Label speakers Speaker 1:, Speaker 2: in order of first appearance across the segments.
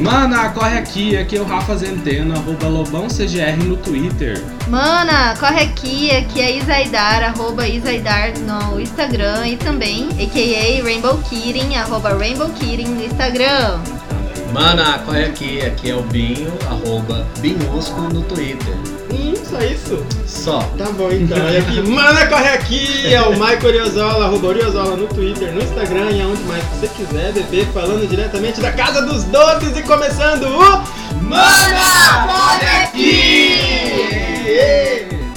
Speaker 1: Mana, corre aqui, aqui é o Rafa Zenteno, arroba LobãoCGR no Twitter.
Speaker 2: Mana, corre aqui, aqui é Isaidar, arroba Isaidar no Instagram e também a.k.a. Rainbow Kidding, arroba Rainbow Kidding no Instagram.
Speaker 3: Mana, corre aqui, aqui é o Binho, arroba Binhusco no Twitter.
Speaker 4: Hum, só isso?
Speaker 3: Só.
Speaker 4: Tá bom então, olha aqui. Mana, corre aqui! É o Maico Oriozola, arroba Oriozola no Twitter, no Instagram e aonde mais você quiser, bebê, falando diretamente da Casa dos Doces e começando o. Mana, corre aqui!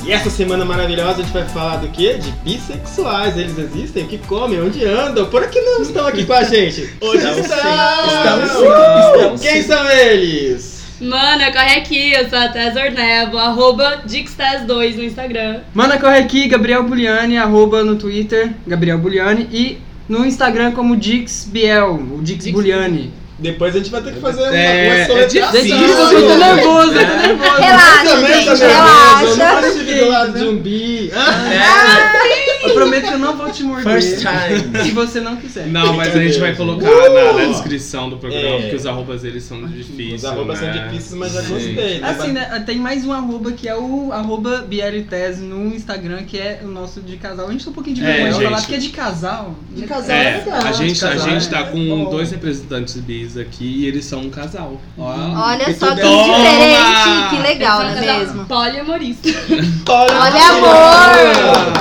Speaker 4: E essa semana maravilhosa a gente vai falar do quê? De bissexuais. Eles existem, o que comem, onde andam, por que não estão aqui com a gente? Hoje
Speaker 3: Estão sim,
Speaker 4: estão!
Speaker 3: estão sim, estão
Speaker 4: Quem
Speaker 3: sim.
Speaker 4: são eles?
Speaker 5: Mana, corre aqui, eu sou a Tess Ornevo, arroba Dixtas2 no Instagram.
Speaker 6: Mana, corre aqui, Gabriel Buliani, arroba no Twitter, Gabriel Buliani, e no Instagram como Dix Biel, o Dix,
Speaker 1: Dix-
Speaker 6: Buliani.
Speaker 4: Depois a gente vai ter que fazer uma,
Speaker 1: É,
Speaker 4: uma soletração.
Speaker 1: é difícil.
Speaker 6: Gente, eu tô nervoso, eu tô nervoso.
Speaker 2: Relaxa,
Speaker 4: Eu também tô
Speaker 2: gente,
Speaker 4: nervoso, eu
Speaker 2: relaxa.
Speaker 4: nunca estive do lado de um bi. Ah,
Speaker 6: Eu prometo que eu não vou te morder.
Speaker 3: First time.
Speaker 6: Se você não quiser.
Speaker 1: Não, mas a gente vai colocar na, na descrição do programa,
Speaker 4: Uh! É.
Speaker 1: porque os arrobas eles são difíceis.
Speaker 4: Os arrobas são
Speaker 1: né?
Speaker 4: difíceis, mas já
Speaker 1: Sim.
Speaker 4: gostei. né?
Speaker 6: Assim, né, tem mais um arroba que é o arroba BLTES no Instagram, que é o nosso de casal. A gente tá um pouquinho de
Speaker 1: É,
Speaker 6: vergonha de falar
Speaker 1: gente.
Speaker 6: que é de casal. De casal
Speaker 1: É, a gente, a
Speaker 6: casal,
Speaker 1: gente
Speaker 6: é.
Speaker 1: tá com
Speaker 6: Bom.
Speaker 1: dois representantes bis aqui e eles são um casal. Ó.
Speaker 2: Olha
Speaker 1: Que
Speaker 2: só que
Speaker 1: tudo é-
Speaker 2: diferente, que
Speaker 5: Eu
Speaker 2: legal,
Speaker 5: sou um
Speaker 2: não é
Speaker 5: casal
Speaker 2: mesmo?
Speaker 5: Poliamorista.
Speaker 4: Olha,
Speaker 2: Olha, amor!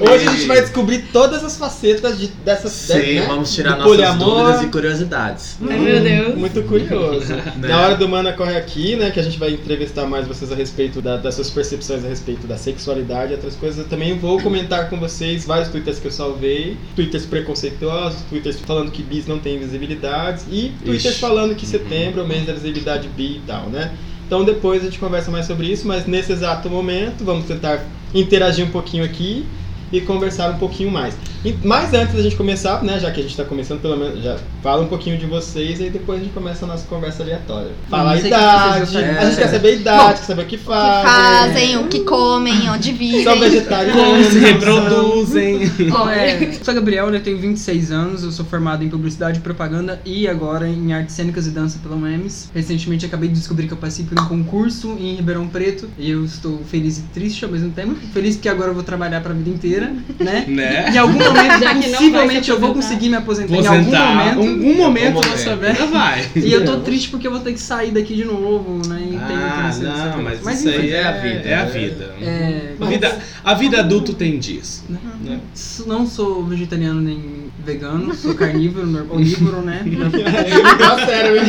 Speaker 4: Hoje a gente vai descobrir todas as facetas de, dessas
Speaker 3: Sim,
Speaker 4: né?
Speaker 3: vamos tirar
Speaker 4: Do
Speaker 3: nossas
Speaker 4: poliamor.
Speaker 3: dúvidas e curiosidades.
Speaker 5: Ai, meu Deus.
Speaker 4: Muito curioso.
Speaker 3: Né?
Speaker 4: Na hora do Mana Corre Aqui, né? Que a gente vai entrevistar mais vocês a respeito da- das suas percepções a respeito da sexualidade e outras coisas. Eu também vou comentar com vocês vários twitters que eu salvei. Twitters preconceituosos, twitters falando que bis não tem visibilidade e twitters
Speaker 1: Ixi.
Speaker 4: falando que setembro é o mês da visibilidade bi e tal, né? Então depois a gente conversa mais sobre isso, mas nesse exato momento vamos tentar interagir um pouquinho aqui e conversar um pouquinho mais. E- Mas antes da gente começar, né, já que a gente tá começando, pelo menos já fala um pouquinho de vocês e aí depois a gente começa a nossa conversa aleatória. Fala a
Speaker 6: sei que
Speaker 4: idade,
Speaker 6: vocês
Speaker 4: a gente quer saber a idade, quer saber o que né?
Speaker 2: O que
Speaker 4: fazem.
Speaker 2: fazem, o que comem, onde
Speaker 4: São
Speaker 2: vivem.
Speaker 1: Como
Speaker 4: vegetarianos.
Speaker 1: se reproduzem.
Speaker 6: Bom, é, eu sou Gabriel, eu tenho 26 anos, eu sou formado em publicidade e propaganda e agora em artes cênicas e dança pela UEMS. Recentemente acabei de descobrir que eu passei por um concurso em Ribeirão Preto e eu estou feliz e triste ao mesmo tempo. Feliz porque agora eu vou trabalhar pra vida inteira, né?
Speaker 1: Né?
Speaker 6: Em algum momento,
Speaker 5: Já que não vai se
Speaker 6: possivelmente, eu vou
Speaker 5: aposentar.
Speaker 6: conseguir me aposentar.
Speaker 1: Aposentar.
Speaker 6: Em algum momento.
Speaker 1: Algum momento da
Speaker 3: momento.
Speaker 1: sua vida vai.
Speaker 6: E eu tô triste porque eu vou ter que sair daqui de novo, né? E tem- tem
Speaker 1: Ah,
Speaker 6: essa- essa
Speaker 1: não,
Speaker 6: coisa.
Speaker 1: mas,
Speaker 6: Mas
Speaker 1: isso
Speaker 6: enfim,
Speaker 1: aí é a vida. É a
Speaker 3: é.
Speaker 1: vida.
Speaker 6: é,
Speaker 1: A vida, a vida adulto tem disso.
Speaker 6: Não sou vegetariano nem vegano, sou carnívoro, nor- onívoro, né?
Speaker 4: Tá sério, hein?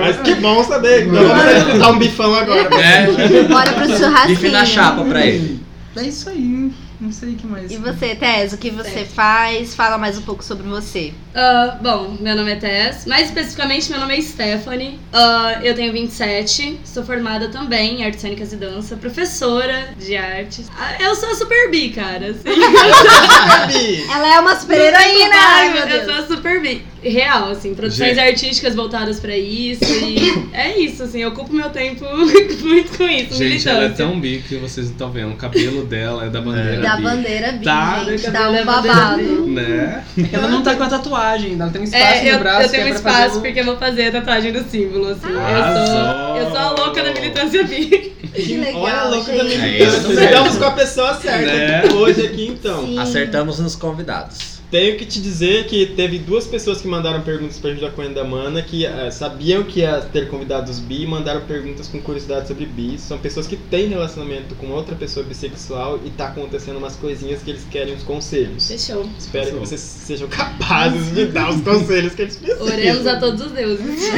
Speaker 4: Mas que bom saber. Então vamos dar um bifão agora.
Speaker 1: Né?
Speaker 2: É. Bora pro
Speaker 3: Bife na
Speaker 2: churrasquinho.
Speaker 3: chapa pra ele.
Speaker 6: É isso aí, não sei o que mais.
Speaker 2: E você, Tess, o que você faz? Fala mais um pouco sobre você.
Speaker 5: Ah, bom, meu nome é Tess, mais especificamente meu nome é Stephanie, Ah, eu tenho 27, sou formada também em artes cênicas e dança, professora de artes. Ah, eu sou a Super B, cara. assim.
Speaker 4: Gabi.
Speaker 2: Ela é uma super heroína! Ai, meu
Speaker 5: Eu
Speaker 2: Deus.
Speaker 5: sou a Super B. Real, assim, produções
Speaker 1: Gente.
Speaker 5: artísticas voltadas pra isso e é isso, assim, eu ocupo meu tempo muito com isso,
Speaker 1: Gente,
Speaker 5: militância.
Speaker 1: ela é tão bi que vocês não estão vendo. O cabelo dela é da bandeira
Speaker 2: Da
Speaker 1: bi.
Speaker 2: bandeira bi,
Speaker 1: Tá,
Speaker 2: gente,
Speaker 5: né,
Speaker 2: dá um
Speaker 4: é
Speaker 5: cabelo da
Speaker 2: babado.
Speaker 5: bandeira
Speaker 1: Né?
Speaker 6: Ela não tá com a tatuagem, ela tem um espaço
Speaker 5: É,
Speaker 6: no
Speaker 5: eu,
Speaker 6: braço.
Speaker 5: eu tenho
Speaker 6: que
Speaker 5: um
Speaker 6: é pra fazer
Speaker 5: espaço
Speaker 6: o-
Speaker 5: porque eu vou fazer a tatuagem do símbolo, assim.
Speaker 1: Arrasou!
Speaker 5: eu, sou, eu sou a louca da militância bi.
Speaker 2: Que legal,
Speaker 4: Olha a louca da
Speaker 2: gente.
Speaker 4: minha
Speaker 3: É isso mesmo.
Speaker 4: Estamos com a pessoa certa
Speaker 1: Né?
Speaker 4: hoje aqui então.
Speaker 2: Sim.
Speaker 3: Acertamos nos convidados.
Speaker 4: Tenho que te dizer que teve duas pessoas que mandaram perguntas pra gente da Coen da Mana que eh, sabiam que ia ter convidados bi e mandaram perguntas com curiosidade sobre bi. São pessoas que têm relacionamento com outra pessoa bissexual e tá acontecendo umas coisinhas que eles querem os conselhos.
Speaker 5: Fechou.
Speaker 4: Espero que vocês sejam capazes de dar os conselhos que eles precisam.
Speaker 5: Oremos a todos os deuses.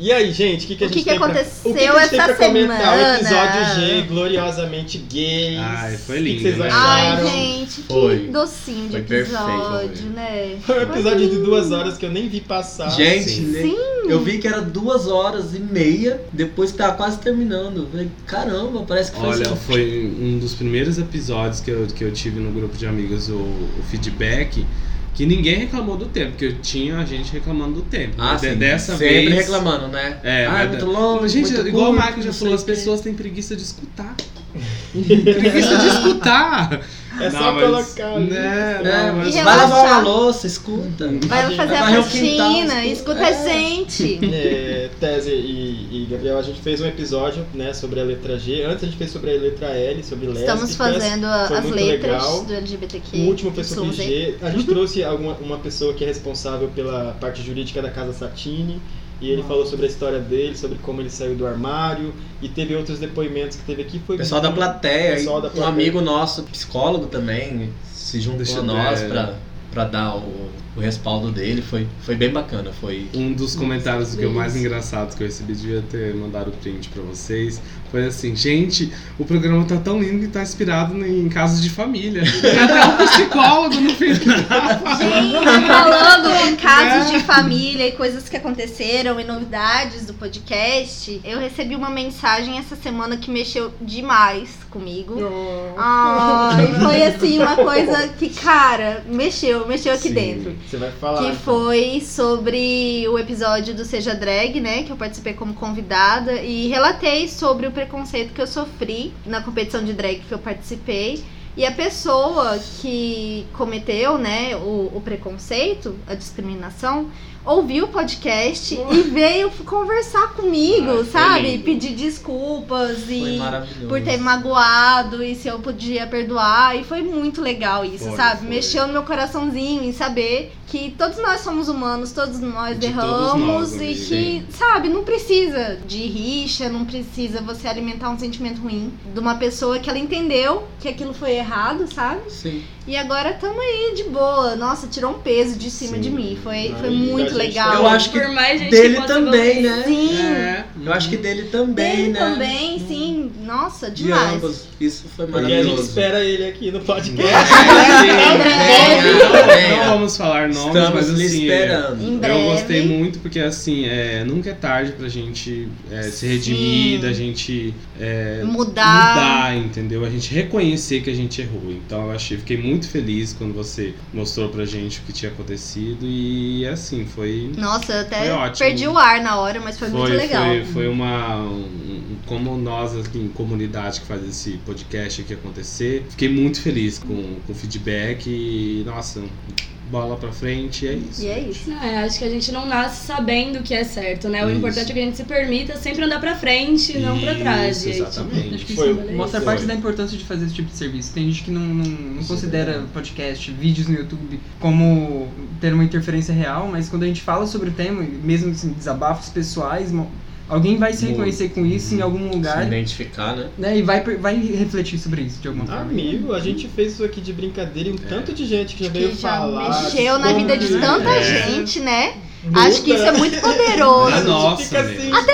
Speaker 4: E aí, gente, o que, que a
Speaker 2: O
Speaker 4: gente
Speaker 2: que que
Speaker 4: tem pra-
Speaker 2: aconteceu
Speaker 4: o que que a gente tem
Speaker 2: essa
Speaker 4: pra comentar? O
Speaker 2: semana?
Speaker 4: episódio G, gloriosamente gays.
Speaker 1: Ai, foi
Speaker 4: O que
Speaker 1: lindo,
Speaker 4: que vocês
Speaker 1: né?
Speaker 2: Ai,
Speaker 4: acharam?
Speaker 2: gente, que
Speaker 3: Foi.
Speaker 2: docinho de
Speaker 3: Foi perfeito,
Speaker 2: episódio,
Speaker 3: foi.
Speaker 2: né?
Speaker 4: Foi um episódio de duas horas que eu nem vi passar.
Speaker 3: Gente,
Speaker 1: sim.
Speaker 3: né? eu vi que era duas horas e meia depois que tava quase terminando. Eu Falei, caramba, parece que foi
Speaker 1: Olha,
Speaker 3: assim.
Speaker 1: foi um dos primeiros episódios que eu, que eu tive no grupo de amigos o, o feedback que ninguém reclamou do tempo, que eu tinha a gente reclamando do tempo.
Speaker 3: Ah,
Speaker 1: Mas de-
Speaker 3: sim.
Speaker 1: dessa
Speaker 3: Sempre
Speaker 1: vez.
Speaker 3: reclamando, né?
Speaker 1: É,
Speaker 3: ah,
Speaker 1: mas-
Speaker 3: é muito longo,
Speaker 1: Gente,
Speaker 3: muito
Speaker 1: igual o
Speaker 3: curto,
Speaker 1: Marco já
Speaker 3: não sei
Speaker 1: falou, as
Speaker 3: o quê.
Speaker 1: pessoas têm preguiça de escutar. preguiça de escutar!
Speaker 4: É só colocar ali.
Speaker 1: Né,
Speaker 6: É,
Speaker 1: não, mas-
Speaker 2: E
Speaker 3: Vai lavar uma
Speaker 2: relaxar.
Speaker 3: louça, escuta.
Speaker 1: Uhum.
Speaker 2: Vai lá fazer a
Speaker 3: Varrer o quintal,
Speaker 2: faxina,
Speaker 3: escuta.
Speaker 2: escuta a
Speaker 3: É.
Speaker 2: gente.
Speaker 4: É, Tese e, e Gabriel, a gente fez um episódio né, sobre a letra G. Antes a gente fez sobre a letra L, sobre
Speaker 2: Estamos
Speaker 4: lésbicas.
Speaker 2: fazendo a-
Speaker 4: foi
Speaker 2: as
Speaker 4: muito
Speaker 2: letras
Speaker 4: legal.
Speaker 2: do LGBTQ.
Speaker 4: O último foi sobre
Speaker 2: Suzy.
Speaker 4: G. A gente trouxe alguma, uma pessoa que é responsável pela parte jurídica da Casa Satini. E ele falou sobre a história dele, sobre como ele saiu do armário. E teve outros depoimentos que teve aqui. Foi
Speaker 3: O pessoal da plateia,
Speaker 4: Pessoal da
Speaker 3: um
Speaker 4: plateia.
Speaker 3: amigo nosso, psicólogo também, se juntou
Speaker 1: Deixa
Speaker 3: a
Speaker 1: eu
Speaker 3: nós
Speaker 1: ver.
Speaker 3: pra, pra dar o, o respaldo dele. Foi, foi bem bacana, foi
Speaker 1: Um dos comentários que eu mais engraçado que eu recebi, devia ter mandado o print pra vocês, foi assim, gente, o programa tá tão lindo que tá inspirado em casos de família. Tem até um psicólogo no final.
Speaker 2: Gente, falando em casos de família e coisas que aconteceram e novidades do podcast, eu recebi uma mensagem essa semana que mexeu demais comigo. Ai, foi assim, uma coisa que, cara, mexeu, mexeu aqui
Speaker 4: Sim,
Speaker 2: dentro.
Speaker 4: Você vai falar.
Speaker 3: então.
Speaker 2: Que foi sobre o episódio do Seja Drag, né? Que eu participei como convidada e relatei sobre o preconceito que eu sofri na competição de drag que eu participei. E a pessoa que cometeu, né, o, o preconceito, a discriminação, ouviu o podcast e veio conversar comigo,
Speaker 3: Ai, Ah, foi
Speaker 2: sabe?
Speaker 3: lindo.
Speaker 2: Pedir desculpas
Speaker 3: Foi
Speaker 2: e
Speaker 3: maravilhoso.
Speaker 2: por ter me magoado e se eu podia perdoar. E foi muito legal isso,
Speaker 1: Foi,
Speaker 2: sabe?
Speaker 1: foi.
Speaker 2: Mexeu no meu coraçãozinho em saber que todos nós somos humanos, todos nós
Speaker 1: De todos
Speaker 2: erramos
Speaker 1: nós,
Speaker 2: e
Speaker 1: amiga,
Speaker 2: que,
Speaker 1: hein?
Speaker 2: sabe, não precisa de rixa, não precisa você alimentar um sentimento ruim de uma pessoa que ela entendeu que aquilo foi errado, sabe?
Speaker 3: Sim.
Speaker 2: E agora tamo aí de boa. Nossa, tirou um peso de cima
Speaker 1: Sim.
Speaker 2: de mim. Foi,
Speaker 4: Aí,
Speaker 2: foi
Speaker 4: a
Speaker 2: muito
Speaker 4: gente-
Speaker 2: legal.
Speaker 3: Eu acho que
Speaker 5: Por mais gente
Speaker 3: dele
Speaker 5: que possa
Speaker 3: também,
Speaker 5: evoluir.
Speaker 3: né?
Speaker 2: Sim.
Speaker 5: Hum.
Speaker 1: É.
Speaker 3: Eu acho que dele também,
Speaker 2: Dele
Speaker 3: né?
Speaker 2: também, sim. Nossa,
Speaker 3: De
Speaker 2: demais.
Speaker 3: ambos. Isso foi
Speaker 1: é
Speaker 4: Porque a gente
Speaker 3: maravilhoso.
Speaker 4: espera ele aqui no podcast.
Speaker 2: Em
Speaker 1: Não,
Speaker 2: breve.
Speaker 1: não vamos falar nomes,
Speaker 3: Estamos
Speaker 1: mas
Speaker 3: lhe
Speaker 1: assim, é,
Speaker 3: esperando.
Speaker 2: Em breve.
Speaker 1: Eu gostei muito porque, assim, é, nunca é tarde pra gente é, se redimir,
Speaker 2: Sim.
Speaker 1: da gente é,
Speaker 2: Mudar.
Speaker 1: mudar, entendeu? A gente reconhecer que a gente errou. Então, eu achei, fiquei muito feliz quando você mostrou pra gente o que tinha acontecido e, assim, foi.
Speaker 2: Nossa, eu até
Speaker 1: Foi ótimo.
Speaker 2: perdi o ar na hora, mas foi, muito legal.
Speaker 1: Foi, foi uma. um- um- como nós, aqui em comunidade que faz esse podcast aqui acontecer, fiquei muito feliz com, com o feedback e, nossa, bola pra frente e é isso.
Speaker 2: E é
Speaker 1: gente.
Speaker 2: isso.
Speaker 5: Não, é, acho que a gente não nasce sabendo o que é certo, né? O
Speaker 1: Isso.
Speaker 5: importante é que a gente se permita sempre andar pra frente e não pra trás,
Speaker 1: Isso,
Speaker 5: gente.
Speaker 1: exatamente.
Speaker 5: Acho que
Speaker 4: Foi-
Speaker 5: isso vale
Speaker 6: Mostra
Speaker 4: Foi.
Speaker 6: parte da importância de fazer esse tipo de serviço. Tem gente que não, não, não
Speaker 4: Isso é
Speaker 6: considera podcast, vídeos no YouTube como ter uma interferência real, mas quando a gente fala sobre o tema, mesmo assim, desabafos pessoais, mo- alguém vai se
Speaker 1: Muito.
Speaker 6: reconhecer com isso em algum
Speaker 3: Se
Speaker 6: lugar
Speaker 3: identificar, né?
Speaker 6: né, e vai, per- vai refletir sobre isso de alguma forma.
Speaker 4: Ah, Amigo, a gente fez isso aqui de brincadeira
Speaker 1: É.
Speaker 4: e um tanto de gente que já veio
Speaker 2: Que já
Speaker 4: falar.
Speaker 2: mexeu na vida de
Speaker 4: descobriu,
Speaker 2: tanta
Speaker 1: É.
Speaker 2: gente, né?
Speaker 4: luta.
Speaker 2: Acho que isso é muito
Speaker 1: Na
Speaker 2: poderoso.
Speaker 1: É nossa
Speaker 4: Fica
Speaker 1: mesmo.
Speaker 4: assim,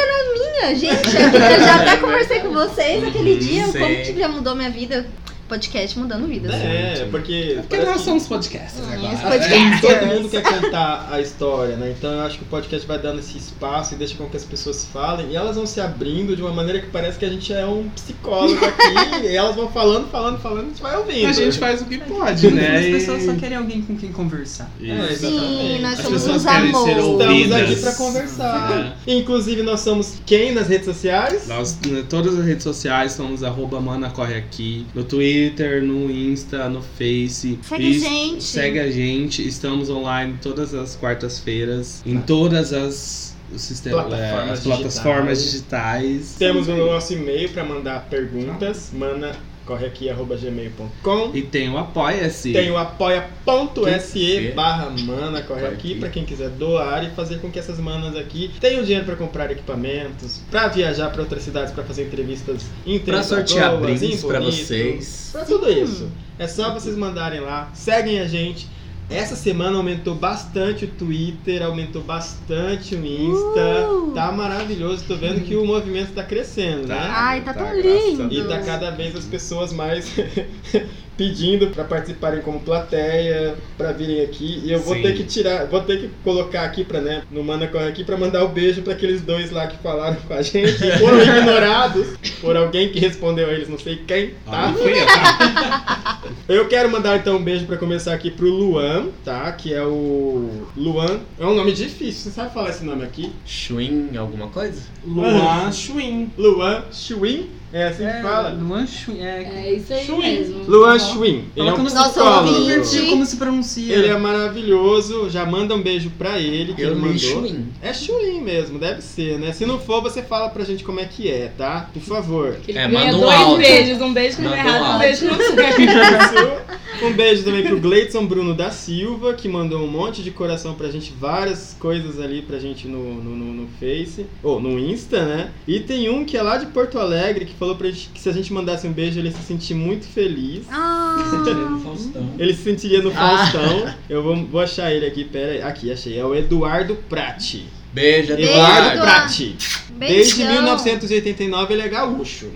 Speaker 2: Minha, gente, eu já até conversei com vocês aquele
Speaker 3: Uhum,
Speaker 2: dia,
Speaker 3: sei.
Speaker 2: como que já mudou minha vida. Podcast mudando vidas.
Speaker 4: É, porque.
Speaker 1: É porque
Speaker 4: parece
Speaker 1: nós
Speaker 4: que
Speaker 1: somos podcasters
Speaker 2: Hum,
Speaker 1: agora. é.
Speaker 2: esse
Speaker 4: Todo
Speaker 2: podcast.
Speaker 4: mundo quer cantar a história, né? Então eu acho que o podcast vai dando esse espaço e deixa com que as pessoas falem. E elas vão se abrindo de uma maneira que parece que a gente é um psicólogo aqui. e elas vão falando, falando, falando, a gente vai ouvindo.
Speaker 1: A gente faz o que pode,
Speaker 6: Né?
Speaker 1: né?
Speaker 6: As pessoas
Speaker 1: E-
Speaker 6: só querem alguém com quem conversar.
Speaker 4: É,
Speaker 1: Isso.
Speaker 2: Sim,
Speaker 4: exatamente.
Speaker 2: nós
Speaker 1: As
Speaker 2: somos uns
Speaker 1: pessoas querem ser
Speaker 2: amores.
Speaker 4: Estamos
Speaker 1: ouvidas. É.
Speaker 4: aqui pra conversar. Inclusive, nós somos quem nas redes sociais?
Speaker 1: Nós, em todas as redes sociais, somos arroba Mana Corre Aqui. No Twitter, no Insta, no Face.
Speaker 2: Segue
Speaker 1: E
Speaker 2: a gente.
Speaker 1: Segue a gente. Estamos online todas as quartas-feiras. Em todas as, os sistemas,
Speaker 4: Plataformas
Speaker 1: é, as plataformas digitais.
Speaker 4: Temos o nosso e-mail para mandar perguntas. Mana, corre aqui, arroba gmail.com.
Speaker 1: E tem o Apoia-se.
Speaker 4: Tem o apoia.se
Speaker 3: Que?
Speaker 4: barra mana, corre aqui, pra quem quiser doar e fazer com que essas manas aqui tenham dinheiro pra comprar equipamentos, pra viajar pra outras cidades pra fazer entrevistas em
Speaker 1: Então,
Speaker 3: Pra sortear
Speaker 1: assim,
Speaker 4: Três Lagoas, em
Speaker 3: brindes pra
Speaker 4: Bonito,
Speaker 3: vocês.
Speaker 4: Pra tudo
Speaker 2: Hum.
Speaker 4: isso. É só vocês mandarem lá, seguem a gente. Essa semana aumentou bastante o Twitter, aumentou bastante o Insta.
Speaker 2: Uh!
Speaker 4: Tá maravilhoso, tô vendo que o movimento tá crescendo, né?
Speaker 2: Ai, tá tão
Speaker 1: graças a
Speaker 2: lindo.
Speaker 1: Deus.
Speaker 4: E tá cada vez as pessoas mais pedindo pra participarem como plateia, pra virem aqui. E eu vou
Speaker 1: Sim.
Speaker 4: ter que tirar, vou ter que colocar aqui pra, né, no Mana Corre aqui pra mandar o beijo pra aqueles dois lá que falaram com a gente e foram ignorados por alguém que respondeu a eles, não sei quem,
Speaker 1: Ah,
Speaker 4: tá?
Speaker 1: não fui eu, tá?
Speaker 4: Eu quero mandar então um beijo pra começar aqui pro Luan, tá? Que é o Luan. É um nome difícil, você sabe falar esse nome aqui?
Speaker 3: Chuin, alguma coisa?
Speaker 1: Luan Chuin.
Speaker 4: Luan Chuin É assim que
Speaker 6: É,
Speaker 4: fala?
Speaker 6: Luan Schwinn. É,
Speaker 5: É isso aí
Speaker 4: Schwinn.
Speaker 5: mesmo. Tá
Speaker 4: Luan Schwinn. Ele é
Speaker 6: Coloca
Speaker 4: um
Speaker 6: no
Speaker 2: Nossa,
Speaker 4: psicólogo.
Speaker 2: ouvinte.
Speaker 6: como se pronuncia.
Speaker 4: Ele é maravilhoso. Já manda um beijo pra ele, que
Speaker 3: Eu
Speaker 4: ele mandou.
Speaker 3: li Schwinn.
Speaker 4: É Schwinn mesmo, deve ser, né? Se não for, você fala pra gente como é que é, tá? Por favor.
Speaker 5: Ele
Speaker 3: É,
Speaker 5: ganha
Speaker 3: manda um
Speaker 5: dois
Speaker 3: áudio.
Speaker 5: beijos, um beijo quando é
Speaker 3: Manda um
Speaker 5: errado, um
Speaker 3: áudio.
Speaker 5: beijo quando certo.
Speaker 4: Isso. Um beijo também pro Gleidson Bruno da Silva, que mandou um monte de coração pra gente, várias coisas ali pra gente no, no, no, no Face, ou no Insta, né? E tem um que é lá de Porto Alegre, que falou pra gente que se a gente mandasse um beijo, ele ia se sentir muito feliz.
Speaker 2: Ah,
Speaker 3: Faustão.
Speaker 4: Ele se sentiria no
Speaker 3: Ah.
Speaker 4: Faustão. Eu vou, vou achar ele aqui, pera aí. Aqui, achei. É o Eduardo Prati.
Speaker 3: Beijo,
Speaker 2: Beijo,
Speaker 4: Eduardo
Speaker 2: Eduardo.
Speaker 4: Prati.
Speaker 2: beijão.
Speaker 4: Desde 1989 ele é gaúcho.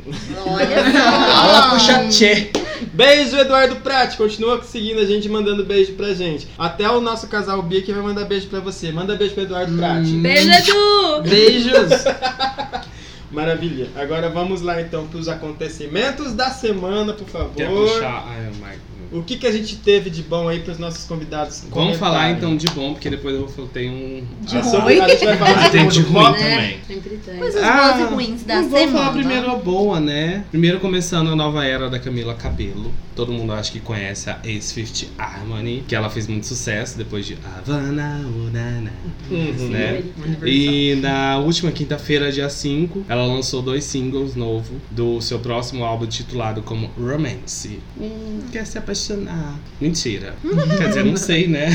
Speaker 2: Olha só.
Speaker 3: Fala puxa tchê.
Speaker 4: Beijo, Eduardo Prati. Continua seguindo a gente, mandando beijo pra gente. Até o nosso casal Bia que vai mandar beijo pra você. Manda beijo pro Eduardo
Speaker 6: Hum.
Speaker 4: Prati.
Speaker 5: Beijo, Edu!
Speaker 6: Beijos.
Speaker 4: Maravilha. Agora vamos lá então pros acontecimentos da semana, por
Speaker 1: Quer
Speaker 4: favor.
Speaker 1: puxar? Ah, é o Michael.
Speaker 4: O que, que a gente teve de bom aí pros nossos convidados?
Speaker 1: Vamos
Speaker 4: comentarem?
Speaker 1: falar então de bom, porque depois eu vou falar, tem um.
Speaker 4: Ah,
Speaker 1: Ah,
Speaker 4: sobre- A gente vai falar
Speaker 1: Ah, tem de
Speaker 4: de
Speaker 1: ruim
Speaker 4: rock.
Speaker 1: também.
Speaker 5: Sempre tem.
Speaker 2: Coisas
Speaker 1: Ah,
Speaker 2: boas e ruins da
Speaker 1: Não vou
Speaker 2: semana.
Speaker 1: falar primeiro a boa, né? Primeiro começando a nova era da Camila Cabello. Todo mundo acho que conhece a Ace Fifth Harmony, que ela fez muito sucesso depois de Havana, Unana.
Speaker 4: Uhum.
Speaker 1: Né?
Speaker 6: É
Speaker 1: E na última quinta-feira, dia 5, ela lançou dois singles novos do seu próximo álbum titulado como Romance. Hum, quer se apaixonar. Mentira. quer dizer, não sei, né?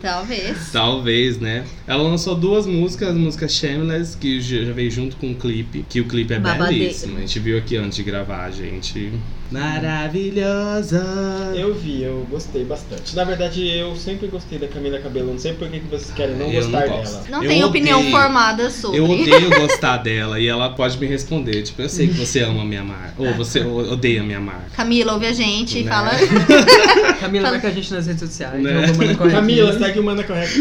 Speaker 2: Talvez.
Speaker 1: Talvez, né? Ela lançou duas músicas, a música Shameless, que já já veio junto com o clipe, que o clipe é
Speaker 2: Babadeiro.
Speaker 1: belíssimo. A gente viu aqui antes de gravar, gente. Maravilhosa!
Speaker 4: Eu vi, eu gostei bastante. Na verdade, eu sempre gostei da Camila Cabello. Não sei por que que vocês querem não
Speaker 1: Eu
Speaker 4: gostar
Speaker 1: gosto.
Speaker 4: dela.
Speaker 2: Não
Speaker 1: Eu
Speaker 2: tem opinião
Speaker 1: odeio.
Speaker 2: formada sobre.
Speaker 1: Eu odeio gostar dela e ela pode me responder. Tipo, eu sei que você ama minha marca. Ou você o- odeia minha marca.
Speaker 2: Camila, ouve a gente e
Speaker 1: Né?
Speaker 2: fala.
Speaker 6: Camila marca a gente nas redes sociais.
Speaker 1: Né?
Speaker 6: arroba Manda Corre
Speaker 4: Camila,
Speaker 6: Aqui.
Speaker 4: segue o Manda Correto.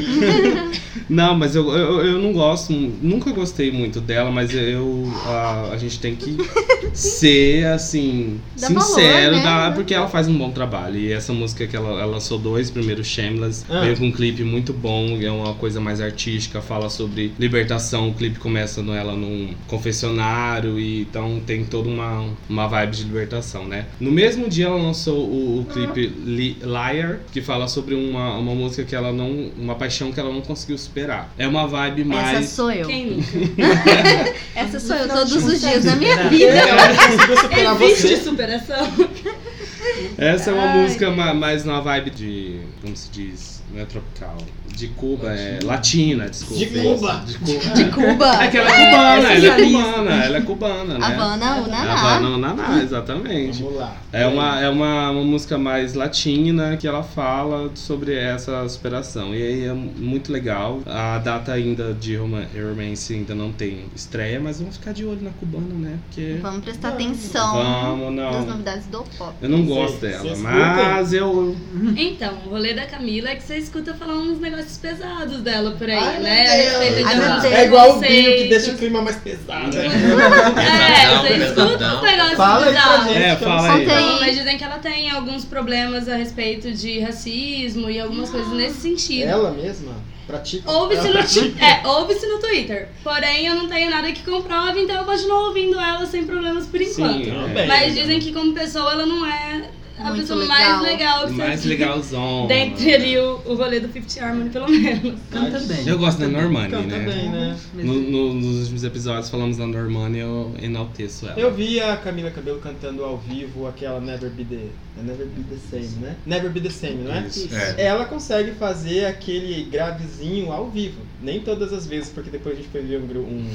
Speaker 1: Não, mas eu, eu, eu não gosto, nunca gostei muito dela, mas eu. A, a gente tem que ser, assim,
Speaker 2: Dá
Speaker 1: sincero,
Speaker 2: valor, né?
Speaker 1: dar- porque ela faz um bom trabalho. E essa música que ela, ela lançou dois, primeiro Shameless,
Speaker 4: Ah.
Speaker 1: veio com um clipe muito bom, é uma coisa mais artística, fala sobre libertação. O clipe começa no, ela num confessionário, e então tem toda uma, uma vibe de libertação, né? No mesmo dia ela lançou o, o clipe Li- Liar, que fala sobre uma, uma música que ela não. uma paixão que ela não conseguiu superar. É uma vibe
Speaker 2: Essa
Speaker 1: mais.
Speaker 4: é.
Speaker 2: sou eu.
Speaker 5: Quem nunca?
Speaker 2: Essa sou
Speaker 6: No
Speaker 2: eu
Speaker 6: final
Speaker 2: todos
Speaker 6: de
Speaker 2: os dias da minha
Speaker 6: contas,
Speaker 2: vida.
Speaker 4: Ela não conseguiu superar
Speaker 5: Existe
Speaker 4: você.
Speaker 5: superação.
Speaker 1: Essa é uma
Speaker 5: Ai.
Speaker 1: música ma- mais na vibe de. como se diz? Não é tropical. De Cuba, é. Latina, desculpa.
Speaker 4: De Cuba.
Speaker 1: De Cuba.
Speaker 2: De Cuba.
Speaker 1: É que ela é
Speaker 6: É,
Speaker 1: cubana, ela é
Speaker 6: socialista.
Speaker 1: cubana, ela é cubana, né?
Speaker 2: Havana, o Naná.
Speaker 1: Havana, Naná, exatamente.
Speaker 4: Vamos lá.
Speaker 1: É uma, é uma, uma música mais latina que ela fala sobre essa superação. E aí é muito legal. A data ainda de Roman- Romance ainda não tem estreia, mas vamos ficar de olho na cubana, né? Porque.
Speaker 2: Vamos prestar
Speaker 4: Vamos.
Speaker 2: atenção das
Speaker 1: Vamos, não.
Speaker 2: novidades do pop.
Speaker 1: Eu não
Speaker 4: Vocês-
Speaker 1: gosto dela,
Speaker 4: vocês
Speaker 1: mas eu.
Speaker 5: Então, o rolê da Camila é que você escuta falar uns negócios pesados dela por aí,
Speaker 4: Ai,
Speaker 5: né?
Speaker 4: meu
Speaker 5: A respeito de
Speaker 2: Ai, meu
Speaker 5: alguns
Speaker 2: Deus.
Speaker 4: É igual o Binho que
Speaker 5: conceitos.
Speaker 4: deixa o clima mais pesado. né?
Speaker 5: É,
Speaker 3: Pesadão,
Speaker 5: você escuta
Speaker 3: pesadão.
Speaker 5: uns negócios
Speaker 4: Fala aí pra
Speaker 5: pesados.
Speaker 4: gente.
Speaker 1: É,
Speaker 4: que eu
Speaker 1: fala
Speaker 4: não
Speaker 1: aí.
Speaker 4: sei.
Speaker 5: Não, mas dizem que ela tem alguns problemas a respeito de racismo e algumas
Speaker 2: Ah.
Speaker 5: coisas nesse sentido.
Speaker 4: Ela mesma pratica.
Speaker 5: Ouve-se
Speaker 4: ela tá
Speaker 5: no,
Speaker 4: pratica.
Speaker 5: é, ouve-se no Twitter. Porém, eu não tenho nada que comprove, então eu continuo ouvindo ela sem problemas por enquanto.
Speaker 1: Sim,
Speaker 4: Tudo
Speaker 1: é.
Speaker 4: bem. né?
Speaker 5: Mas dizem que como pessoa ela não é a
Speaker 2: Muito
Speaker 5: pessoa
Speaker 2: legal.
Speaker 5: mais legal que
Speaker 1: Mais
Speaker 5: você
Speaker 1: legalzão.
Speaker 5: Dentre ali o, o rolê do Fifty Harmony, pelo menos.
Speaker 6: Canta bem.
Speaker 1: Eu gosto da Normani,
Speaker 4: Canta
Speaker 1: né?
Speaker 4: bem, né?
Speaker 1: No- no- nos últimos episódios falamos da Normani e eu enalteço ela.
Speaker 4: Eu vi a Camila Cabello cantando ao vivo aquela Never Be The, é Never Be The Same, né? Never Be The Same, não é?
Speaker 1: Isso.
Speaker 3: É.
Speaker 4: Ela consegue fazer aquele gravezinho ao vivo. Nem todas as vezes, porque depois a gente foi ver um, gru- um,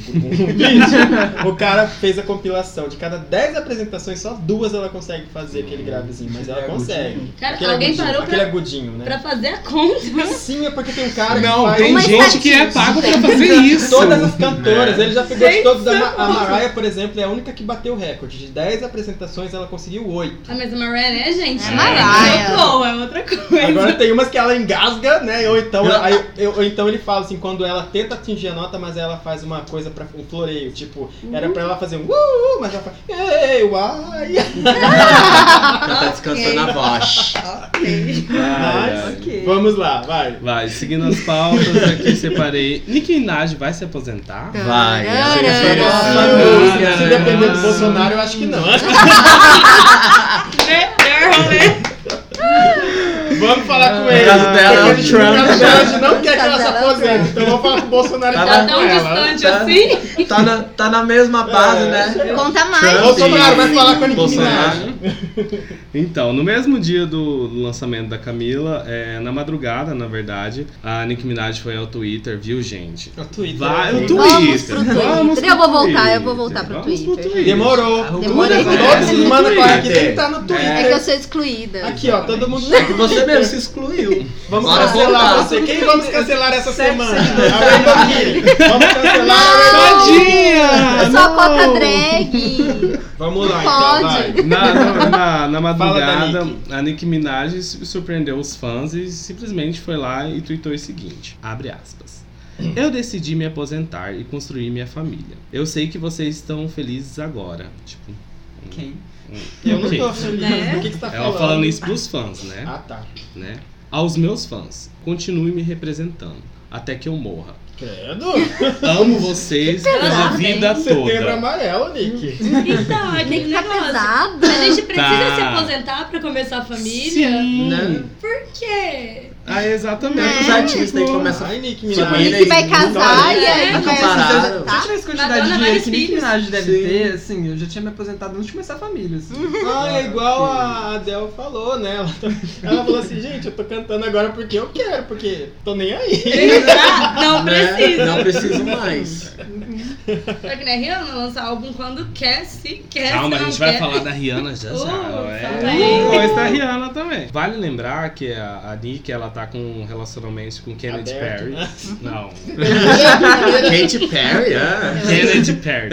Speaker 4: um vídeo. o cara fez a compilação. De cada 10 apresentações, só duas ela consegue fazer aquele gravezinho. Mas
Speaker 1: É,
Speaker 4: ela consegue.
Speaker 5: Cara,
Speaker 4: Aquele
Speaker 5: alguém
Speaker 4: agudinho,
Speaker 5: parou
Speaker 4: Aquele
Speaker 5: pra,
Speaker 4: agudinho,
Speaker 5: pra
Speaker 4: né?
Speaker 5: fazer a conta.
Speaker 4: Sim, é porque tem um cara que
Speaker 1: Não,
Speaker 4: faz...
Speaker 1: tem
Speaker 2: Uma
Speaker 1: gente que é
Speaker 2: estatística.
Speaker 1: pago pra fazer isso. É.
Speaker 4: Todas as cantoras, ele já pegou de todas. A, Ma- a
Speaker 5: Sensacional.
Speaker 4: Mariah, por exemplo, é a única que bateu o recorde. De 10 apresentações, ela conseguiu 8.
Speaker 5: A mesma Mariah, né, gente?
Speaker 2: É Mariah.
Speaker 5: Socorro, é outra coisa.
Speaker 4: Agora tem umas que ela engasga, né? Ou então, aí, eu- ou então ele fala assim, quando ela tenta atingir a nota, mas ela faz uma coisa para um floreio. Tipo, era pra ela fazer um uh, mas ela faz. Ei, uai!
Speaker 3: Ela tá descansando a voz.
Speaker 1: Ai, ai.
Speaker 6: Ok.
Speaker 4: Vamos lá, vai.
Speaker 1: Vai, seguindo as pautas aqui, separei. Nicki Minaj vai se aposentar?
Speaker 3: Vai,
Speaker 2: Tarará.
Speaker 3: ela
Speaker 4: Nossa,
Speaker 3: Essa
Speaker 4: música,
Speaker 3: é música, né?
Speaker 4: se depender do Bolsonaro, eu acho que não.
Speaker 5: Melhor rolê.
Speaker 4: Vamos falar com ele.
Speaker 3: Caso Ah. dela, né?
Speaker 4: porque a gente-
Speaker 3: Trump.
Speaker 4: caso dela, a gente não quer que ela se
Speaker 2: Caso dela,
Speaker 4: aposente. Então vamos falar com o Bolsonaro e
Speaker 3: Tá
Speaker 5: Tá
Speaker 4: falar
Speaker 3: bom.
Speaker 4: com
Speaker 5: tão
Speaker 4: ela.
Speaker 5: distante
Speaker 3: tá-
Speaker 5: assim.
Speaker 3: Tá na, tá na mesma base,
Speaker 4: É.
Speaker 3: né?
Speaker 2: Conta mais.
Speaker 3: Trump
Speaker 4: Bolsonaro vai falar com a
Speaker 3: e
Speaker 4: Nicki Minaj.
Speaker 3: Bolsonaro.
Speaker 1: Então, no mesmo dia do lançamento da Camila, é, na madrugada, na verdade, a Nicki Minaj foi ao Twitter, viu, gente?
Speaker 4: O Twitter.
Speaker 1: Vai,
Speaker 3: é
Speaker 4: né?
Speaker 1: É o Twitter.
Speaker 2: Vamos pro Twitter.
Speaker 1: Vamos pro
Speaker 2: eu vou voltar, eu vou voltar
Speaker 1: Twitter.
Speaker 2: pro
Speaker 1: Vamos pro
Speaker 2: Twitter.
Speaker 1: Twitter.
Speaker 4: Demorou.
Speaker 2: Demorei.
Speaker 4: Todas as
Speaker 1: Twitter.
Speaker 4: semanas com a aqui tem que estar no
Speaker 2: É que eu
Speaker 4: Twitter.
Speaker 2: sou excluída.
Speaker 4: Aqui, ó, todo mundo.
Speaker 3: É que você mesmo se excluiu.
Speaker 4: Vamos
Speaker 3: Bora
Speaker 4: cancelar
Speaker 3: voltar.
Speaker 4: você. Quem vamos cancelar essa
Speaker 3: Sete
Speaker 4: semana? É A Vergonha. Vamos cancelar a
Speaker 1: Tadinha!
Speaker 2: Eu sou contra
Speaker 1: não!
Speaker 2: drag.
Speaker 4: Vamos lá, então,
Speaker 2: Pode.
Speaker 4: vai.
Speaker 1: Na, na,
Speaker 4: Fala
Speaker 1: na- na
Speaker 4: da
Speaker 1: madrugada,
Speaker 4: Nicki.
Speaker 1: a Nicki Minaj su- surpreendeu os fãs e simplesmente foi lá e tweetou o seguinte: abre aspas. Eu decidi me aposentar e construir minha família. Eu sei que vocês estão felizes agora. Tipo,
Speaker 6: Quem?
Speaker 4: Eu não
Speaker 1: ok.
Speaker 4: tô feliz.
Speaker 5: Né?
Speaker 4: O que que você tá
Speaker 1: é Ela
Speaker 4: falando?
Speaker 1: falando isso pros fãs, né?
Speaker 4: Ah, tá.
Speaker 1: né? Aos meus fãs, continue me representando até que eu morra.
Speaker 4: Credo.
Speaker 1: Amo vocês pela
Speaker 5: pesado,
Speaker 1: vida
Speaker 5: hein?
Speaker 4: Setembro
Speaker 1: toda.
Speaker 4: amarelo, Nick.
Speaker 5: Então, é que
Speaker 2: Nick tá
Speaker 5: negócio.
Speaker 2: pesado.
Speaker 5: A gente precisa
Speaker 1: Tá.
Speaker 5: se aposentar pra começar a família?
Speaker 1: Sim.
Speaker 3: Né?
Speaker 5: Por quê?
Speaker 1: Ah, exatamente.
Speaker 3: Os artistas aí começam
Speaker 4: Ai, Nick,
Speaker 3: Tipo,
Speaker 4: Minaj.
Speaker 3: ele
Speaker 1: é
Speaker 2: Nick vai
Speaker 3: não
Speaker 2: casar
Speaker 3: dá,
Speaker 2: e aí
Speaker 1: Tá
Speaker 5: né?
Speaker 2: vai
Speaker 3: Compararam.
Speaker 6: Se eu
Speaker 2: aposentar.
Speaker 6: tivesse quantidade
Speaker 5: Madonna,
Speaker 6: de dinheiro
Speaker 5: vários
Speaker 6: que Nicki
Speaker 5: filhos.
Speaker 6: Minaj deve
Speaker 3: Sim.
Speaker 6: ter, assim, eu já tinha me aposentado antes de começar a família, assim.
Speaker 4: Ah, é igual a Adele falou, né? Ela, ela falou assim, gente, eu tô cantando agora porque eu quero, porque tô nem aí.
Speaker 5: Não
Speaker 3: né?
Speaker 5: precisa.
Speaker 3: Não preciso mais.
Speaker 5: Só que né, Rihanna lança álbum quando quer, se quer,
Speaker 1: Calma,
Speaker 5: se
Speaker 1: a
Speaker 5: não
Speaker 1: gente vai
Speaker 5: quer.
Speaker 1: falar da Rihanna já já.
Speaker 5: Uh,
Speaker 1: é.
Speaker 5: também.
Speaker 1: Depois da Rihanna também. Vale lembrar que a, a Nick, ela tá com um relacionamento com Kenneth
Speaker 4: Aberto,
Speaker 1: Perry.
Speaker 4: né?
Speaker 1: Não,
Speaker 3: Katy Perry, ah.
Speaker 1: Kenneth Perry.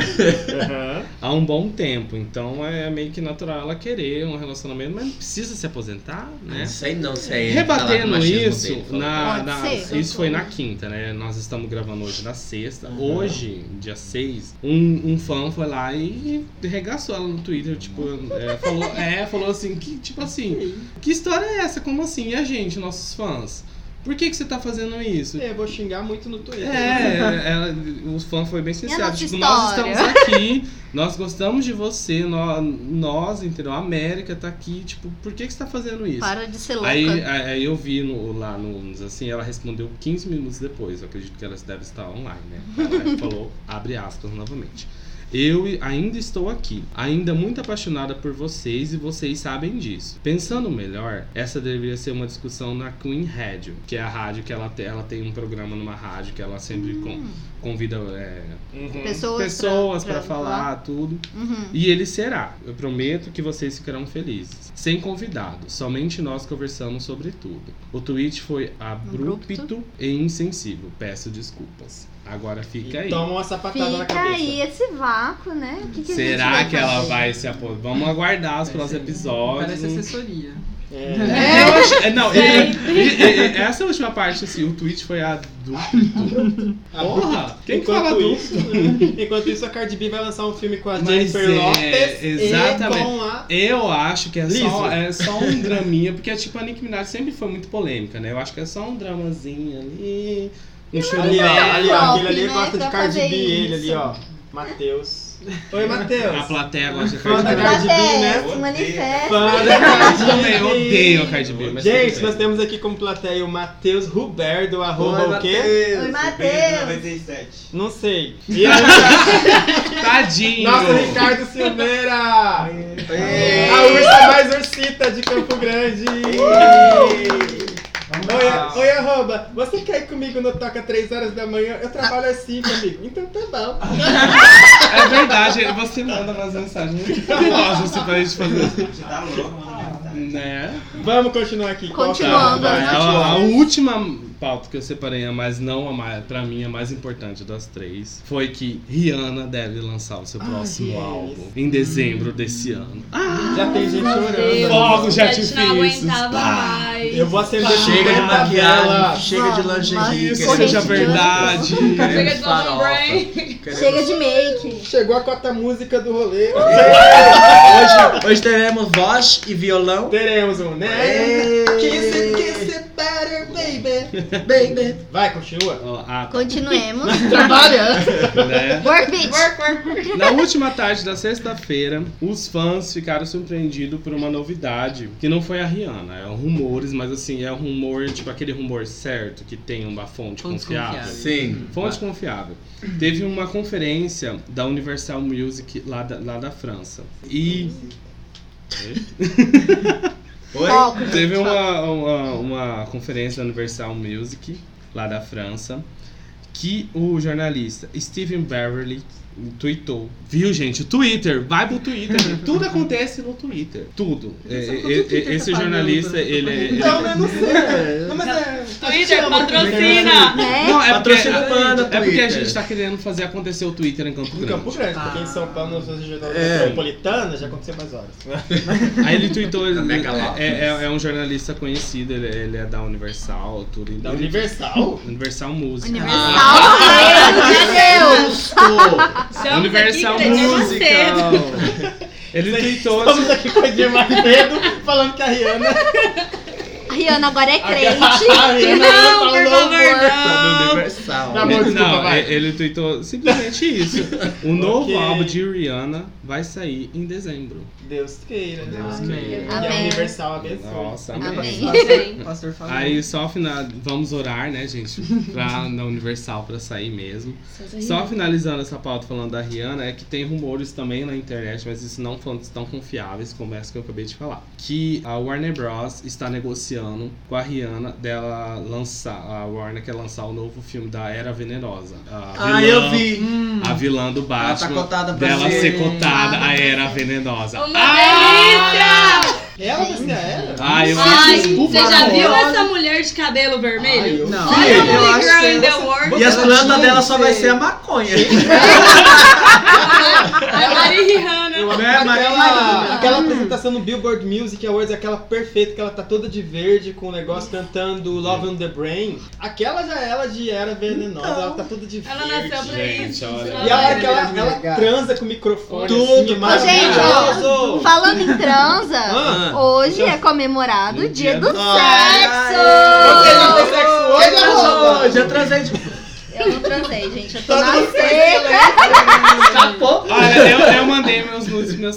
Speaker 4: Aham.
Speaker 1: Há um bom tempo, então é meio que natural ela querer um relacionamento, mas não precisa se aposentar, né?
Speaker 3: Não sei não se é ele que tá lá com o
Speaker 1: Rebatendo
Speaker 3: machismo
Speaker 1: isso,
Speaker 3: dele, falou.
Speaker 1: na,
Speaker 2: Pode
Speaker 1: na-
Speaker 2: ser.
Speaker 1: isso foi na quinta, né? Nós estamos gravando hoje na sexta. Hoje, dia 6, um, um fã foi lá e regaçou ela no Twitter, tipo, é, falou, é, falou assim, que, tipo assim, que história é essa? Como assim? E a gente, nossos fãs? Por que, que você tá fazendo isso?
Speaker 4: É, eu vou xingar muito no Twitter. né?
Speaker 1: É, ela, o fã foi bem
Speaker 2: E a
Speaker 1: sincero.
Speaker 2: nossa
Speaker 1: Tipo, nós
Speaker 2: história?
Speaker 1: estamos aqui, nós gostamos de você, nó- nós, entendeu? A América tá aqui, tipo, por que, que você tá fazendo isso?
Speaker 2: Para de ser
Speaker 1: Aí,
Speaker 2: louca.
Speaker 1: aí aí eu vi no- lá no assim, ela respondeu 15 minutos depois. Eu acredito que ela deve estar online, né? Ela falou, abre aspas novamente. Eu e- ainda estou aqui, ainda muito apaixonada por vocês e vocês sabem disso. Pensando melhor, essa deveria ser uma discussão na Queen Radio, que é a rádio que ela tem, ela tem um programa numa rádio que ela sempre con- convida é,
Speaker 4: Uhum.
Speaker 2: Pessoas,
Speaker 1: pessoas
Speaker 2: Hum. pra-
Speaker 1: para
Speaker 2: pra
Speaker 1: falar tudo.
Speaker 2: Uhum.
Speaker 1: E ele será. Eu prometo que vocês ficarão felizes. Sem convidado, somente nós conversamos sobre tudo. O tweet foi abrupto,
Speaker 2: Abrupto.
Speaker 1: e insensível. Peço desculpas. Agora fica
Speaker 4: E
Speaker 1: aí.
Speaker 4: toma uma sapatada na
Speaker 2: Fica
Speaker 4: cabeça.
Speaker 2: aí esse vácuo, né? O que que a gente
Speaker 1: será
Speaker 2: vai
Speaker 1: que ela
Speaker 2: fazer?
Speaker 1: vai se apoiar? Vamos aguardar os próximos episódios.
Speaker 6: Parece assessoria.
Speaker 4: É.
Speaker 1: É, eu acho- é, não,
Speaker 5: Sei.
Speaker 1: e- e- e- e- essa última parte, assim, o tweet foi abrupto. Porra! Quem que
Speaker 4: enquanto
Speaker 1: fala abrupto?
Speaker 4: isso, né? enquanto isso, a Cardi B vai lançar um filme com a
Speaker 1: Mas
Speaker 4: Jennifer
Speaker 1: é,
Speaker 4: Lopez
Speaker 1: exatamente.
Speaker 4: e com a...
Speaker 1: Eu acho que é
Speaker 4: Liso.
Speaker 1: só, é só um draminha, porque tipo, a Nicki Minaj sempre foi muito polêmica, né? Eu acho que é só um dramazinho ali, um
Speaker 4: Ali,
Speaker 1: chororô.
Speaker 4: ó, ali, ó,
Speaker 2: Flop,
Speaker 4: aquele ali
Speaker 2: né,
Speaker 4: gosta
Speaker 2: pra
Speaker 4: de Cardi B,
Speaker 2: fazer
Speaker 4: ele ali,
Speaker 2: isso.
Speaker 4: ó. Matheus. Oi,
Speaker 1: A
Speaker 4: Matheus.
Speaker 1: plateia gosta de
Speaker 4: Fã
Speaker 1: Cardi
Speaker 4: da
Speaker 1: B.
Speaker 4: Cardi B, né?
Speaker 2: Plateia, manifesta.
Speaker 4: Fã da Cardi
Speaker 1: Eu
Speaker 4: B.
Speaker 1: também odeio a Cardi B, mas tudo
Speaker 4: Gente,
Speaker 1: bem.
Speaker 4: nós temos aqui como plateia o Matheus Ruberdo, arroba
Speaker 6: Oi,
Speaker 4: o quê?
Speaker 2: Oi, Matheus.
Speaker 7: 97.
Speaker 4: Não sei. E é a...
Speaker 1: Tadinho!
Speaker 4: Nossa, tá- Ricardo Silveira!
Speaker 7: Oi.
Speaker 4: A ursa mais ursita de Campo Grande! Oi, a- oi, arroba, você quer ir comigo no Toca 3 horas da manhã? Eu trabalho às 5, amigo. Então tá bom.
Speaker 1: É verdade, você manda umas mensagens muito famosas assim, pra gente fazer isso.
Speaker 7: Você tá louco, mano.
Speaker 1: Né?
Speaker 4: Vamos continuar aqui. Qual que é?
Speaker 2: Continuando.
Speaker 1: Vai,
Speaker 2: as
Speaker 1: a, a
Speaker 2: notícias.
Speaker 1: última pauta que eu separei, mas não a mais, pra mim a mais importante das três, foi que Rihanna deve lançar o seu próximo
Speaker 4: yes. Hum.
Speaker 1: álbum em dezembro desse ano. Ah,
Speaker 4: Já tem gente
Speaker 5: Deus,
Speaker 4: chorando.
Speaker 1: Fogos de
Speaker 5: a gente não
Speaker 1: artifícios.
Speaker 5: aguentava
Speaker 1: Pá.
Speaker 5: mais.
Speaker 4: Eu vou acender
Speaker 3: Chega de
Speaker 4: essa vela.
Speaker 3: maquiagem, chega de
Speaker 2: Mano,
Speaker 3: lingerie.
Speaker 2: mas-
Speaker 1: Isso
Speaker 3: queremos
Speaker 2: Corrente
Speaker 1: seja
Speaker 2: de
Speaker 1: verdade.
Speaker 5: Chega de Golden
Speaker 3: farofa.
Speaker 5: Brain.
Speaker 3: Queremos-
Speaker 2: Chega de make.
Speaker 4: Chegou a cota música do rolê.
Speaker 3: Hoje, hoje teremos voz e violão.
Speaker 4: Teremos um, né?
Speaker 3: Ei.
Speaker 4: Kiss it, kiss it better, baby.
Speaker 3: Bem, bem.
Speaker 4: Vai, continua.
Speaker 1: Ó, a-
Speaker 2: Continuemos.
Speaker 3: Trabalhando.
Speaker 1: né?
Speaker 2: Work, bitch.
Speaker 1: Na última tarde da sexta-feira, os fãs ficaram surpreendidos por uma novidade, que não foi a Rihanna, é rumores, mas assim, é um rumor, tipo aquele rumor certo, que tem uma fonte
Speaker 6: Fontes
Speaker 1: confiável.
Speaker 6: confiáveis.
Speaker 3: Sim.
Speaker 1: Fonte confiável. Teve uma conferência da Universal Music lá da, lá da França. E
Speaker 3: Oi?
Speaker 2: Foco, gente,
Speaker 1: teve
Speaker 2: foco.
Speaker 1: uma, uma, uma conferência da Universal Music lá da França que o jornalista Steven Beverly tweetou. Viu, gente? O Twitter. Vai pro Twitter. gente. Tudo acontece no Twitter. Tudo. É,
Speaker 6: Mas
Speaker 1: é,
Speaker 6: por que o Twitter
Speaker 1: é,
Speaker 6: tá
Speaker 1: esse
Speaker 6: pagando
Speaker 1: jornalista,
Speaker 6: pra-
Speaker 1: ele é... ele-
Speaker 4: Então, né, não sei.
Speaker 3: É.
Speaker 4: Não, mas é.
Speaker 5: Twitter, patrocina!
Speaker 2: Né?
Speaker 1: Não, é porque,
Speaker 3: Patrocínio humano,
Speaker 1: é porque a
Speaker 3: Twitter.
Speaker 1: gente tá querendo fazer acontecer o Twitter em Campo
Speaker 4: No
Speaker 1: Grande.
Speaker 4: Campo Grande, porque em São Paulo, nas zonas
Speaker 3: É.
Speaker 4: metropolitanas, já aconteceu mais horas.
Speaker 1: Aí ele tweetou,
Speaker 3: Da
Speaker 1: ele,
Speaker 3: Megalópolis.
Speaker 1: é, é- é um jornalista conhecido, ele, ele é da Universal, tudo.
Speaker 4: Da
Speaker 1: Ele-
Speaker 4: Universal?
Speaker 1: Universal Música. Ah,
Speaker 2: Universal, meu Deus.
Speaker 3: Ah. Justo. Tá
Speaker 5: Estamos
Speaker 1: Universal
Speaker 5: aqui, Cleitinho Macedo.
Speaker 1: Musical. Ele tweetou assim,
Speaker 4: Estamos aqui com o Edmar Pedro falando que a Rihanna.
Speaker 2: A Rihanna agora é
Speaker 4: A a
Speaker 2: crente.
Speaker 4: Rihanna
Speaker 5: Não,
Speaker 4: falou,
Speaker 5: por favor,
Speaker 4: né?
Speaker 1: do
Speaker 5: não.
Speaker 1: Universal.
Speaker 4: Tá bom,
Speaker 1: Ele-
Speaker 4: desculpa,
Speaker 1: Não,
Speaker 4: vai.
Speaker 1: é- ele tweetou simplesmente isso. O novo
Speaker 4: Ok.
Speaker 1: álbum de Rihanna vai sair em dezembro.
Speaker 4: Deus queira.
Speaker 1: Deus
Speaker 4: né?
Speaker 1: queira.
Speaker 4: E a
Speaker 2: Amém.
Speaker 4: Universal abençoa.
Speaker 1: Nossa, amém.
Speaker 2: Amém.
Speaker 6: Pastor- Pastor Fábio.
Speaker 1: Aí só final, vamos orar, né, gente, pra, na Universal pra sair mesmo.
Speaker 5: é.
Speaker 1: Só finalizando essa pauta falando da Rihanna, é que tem rumores também na internet, mas isso não fontes tão confiáveis como essa que eu acabei de falar. Que a Warner Bros. está negociando com a Rihanna dela lançar. A Warner quer lançar o novo filme da Era Venenosa. A
Speaker 3: Ah,
Speaker 1: vilã-
Speaker 3: eu vi.
Speaker 6: Hum,
Speaker 1: A vilã do
Speaker 3: Ela tá
Speaker 1: Batman.
Speaker 3: cotada pra
Speaker 1: dela
Speaker 3: ser...
Speaker 1: ser cotada, a Era Venenosa.
Speaker 5: Uma delícia!
Speaker 4: Ela vai ser a ela?
Speaker 1: Ah, eu
Speaker 5: Ai,
Speaker 1: acho isso
Speaker 5: você já viu
Speaker 6: maravilhosa.
Speaker 5: essa mulher de cabelo vermelho?
Speaker 4: Ai, eu-
Speaker 6: Não.
Speaker 5: Olha
Speaker 3: eu
Speaker 5: a Holy
Speaker 6: acho
Speaker 5: Girl
Speaker 6: que é
Speaker 5: in the World.
Speaker 3: E as
Speaker 6: Ela
Speaker 3: plantas
Speaker 6: tinha
Speaker 3: dela
Speaker 6: que
Speaker 3: só vai
Speaker 6: ser-
Speaker 3: ser a maconha.
Speaker 5: A Mari Rihanna.
Speaker 3: Né,
Speaker 4: Aquela,
Speaker 3: Maria?
Speaker 4: aquela apresentação no Billboard Music Awards, aquela perfeita, que ela tá toda de verde com o negócio cantando Love on the Brain. Aquela já é ela de era venenosa, ela tá toda de verde.
Speaker 5: Ela nasceu pra
Speaker 1: Gente,
Speaker 5: isso.
Speaker 1: olha.
Speaker 4: E a hora que ela,
Speaker 3: Olha,
Speaker 4: ela
Speaker 3: legal.
Speaker 4: transa com o microfone
Speaker 3: Tudo,
Speaker 4: assim, é
Speaker 3: Ô,
Speaker 2: gente, ó,
Speaker 4: maravilhoso.
Speaker 2: falando em transa,
Speaker 4: Ah,
Speaker 2: hoje é comemorado o dia do
Speaker 4: Você já
Speaker 2: sexo.
Speaker 4: fez sexo hoje, tá arroba?
Speaker 3: Já transei de
Speaker 2: Eu não transei, gente. Eu tô
Speaker 4: Todo
Speaker 2: na
Speaker 4: mundo fez
Speaker 2: seca.
Speaker 3: capô.
Speaker 1: Olha, eu, eu mandei meus nudes pros meus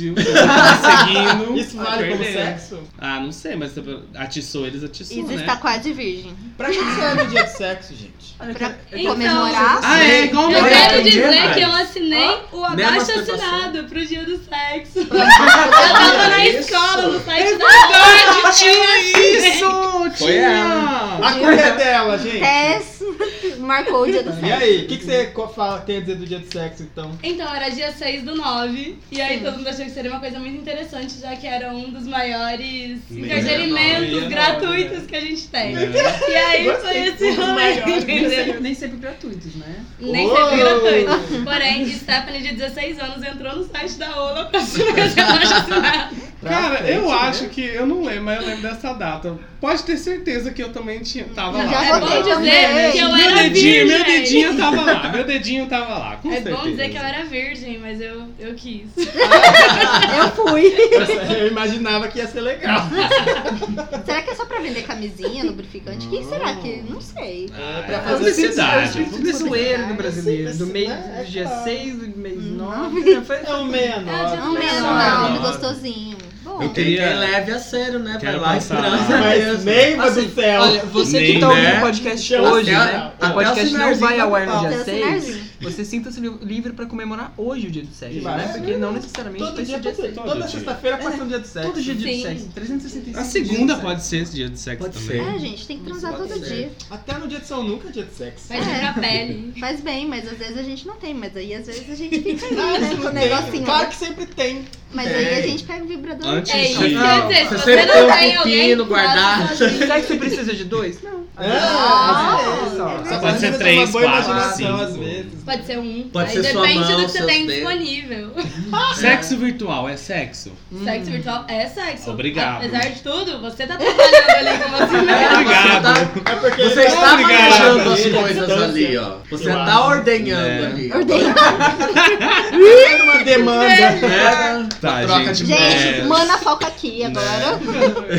Speaker 1: viu? Eu tava Seguindo. tá
Speaker 4: Isso vale como
Speaker 1: perdendo.
Speaker 4: sexo?
Speaker 1: Ah, não sei, mas atiçou eles, atiçou,
Speaker 2: Isa
Speaker 1: né?
Speaker 2: está tá quase virgem.
Speaker 4: Pra que serve o dia de sexo, gente?
Speaker 2: Pra
Speaker 5: Então,
Speaker 2: comemorar.
Speaker 1: Ah, é igual
Speaker 5: Eu
Speaker 1: meu É.
Speaker 5: quero
Speaker 1: ex.
Speaker 5: dizer
Speaker 3: demais.
Speaker 5: que eu assinei o
Speaker 3: né,
Speaker 5: abaixo
Speaker 3: masturbação.
Speaker 5: assinado pro dia do sexo. Eu tava na
Speaker 4: Isso.
Speaker 5: escola, no site da Band, tinha isso.
Speaker 3: Foi ela.
Speaker 4: A culpa é dela, gente.
Speaker 2: Tess marcou o dia do
Speaker 4: E
Speaker 2: sexo.
Speaker 4: aí, o que, que você co- fala, tem a dizer do dia do sexo, então?
Speaker 5: Então, era dia 6 do 9, e aí
Speaker 2: Sim.
Speaker 5: todo mundo achou que seria uma coisa muito interessante, já que era um dos maiores
Speaker 1: Meia
Speaker 5: entretenimentos
Speaker 4: nove, meia
Speaker 5: gratuitos
Speaker 4: nove, né?
Speaker 5: que a gente tem.
Speaker 1: É.
Speaker 5: E aí foi
Speaker 4: Gostei,
Speaker 5: esse
Speaker 4: um dos
Speaker 5: rolê,
Speaker 4: maiores.
Speaker 6: nem,
Speaker 5: entendeu?
Speaker 6: sempre, nem sempre gratuitos, né?
Speaker 5: Nem
Speaker 4: Oh!
Speaker 5: sempre gratuito. Porém, Stephanie, de 16 anos, entrou no site da Ola pra assinar essa taxa assinada.
Speaker 4: Pra
Speaker 1: Cara,
Speaker 4: frente,
Speaker 1: eu
Speaker 4: né?
Speaker 1: acho que. Eu não lembro, mas eu lembro dessa data. Pode ter certeza que eu também tinha, tava
Speaker 2: Eu
Speaker 1: lá.
Speaker 2: já
Speaker 5: É bom
Speaker 2: votei
Speaker 5: dizer que eu
Speaker 1: Meu
Speaker 5: era virgem. né?
Speaker 1: dedinho, meu dedinho tava lá. Meu dedinho tava lá. Com
Speaker 5: É
Speaker 1: certeza.
Speaker 5: bom dizer que eu era virgem, mas eu, eu quis.
Speaker 2: Eu fui.
Speaker 4: Eu imaginava que ia ser legal.
Speaker 2: Será que é só pra vender camisinha, lubrificante? O que será que. Não sei.
Speaker 1: Ah,
Speaker 4: É, pra
Speaker 1: é
Speaker 4: fazer
Speaker 1: publicidade.
Speaker 4: publicidade.
Speaker 6: Tudo zoeiro do brasileiro. Do
Speaker 4: Isso,
Speaker 6: mês
Speaker 4: né?
Speaker 6: do dia
Speaker 4: É,
Speaker 6: 6, do mês
Speaker 2: Hum.
Speaker 6: 9. né? Foi,
Speaker 4: É um meia nove.
Speaker 5: já
Speaker 2: Não
Speaker 5: foi
Speaker 2: mesmo,
Speaker 5: Não,
Speaker 2: não.
Speaker 1: não.
Speaker 2: Gostosinho. Bom.
Speaker 1: Eu
Speaker 3: Tem
Speaker 1: queria-
Speaker 3: quem leve a sério, né? Vai
Speaker 1: Quero
Speaker 3: lá e
Speaker 1: passar-
Speaker 3: transa
Speaker 4: Mas
Speaker 3: mesmo.
Speaker 4: meiva
Speaker 6: Assim,
Speaker 4: do céu.
Speaker 6: Olha, você
Speaker 1: Nem,
Speaker 6: que tá ouvindo
Speaker 1: né?
Speaker 6: o podcast
Speaker 4: Até
Speaker 6: hoje,
Speaker 4: o-
Speaker 6: né?
Speaker 3: até
Speaker 6: O
Speaker 3: o
Speaker 6: podcast não
Speaker 3: sinalzinho
Speaker 6: vai ao ar no
Speaker 3: do
Speaker 2: pau.
Speaker 6: dia
Speaker 2: Até o sinalzinho.
Speaker 6: 6. Você sinta-se li- livre pra comemorar hoje o dia do sexo,
Speaker 4: Vai.
Speaker 6: né? Porque não necessariamente
Speaker 4: todo
Speaker 6: vai ser
Speaker 4: dia,
Speaker 6: o dia
Speaker 4: todo-
Speaker 6: 6.
Speaker 4: toda
Speaker 1: dia.
Speaker 4: sexta-feira passa um dia de sexo.
Speaker 6: Todo dia de
Speaker 5: Sim.
Speaker 6: sexo, 365
Speaker 1: A segunda
Speaker 6: dias de
Speaker 1: pode ser esse dia de sexo
Speaker 3: Pode
Speaker 1: também.
Speaker 2: É, gente, tem que transar
Speaker 3: Pode
Speaker 2: todo
Speaker 3: ser.
Speaker 2: dia.
Speaker 4: Até no dia de São Nunca é dia de sexo.
Speaker 5: Vai tirar a pele.
Speaker 2: Faz bem, mas às vezes a gente não tem. Mas aí às vezes a gente fica aí,
Speaker 4: Ah,
Speaker 2: né?
Speaker 4: isso
Speaker 2: Com o
Speaker 4: não tem.
Speaker 2: negocinho.
Speaker 4: Claro que sempre tem.
Speaker 2: Mas aí a gente pega o vibrador.
Speaker 1: Antes
Speaker 5: É isso.
Speaker 1: de-
Speaker 5: Quer dizer, se
Speaker 3: Você
Speaker 5: você
Speaker 3: sempre tem
Speaker 5: não
Speaker 3: um
Speaker 5: tem alguém,
Speaker 3: pepino
Speaker 5: faça
Speaker 3: guardado.
Speaker 5: sozinho.
Speaker 6: sexo. Será que você precisa de dois? Não.
Speaker 4: Ah,
Speaker 2: Ah,
Speaker 4: às vezes,
Speaker 2: é
Speaker 4: ó.
Speaker 2: verdade.
Speaker 1: Pode ser
Speaker 4: Às vezes
Speaker 1: três,
Speaker 4: é uma boa
Speaker 1: quatro,
Speaker 4: imaginação,
Speaker 1: cinco.
Speaker 4: às vezes.
Speaker 5: Pode ser um.
Speaker 3: Pode
Speaker 5: Aí
Speaker 3: ser sua
Speaker 5: depende
Speaker 3: mão,
Speaker 5: do que você
Speaker 3: seus
Speaker 5: tem
Speaker 3: dedos.
Speaker 5: disponível.
Speaker 1: Sexo virtual é sexo?
Speaker 5: Sexo virtual é sexo.
Speaker 1: Obrigado.
Speaker 5: Apesar de tudo, você tá trabalhando ali com você.
Speaker 1: Obrigado.
Speaker 4: É porque
Speaker 3: Você
Speaker 4: ele É, tá
Speaker 3: está
Speaker 1: Obrigado.
Speaker 3: planejando as
Speaker 4: Ele
Speaker 3: coisas
Speaker 4: dança.
Speaker 3: ali, ó. Você
Speaker 4: Eu
Speaker 3: tá
Speaker 4: acho.
Speaker 3: ordenhando
Speaker 1: É.
Speaker 3: ali.
Speaker 2: Ordenhando.
Speaker 4: fazendo uma Tá demanda.
Speaker 3: É.
Speaker 1: Tá,
Speaker 4: troca
Speaker 1: gente.
Speaker 4: de
Speaker 2: Gente,
Speaker 1: é,
Speaker 2: mana foca aqui agora.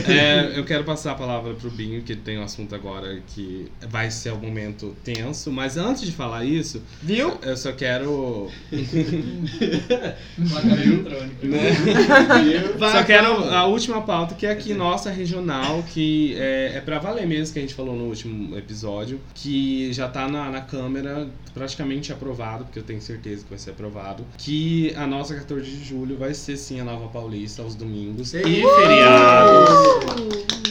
Speaker 1: é, eu quero passar a palavra pro Binho, que tem um assunto agora que vai ser um momento tenso. Mas antes de falar isso,
Speaker 4: Viu?
Speaker 1: eu só quero.
Speaker 7: Placar eletrônico.
Speaker 1: Só quero a última pauta, que é aqui nossa regional, que é, é pra valer mesmo, que a gente falou no último episódio, que já tá na, na Câmara, praticamente aprovado, porque eu tenho certeza que vai ser aprovado, que a nossa 14 de julho vai ser sim a Nova Paulista, aos domingos e feriados.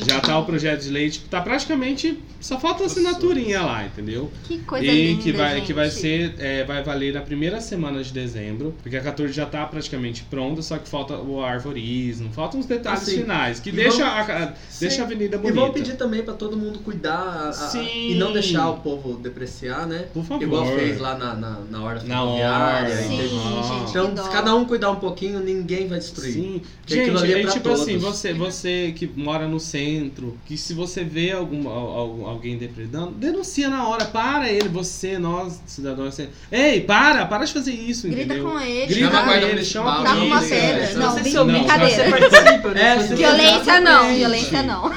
Speaker 1: Já tá o projeto de lei, tipo, tá praticamente. Só falta assinaturinha lá, entendeu?
Speaker 2: Que coisa
Speaker 1: e
Speaker 2: linda,
Speaker 1: que vai,
Speaker 2: gente.
Speaker 1: que vai ser, é, vai valer na primeira semana de dezembro, porque a 14 já tá praticamente pronta, só que falta o arvorismo, faltam uns detalhes
Speaker 3: Assim,
Speaker 1: finais, que
Speaker 3: e
Speaker 1: deixa,
Speaker 3: vamos-
Speaker 1: a, a-
Speaker 3: Sim.
Speaker 1: deixa a avenida
Speaker 3: E
Speaker 1: bonita.
Speaker 3: vão pedir também pra todo mundo cuidar a- a-
Speaker 1: Sim.
Speaker 3: e não deixar o povo depreciar, né?
Speaker 1: Por favor.
Speaker 3: Igual fez lá na, na, na hora
Speaker 1: Na
Speaker 3: ferroviária.
Speaker 1: hora.
Speaker 2: Sim,
Speaker 3: entendeu?
Speaker 1: Nossa.
Speaker 2: gente,
Speaker 3: Então,
Speaker 2: que dó.
Speaker 3: se cada um cuidar um pouquinho, ninguém vai destruir.
Speaker 1: Sim.
Speaker 3: Porque aquilo
Speaker 1: Gente,
Speaker 3: ali é
Speaker 1: é
Speaker 3: pra
Speaker 1: tipo
Speaker 3: todos.
Speaker 1: assim, você, você que mora no centro, que se você vê algum, al- al- alguém depredando, denuncia na hora, para ele, você, nós, cidadãos, você- ei, para, para de fazer isso,
Speaker 2: Grita
Speaker 1: entendeu?
Speaker 2: com ele.
Speaker 1: Grita
Speaker 2: tá?
Speaker 1: com
Speaker 3: guarda
Speaker 1: ele,
Speaker 3: municipal,
Speaker 1: chama a
Speaker 2: Tá com uma
Speaker 1: polícia.
Speaker 2: pedra. Não,
Speaker 6: Você
Speaker 2: brin-
Speaker 6: soube,
Speaker 2: brincadeira.
Speaker 6: Você participa, né?
Speaker 3: É,
Speaker 6: Você-
Speaker 2: Violência não, violência não.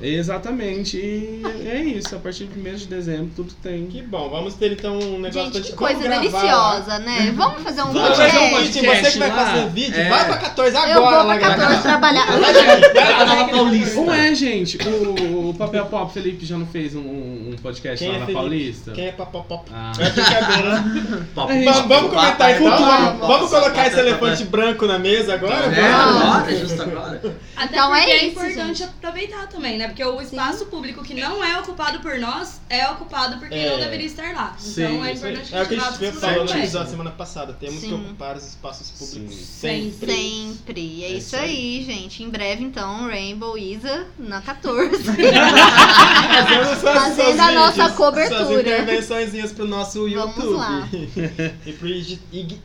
Speaker 1: Exatamente, e é isso, a partir de 1 de dezembro tudo tem.
Speaker 4: Que bom, vamos ter então um negócio
Speaker 2: Gente,
Speaker 4: pra
Speaker 2: que
Speaker 4: te-
Speaker 2: coisa
Speaker 4: vamos gravar lá.
Speaker 2: deliciosa, né? Vamos fazer um
Speaker 4: Vamos fazer um
Speaker 2: podcast?
Speaker 4: podcast, você que vai
Speaker 1: lá.
Speaker 4: fazer vídeo,
Speaker 3: É.
Speaker 4: vai pra 14 agora.
Speaker 2: Eu vou pra
Speaker 4: lá, galera.
Speaker 2: 14 trabalhar.
Speaker 3: Vai lá na Paulista.
Speaker 1: Não é, gente? O, o Papel Pop Felipe já não fez um- um, um podcast
Speaker 4: Quem
Speaker 1: lá
Speaker 4: é
Speaker 1: na
Speaker 4: Felipe?
Speaker 1: Paulista?
Speaker 4: Quem é papapop?
Speaker 1: Ah.
Speaker 4: É brincadeira.
Speaker 3: Papo,
Speaker 1: Gente,
Speaker 4: Vamos, vamos comentar então?
Speaker 1: Vamos,
Speaker 4: Vamos, vamos colocar esse
Speaker 3: Tá, tá,
Speaker 4: elefante branco na mesa agora?
Speaker 3: É,
Speaker 2: Vamos.
Speaker 3: agora, justo agora.
Speaker 5: Até
Speaker 2: Então é
Speaker 5: porque é,
Speaker 2: isso,
Speaker 5: importante aproveitar também, né? Porque o espaço público que não é ocupado por nós é ocupado por quem
Speaker 4: É.
Speaker 5: não deveria estar lá.
Speaker 1: Sim,
Speaker 5: então é
Speaker 1: isso
Speaker 5: importante
Speaker 4: É o que a
Speaker 5: continuar
Speaker 4: gente veio
Speaker 5: discussão
Speaker 4: falando no
Speaker 5: também.
Speaker 4: episódio semana passada. Temos
Speaker 2: Sim.
Speaker 4: que ocupar os espaços públicos
Speaker 1: Sim.
Speaker 4: sempre.
Speaker 2: Sempre. É
Speaker 4: É
Speaker 2: isso
Speaker 4: isso
Speaker 2: aí, gente. Em breve, então, Rainbow Isa na 14.
Speaker 4: Fazendo, seus-
Speaker 2: Fazendo
Speaker 4: seus
Speaker 2: a nossa
Speaker 4: vídeos,
Speaker 2: cobertura.
Speaker 4: Suas intervençõezinhas pro nosso
Speaker 2: Vamos
Speaker 4: YouTube.
Speaker 2: lá.
Speaker 4: e pro IG, IG,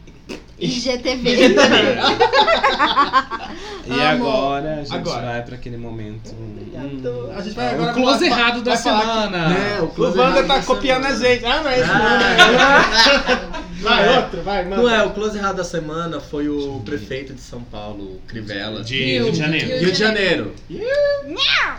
Speaker 2: IGTV.
Speaker 1: E
Speaker 2: Amo.
Speaker 1: agora a gente
Speaker 4: Agora.
Speaker 1: vai pra aquele momento. hum,
Speaker 4: Obrigado. Então, A gente vai
Speaker 1: é,
Speaker 4: agora
Speaker 1: o close
Speaker 4: falar-
Speaker 1: errado da
Speaker 4: vai falar
Speaker 1: semana.
Speaker 3: Né, o
Speaker 4: O
Speaker 3: close
Speaker 4: Wander
Speaker 3: errado
Speaker 4: tá
Speaker 3: da
Speaker 4: copiando a
Speaker 3: semana.
Speaker 4: gente. Ah, não é isso não. Vai, outro, vai, manda.
Speaker 3: Não é, o close errado da semana foi o prefeito de São Paulo, Crivella.
Speaker 1: De Rio de Janeiro.
Speaker 3: Rio de Janeiro.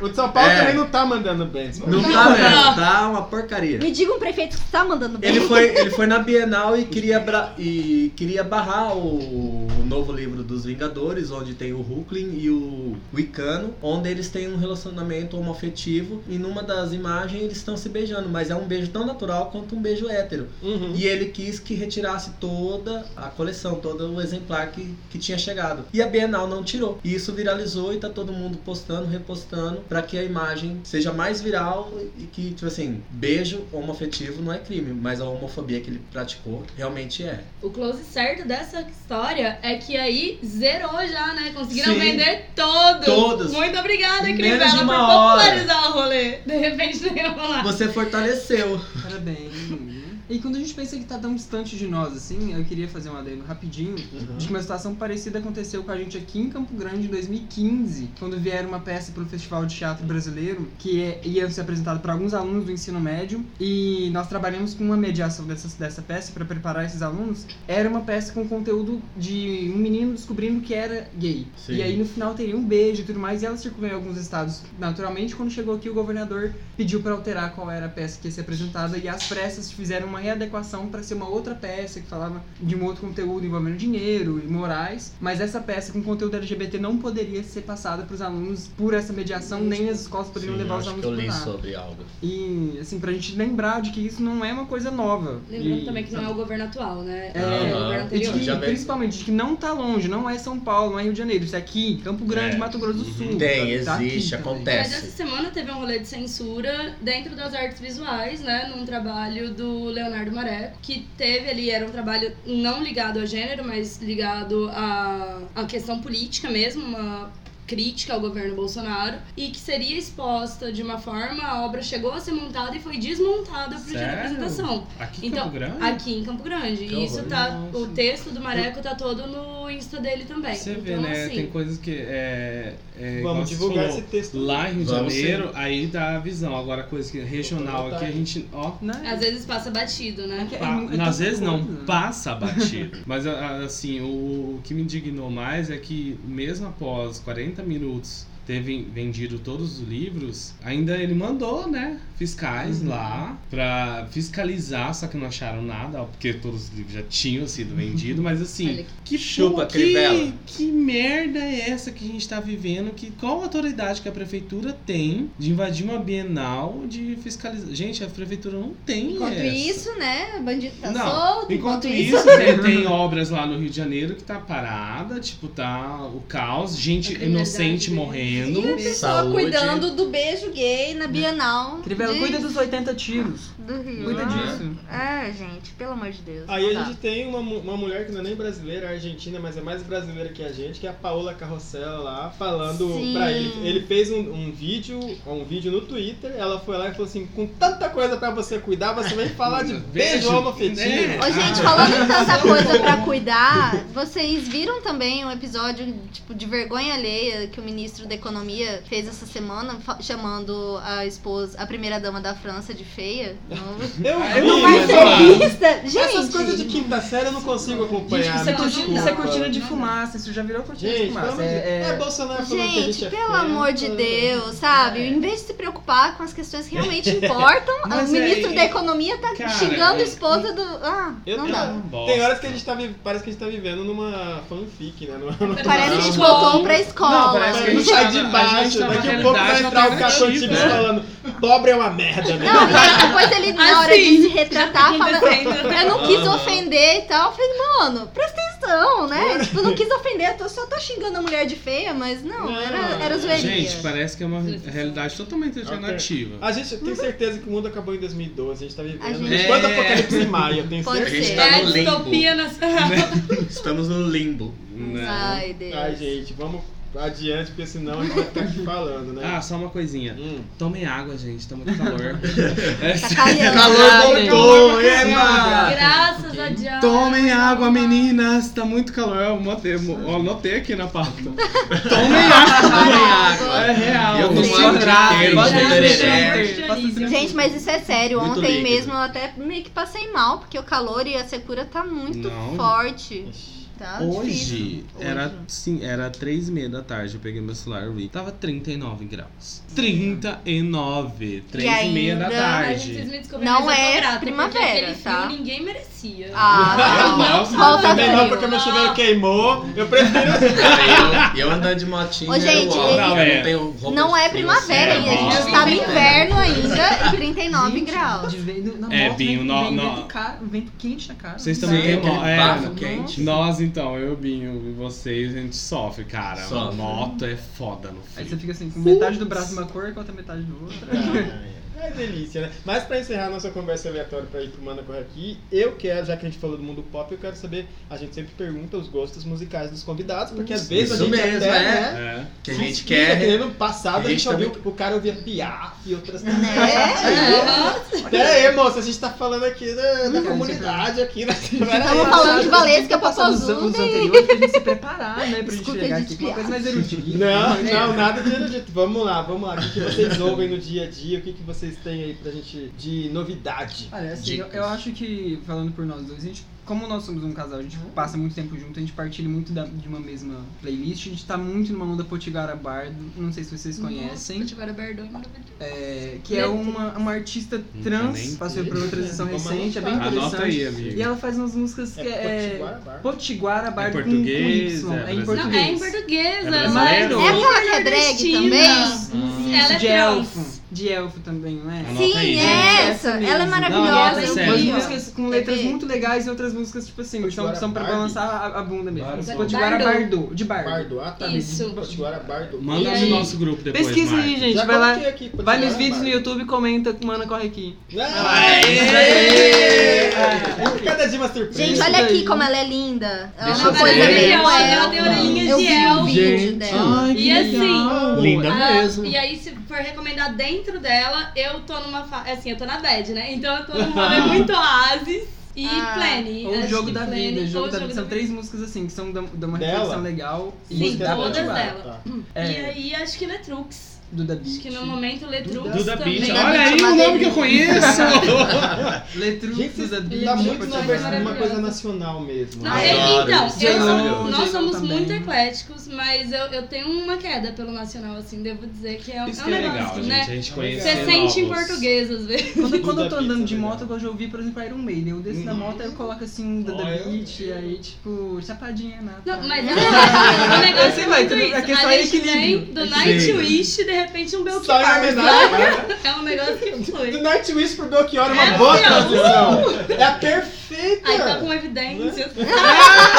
Speaker 4: O de São Paulo
Speaker 3: É.
Speaker 4: também não tá mandando bem. São Paulo.
Speaker 3: Não tá, velho. Tá uma porcaria.
Speaker 2: Me diga um prefeito que tá mandando bem.
Speaker 3: Ele foi, ele foi na Bienal e queria, bra- e queria barrar o, o novo livro dos Vingadores, onde tem o Hulkling e o Wicano, onde eles têm um relacionamento homoafetivo e numa das imagens eles estão se beijando, mas é um beijo tão natural quanto um beijo hétero.
Speaker 4: Uhum.
Speaker 3: E ele quis que retirasse toda a coleção, todo o exemplar que, que tinha chegado. E a Bienal não tirou. E isso viralizou e tá todo mundo postando, repostando, pra que a imagem seja mais viral e que, tipo assim, beijo homoafetivo não é crime, mas a homofobia que ele praticou realmente é.
Speaker 5: O close certo dessa história é que aí zerou já, né? Conseguiram
Speaker 3: Sim.
Speaker 5: vender todos.
Speaker 3: Todos.
Speaker 5: Muito obrigada,
Speaker 3: Em
Speaker 5: Crivella,
Speaker 3: menos de
Speaker 5: por
Speaker 3: uma hora.
Speaker 5: popularizar o rolê. De repente não ia falar.
Speaker 3: Você fortaleceu.
Speaker 6: Parabéns. E quando a gente pensa que tá tão distante de nós, assim, eu queria fazer um adendo rapidinho.
Speaker 4: Uhum.
Speaker 6: De que uma situação parecida aconteceu com a gente aqui em Campo Grande em 2015, quando vieram uma peça pro Festival de Teatro Brasileiro, que é- ia ser apresentada para alguns alunos do ensino médio, e nós trabalhamos com uma mediação dessa, dessa peça para preparar esses alunos. Era uma peça com conteúdo de um menino descobrindo que era gay.
Speaker 3: Sim.
Speaker 6: E aí no final teria um beijo e tudo mais, e ela circulou em alguns estados naturalmente. Quando chegou aqui, o governador pediu para alterar qual era a peça que ia ser apresentada e as pressas fizeram uma readequação para ser uma outra peça que falava de um outro conteúdo envolvendo dinheiro e morais, mas essa peça com conteúdo LGBT não poderia ser passada para os alunos por essa mediação, nem as escolas poderiam levar os alunos por lá.
Speaker 3: sobre algo.
Speaker 6: E assim, pra gente lembrar de que isso não é uma coisa nova.
Speaker 5: Lembrando
Speaker 6: E-
Speaker 5: também que não é o governo atual, né?
Speaker 6: É,
Speaker 5: o
Speaker 3: aham.
Speaker 5: governo
Speaker 6: e de
Speaker 5: anterior.
Speaker 6: que,
Speaker 3: Já vem-
Speaker 6: principalmente, de que não tá longe, não é São Paulo, não é Rio de Janeiro, isso é aqui, Campo Grande,
Speaker 1: É.
Speaker 6: Mato Grosso do Sul.
Speaker 3: Tem,
Speaker 6: tá- tá
Speaker 3: existe,
Speaker 6: aqui também.
Speaker 5: Mas essa
Speaker 3: acontece.
Speaker 5: semana teve um rolê de censura dentro das artes visuais, né? Num trabalho do Leonardo Mareco, que teve ali, era um trabalho não ligado a gênero, mas ligado à a, questão política mesmo, uma crítica ao governo Bolsonaro e que seria exposta de uma forma, a obra chegou a ser montada e foi desmontada pro dia da
Speaker 1: Sério?
Speaker 5: apresentação.
Speaker 1: Aqui em
Speaker 5: Então,
Speaker 1: Campo Grande?
Speaker 5: Aqui em Campo Grande.
Speaker 1: Que
Speaker 5: E isso
Speaker 1: horror.
Speaker 5: tá. O
Speaker 1: Nossa.
Speaker 5: texto do Mareco tá todo no Insta dele também.
Speaker 1: Você vê,
Speaker 5: então,
Speaker 1: né?
Speaker 5: assim.
Speaker 1: Tem coisas que. É, é, igual
Speaker 4: Vamos
Speaker 1: você
Speaker 4: divulgar
Speaker 1: falou,
Speaker 4: esse texto.
Speaker 1: Lá em Rio de
Speaker 8: Vamos sim.
Speaker 1: Janeiro, aí dá a visão. Agora, coisa que é regional aqui, a gente. Ó,
Speaker 6: Né?
Speaker 5: Às vezes passa batido, né?
Speaker 6: É,
Speaker 1: Pa-
Speaker 6: é tanta
Speaker 1: às vezes
Speaker 6: coisa.
Speaker 1: não, passa batido. Mas a- a- assim, o, o que me indignou mais é que mesmo após 40 minutos ter ven- vendido todos os livros, ainda ele mandou, né, fiscais lá pra fiscalizar, só que não acharam nada, ó, porque todos os livros já tinham sido vendidos, mas
Speaker 5: Olha
Speaker 1: assim,
Speaker 5: que-
Speaker 1: que
Speaker 3: Chupa,
Speaker 1: pô, que,
Speaker 3: Crivella.
Speaker 1: que merda é essa que a gente tá vivendo? Que qual autoridade que a prefeitura tem de invadir uma bienal de fiscalizar? Gente, a prefeitura não tem
Speaker 2: Enquanto
Speaker 1: essa.
Speaker 2: isso, né? O bandido tá
Speaker 1: Não,
Speaker 2: solto.
Speaker 1: Enquanto isso, né, tem obras lá no Rio de Janeiro que tá parada, tipo, tá o caos, gente
Speaker 5: A criminalidade é
Speaker 1: inocente
Speaker 5: dele.
Speaker 1: morrendo.
Speaker 2: E a pessoa
Speaker 8: Saúde.
Speaker 2: cuidando do beijo gay na Bienal.
Speaker 6: Crivella,
Speaker 2: de-
Speaker 6: cuida dos 80 tiros.
Speaker 2: do Rio.
Speaker 6: Cuida
Speaker 2: Ah.
Speaker 6: disso.
Speaker 2: É, gente, pelo amor de Deus.
Speaker 4: Aí
Speaker 2: não
Speaker 4: a
Speaker 2: dá.
Speaker 4: gente tem uma, mu- uma mulher que não é nem brasileira, é argentina, mas é mais brasileira que a gente, que é a Paola Carrossela lá, falando
Speaker 2: Sim.
Speaker 4: pra ele. Ele fez um, um vídeo, um vídeo no Twitter, ela foi lá e falou assim, com tanta coisa pra você cuidar, você vem falar de beijo
Speaker 1: né?
Speaker 4: homofetivo.
Speaker 2: Ô, gente,
Speaker 1: Ah.
Speaker 2: falando em tanta coisa pra cuidar, vocês viram também um episódio tipo, de vergonha alheia que o ministro da Economia fez essa semana, fa- chamando a esposa, a primeira-dama da França de feia? Não,
Speaker 4: Eu
Speaker 1: Ah, eu
Speaker 4: vi,
Speaker 1: não
Speaker 2: não
Speaker 1: vai
Speaker 2: vai
Speaker 4: mas,
Speaker 1: falar.
Speaker 2: ser
Speaker 4: ó,
Speaker 2: vista! Gente!
Speaker 4: essas coisas de quinta série eu não consigo acompanhar.
Speaker 6: Isso é,
Speaker 4: me
Speaker 5: não,
Speaker 6: cortina,
Speaker 5: não
Speaker 6: isso é
Speaker 5: dá.
Speaker 6: cortina de
Speaker 5: Não dá.
Speaker 6: fumaça, isso já virou cortina de
Speaker 4: Gente, pelo amor
Speaker 6: fumaça.
Speaker 4: de- é,
Speaker 6: É, é-
Speaker 4: Bolsonaro falando que a gente
Speaker 2: Gente,
Speaker 4: é
Speaker 2: pelo
Speaker 4: feio,
Speaker 2: amor de
Speaker 4: falando-
Speaker 2: Deus, sabe? Em vez de se preocupar com as questões que realmente importam,
Speaker 1: Mas
Speaker 2: o ministro
Speaker 1: aí-
Speaker 2: da Economia tá
Speaker 1: Cara,
Speaker 2: xingando a
Speaker 1: eu-
Speaker 2: esposa do. Ah,
Speaker 4: é Eu-
Speaker 2: não
Speaker 4: eu-
Speaker 2: dá.
Speaker 1: Bosta.
Speaker 4: Tem horas que a gente tá vivendo, parece que a gente tá vivendo numa fanfic, né? Numa- numa-
Speaker 2: Parece que a gente
Speaker 5: Não,
Speaker 2: voltou pra escola.
Speaker 1: não, parece que a
Speaker 4: Não
Speaker 1: gente
Speaker 4: sai
Speaker 1: tá
Speaker 4: de
Speaker 1: na- a gente
Speaker 4: baixo,
Speaker 1: tá na
Speaker 4: daqui a pouco vai
Speaker 1: realidade
Speaker 4: entrar o Capitão
Speaker 1: alternativa,
Speaker 4: Tips
Speaker 1: né?
Speaker 4: falando pobre é uma merda, né?
Speaker 2: Não, e aí depois ele, na hora de
Speaker 5: Assim.
Speaker 2: se retratar, fala. Eu não quis
Speaker 4: Ah.
Speaker 2: ofender e tal. Eu falei, mano, presta atenção, né? Tipo, eu não quis ofender, eu tô- só tô xingando a mulher de feia, mas não,
Speaker 4: Não.
Speaker 2: era, era zoeirinha.
Speaker 1: Gente, parece que é uma realidade totalmente alternativa.
Speaker 4: A gente tem certeza que o mundo acabou em 2012, a gente tá
Speaker 2: A
Speaker 4: vivendo.
Speaker 2: gente- é.
Speaker 4: Enquanto apocalipse em maio, eu tenho
Speaker 2: Pode
Speaker 8: A
Speaker 4: certeza.
Speaker 8: gente
Speaker 2: ser.
Speaker 8: tá
Speaker 5: É a
Speaker 8: no limbo.
Speaker 5: distopia nas.
Speaker 2: é
Speaker 8: Estamos no limbo.
Speaker 1: Né?
Speaker 2: Ai, Deus.
Speaker 4: Ai, gente, vamos adiante, porque senão a gente vai ficar aqui falando, né?
Speaker 1: Ah, só uma coisinha.
Speaker 4: Hum.
Speaker 1: Tomem água, gente, tá muito calor. É.
Speaker 2: Tá calhando.
Speaker 4: Calor voltou, é,
Speaker 6: Ah,
Speaker 4: magra.
Speaker 5: Graças a Deus.
Speaker 1: Tomem água, meninas, tá muito calor. Eu anotei, eu anotei aqui na pauta. Tomem
Speaker 2: Tá
Speaker 1: água.
Speaker 2: Tomem água.
Speaker 1: É real.
Speaker 8: Eu
Speaker 1: Gente,
Speaker 8: tomo água o dia inteiro,
Speaker 6: Pode
Speaker 8: de
Speaker 6: ser.
Speaker 8: tereré.
Speaker 6: um
Speaker 2: Gente, mas isso é sério.
Speaker 8: Muito
Speaker 2: Ontem
Speaker 8: líquido.
Speaker 2: mesmo eu até meio que passei mal, porque o calor e a secura tá muito
Speaker 1: Não.
Speaker 2: forte. Tá difícil.
Speaker 1: Hoje, era
Speaker 2: Hoje.
Speaker 1: sim, era três e meia da tarde, eu peguei meu celular e vi. Tava 39 graus. 39! Três e, meia da
Speaker 2: ainda-
Speaker 5: Ai, gente, vocês
Speaker 1: tarde.
Speaker 5: me desculpem,
Speaker 2: Não
Speaker 5: mas eu tô
Speaker 2: é
Speaker 5: grata, porque
Speaker 2: primavera,
Speaker 5: aquele frio
Speaker 2: tá?
Speaker 5: ninguém merecia.
Speaker 2: Ah, não.
Speaker 1: Nossa,
Speaker 2: Volta
Speaker 4: Também não,
Speaker 2: frio.
Speaker 4: porque meu chuveiro queimou. Eu prefiro.
Speaker 8: E eu, eu andando de motinha,
Speaker 2: Ô, gente,
Speaker 8: eu, ando,
Speaker 1: não,
Speaker 8: eu
Speaker 1: é.
Speaker 8: não tenho roupa
Speaker 2: Não
Speaker 8: de
Speaker 2: é
Speaker 8: frio,
Speaker 2: primavera
Speaker 8: assim,
Speaker 2: ainda, a
Speaker 8: eu
Speaker 2: gente
Speaker 8: gosto.
Speaker 2: tá no
Speaker 5: Gente,
Speaker 2: inverno ainda, e 39
Speaker 6: Gente,
Speaker 2: graus.
Speaker 6: de vento- na
Speaker 1: É,
Speaker 6: moto,
Speaker 1: Binho,
Speaker 6: vem-
Speaker 1: nó-
Speaker 6: vem
Speaker 1: nó-
Speaker 6: vento ca- vento quente na cara.
Speaker 1: Vocês
Speaker 8: Sim,
Speaker 1: também
Speaker 8: aquele
Speaker 1: queimam. É,
Speaker 8: bafo
Speaker 1: nossa.
Speaker 8: quente.
Speaker 1: Nós, então, eu, Binho e vocês, a gente sofre, cara.
Speaker 8: Sofre.
Speaker 1: Moto é foda no
Speaker 6: Aí você
Speaker 1: frio.
Speaker 6: fica assim, com metade do braço de uma cor e com a outra metade do outro.
Speaker 4: É delícia, né? Mas pra encerrar nossa conversa aleatória pra ir pro Mana Corre Aqui, eu quero, já que a gente falou do mundo pop, eu quero saber, a gente sempre pergunta os gostos musicais dos convidados, porque às vezes
Speaker 8: Isso
Speaker 4: a gente
Speaker 8: mesmo,
Speaker 4: até,
Speaker 8: é.
Speaker 4: né,
Speaker 1: É.
Speaker 8: Que a gente
Speaker 4: Suspira, que
Speaker 8: quer.
Speaker 4: nem no passado a
Speaker 8: A
Speaker 4: gente
Speaker 8: gente
Speaker 4: ouviu que o cara ouvia Piaf e outras coisas.
Speaker 5: Uhum.
Speaker 2: É.
Speaker 4: Pera aí, moça, a gente tá falando aqui da, da comunidade aqui, né? Pera aí.
Speaker 2: Tamo falando de Valesca
Speaker 6: passar dos
Speaker 2: Popozuda
Speaker 6: tá anos anteriores pra gente se preparar, né? Pra gente
Speaker 2: Escuta
Speaker 6: chegar
Speaker 2: de
Speaker 6: aqui com uma
Speaker 2: piada.
Speaker 6: coisa mais erudita.
Speaker 4: Não, não, nada de erudito. Vamos lá, vamos lá. O que, que vocês ouvem no dia a dia? O que, que vocês têm aí pra gente de novidade?
Speaker 6: Olha, assim, eu,
Speaker 8: Dicas.
Speaker 6: eu acho que, falando por nós dois, a gente, como nós somos um casal, a gente
Speaker 5: Uhum.
Speaker 6: passa muito tempo junto, a gente partilha muito da- de uma mesma playlist, a gente tá muito numa onda Potiguara Bardo, não sei se vocês conhecem,
Speaker 5: Nossa, Tiara Bardot é maravilhoso.
Speaker 6: é, que é uma, uma artista
Speaker 1: Não tá
Speaker 6: trans,
Speaker 1: nem-
Speaker 6: passou por uma transição
Speaker 4: Vamos
Speaker 6: recente, é bem
Speaker 4: anotar.
Speaker 1: Anota
Speaker 6: interessante.
Speaker 1: aí, amigo.
Speaker 6: E ela faz umas músicas que é...
Speaker 4: Potiguara Bar.
Speaker 6: Potiguara Bardo
Speaker 1: É
Speaker 6: com-
Speaker 1: português,
Speaker 6: com Y, é
Speaker 1: é
Speaker 6: em
Speaker 1: brasileiro.
Speaker 5: Não, é em
Speaker 6: português.
Speaker 5: portuguesa.
Speaker 1: É
Speaker 5: mas-
Speaker 1: brasileiro?
Speaker 2: É aquela que é drag
Speaker 1: Ah.
Speaker 5: nordestina.
Speaker 2: também?
Speaker 6: Isso,
Speaker 5: Ela é
Speaker 6: de
Speaker 5: trans.
Speaker 6: elfo. de elfo também, não é?
Speaker 1: Anota
Speaker 2: Sim,
Speaker 1: aí, gente.
Speaker 2: é essa.
Speaker 6: mesmo.
Speaker 2: Ela é
Speaker 6: Não,
Speaker 2: maravilhosa.
Speaker 6: e
Speaker 2: eu
Speaker 1: essa é
Speaker 6: ela tem umas
Speaker 2: vi, ó.
Speaker 6: músicas com letras
Speaker 2: Bebê.
Speaker 6: muito legais e outras músicas, tipo assim,
Speaker 4: Potiguara
Speaker 6: são, são pra
Speaker 4: Barbie?
Speaker 6: balançar a, a bunda mesmo.
Speaker 4: Bardo.
Speaker 6: Potiguara
Speaker 5: Bardo.
Speaker 6: Bardo, de Bardo.
Speaker 4: Bardo, ah tá.
Speaker 5: Isso.
Speaker 4: Potiguara Bardo.
Speaker 5: E
Speaker 1: Manda
Speaker 5: aí?
Speaker 1: no nosso grupo depois,
Speaker 6: Pesquisa aí,
Speaker 1: Marcos.
Speaker 6: gente,
Speaker 4: Já
Speaker 6: vai lá.
Speaker 4: coloquei aqui, Potiguara
Speaker 6: Vai nos vídeos no
Speaker 4: Bardo.
Speaker 6: YouTube e comenta com Mana Corre Aqui.
Speaker 4: Aê!
Speaker 6: Aê!
Speaker 4: É, Cada dia uma surpresa.
Speaker 2: Gente,
Speaker 6: Isso
Speaker 2: olha aqui
Speaker 6: daí.
Speaker 2: como ela é linda. Ela é
Speaker 1: Deixa
Speaker 2: uma
Speaker 1: eu
Speaker 2: coisa
Speaker 1: ver.
Speaker 2: meio
Speaker 1: Ela
Speaker 5: tem
Speaker 2: elfa.
Speaker 5: orelhinhas
Speaker 2: Eu
Speaker 5: de
Speaker 2: vi o
Speaker 5: elfo.
Speaker 2: vídeo
Speaker 1: Gente.
Speaker 2: dela.
Speaker 5: E assim,
Speaker 1: Linda
Speaker 5: Ah,
Speaker 1: mesmo.
Speaker 5: E aí, se for recomendar dentro dela, eu tô numa fase. Assim, eu tô na bad, né? Então eu tô num rolê muito oásis e
Speaker 2: Ah.
Speaker 5: plane.
Speaker 6: Ou o
Speaker 5: Acho
Speaker 6: jogo
Speaker 5: que
Speaker 6: da
Speaker 5: plane,
Speaker 6: vida,
Speaker 5: ou
Speaker 6: jogo da
Speaker 5: Jogo
Speaker 6: vida. São três músicas assim, que são dão dão uma
Speaker 4: Dela?
Speaker 6: reflexão legal.
Speaker 5: Sim,
Speaker 4: Música da
Speaker 5: todas
Speaker 4: Potiguara,
Speaker 5: dela.
Speaker 4: tá.
Speaker 5: E
Speaker 6: É,
Speaker 5: aí, acho que Letrux.
Speaker 6: do Da
Speaker 5: Acho
Speaker 6: Beat.
Speaker 5: que no momento Letrux
Speaker 1: Duda
Speaker 5: também.
Speaker 1: Beach.
Speaker 2: Duda
Speaker 1: Olha aí
Speaker 2: Beach é
Speaker 1: o nome que eu
Speaker 2: maravilhoso.
Speaker 1: conheço.
Speaker 6: Letru
Speaker 4: Gente,
Speaker 6: do Da Beat.
Speaker 4: isso tá muito na versão
Speaker 6: é
Speaker 5: Potiguara
Speaker 4: de uma
Speaker 5: maravilhosa.
Speaker 4: coisa nacional mesmo.
Speaker 5: Não,
Speaker 4: né?
Speaker 5: é-
Speaker 8: Adoro
Speaker 5: então,
Speaker 8: isso.
Speaker 5: eu sou-
Speaker 8: Maravilhoso.
Speaker 5: nós somos
Speaker 6: também.
Speaker 5: muito ecléticos, mas eu, eu tenho uma queda pelo nacional, assim, devo dizer que é, um-
Speaker 1: Isso é
Speaker 5: é
Speaker 1: que
Speaker 5: um
Speaker 1: é
Speaker 5: negócio,
Speaker 1: legal, gente.
Speaker 5: né?
Speaker 1: A gente conhece
Speaker 5: Você sente em
Speaker 1: novos.
Speaker 5: português, às vezes.
Speaker 6: Quando, quando eu tô
Speaker 4: Da Beat,
Speaker 6: andando de
Speaker 4: tá
Speaker 6: moto,
Speaker 4: legal.
Speaker 6: eu gosto de ouvir, por exemplo, Iron Maiden. Eu desço da moto, aí eu coloco assim um Duda
Speaker 4: Olha.
Speaker 6: Beat, e aí tipo, chapadinha na. praia.
Speaker 5: Não, mas é um negócio- é um negócio
Speaker 6: Eu sei, mas
Speaker 5: muito
Speaker 6: é que
Speaker 5: isso.
Speaker 6: só
Speaker 5: A
Speaker 6: é
Speaker 5: gente
Speaker 6: equilíbrio.
Speaker 5: vem do
Speaker 6: É
Speaker 5: Nightwish e de repente um Belchior.
Speaker 4: Só em homenagem.
Speaker 5: É um negócio que
Speaker 4: Do
Speaker 5: flui.
Speaker 4: Nightwish pro Belchior é uma
Speaker 5: É,
Speaker 4: boa
Speaker 5: meu.
Speaker 4: transição. É a perfeita.
Speaker 5: Aí tá com evidências.
Speaker 1: Né?
Speaker 5: Que humor é esse?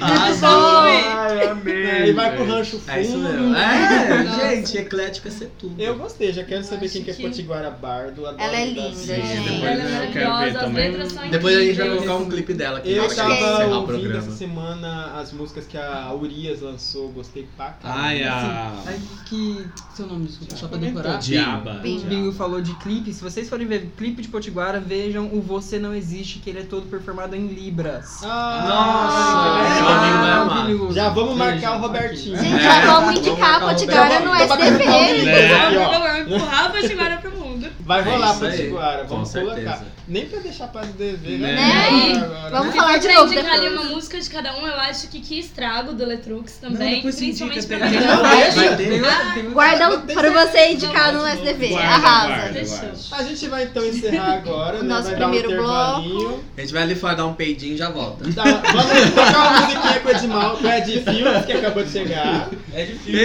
Speaker 3: Ah,
Speaker 5: Deixa eu fluir.
Speaker 8: Ai,
Speaker 4: É,
Speaker 8: amei.
Speaker 4: E vai pro rancho fundo.
Speaker 8: É isso mesmo. É.
Speaker 6: É,
Speaker 5: Nossa.
Speaker 3: Gente, eclético é ser tudo.
Speaker 4: Eu gostei, já quero
Speaker 5: Eu
Speaker 4: saber
Speaker 5: acho
Speaker 4: quem que é
Speaker 5: que-
Speaker 4: Potiguara Bardo. adoro
Speaker 2: Ela é
Speaker 4: da
Speaker 2: linda,
Speaker 4: vida.
Speaker 2: gente.
Speaker 1: depois
Speaker 5: Ela é
Speaker 1: eu quero ver
Speaker 5: maravilhosa, as
Speaker 1: também.
Speaker 5: letras são
Speaker 8: Depois a gente vai
Speaker 5: incríveis.
Speaker 8: colocar um clipe dela aqui. na
Speaker 4: Eu
Speaker 8: hora que
Speaker 4: tava
Speaker 8: a gente encerrar o
Speaker 4: ouvindo assim, essa
Speaker 8: programa. É
Speaker 4: semana as músicas que a Urias lançou, gostei pra caramba.
Speaker 1: Ai, a...
Speaker 6: Ai, que. Seu nome, desculpa, só pra decorar.
Speaker 4: Comentou.
Speaker 1: Diaba.
Speaker 2: Bing.
Speaker 6: O Bingo falou de clipe. Se vocês forem ver clipe de Potiguara, vejam o Você Não Existe, que ele é todo performado em Libras.
Speaker 4: Ah,
Speaker 8: Nossa,
Speaker 4: que
Speaker 8: meu
Speaker 4: legal.
Speaker 8: amigo vai amar.
Speaker 6: maravilhoso.
Speaker 4: Já vamos marcar
Speaker 6: Vejam
Speaker 4: o Robertinho.
Speaker 6: aqui.
Speaker 2: Gente,
Speaker 1: É.
Speaker 2: já vamos
Speaker 3: Vamos
Speaker 2: indicar a
Speaker 3: colocar o
Speaker 2: Potiguara
Speaker 3: Bel-
Speaker 2: no
Speaker 4: Então, pra cantar um
Speaker 2: SBT.
Speaker 4: Libras
Speaker 1: É.
Speaker 4: aqui, ó.
Speaker 5: Eu vou empurrar a Potiguara pro mundo.
Speaker 4: assim, Vai rolar
Speaker 8: É isso aí.
Speaker 4: Potiguara,
Speaker 8: Com
Speaker 4: vamos colocar.
Speaker 8: certeza.
Speaker 4: Nem pra deixar pra dever,
Speaker 1: Né?
Speaker 2: Né?
Speaker 4: Agora,
Speaker 2: Vamos
Speaker 4: né?
Speaker 2: falar de
Speaker 5: Pra
Speaker 2: novo
Speaker 5: indicar ali uma
Speaker 2: depois.
Speaker 5: música de cada um, eu acho que que estrago do Letrux
Speaker 1: Não,
Speaker 5: também.
Speaker 1: depois você
Speaker 5: principalmente
Speaker 1: indica,
Speaker 5: pra
Speaker 1: tem-
Speaker 5: quem-
Speaker 4: Não, deixa.
Speaker 6: Tem outro- tem outro-
Speaker 2: Guarda
Speaker 4: Não
Speaker 2: o-
Speaker 4: tem
Speaker 2: pra
Speaker 4: certeza.
Speaker 2: você indicar no
Speaker 5: Vamos,
Speaker 2: SBT.
Speaker 1: Guarda,
Speaker 2: Arrasa.
Speaker 1: guarda,
Speaker 5: Deixa.
Speaker 1: guarda.
Speaker 4: A gente vai então encerrar agora, né?
Speaker 2: Nosso
Speaker 4: vai
Speaker 2: primeiro
Speaker 4: dar um intervalinho.
Speaker 8: A gente vai ali fora dar um peidinho e já volta.
Speaker 4: Tá, vamos tocar uma musiquinha com o Edmal, com o Ed Fields, que acabou de chegar.
Speaker 8: É difícil.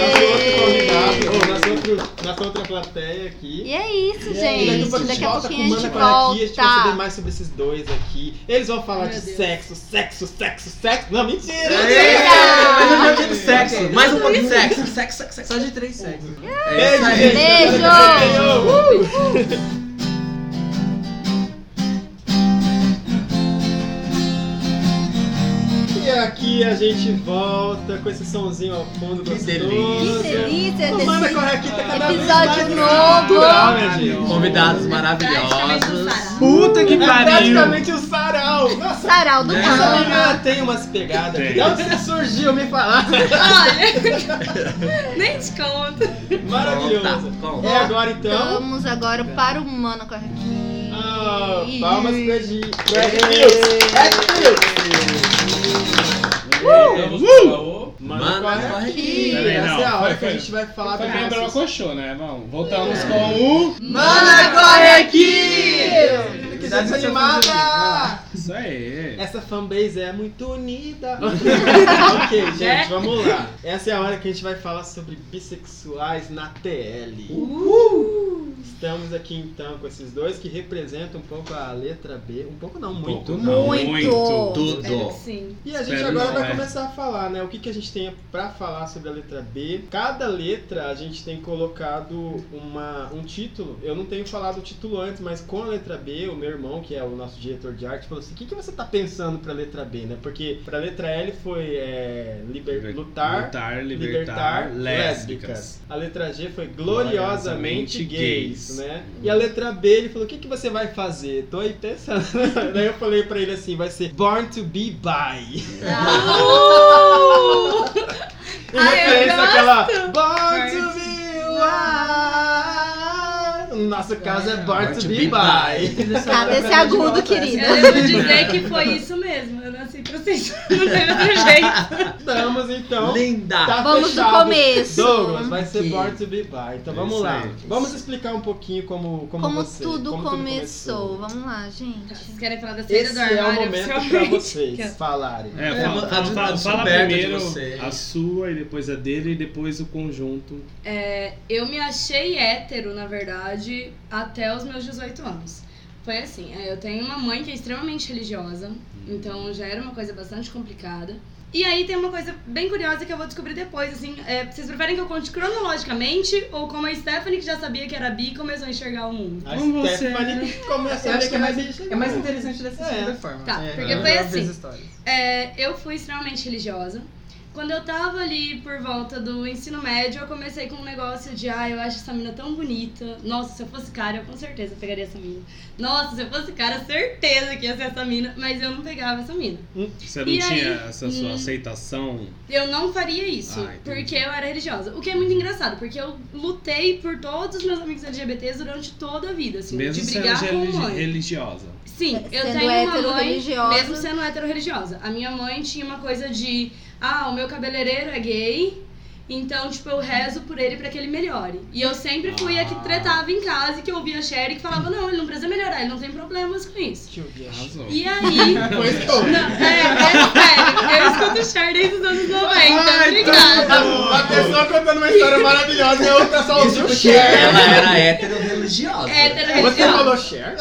Speaker 4: Nosso outro
Speaker 2: Ê!
Speaker 4: convidado, ou nosso outro- nossa outra plateia aqui.
Speaker 2: E é isso,
Speaker 4: Daqui
Speaker 2: gente.
Speaker 4: pouco
Speaker 2: Daqui a
Speaker 4: volta
Speaker 2: pouquinho
Speaker 4: com
Speaker 2: a gente
Speaker 4: Mana Corre Aqui, a gente vai saber
Speaker 2: volta.
Speaker 4: mais sobre esses dois aqui. Eles vão falar
Speaker 5: Meu
Speaker 4: de
Speaker 5: Deus.
Speaker 4: sexo, sexo, sexo, sexo. Não, mentira!
Speaker 2: Mas eu já
Speaker 3: tive sexo.
Speaker 8: Mais um pouco de um sexo. Sexo, sexo, sexo.
Speaker 6: Só de três sexos.
Speaker 8: É
Speaker 4: Beijo,
Speaker 8: isso aí.
Speaker 4: gente.
Speaker 2: Beijo!
Speaker 4: Valeu. E aqui a gente volta com esse somzinho ao fundo
Speaker 8: Que
Speaker 4: gostoso.
Speaker 8: delícia.
Speaker 2: Que delícia
Speaker 4: O Mana
Speaker 2: desse
Speaker 4: Corre Aqui tá cada vez
Speaker 2: Episódio
Speaker 4: mais
Speaker 2: novo.
Speaker 4: cultural, né, gente?
Speaker 8: Convidados
Speaker 5: Praticamente um
Speaker 8: maravilhosos.
Speaker 5: sarau.
Speaker 1: Puta que
Speaker 4: É
Speaker 1: pariu.
Speaker 4: praticamente o sarau. Nossa,
Speaker 2: sarau do
Speaker 4: Essa
Speaker 2: mal.
Speaker 4: menina tem umas pegadas. É
Speaker 1: Tem.
Speaker 4: De onde você surgiu? Me falar.
Speaker 5: Olha, nem te conto.
Speaker 4: Maravilhoso.
Speaker 8: Conta, conta.
Speaker 4: É agora então.
Speaker 2: Vamos agora para o Mano Corre Aqui.
Speaker 4: Ah, palmas pro Ed. Pro Ed Mills. Ed Mills. É.
Speaker 9: Uh!
Speaker 8: Mano,
Speaker 4: corre
Speaker 8: corre
Speaker 2: aqui.
Speaker 8: aqui.
Speaker 1: Peraí,
Speaker 4: Essa é a
Speaker 9: não, foi,
Speaker 4: hora que a
Speaker 9: foi.
Speaker 4: gente vai falar do
Speaker 9: Foi bem
Speaker 4: nosso-
Speaker 9: brocochô, né? Vamos, voltamos com o...
Speaker 4: Mana Corre Aqui! Que gente animada!
Speaker 1: Isso aí.
Speaker 4: Essa fanbase é muito unida. ok,
Speaker 5: É.
Speaker 4: gente, vamos lá. Essa é a hora que a gente vai falar sobre bissexuais na TL. Estamos aqui então com esses dois que representam um pouco a letra B. Um pouco não, muito.
Speaker 1: Pouco
Speaker 4: não.
Speaker 1: não.
Speaker 2: Muito.
Speaker 5: Espero que
Speaker 8: Tudo.
Speaker 5: É, sim.
Speaker 4: E a gente
Speaker 1: Espero
Speaker 4: agora
Speaker 1: não,
Speaker 4: vai
Speaker 1: é.
Speaker 4: começar a falar, né? O que, que a gente tem pra falar sobre a letra B. Cada letra a gente tem colocado uma, um título. Eu não tenho falado o título antes, mas com a letra B, o meu irmão, que é o nosso diretor de arte, falou assim: o que, que você tá pensando pra letra B, né? Porque pra letra L foi é, liber, lutar. Libertar
Speaker 1: Lutar, libertar,
Speaker 4: lésbicas.
Speaker 1: lésbicas.
Speaker 4: A letra G foi gloriosamente
Speaker 1: Gloriosamente
Speaker 4: gays,
Speaker 1: gays.
Speaker 4: né? E a letra B, ele falou: O que, que você vai fazer? Tô aí pensando. Daí eu falei pra ele assim: Vai ser Born to be bi.
Speaker 2: Ah,
Speaker 4: Em
Speaker 5: Ai, eu
Speaker 4: referência
Speaker 5: gosto.
Speaker 4: àquela Born to be bi. No nosso caso é Born, to, be, bi.
Speaker 2: Cadê esse agudo, querida?
Speaker 5: Eu devo dizer que foi isso mesmo, eu nasci pra vocês. Não tem outro jeito.
Speaker 4: Estamos então.
Speaker 3: Linda!
Speaker 4: Tá
Speaker 2: Ah, Vamos do
Speaker 4: fechado.
Speaker 2: começo.
Speaker 4: Douglas, vai ser
Speaker 3: Ok.
Speaker 4: Born to be Bar. Então
Speaker 1: É
Speaker 4: vamos
Speaker 1: isso
Speaker 4: lá.
Speaker 1: aí.
Speaker 4: Vamos explicar um pouquinho como como,
Speaker 2: Como
Speaker 4: você-
Speaker 2: tudo
Speaker 4: como
Speaker 2: começou. Vamos lá, gente.
Speaker 5: Vocês querem falar da saída
Speaker 4: Esse
Speaker 5: do
Speaker 4: é o
Speaker 5: armário
Speaker 4: momento pra
Speaker 5: oficialmente?
Speaker 4: vocês falarem.
Speaker 9: É,
Speaker 3: É,
Speaker 9: fala,
Speaker 3: a
Speaker 9: fala-
Speaker 3: de-
Speaker 9: fala-
Speaker 3: eu sou
Speaker 9: fala
Speaker 3: perto de
Speaker 9: primeiro
Speaker 3: vocês.
Speaker 9: a sua e depois a dele e depois o conjunto.
Speaker 5: Eu me achei hétero, na verdade, até os meus 18 anos. Foi assim, é, eu tenho uma mãe que é extremamente religiosa,
Speaker 6: Uhum.
Speaker 5: então já era uma coisa bastante complicada. E aí tem uma coisa bem curiosa que eu vou descobrir depois, assim, é, vocês preferem que eu conte cronologicamente ou como a Stephanie, que já sabia que era bi, começou a enxergar o mundo?
Speaker 4: A
Speaker 9: Como você-
Speaker 4: Stephanie começou
Speaker 6: Eu
Speaker 4: a
Speaker 6: acho que
Speaker 4: ver
Speaker 6: é mais,
Speaker 4: que
Speaker 6: é mais interessante dessa
Speaker 4: É.
Speaker 6: segunda forma.
Speaker 5: Tá,
Speaker 6: É,
Speaker 5: porque
Speaker 6: eu
Speaker 5: foi
Speaker 6: já vi
Speaker 5: assim.
Speaker 6: as histórias.
Speaker 5: É, eu fui extremamente religiosa. Quando eu tava ali por volta do ensino médio, eu comecei com um negócio de, ah, eu acho essa mina tão bonita. Nossa, se eu fosse cara, eu com certeza pegaria essa mina. Nossa, se eu fosse cara, certeza que ia ser essa mina, mas eu não pegava essa mina.
Speaker 9: Você não
Speaker 5: E aí?
Speaker 9: tinha essa sua
Speaker 5: Hum.
Speaker 9: aceitação?
Speaker 5: Eu não faria isso,
Speaker 9: Ah, entendi.
Speaker 5: porque eu era religiosa. O que é muito engraçado, porque eu lutei por todos os meus amigos LGBTs durante toda a vida, assim,
Speaker 9: Mesmo
Speaker 5: de
Speaker 9: sendo
Speaker 5: brigar com
Speaker 9: religi-
Speaker 5: mãe.
Speaker 9: religiosa.
Speaker 5: Sim, eu
Speaker 2: Sendo
Speaker 5: tenho uma mãe,
Speaker 2: heterorreligiosa.
Speaker 5: mesmo sendo heterorreligiosa. A minha mãe tinha uma coisa de, ah, o meu cabeleireiro é gay, então, tipo, eu rezo por ele pra que ele melhore. E eu sempre fui a que
Speaker 9: Ah.
Speaker 5: tretava em casa e que eu ouvia a Sherry que falava, não, ele não precisa melhorar, ele não tem problemas com isso.
Speaker 4: Deixa eu ver.
Speaker 9: Arrasou.
Speaker 5: E aí...
Speaker 4: Pois
Speaker 5: Não, é, é sério, eu escuto Cher desde os anos 90,
Speaker 2: então,
Speaker 4: então,
Speaker 5: obrigada.
Speaker 4: tá A pessoa contando uma história maravilhosa e a outra só ouviu
Speaker 3: Isso porque
Speaker 4: share.
Speaker 3: ela era hétero religiosa.
Speaker 4: Você
Speaker 5: Heterorreligiosa.
Speaker 4: falou share?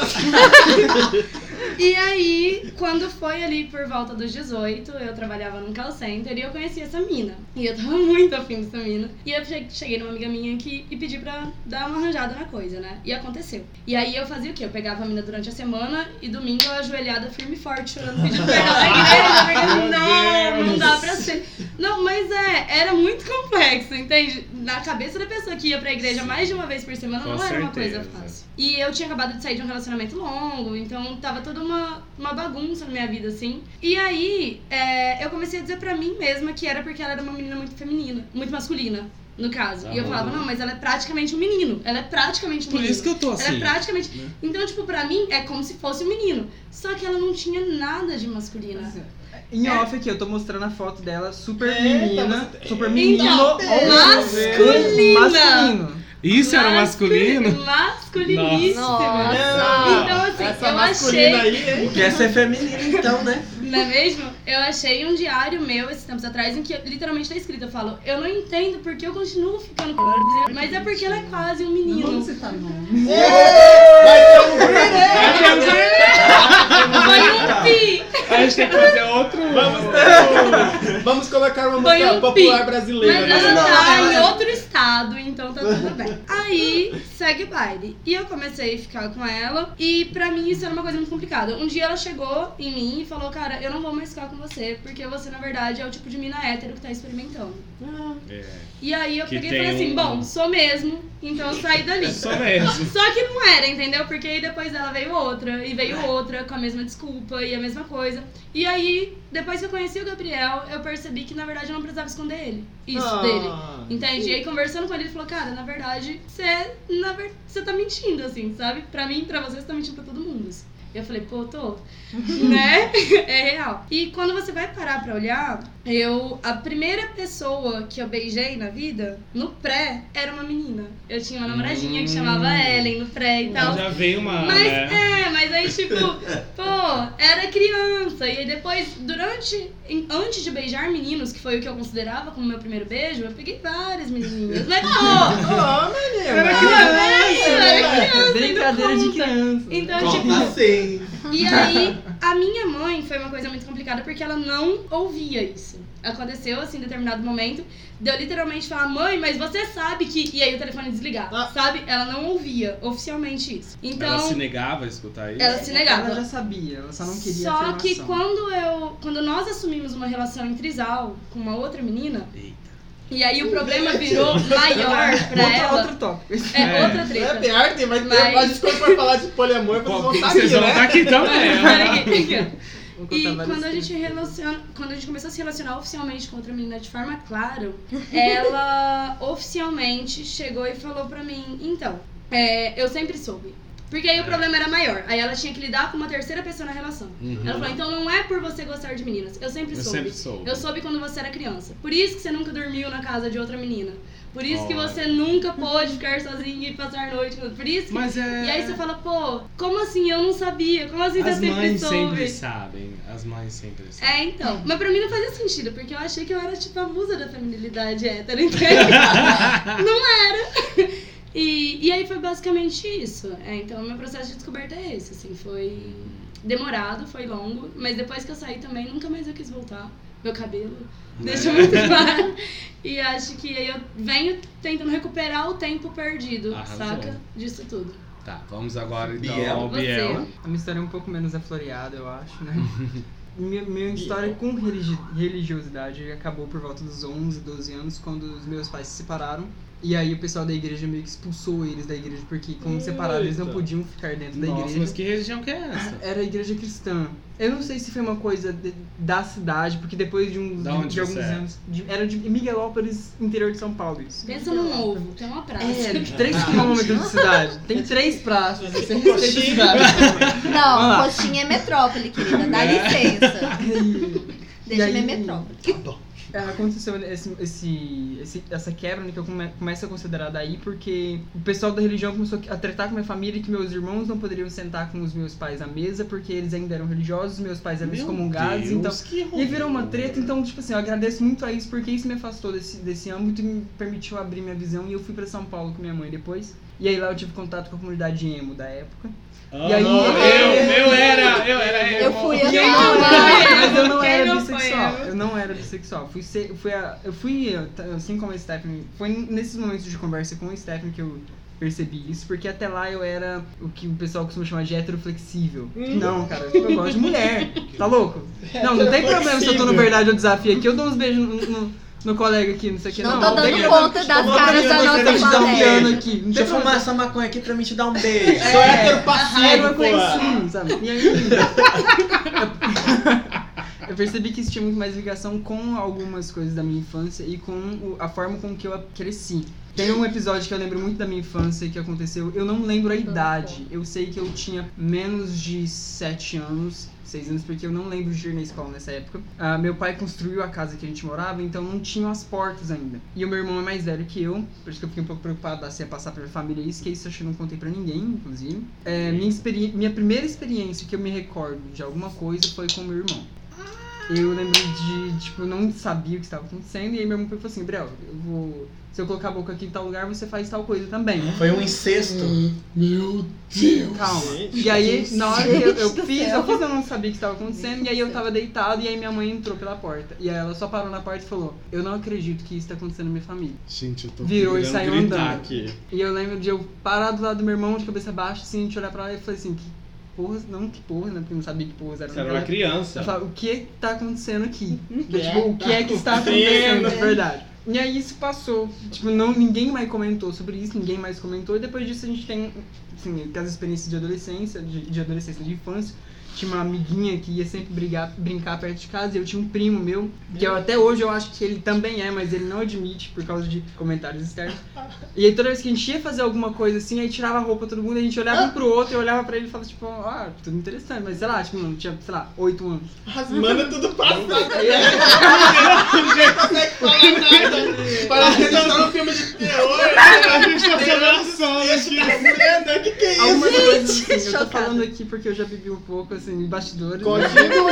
Speaker 5: E aí, quando foi ali por volta dos 18, eu trabalhava num call center e eu conheci essa mina. E eu tava muito afim dessa mina. E eu che- cheguei numa amiga minha aqui e pedi pra dar uma arranjada na coisa, né? E aconteceu. E aí eu fazia o quê? Eu pegava a mina durante a semana e domingo eu ajoelhada firme e forte, chorando, pedindo perdão na igreja, porque não, não dá pra ser. Não, mas é, era muito complexo, entende? Na cabeça da pessoa que ia pra igreja mais de uma vez por semana
Speaker 9: Com
Speaker 5: não era uma coisa
Speaker 9: certeza.
Speaker 5: fácil. E eu tinha acabado de sair de um relacionamento longo, então tava toda uma, uma bagunça na minha vida, assim. E aí, é, eu comecei a dizer pra mim mesma que era porque ela era uma menina muito feminina, muito masculina, no caso. e eu
Speaker 9: Aham.
Speaker 5: falava, não, mas ela é praticamente um menino. Ela é praticamente um
Speaker 9: Por
Speaker 5: menino.
Speaker 9: isso que eu tô
Speaker 5: Ela
Speaker 9: assim.
Speaker 5: é praticamente.
Speaker 9: né?
Speaker 5: Então, tipo, pra mim é como se fosse um menino. Só que ela não tinha nada de masculina.
Speaker 6: Em off aqui, eu tô mostrando a foto dela, super
Speaker 4: É,
Speaker 6: menina.
Speaker 4: tá, você- é
Speaker 6: Super menino.
Speaker 5: Então, masculina.
Speaker 6: Masculino.
Speaker 1: Isso era masculino?
Speaker 5: Masculiníssima.
Speaker 2: Nossa.
Speaker 5: Então,
Speaker 4: essa
Speaker 5: assim, eu achei.
Speaker 4: masculina aí, hein?
Speaker 3: Quer
Speaker 6: é
Speaker 3: ser feminina então, né?
Speaker 5: Não é mesmo? Eu achei um diário meu esses tempos atrás em que literalmente tá escrito, eu falo, eu não entendo porque eu continuo ficando com ela, mas é porque ela é quase um menino.
Speaker 4: Vai ter um
Speaker 5: Foi um pi!
Speaker 9: A gente tem que fazer outro.
Speaker 4: Vamos, ter um- vamos colocar uma
Speaker 5: Foi
Speaker 4: música
Speaker 5: um
Speaker 4: popular
Speaker 5: pi.
Speaker 4: brasileira.
Speaker 5: Mas
Speaker 4: né?
Speaker 5: ela tá em outro estado, então tá tudo bem. Aí, segue o baile. E eu comecei a ficar com ela. E pra mim isso era uma coisa muito complicada. Um dia ela chegou em mim e falou, cara, eu não vou mais ficar com você, porque você, na verdade, é o tipo de mina hétero que tá experimentando.
Speaker 9: É.
Speaker 5: E aí eu
Speaker 9: Que
Speaker 5: peguei e falei
Speaker 9: tem
Speaker 5: assim,
Speaker 9: um-
Speaker 5: bom, sou mesmo, então eu saí dali.
Speaker 9: Só mesmo.
Speaker 5: Só que não era, entendeu? Porque aí depois dela veio outra, e
Speaker 9: É.
Speaker 5: veio outra com a mesma desculpa e a mesma coisa. E aí, depois que eu conheci o Gabriel, eu percebi que na verdade eu não precisava esconder ele. Isso
Speaker 4: Ah.
Speaker 5: dele. Entende? E aí, conversando com ele, ele falou: Cara, na verdade, você na ver... você tá mentindo, assim, sabe? Pra mim, pra você, você tá mentindo pra todo mundo. assim. E eu falei: Pô, tô. né? É real. E quando você vai parar pra olhar, eu. A primeira pessoa que eu beijei na vida, no pré, era uma menina. Eu tinha uma namoradinha que
Speaker 9: Hum.
Speaker 5: chamava Ellen no pré e tal.
Speaker 9: Então já veio uma.
Speaker 5: Mas
Speaker 9: né?
Speaker 5: é, mas aí tipo, pô, era criança. E aí depois, durante. em- antes de beijar meninos, que foi o que eu considerava como meu primeiro beijo, eu peguei várias menininhas. Mas, pô,
Speaker 4: Ô, menina.
Speaker 5: eu era criança.
Speaker 6: Brincadeira
Speaker 5: É então
Speaker 6: de
Speaker 5: conta.
Speaker 6: criança.
Speaker 5: Então, tipo,
Speaker 3: Como assim?
Speaker 5: e aí, a minha mãe foi uma coisa muito complicada porque ela não ouvia isso. Aconteceu assim em determinado momento, deu literalmente falar: "Mãe, mas você sabe que" e aí o telefone desligar.
Speaker 4: Ah.
Speaker 5: Sabe? Ela não ouvia oficialmente isso. Então,
Speaker 9: Ela se negava a escutar isso.
Speaker 5: ela se negava.
Speaker 6: Ela já sabia, ela só Então, não queria
Speaker 5: Só
Speaker 6: afirmação.
Speaker 5: que quando eu, quando nós assumimos uma relação em trisal com uma outra menina,
Speaker 9: Eita.
Speaker 5: e aí o problema virou maior pra
Speaker 6: outro,
Speaker 5: ela,
Speaker 6: outro tópico.
Speaker 5: é,
Speaker 9: É.
Speaker 5: outra
Speaker 4: É,
Speaker 5: treta.
Speaker 4: tem arte, mas,
Speaker 5: Mas-
Speaker 4: tem- a gente quando for falar de poliamor, vocês vão estar
Speaker 9: Vocês
Speaker 4: aqui,
Speaker 9: vão
Speaker 4: né?
Speaker 1: tá
Speaker 9: estar aqui
Speaker 1: então.
Speaker 9: também.
Speaker 6: É,
Speaker 9: né?
Speaker 6: Vou
Speaker 5: E
Speaker 6: contar várias
Speaker 5: quando a gente relaciona, quando a gente começou a se relacionar oficialmente com outra menina de forma clara, ela oficialmente chegou e falou pra mim, então, é, eu sempre soube. Porque aí o problema era maior. Aí ela tinha que lidar com uma terceira pessoa na relação. Ela falou, então não é por você gostar de meninas. Eu sempre
Speaker 9: Eu
Speaker 5: soube.
Speaker 9: sempre soube.
Speaker 5: Eu soube quando você era criança. Por isso que você nunca dormiu na casa de outra menina. Por isso que
Speaker 9: Olha.
Speaker 5: você nunca pôde ficar sozinha e passar a noite. com- Por
Speaker 6: assim.
Speaker 5: isso que...
Speaker 1: Mas é.
Speaker 5: E aí você fala, pô, como assim? Eu não sabia. Como assim
Speaker 1: As
Speaker 5: você sempre
Speaker 1: mães
Speaker 5: soube?
Speaker 1: sempre sabem. As mães sempre sabem.
Speaker 5: É, então. Mas pra mim não fazia sentido, porque eu achei que eu era tipo a musa da feminilidade hétero, entende? não era. E, e aí foi basicamente isso. É, então meu processo de descoberta é esse, assim, foi demorado, foi longo, mas depois que eu saí também, nunca mais eu quis voltar. Meu cabelo
Speaker 4: Né?
Speaker 5: deixa muito claro. E acho que aí eu venho tentando recuperar o tempo perdido,
Speaker 9: Arrasou.
Speaker 5: saca? Disso tudo.
Speaker 9: Tá, vamos agora então
Speaker 8: Biel.
Speaker 9: ao Biel.
Speaker 5: Você.
Speaker 6: A minha história é um pouco menos afloreada, eu acho, né? minha, minha história é com religi- religiosidade acabou por volta dos 11, 12 anos, quando os meus pais se separaram. E aí o pessoal da igreja meio que expulsou eles da igreja, porque como separaram, eles não
Speaker 4: Eita.
Speaker 6: podiam ficar dentro da
Speaker 1: Nossa,
Speaker 6: igreja.
Speaker 1: mas que religião que é essa?
Speaker 6: Era a igreja cristã. Eu não sei se foi uma coisa de- da cidade, porque depois de, uns,
Speaker 1: Da
Speaker 6: de,
Speaker 1: onde
Speaker 6: de alguns
Speaker 1: você é?
Speaker 6: anos... de- era de Miguelópolis, interior de São Paulo, isso.
Speaker 5: Pensa num ovo, tem uma praça.
Speaker 6: É, 3 quilômetros de cidade. Tem três praças. Você respeita a cidade. Vamos
Speaker 2: Não,
Speaker 6: lá.
Speaker 2: coxinha é metrópole, querida. Dá licença. Deixa
Speaker 6: E aí-
Speaker 2: minha metrópole.
Speaker 6: É, aconteceu esse, esse, esse- essa quebra né, que eu come- começo a considerar daí, porque o pessoal da religião começou a tretar com minha família que meus irmãos não poderiam sentar com os meus pais à mesa, porque eles ainda eram religiosos, meus pais eram excomungados, então...
Speaker 9: que
Speaker 6: E aí virou uma treta, então, tipo assim, eu agradeço muito a isso, porque isso me afastou desse, desse âmbito e me permitiu abrir minha visão, e eu fui pra São Paulo com minha mãe depois, e aí lá eu tive contato com a comunidade emo da época. então.
Speaker 1: Ah,
Speaker 6: E aí- é.
Speaker 9: eu, eu era, eu era
Speaker 2: Eu
Speaker 9: emo.
Speaker 2: fui
Speaker 6: E aí,
Speaker 2: até
Speaker 6: não,
Speaker 2: lá.
Speaker 6: mas eu não
Speaker 5: Quem
Speaker 6: era
Speaker 5: não foi
Speaker 6: bissexual.
Speaker 5: eu?
Speaker 6: Eu não era bissexual. Fui ser, fui a, eu fui, eu t- assim como a Stephanie, foi nesses momentos de conversa com a Stephanie que eu percebi isso, porque até lá eu era o que o pessoal costuma chamar de heteroflexível. Não, cara, eu gosto de mulher. Tá louco? Não, não tem problema se eu tô no verdade ou desafio aqui. Eu dou uns beijos no, no, no colega aqui, não sei o que.
Speaker 2: Não
Speaker 6: Não,
Speaker 2: tô
Speaker 6: tem
Speaker 2: dando
Speaker 6: problema.
Speaker 2: conta das
Speaker 3: Tô
Speaker 2: caras
Speaker 3: botando
Speaker 2: da
Speaker 3: você
Speaker 2: nossa
Speaker 3: no chão,
Speaker 2: plateia.
Speaker 6: um Piano aqui. Não
Speaker 3: Deixa
Speaker 4: Então
Speaker 6: tem
Speaker 3: eu fumar
Speaker 6: problema.
Speaker 3: essa maconha aqui pra mim te dar um beijo.
Speaker 4: É. Sou hétero
Speaker 6: Era
Speaker 4: passivo,
Speaker 6: uma coisa
Speaker 4: pô.
Speaker 6: assim, sabe? E aí. Eu percebi que isso tinha muito mais ligação com algumas coisas da minha infância e com o- a forma com que eu cresci. Tem um episódio que eu lembro muito da minha infância que aconteceu. Eu não lembro a idade. Eu sei que eu tinha menos de 7 anos, 6 anos, porque eu não lembro de ir na escola nessa época. Ah, meu pai construiu a casa que a gente morava, então não tinham as portas ainda. E o meu irmão é mais velho que eu, por isso que eu fiquei um pouco preocupado se ia passar pela família isso, que isso eu acho que eu não contei pra ninguém, inclusive. É, minha, experi- minha primeira experiência que eu me recordo de alguma coisa foi com meu irmão. Eu lembro de, tipo, não sabia o que estava acontecendo, e aí meu irmão falou assim, Gabriel, eu vou. Se eu colocar a boca aqui em tal lugar, você faz tal coisa também.
Speaker 3: Foi um incesto.
Speaker 1: Meu Deus!
Speaker 6: Calma.
Speaker 4: Gente,
Speaker 6: E aí,
Speaker 2: Deus
Speaker 6: na hora que eu, eu
Speaker 2: do
Speaker 6: fiz,
Speaker 2: céu.
Speaker 6: eu fiz, eu não sabia o que estava acontecendo, e aí eu
Speaker 2: Deus do
Speaker 6: tava deitado, e aí minha mãe entrou pela porta. E aí ela só parou na porta e falou, eu não acredito que isso tá acontecendo na minha família.
Speaker 1: Gente, eu tô
Speaker 6: Virou e
Speaker 1: querendo
Speaker 6: saiu
Speaker 1: gritar
Speaker 6: andando.
Speaker 1: aqui.
Speaker 6: E eu lembro de eu parar do lado do meu irmão, de cabeça baixa, assim, de olhar pra lá e falei assim, que porra, não que porra, né? Porque eu não sabia que porra era.
Speaker 9: Você era
Speaker 6: naquela
Speaker 9: uma criança.
Speaker 6: eu falo, o que é que tá acontecendo aqui?
Speaker 4: Que
Speaker 6: tipo, o que é que está acontecendo, de verdade. E aí isso passou. Tipo, não, ninguém mais comentou sobre isso, ninguém mais comentou. E depois disso a gente tem, assim, as experiências de adolescência, de, de adolescência, de infância. Tinha uma amiguinha que ia sempre brigar, brincar perto de casa. E eu tinha um primo meu, que eu, até hoje eu acho que ele também é, mas ele não admite por causa de comentários externos. E aí toda vez que a gente ia fazer alguma coisa assim, aí tirava a roupa todo mundo, a gente olhava um pro outro, eu olhava pra ele e falava, tipo, ah, tudo interessante, mas sei lá, tipo, não tinha, sei lá, oito anos.
Speaker 4: Manda tudo passar.
Speaker 6: Aí eu-
Speaker 4: Fala nada. Parece que a gente tá num filme de terror.
Speaker 1: A gente tá se abraçando aqui.
Speaker 4: O que que é isso?
Speaker 6: Algumas coisas assim, eu tô
Speaker 2: chocada.
Speaker 6: falando aqui porque eu já bebi um pouco, assim, em bastidores.
Speaker 4: Continua,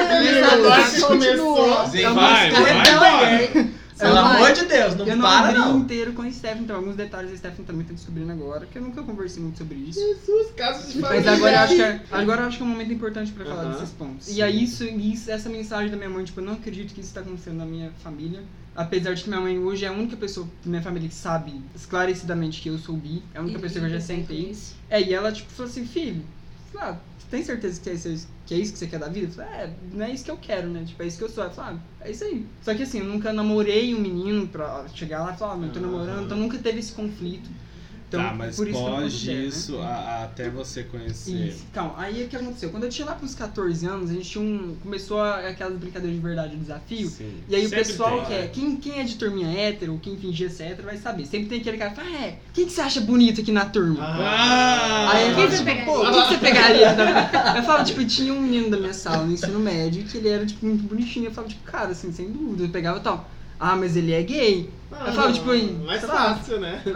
Speaker 4: que começou.
Speaker 9: Vai,
Speaker 6: É uma
Speaker 9: vai,
Speaker 6: história
Speaker 9: vai embora.
Speaker 3: Pelo
Speaker 6: Não,
Speaker 3: amor de Deus, não
Speaker 6: Eu não
Speaker 3: para
Speaker 6: abri
Speaker 3: não.
Speaker 6: inteiro com a Steph, então alguns detalhes a Steph também tá descobrindo agora, que eu nunca conversei muito sobre isso.
Speaker 4: Jesus, casos de
Speaker 6: Mas
Speaker 4: família.
Speaker 6: agora eu acho que é, agora eu acho que é um momento importante pra falar
Speaker 4: Aham.
Speaker 6: desses pontos. E aí isso, isso- essa mensagem da minha mãe, tipo, eu não acredito que isso tá acontecendo na minha família. Apesar de que minha mãe hoje é a única pessoa da minha família que sabe esclarecidamente que eu sou bi, é a única pessoa que eu já sentei. É, e ela, tipo, falou assim, filho, sei lá, você tem certeza que é, isso, que é isso que você quer da vida? Eu falei, é, não é isso que eu quero, né? Tipo, é isso que eu sou. Ela falou, ah, é isso aí. Só que assim, eu nunca namorei um menino pra chegar lá e falar, ah, mas eu tô namorando, então nunca teve esse conflito. Então,
Speaker 1: tá, mas ah,
Speaker 6: por isso que eu não
Speaker 1: pós
Speaker 6: considero, né?
Speaker 1: disso, a- a- até você conhecer.
Speaker 6: Isso. Então, aí o que aconteceu? Quando eu tinha lá pros 14 anos, a gente tinha um. Começou a- aquelas brincadeiras de verdade, o desafio.
Speaker 1: Sim.
Speaker 6: E aí
Speaker 9: Sempre
Speaker 6: o pessoal
Speaker 9: tem,
Speaker 6: que
Speaker 9: né?
Speaker 6: é, quem, quem é de turminha hétero, ou quem fingia ser hétero, vai saber. Sempre tem aquele cara que fala, "Ah, é, quem que você acha bonito aqui na turma?
Speaker 1: Ah!
Speaker 6: Aí eu
Speaker 5: Quem
Speaker 6: falo,
Speaker 5: você
Speaker 6: tipo,
Speaker 5: pegaria?
Speaker 6: pô, quem que você pegaria? da- Eu falo, tipo, tinha um menino da minha sala no ensino médio que ele era, tipo, muito bonitinho. Eu falo, tipo, cara, assim, sem dúvida, eu pegava e tal. Ah, mas ele é gay.
Speaker 4: Ah,
Speaker 6: Eu falo, tipo, aí,
Speaker 4: mais
Speaker 6: sei lá.
Speaker 4: fácil, né?
Speaker 8: Hum.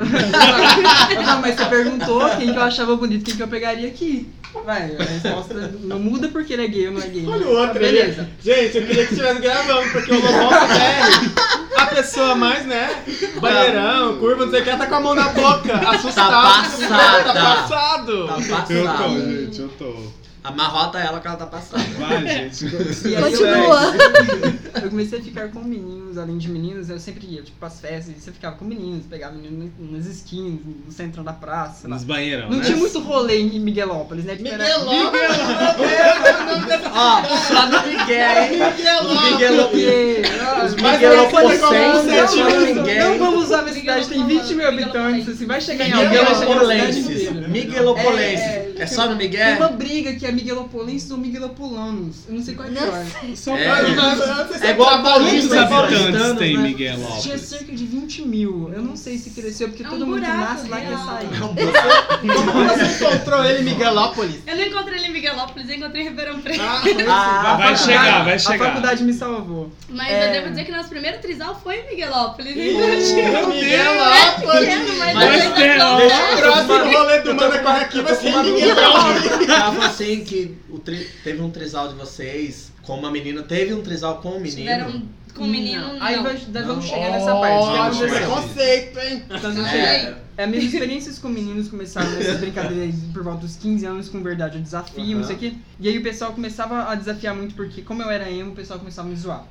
Speaker 6: Eu falo, mas você perguntou quem que eu achava bonito, quem que eu pegaria aqui. Vai, a resposta não muda porque ele é gay ou não é gay.
Speaker 4: Olha o outro aí.
Speaker 6: Beleza.
Speaker 4: Gente, eu queria que estivesse gravando, porque o Lobão velho, a pessoa mais, né? Banheirão, curva, não sei o que, tá com a mão na boca, assustado.
Speaker 8: Tá passada.
Speaker 4: Tá passado.
Speaker 8: Tá
Speaker 1: Eu
Speaker 8: passada.
Speaker 1: tô, gente, eu tô.
Speaker 8: Amarrota ela que ela tá passada.
Speaker 1: Vai, gente.
Speaker 6: E aí
Speaker 2: Continua.
Speaker 6: Eu, eu comecei a ficar com meninos, além de meninas, eu sempre ia, tipo, pras festas, e você ficava com meninos, pegava meninos nas esquinas, no centro da praça. lá.
Speaker 1: Nos banheirão,
Speaker 6: Não
Speaker 1: né?
Speaker 6: tinha muito rolê em Miguelópolis, né? Tipo, era-
Speaker 8: Ó, só no Miguel, hein? Miguel.
Speaker 6: Porque, ah,
Speaker 8: Os
Speaker 6: mas
Speaker 8: Miguel
Speaker 6: aí quando
Speaker 8: Pocense,
Speaker 6: eu falo,
Speaker 8: né?
Speaker 6: não,
Speaker 8: Tipo,
Speaker 6: mas
Speaker 8: ninguém.
Speaker 6: Não vamos usar minha cidade, tem 20 mil
Speaker 5: Miguel
Speaker 6: habitantes,
Speaker 5: Pocense.
Speaker 6: assim, vai chegar em alguém, vai chegar na cidade
Speaker 8: Miguelopolenses.
Speaker 6: inteira.
Speaker 8: Miguelopolenses.
Speaker 6: É, é.
Speaker 8: É só no
Speaker 6: Tem uma
Speaker 8: Miguel?
Speaker 6: briga que é Miguelopolenses ou Miguelopolanos, eu não sei qual é
Speaker 2: Não
Speaker 6: pior.
Speaker 1: Só
Speaker 8: É.
Speaker 1: pra-
Speaker 8: É igual a
Speaker 1: Quantos
Speaker 8: Paulista.
Speaker 1: habitantes tem
Speaker 6: né? Tinha
Speaker 1: Miguelópolis?
Speaker 6: cerca de 20 mil. Eu não sei se cresceu, porque
Speaker 5: É um
Speaker 6: todo mundo que
Speaker 5: buraco
Speaker 6: nasce lá quer
Speaker 5: real.
Speaker 6: sair.
Speaker 4: Como você encontrou ele em Miguelópolis?
Speaker 5: Eu não encontrei ele em Miguelópolis, eu encontrei em Ribeirão Preto.
Speaker 4: Ah, foi isso.
Speaker 8: Ah,
Speaker 1: Vai
Speaker 6: faculdade-
Speaker 1: chegar, vai chegar.
Speaker 6: A faculdade me salvou.
Speaker 5: Mas
Speaker 6: É.
Speaker 5: eu devo dizer que nosso primeiro trisal foi em Miguelópolis.
Speaker 4: Ih,
Speaker 5: então, tipo,
Speaker 4: Miguelópolis.
Speaker 5: pequeno, É, mas
Speaker 1: Mas
Speaker 5: ainda
Speaker 1: tem,
Speaker 5: tá-
Speaker 1: ó.
Speaker 4: O próximo rolê do Manda Corre Aqui vai ser em
Speaker 8: um.
Speaker 4: Miguelópolis.
Speaker 8: Tava assim que o tri- teve um trisal de vocês com uma menina. Teve um trisal com um menino.
Speaker 5: Tiveram com o menino, não.
Speaker 6: Aí vai- nós vamos
Speaker 8: Não.
Speaker 6: chegar nessa parte. O que
Speaker 4: é
Speaker 1: Ótimo.
Speaker 6: aconteceu?
Speaker 4: Conceito, hein?
Speaker 6: Nós vamos chegar.
Speaker 8: É,
Speaker 6: É, minhas experiências com meninos começaram nessas brincadeiras por volta dos 15 anos, com verdade, o desafio, não sei o quê. E aí o pessoal começava a desafiar muito, porque como eu era emo, o pessoal começava a me zoar.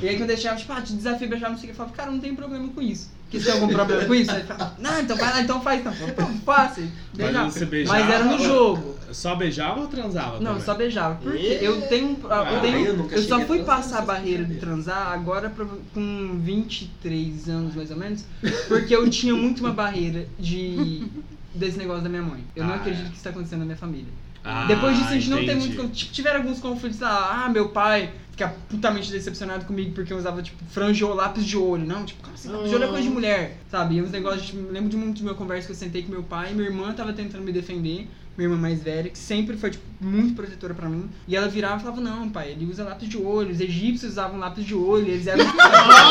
Speaker 6: E aí quando eu deixava, tipo, ah, te desafio beijar, não sei o que, eu falava, cara, não tem problema com isso. Porque você tem algum problema com isso? Aí ele falava, não, então vai lá, então faz, então. Eu falava, Pô, fácil,
Speaker 1: Mas
Speaker 6: beijar.
Speaker 1: você beijava.
Speaker 6: Mas era no jogo.
Speaker 1: Só beijava ou transava?
Speaker 6: Não,
Speaker 1: também?
Speaker 6: só beijava. Porque
Speaker 4: Ih.
Speaker 6: eu tenho. um-
Speaker 1: Ah,
Speaker 6: Eu, tenho,
Speaker 8: eu nunca
Speaker 6: eu só
Speaker 8: cheguei a
Speaker 6: fui
Speaker 8: transar
Speaker 6: passar a
Speaker 8: nessas
Speaker 6: barreira de
Speaker 8: brincadeiras.
Speaker 6: transar agora pra- com 23 anos, mais ou menos. Porque eu tinha muito uma barreira de. Desse negócio da minha mãe. Eu não
Speaker 1: Ah,
Speaker 6: acredito
Speaker 1: é.
Speaker 6: que isso tá acontecendo na minha família.
Speaker 1: Ah,
Speaker 6: Depois disso, a gente não tem
Speaker 1: entendi.
Speaker 6: muito. con- Tipo, tiveram alguns conflitos lá. Ah, meu pai fica putamente decepcionado comigo porque eu usava, tipo, franja ou lápis de olho. Não, tipo, como assim? Lápis de olho é coisa de mulher, sabe? E uns negócios. Tipo, me lembro de muito de uma conversa que eu sentei com meu pai. Minha irmã tava tentando me defender. Minha irmã mais velha, que sempre foi, tipo, muito protetora pra mim. E ela virava e falava: Não, pai, ele usa lápis de olho. Os egípcios usavam lápis de olho. Eles eram. ela fazia um negócio. Ela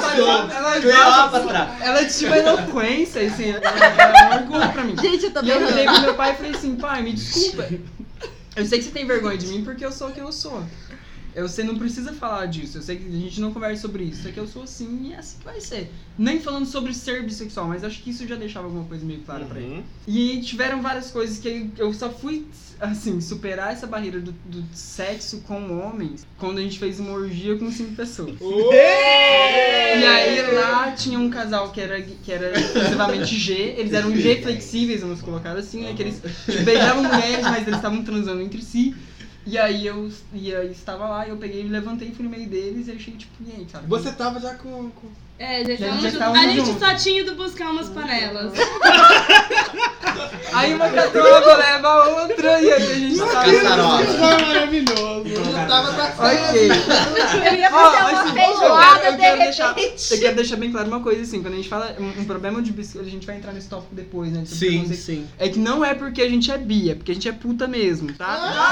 Speaker 6: fazia- um ela usava-
Speaker 8: Cleópatra.
Speaker 6: Ela tinha uma eloquência, assim. Ela era um orgulho pra mim.
Speaker 2: Gente, eu tô
Speaker 6: E eu olhei
Speaker 2: bem.
Speaker 6: pro meu pai e falei assim, pai, me desculpa. Eu sei que você tem vergonha de mim porque eu sou o que eu sou. Eu, você não precisa falar disso, eu sei que a gente não conversa sobre isso, é que eu sou assim e é assim que vai ser. Nem falando sobre ser bissexual, mas acho que isso já deixava alguma coisa meio clara pra ele. E tiveram várias coisas que eu só fui, assim, superar essa barreira do, do sexo com homens quando a gente fez uma orgia com cinco pessoas. E aí lá tinha um casal que era, que era exclusivamente G, eles eram G flexíveis, vamos colocar assim, né? Que eles tipo, beijavam mulheres, mas eles estavam transando entre si. E aí eu e aí estava lá, eu peguei, levantei, fui no meio deles e achei, tipo, e aí, cara?
Speaker 4: Você tá tava já com... com-
Speaker 5: É, já
Speaker 6: Já tá
Speaker 5: estávamos juntos.
Speaker 6: estávamos
Speaker 5: A gente
Speaker 6: juntos.
Speaker 5: só tinha ido buscar umas panelas.
Speaker 6: Aí uma catroba leva a outra e aí a gente tá...
Speaker 8: Caçarola.
Speaker 4: Você tava com
Speaker 6: Ok.
Speaker 2: Eu ia
Speaker 6: Ó,
Speaker 2: fazer
Speaker 6: assim,
Speaker 2: uma
Speaker 6: eu quero- eu
Speaker 2: feijoada de
Speaker 6: quero deixar- Eu
Speaker 2: repente.
Speaker 6: quero deixar bem claro uma coisa, assim, quando a gente fala um, um problema de bissexual, a gente vai entrar nesse tópico depois, né? sobre
Speaker 8: Sim,
Speaker 6: preconceito.
Speaker 8: sim.
Speaker 6: É que não é porque a gente é bi, é porque a gente é puta mesmo, tá?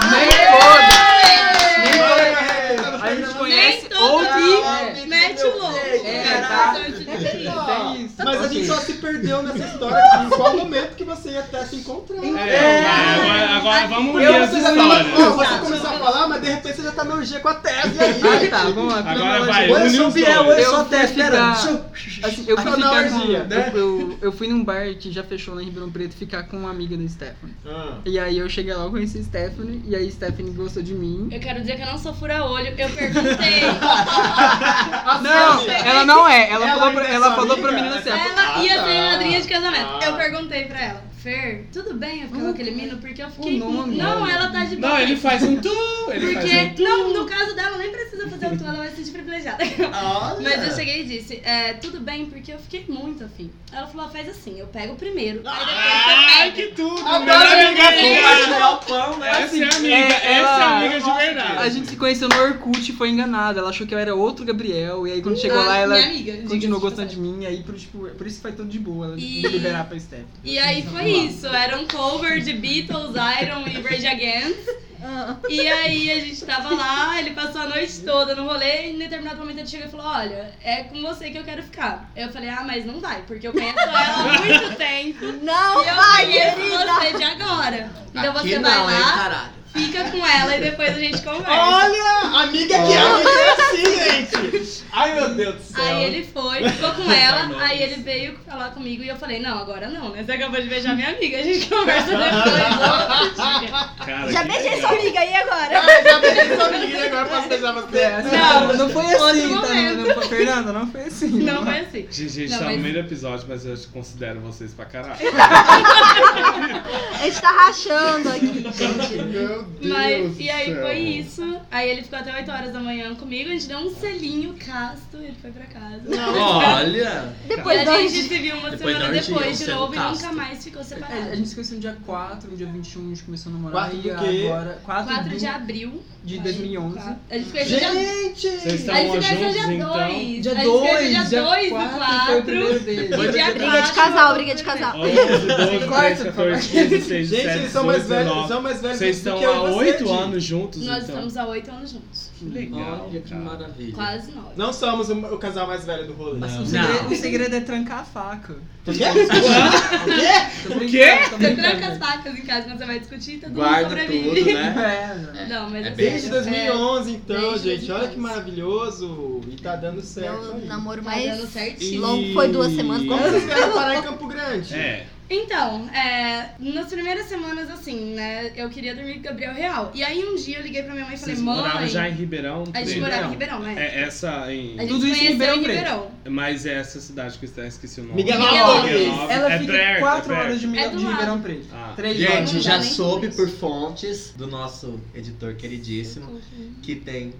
Speaker 6: A gente conhece
Speaker 5: Nem todo
Speaker 6: ou bi.
Speaker 5: mundo mete o louco.
Speaker 6: É,
Speaker 5: cara,
Speaker 6: tá.
Speaker 5: importante dizer.
Speaker 6: Tem isso.
Speaker 4: Mas a gente
Speaker 6: Ok.
Speaker 4: só se perdeu nessa história aqui. Em qual momento que você ia até se encontrar?
Speaker 1: É,
Speaker 6: É.
Speaker 1: vai, agora, agora vamos unir
Speaker 4: Eu,
Speaker 1: as
Speaker 4: você já tava, não,
Speaker 1: histórias.
Speaker 4: você começou a falar, mas de repente você já tá na orgia com a Tese.
Speaker 6: Ah, tá, vamos lá.
Speaker 1: Agora
Speaker 6: cronologia.
Speaker 1: vai,
Speaker 8: Ou eu
Speaker 1: une
Speaker 8: sou
Speaker 1: os
Speaker 8: fiel,
Speaker 1: dois.
Speaker 8: Eu sou
Speaker 6: Eu fui
Speaker 8: testera.
Speaker 6: ficar- assim, eu fui
Speaker 4: Aqui na
Speaker 6: ficar com-
Speaker 4: orgia, né?
Speaker 6: eu- eu- eu fui num bar que já fechou na Ribeirão Preto ficar com uma amiga da Stephanie.
Speaker 4: Ah.
Speaker 6: E aí eu cheguei lá, eu conheci a Stephanie, e aí a Stephanie gostou de mim.
Speaker 5: Eu quero dizer que eu não sou fura-olho. Eu perguntei.
Speaker 6: Não, ela não é. Ela,
Speaker 4: Ela
Speaker 6: falou, pra,
Speaker 4: ainda é
Speaker 6: ela
Speaker 4: sua
Speaker 6: falou
Speaker 4: amiga?
Speaker 6: pra menina assim, ela
Speaker 5: Ela
Speaker 4: Ah,
Speaker 5: ia
Speaker 4: tá.
Speaker 5: ser é madrinha de casamento.
Speaker 4: Ah.
Speaker 5: Eu perguntei pra ela, Fer, tudo bem eu ficar com aquele menino? Porque eu fiquei.
Speaker 6: é? nome.
Speaker 5: Não, ela tá de boa.
Speaker 1: Não, ele faz um tu, ele faz um
Speaker 5: Porque,
Speaker 1: tu.
Speaker 5: não, no caso dela, nem precisa fazer tanto ela vai se sentir privilegiada.
Speaker 8: Olha.
Speaker 5: Mas eu cheguei e disse, é, tudo bem, porque eu fiquei muito afim. Ela falou, ah, faz assim, eu pego o primeiro. aí
Speaker 1: Ai,
Speaker 5: depois você
Speaker 1: que tudo!
Speaker 4: Adoro
Speaker 1: melhor
Speaker 4: amiga
Speaker 1: amiga!
Speaker 8: Compartilhar o pão, né?
Speaker 1: Essa é a amiga,
Speaker 6: é,
Speaker 1: essa é
Speaker 6: ela-
Speaker 1: a amiga de
Speaker 6: A
Speaker 1: verdade.
Speaker 6: gente se conheceu no Orkut e foi enganada. Ela achou que eu era outro Gabriel. E aí quando chegou
Speaker 5: Ah,
Speaker 6: lá, ela
Speaker 5: minha amiga, diga-se
Speaker 6: continuou
Speaker 5: de
Speaker 6: gostando de
Speaker 5: passagem.
Speaker 6: mim. Aí por, tipo, por isso que faz tudo de boa. Ela
Speaker 5: E-
Speaker 6: me liberar pra Steph.
Speaker 5: E aí
Speaker 6: então,
Speaker 5: foi isso, era um cover de Beatles, Iron e Rage Against.
Speaker 2: Ah.
Speaker 5: E aí a gente tava lá, ele passou a noite toda no rolê e em determinado momento ele chegou e falou: Olha, é com você que eu quero ficar. Eu falei: Ah, mas não vai, porque eu conheço ela há muito tempo.
Speaker 2: Não
Speaker 5: e eu
Speaker 2: vai,
Speaker 5: conheço
Speaker 2: querida!
Speaker 5: você de agora. Então
Speaker 8: Aqui
Speaker 5: você vai
Speaker 8: não, hein,
Speaker 5: lá,
Speaker 8: caralho.
Speaker 5: fica com ela e depois a gente conversa.
Speaker 4: Olha! Amiga que é amiga é assim, gente! Ai, meu Deus do céu!
Speaker 5: Aí ele foi, ficou com ela, aí ele veio falar comigo e eu falei, não, agora não, né? Você acabou de beijar minha amiga, a gente conversa depois. outro dia."
Speaker 9: Cara,
Speaker 2: Já
Speaker 9: que
Speaker 2: beijei
Speaker 9: legal.
Speaker 2: sua amiga aí agora.
Speaker 4: Ah, já beijei sua menina, agora posso beijar você.
Speaker 6: É, Não, não foi
Speaker 5: É, assim, outro
Speaker 6: assim, tá?
Speaker 5: momento.
Speaker 6: Não, não foi- Fernanda, não foi assim.
Speaker 5: Não foi assim.
Speaker 1: Gente, a gente
Speaker 5: Não,
Speaker 1: tá
Speaker 5: mas-
Speaker 1: no meio do episódio, mas eu te considero vocês pra caralho.
Speaker 2: A gente tá rachando aqui, gente.
Speaker 4: Meu Deus
Speaker 5: Mas,
Speaker 4: do
Speaker 5: e aí
Speaker 4: céu.
Speaker 5: foi isso. Aí ele ficou até 8 horas da manhã comigo, a gente deu um selinho casto, ele foi pra casa.
Speaker 8: Olha.
Speaker 5: e
Speaker 2: Depois
Speaker 5: a
Speaker 2: da
Speaker 5: gente se viu uma
Speaker 8: Depois da
Speaker 5: semana
Speaker 8: orgia,
Speaker 5: depois
Speaker 8: o
Speaker 5: de
Speaker 8: selo
Speaker 5: novo e
Speaker 8: casto.
Speaker 5: nunca mais ficou
Speaker 6: A, É, a
Speaker 5: separado.
Speaker 6: gente se conheceu no dia 4, no dia 21 a gente começou a namorar.
Speaker 4: Quatro
Speaker 6: e
Speaker 4: do quê?
Speaker 6: agora. 4,
Speaker 5: 4
Speaker 6: do,
Speaker 5: de abril
Speaker 6: de 2011.
Speaker 5: A gente conheceu dia
Speaker 4: Gente!
Speaker 1: Vocês
Speaker 5: a gente
Speaker 1: estavam
Speaker 5: se conheceu
Speaker 1: juntos,
Speaker 5: dia 2.
Speaker 1: então.
Speaker 6: Dia
Speaker 5: a gente se conheceu
Speaker 6: 2, um. dia
Speaker 5: dia
Speaker 6: 4
Speaker 5: 2 do
Speaker 6: foi o
Speaker 5: 4.
Speaker 6: primeiro dele.
Speaker 5: E dia
Speaker 2: Briga de
Speaker 5: 4
Speaker 2: casal, briga de casal.
Speaker 1: 11, 12, 13,
Speaker 6: Corta,
Speaker 1: 14, 15, 16,
Speaker 4: Gente,
Speaker 1: 17,
Speaker 4: eles são mais
Speaker 1: 18,
Speaker 4: velhos, eles
Speaker 1: 19.
Speaker 4: são mais velhos
Speaker 1: Vocês
Speaker 4: do
Speaker 1: estão
Speaker 4: que eu
Speaker 1: há
Speaker 4: e você,
Speaker 1: 8
Speaker 4: Gi.
Speaker 1: anos juntos,
Speaker 5: Nós
Speaker 1: então.
Speaker 5: estamos há 8 anos juntos.
Speaker 1: Que legal,
Speaker 8: Olha que
Speaker 1: cara.
Speaker 8: maravilha.
Speaker 5: Quase 9.
Speaker 4: Não somos o o casal mais velho do rolê.
Speaker 6: O
Speaker 8: Não.
Speaker 6: segredo, o segredo é trancar a faca.
Speaker 4: O quê? O
Speaker 6: Tô brincando,
Speaker 1: quê?
Speaker 6: tô
Speaker 5: Você
Speaker 6: brincando.
Speaker 5: tranca as facas em casa quando você vai discutir, todo
Speaker 8: Guarda
Speaker 5: mundo
Speaker 8: tudo,
Speaker 5: sobrevive.
Speaker 8: né?
Speaker 6: É, né?
Speaker 5: Não, mas
Speaker 8: É
Speaker 5: assim,
Speaker 4: quê? Desde 2011, então,
Speaker 5: Desde
Speaker 4: gente. Olha que
Speaker 5: 2011.
Speaker 4: maravilhoso. E tá dando certo.
Speaker 2: Meu
Speaker 4: aí.
Speaker 2: namoro
Speaker 5: Tá dando
Speaker 2: mais
Speaker 5: certinho.
Speaker 2: longo foi duas semanas.
Speaker 4: Como vocês vieram parar em Campo Grande?
Speaker 1: É,
Speaker 5: Então, é, nas primeiras semanas, assim, né, eu queria dormir com o Gabriel Real. E aí um dia eu liguei pra minha mãe e falei,
Speaker 1: vocês
Speaker 5: mãe,
Speaker 1: moravam já em Ribeirão
Speaker 5: a gente
Speaker 1: Preto.
Speaker 5: morava em Ribeirão, né?
Speaker 1: É essa em...
Speaker 5: A gente
Speaker 6: Tudo isso em
Speaker 5: conheceu
Speaker 6: Ribeirão
Speaker 5: em
Speaker 6: Preto.
Speaker 5: Ribeirão.
Speaker 1: Mas é essa cidade que eu esqueci o nome.
Speaker 4: Miguel
Speaker 5: Miguel
Speaker 4: Alves.
Speaker 5: Alves.
Speaker 6: Ela
Speaker 1: é
Speaker 6: fica
Speaker 1: perto, é
Speaker 6: 4
Speaker 1: perto.
Speaker 6: horas de,
Speaker 5: É
Speaker 6: Miguel-
Speaker 5: do
Speaker 6: de
Speaker 5: lado.
Speaker 6: Ribeirão Preto.
Speaker 1: Ah.
Speaker 6: 3 horas.
Speaker 8: Gente,
Speaker 5: Não
Speaker 8: já
Speaker 5: dá nem
Speaker 8: soube
Speaker 5: por
Speaker 8: por fontes do nosso editor queridíssimo
Speaker 2: Uhum.
Speaker 8: que tem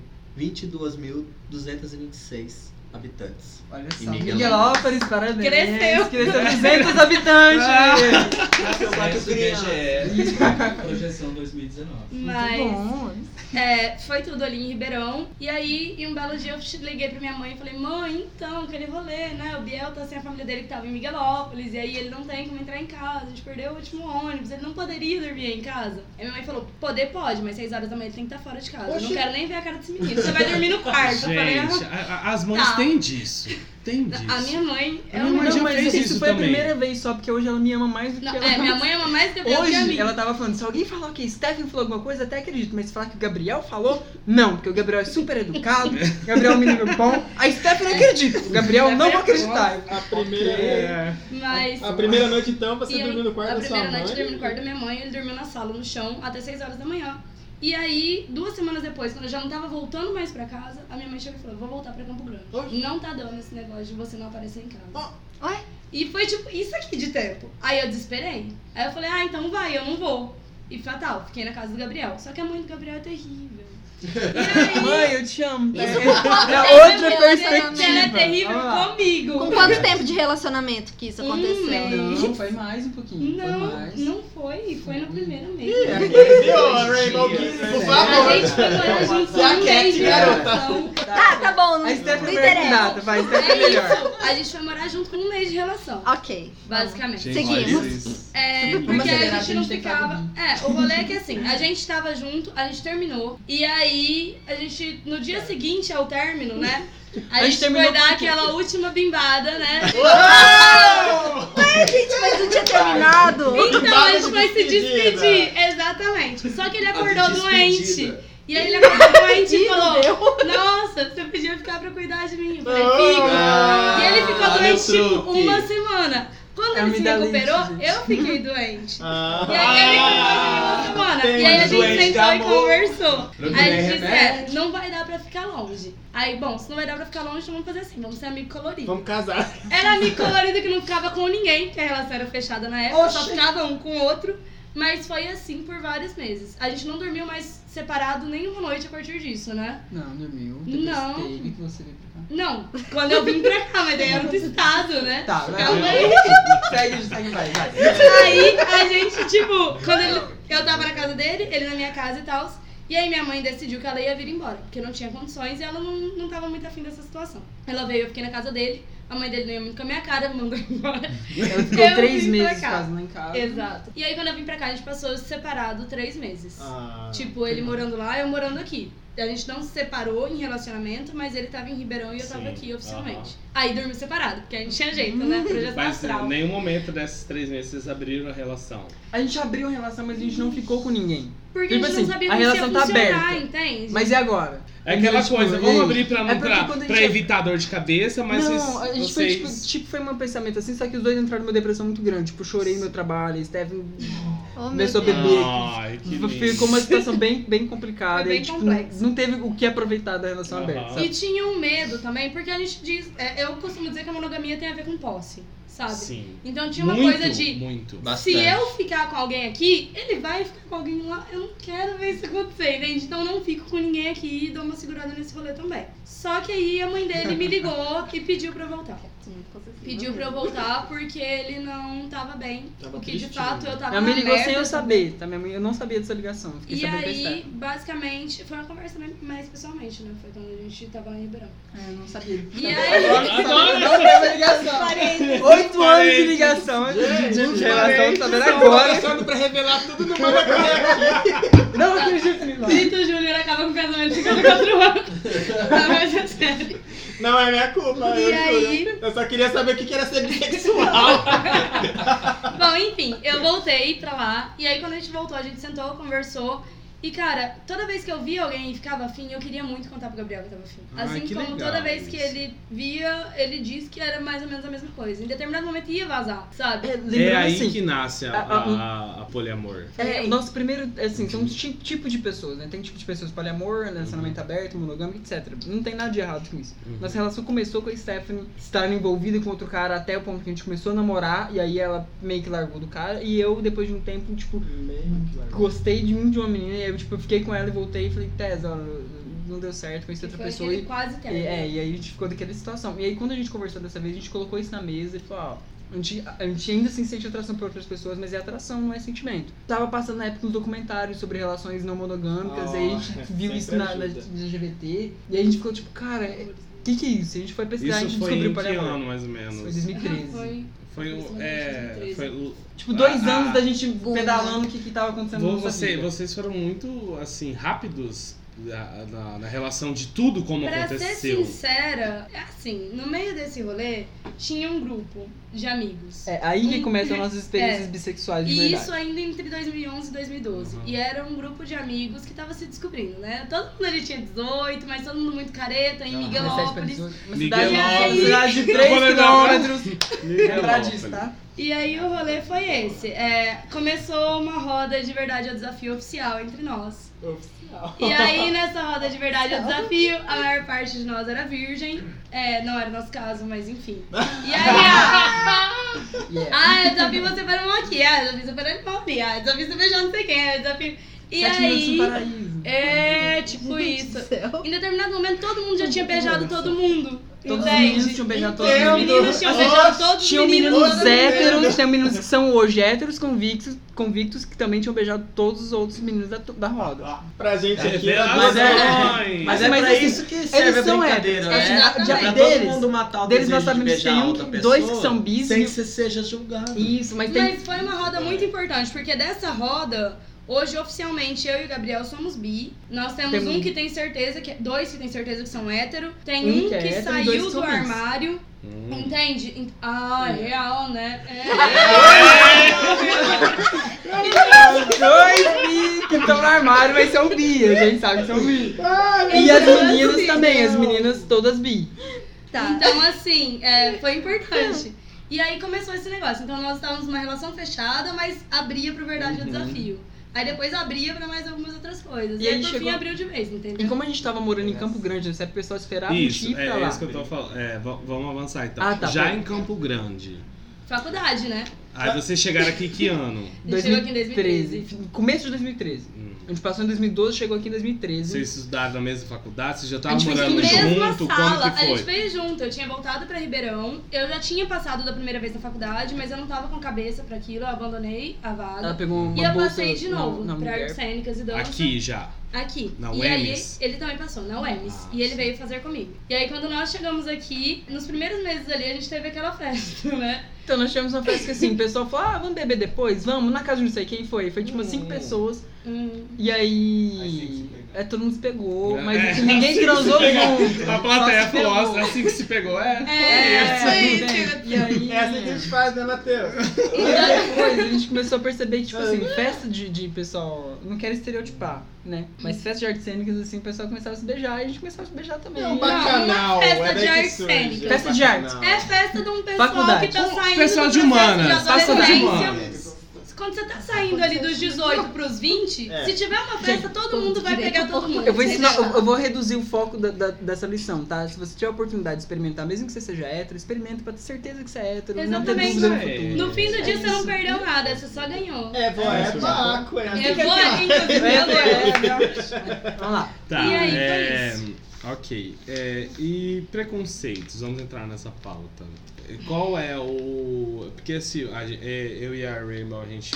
Speaker 8: 22.226 habitantes.
Speaker 6: Olha
Speaker 8: E
Speaker 6: só.
Speaker 8: Miguel
Speaker 6: Miguelópolis, parabéns.
Speaker 5: Cresceu.
Speaker 6: Cresceu 200 habitantes.
Speaker 1: É
Speaker 7: Acesso IBGE, projeção 2019.
Speaker 5: Mas
Speaker 2: Muito bom.
Speaker 5: é, foi tudo ali em Ribeirão. E aí, em um belo dia, eu liguei pra minha mãe e falei, mãe, então, aquele rolê, né? O Biel tá sem a família dele que tava em Miguelópolis. E aí ele não tem como entrar em casa. A gente perdeu o último ônibus. Ele não poderia dormir em casa. Aí minha mãe falou, poder pode, mas 6 horas da manhã ele tem que estar fora de casa. Eu não quero nem ver a cara desse menino. Você vai dormir no quarto. eu falei, "Ah,
Speaker 1: Gente, a- a- as mães
Speaker 5: Tá.
Speaker 1: têm disso. Tem disso.
Speaker 5: A minha mãe.
Speaker 1: A
Speaker 5: Ela
Speaker 1: minha mãe
Speaker 5: não,
Speaker 1: já
Speaker 5: mas-
Speaker 1: fez
Speaker 6: isso
Speaker 1: isso
Speaker 6: foi a
Speaker 1: também.
Speaker 6: primeira vez só, porque hoje ela me ama mais do que
Speaker 5: não,
Speaker 6: ela.
Speaker 5: é, minha mãe ama mais Gabriel que a mim.
Speaker 6: Hoje ela tava falando, se alguém falar que Stephen falou alguma coisa, até acredito, mas se falar que o Gabriel falou, não, porque o Gabriel é super educado, o Gabriel é um menino bom, a Stephen não acredita, o Gabriel não vai acreditar.
Speaker 4: A primeira,
Speaker 5: Mas.
Speaker 4: a primeira noite, então,
Speaker 5: e
Speaker 4: você
Speaker 5: eu-
Speaker 4: dormiu no quarto
Speaker 5: A
Speaker 4: da sua mãe?
Speaker 5: primeira noite eu dormi no quarto da minha mãe, ele dormiu na sala, no chão, até 6 horas da manhã. E aí, duas semanas depois, quando eu já não tava voltando mais pra casa, a minha mãe chegou e falou: vou voltar pra Campo Grande. Não tá dando esse negócio de você não aparecer em casa.
Speaker 4: Ah.
Speaker 2: Ué?
Speaker 5: E foi tipo, isso aqui de tempo. Aí eu desesperei. Aí eu falei, ah, então vai, eu não vou. E fatal, fiquei na casa do Gabriel. Só que a mãe do Gabriel é terrível. E aí,
Speaker 6: Mãe, eu te amo.
Speaker 2: Isso
Speaker 6: É-
Speaker 2: por quanto
Speaker 6: é
Speaker 2: tempo,
Speaker 6: outra
Speaker 2: meu Deus?
Speaker 6: perspectiva.
Speaker 5: Ela é terrível
Speaker 6: Vamos
Speaker 4: Ah.
Speaker 6: lá.
Speaker 5: comigo.
Speaker 2: Com quanto tempo de relacionamento que isso
Speaker 5: Um
Speaker 2: aconteceu?
Speaker 5: mês.
Speaker 6: Não, foi mais um pouquinho, foi
Speaker 5: Não,
Speaker 6: mais.
Speaker 5: não foi. Foi no primeiro mês.
Speaker 4: É, 15 horas, Rainbow
Speaker 7: Dias,
Speaker 4: 15, por
Speaker 6: né?
Speaker 4: favor.
Speaker 5: A gente foi morar juntos
Speaker 4: Se
Speaker 5: um mês
Speaker 4: aquece,
Speaker 5: de
Speaker 4: garota.
Speaker 5: relação.
Speaker 2: Tá, tá bom, não,
Speaker 6: A Stephen
Speaker 2: não
Speaker 6: é melhor que
Speaker 2: interessa.
Speaker 6: nada, vai, Stephen é
Speaker 5: É
Speaker 6: melhor.
Speaker 5: isso. A gente foi morar junto com um mês de relação.
Speaker 2: Ok.
Speaker 5: Basicamente.
Speaker 1: Gente,
Speaker 2: Seguimos.
Speaker 1: vocês-
Speaker 5: É,
Speaker 1: Vamos
Speaker 5: porque
Speaker 6: acelerar
Speaker 5: a
Speaker 6: pra
Speaker 5: gente não
Speaker 6: gente ter
Speaker 5: ficava. É, o rolê é que assim, a gente tava junto, a gente terminou. E aí, a gente, no dia seguinte ao término, né? A,
Speaker 6: A gente
Speaker 5: gente,
Speaker 6: terminou
Speaker 5: foi dar
Speaker 6: por quê?
Speaker 5: aquela última bimbada, né?
Speaker 2: Ué, gente, mas não tinha terminado.
Speaker 5: Então a gente foi se
Speaker 4: Despedida.
Speaker 5: despedir, exatamente. Só que ele acordou doente.
Speaker 8: Despedida.
Speaker 5: E aí ele acordou doente e
Speaker 2: Ih, não
Speaker 5: falou:
Speaker 2: deu.
Speaker 5: Nossa, você podia ficar pra cuidar de mim. Eu falei, fica.
Speaker 4: Ah,
Speaker 5: E ele ficou
Speaker 8: meu
Speaker 5: doente tipo
Speaker 8: truque.
Speaker 5: uma semana. Quando
Speaker 6: É
Speaker 5: ele se
Speaker 6: amidalite,
Speaker 5: recuperou,
Speaker 6: gente.
Speaker 5: eu fiquei doente.
Speaker 4: Ah.
Speaker 5: E aí ele ficou doente uma semana. E aí a gente
Speaker 7: doente
Speaker 5: sentou
Speaker 7: de
Speaker 5: e
Speaker 7: amor.
Speaker 5: conversou. Aí a
Speaker 8: Procurei
Speaker 5: gente disse,
Speaker 8: remédio.
Speaker 5: é, não vai dar pra ficar longe. Aí, bom, se não vai dar pra ficar longe, então vamos fazer assim, vamos ser amigo colorido.
Speaker 4: Vamos casar.
Speaker 5: Era amigo colorido que não ficava com ninguém, porque a relação era fechada na época, só ficava um com o outro. Mas foi assim por vários meses. A gente não dormiu mais separado nenhuma noite a partir disso, né?
Speaker 6: Não, dormiu. Depois
Speaker 5: Não.
Speaker 6: Teve que você veio pra cá.
Speaker 5: Não, quando eu vim pra cá, mas daí era outro estado, né?
Speaker 6: Tá, vai,
Speaker 5: Calma
Speaker 6: vai.
Speaker 5: aí.
Speaker 6: Segue, segue, vai, vai.
Speaker 5: Aí a gente, tipo, quando ele- eu tava na casa dele, ele na minha casa e tal. E aí minha mãe decidiu que ela ia vir embora, porque não tinha condições e ela não, não tava muito afim dessa situação. Ela veio, eu fiquei na casa dele, a mãe dele não ia muito com a minha cara, me mandou embora.
Speaker 6: Ela ficou
Speaker 5: Eu
Speaker 6: três
Speaker 5: vim pra
Speaker 6: meses
Speaker 5: cá.
Speaker 6: quase lá em casa.
Speaker 5: Exato. E aí quando eu vim pra cá, a gente passou separado três meses.
Speaker 4: Ah,
Speaker 5: Tipo, ele morando lá, eu morando aqui. A gente não se separou em relacionamento, mas ele tava em Ribeirão e eu tava
Speaker 9: Sim,
Speaker 5: aqui oficialmente. Aí dormiu separado, porque a gente tinha jeito, né? Projeto
Speaker 9: Mas
Speaker 5: astral.
Speaker 9: em nenhum momento desses três meses vocês abriram a relação.
Speaker 6: A gente abriu a relação, mas a gente não ficou com ninguém.
Speaker 5: Porque
Speaker 6: Tipo
Speaker 5: a gente
Speaker 6: assim,
Speaker 5: não sabia
Speaker 6: a
Speaker 5: como isso ia
Speaker 6: relação tá
Speaker 5: funcionar,
Speaker 6: aberta.
Speaker 5: entende?
Speaker 6: Mas e agora?
Speaker 9: É aquela
Speaker 6: Tipo,
Speaker 9: coisa,
Speaker 6: e
Speaker 9: vamos
Speaker 6: aí?
Speaker 9: abrir pra,
Speaker 6: É
Speaker 9: não
Speaker 6: porque
Speaker 9: pra,
Speaker 6: quando a gente
Speaker 9: pra
Speaker 6: ab-
Speaker 9: evitar dor de cabeça, mas
Speaker 6: não,
Speaker 9: vocês,
Speaker 6: a gente
Speaker 9: vocês...
Speaker 6: foi, tipo, tipo, foi um pensamento assim, só que os dois entraram numa depressão muito grande. Tipo, chorei no meu trabalho, Steven
Speaker 2: Oh, meu
Speaker 6: começou a
Speaker 2: Deus.
Speaker 6: beber.
Speaker 9: Ai, que lindo.
Speaker 6: Ficou uma situação bem, bem complicada.
Speaker 5: Foi bem
Speaker 6: e, tipo,
Speaker 5: complexo.
Speaker 6: não teve o que aproveitar da relação
Speaker 9: Aham.
Speaker 6: aberta.
Speaker 5: E
Speaker 4: Ah.
Speaker 6: sabe?
Speaker 5: tinha um medo também, porque a gente diz. é, eu costumo dizer que a monogamia tem a ver com posse, sabe?
Speaker 9: Sim.
Speaker 5: Então tinha uma
Speaker 9: muito,
Speaker 5: coisa de.
Speaker 9: Muito.
Speaker 5: Se eu ficar com alguém aqui, ele vai ficar com alguém lá. Eu não quero ver isso acontecer, entende? Então eu não fico com ninguém aqui e dou uma segurada nesse rolê também. Só que aí a mãe dele me ligou e pediu pra eu voltar. Pediu pra eu voltar porque ele não tava bem.
Speaker 4: Tava
Speaker 5: o que de
Speaker 4: tristinho,
Speaker 5: fato
Speaker 4: né?
Speaker 5: eu tava
Speaker 6: Minha mãe
Speaker 5: Tá na
Speaker 6: ligou sem
Speaker 5: merda.
Speaker 6: eu saber, tá? Minha mãe, eu não sabia dessa ligação. eu Fiquei
Speaker 1: é
Speaker 5: E
Speaker 6: sabendo que
Speaker 5: aí, basicamente, foi uma conversa mais pessoalmente, né? Foi quando a gente tava lá em Ribeirão.
Speaker 6: Ah, eu não sabia. Tá
Speaker 5: E aí. um
Speaker 6: Não teve a ligação. Oito anos de ligação. de- De de relação, tá vendo agora?
Speaker 4: Só pra revelar tudo no Manoel.
Speaker 6: Não acredito nisso.
Speaker 9: É
Speaker 5: Tito Júnior acaba com o casamento de 54 anos. Não, mas é sério.
Speaker 4: Não é minha culpa.
Speaker 5: E
Speaker 4: eu,
Speaker 5: aí?
Speaker 4: juro. eu só queria saber o que que era ser bissexual.
Speaker 5: Bom, enfim, eu voltei pra lá. E aí, quando a gente voltou, a gente sentou, conversou. E, cara, toda vez que eu via alguém e ficava afim, eu queria muito contar pro Gabriel que eu tava afim.
Speaker 1: Ai,
Speaker 5: Assim
Speaker 1: que
Speaker 5: como
Speaker 1: legal
Speaker 5: toda vez que
Speaker 1: isso.
Speaker 5: ele via, ele disse que era mais ou menos a mesma coisa. Em determinado momento ia vazar, sabe?
Speaker 6: É,
Speaker 9: É
Speaker 6: lembrando
Speaker 9: aí
Speaker 6: assim,
Speaker 9: que nasce a,
Speaker 6: a-
Speaker 9: a, a poliamor.
Speaker 6: É, o nosso primeiro, assim, são os ti- tipo de pessoas, né? Tem tipo de pessoas poliamor, relacionamento aberto, monogâmico, etc. Não tem nada de errado com isso.
Speaker 9: Uhum.
Speaker 6: Nossa relação começou com a Stephanie estar envolvida com outro cara até o ponto que a gente começou a namorar, e aí ela meio que largou do cara, e eu, depois de um tempo, tipo, gostei de um de uma menina, e aí eu, tipo, fiquei com ela e voltei e falei, Tessa, ó, não deu certo, conheci
Speaker 5: Que
Speaker 6: outra
Speaker 5: foi
Speaker 6: pessoa.
Speaker 5: aquele
Speaker 6: E,
Speaker 5: quase
Speaker 6: e- é,
Speaker 5: término.
Speaker 6: e aí a gente ficou daquela situação. E aí quando a gente conversou dessa vez, a gente colocou isso na mesa e falou, ó. A gente, a gente ainda assim sente atração por outras pessoas, mas é atração, não é sentimento. Tava passando na época uns documentários sobre relações não monogâmicas,
Speaker 4: Ah,
Speaker 6: e aí a gente viu
Speaker 4: sempre
Speaker 6: isso na, na
Speaker 4: ajuda.
Speaker 6: LGBT, e aí a gente ficou tipo, cara, o que que é isso? E a gente foi pesquisar, a
Speaker 9: Isso
Speaker 6: gente
Speaker 9: foi
Speaker 6: descobriu
Speaker 9: em
Speaker 6: o
Speaker 9: que ano,
Speaker 6: poliamor.
Speaker 9: mais ou
Speaker 6: Foi
Speaker 9: menos?
Speaker 6: 2013.
Speaker 5: Foi.
Speaker 9: Foi o... É...
Speaker 5: 2013.
Speaker 9: Foi o...
Speaker 6: Tipo, dois
Speaker 9: Ah,
Speaker 6: anos
Speaker 9: ah.
Speaker 6: da gente pedalando o que que tava acontecendo na
Speaker 9: Vo-
Speaker 6: é nossa
Speaker 9: você-
Speaker 6: vida.
Speaker 9: vocês foram muito, assim, rápidos na, na- na relação de tudo como
Speaker 5: Pra ser
Speaker 9: aconteceu.
Speaker 5: sincera, é assim, no meio desse rolê tinha um grupo de amigos.
Speaker 6: É aí que começam as nossas experiências
Speaker 5: Hum, É.
Speaker 6: bissexuais de
Speaker 5: E
Speaker 6: verdade.
Speaker 5: isso ainda entre 2011 e 2012.
Speaker 9: Uhum.
Speaker 5: E era um grupo de amigos que tava se descobrindo, né? Todo mundo ali tinha 18, mas todo mundo muito careta, em Miguelópolis.
Speaker 6: Uma cidade,
Speaker 9: Miguelópolis.
Speaker 6: uma cidade de
Speaker 9: Eu vou
Speaker 6: 3
Speaker 9: lembrar.
Speaker 6: quilômetros. Lembrar disso, tá?
Speaker 5: E aí o rolê foi esse. É, começou uma roda de verdade ao desafio oficial entre nós.
Speaker 4: Oficial.
Speaker 5: E aí nessa roda de verdade ao desafio, a maior parte de nós era virgem. É, não era o nosso caso, mas enfim. E aí a...
Speaker 6: Yeah.
Speaker 5: Ah, eu desafio você parando aqui, ah, eu desafio você parando pra ali, ah, eu desafio você beijando não sei quem, ah, eu desafio... E
Speaker 6: Sete minutos no
Speaker 5: aí...
Speaker 6: paraíso.
Speaker 5: É, tipo isso. Em determinado momento, todo mundo já tinha beijado todo mundo.
Speaker 6: Todos os
Speaker 5: entende?
Speaker 6: meninos tinham beijado todos os
Speaker 5: Os
Speaker 6: meninos.
Speaker 5: meninos tinham beijado todos os
Speaker 6: Tinham
Speaker 5: meninos.
Speaker 6: meninos
Speaker 5: todas as
Speaker 6: um héteros, tinham meninos que são hoje héteros convictos, convictos que também tinham beijado todos os outros meninos da, da roda.
Speaker 4: Pra gente aqui
Speaker 6: Tá
Speaker 4: era
Speaker 9: Revelações!
Speaker 8: Mas é
Speaker 6: Mas
Speaker 8: pra
Speaker 6: assim,
Speaker 8: isso que serve a
Speaker 6: eles são
Speaker 8: brincadeira,
Speaker 5: héteros,
Speaker 8: né?
Speaker 5: exatamente.
Speaker 8: Pra
Speaker 6: Já
Speaker 8: todo
Speaker 6: deles-
Speaker 8: mundo matar o
Speaker 6: Deles nós
Speaker 8: desejo de
Speaker 6: sabemos que
Speaker 8: beijar
Speaker 6: tem um,
Speaker 8: outra
Speaker 6: que- dois que
Speaker 8: pessoa,
Speaker 6: são bis.
Speaker 8: Sem
Speaker 6: e-
Speaker 8: que você seja julgado.
Speaker 6: Isso, mas tem.
Speaker 5: Mas foi uma roda muito importante, porque dessa roda, hoje oficialmente eu e o Gabriel somos bi. Nós temos
Speaker 6: Temos
Speaker 5: um que tem certeza, que dois que tem certeza que são hétero, tem
Speaker 6: Um
Speaker 5: um,
Speaker 6: que
Speaker 5: que,
Speaker 6: é hétero e dois
Speaker 5: saiu
Speaker 6: que
Speaker 5: do
Speaker 6: são bis.
Speaker 5: armário.
Speaker 1: Um.
Speaker 9: Hum.
Speaker 5: Entende? Ent- Ah, é real, né? É.
Speaker 6: Os dois bi que estão no armário, mas são bi, a gente sabe que são bi. E as
Speaker 5: Então,
Speaker 6: meninas
Speaker 5: assim,
Speaker 6: também, as meninas todas bi.
Speaker 2: Tá.
Speaker 5: Então, assim, é, foi importante. E aí começou esse negócio. Então, nós estávamos numa relação fechada, mas abria pro
Speaker 1: Uhum.
Speaker 5: Verdade o Desafio. Aí depois abria pra mais algumas outras coisas.
Speaker 6: E
Speaker 5: E, aí,
Speaker 6: aí
Speaker 5: por
Speaker 6: chegou-
Speaker 5: fim, abriu de vez,
Speaker 6: E
Speaker 5: entendeu?
Speaker 6: como a gente tava morando em Campo Grande, né? sabe, o pessoal
Speaker 5: Tá
Speaker 6: esperava a
Speaker 9: Isso,
Speaker 6: gente ir pra
Speaker 9: é,
Speaker 6: lá.
Speaker 9: isso que eu tô falando. É, va- vamos avançar então.
Speaker 6: Ah, tá,
Speaker 9: Já
Speaker 6: pera.
Speaker 9: em Campo Grande.
Speaker 5: Faculdade, né?
Speaker 1: Aí vocês chegaram aqui que ano?
Speaker 5: A gente chegou aqui em 2013.
Speaker 6: Começo de 2013.
Speaker 1: Hum.
Speaker 6: A gente passou em 2012, chegou aqui em 2013.
Speaker 1: Vocês estudaram na mesma faculdade? Vocês já
Speaker 5: a
Speaker 1: estavam
Speaker 5: gente fez
Speaker 1: morando
Speaker 5: mesma
Speaker 1: junto?
Speaker 5: sala.
Speaker 1: Como
Speaker 5: a gente
Speaker 1: que foi?
Speaker 5: fez junto. Eu tinha voltado pra Ribeirão. Eu já tinha passado da primeira vez na faculdade, mas eu não tava com cabeça pra aquilo. Eu abandonei a
Speaker 6: Ela
Speaker 5: vaga.
Speaker 6: pegou Ah, uma
Speaker 5: E eu
Speaker 6: bolsa
Speaker 5: passei de
Speaker 6: na-
Speaker 5: novo
Speaker 6: na
Speaker 5: pra
Speaker 6: Univers.
Speaker 5: artes cênicas e dança.
Speaker 1: Aqui já.
Speaker 5: Aqui.
Speaker 1: Na
Speaker 5: e
Speaker 1: UEMS?
Speaker 5: aí ele também passou, na UEMS.
Speaker 1: Ah,
Speaker 5: e ele veio fazer comigo. E aí quando nós chegamos aqui, nos primeiros meses ali, a gente teve aquela festa, né?
Speaker 6: Então nós tivemos uma festa que assim, o pessoal falou, ah, vamos beber depois? Vamos, na casa de não sei quem foi. Foi tipo umas cinco pessoas.
Speaker 5: Hum.
Speaker 6: E
Speaker 7: Aí sim que se
Speaker 6: aí.
Speaker 7: pegou.
Speaker 6: É, todo mundo se pegou,
Speaker 1: É.
Speaker 6: mas assim, ninguém transou junto.
Speaker 1: A plateia
Speaker 6: Só se
Speaker 1: falou
Speaker 6: pegou.
Speaker 1: assim que se pegou, é?
Speaker 5: É,
Speaker 6: E aí.
Speaker 4: É assim que a gente faz, né, Matheus?
Speaker 6: E daí depois a gente começou a perceber que, tipo assim, festa de, de pessoal. Não quero estereotipar, né? Mas festa de artes cênicas, assim, o pessoal começava a se beijar e a gente começava a se beijar também.
Speaker 4: É um
Speaker 5: ba-
Speaker 4: bacanal.
Speaker 5: uma
Speaker 4: é
Speaker 5: festa
Speaker 4: daí
Speaker 5: de
Speaker 4: que
Speaker 5: artes
Speaker 4: surge,
Speaker 5: cênicas.
Speaker 4: é um
Speaker 6: Festa de artes.
Speaker 4: bacanal.
Speaker 5: É festa de um pessoal
Speaker 6: Faculdade.
Speaker 5: que tá
Speaker 1: Ah. Um
Speaker 5: saindo
Speaker 1: pessoal
Speaker 5: do
Speaker 1: de
Speaker 5: processo
Speaker 1: humanas,
Speaker 5: de
Speaker 1: pessoal de
Speaker 5: adolescência.
Speaker 1: humanas.
Speaker 5: Quando você tá saindo ali dos 18 pros 20,
Speaker 4: É.
Speaker 5: se tiver uma festa, todo
Speaker 2: todo
Speaker 5: mundo vai
Speaker 2: direito
Speaker 5: pegar
Speaker 2: um
Speaker 5: todo
Speaker 2: pouquinho.
Speaker 5: mundo.
Speaker 6: Eu vou,
Speaker 5: entendeu?
Speaker 6: ensinar, eu, eu vou reduzir o foco da- da- dessa lição, tá? Se você tiver a oportunidade de experimentar, mesmo que você seja hétero, experimenta pra ter certeza que você é hétero.
Speaker 5: Exatamente.
Speaker 6: Não ter dúvida no
Speaker 1: É.
Speaker 6: futuro.
Speaker 5: No fim do dia você não
Speaker 6: isso.
Speaker 5: perdeu nada, você só ganhou.
Speaker 4: É, bom, é vácuo, é assim
Speaker 5: Eu
Speaker 4: que
Speaker 5: vou
Speaker 4: é.
Speaker 5: ali, inclusive, eu vou ali.
Speaker 6: Vamos lá.
Speaker 1: Tá,
Speaker 5: E aí, foi
Speaker 1: é... Ok. é, e preconceitos, vamos entrar nessa pauta. Qual é o. Porque assim, a gen- é, eu e a Rainbow, a gente.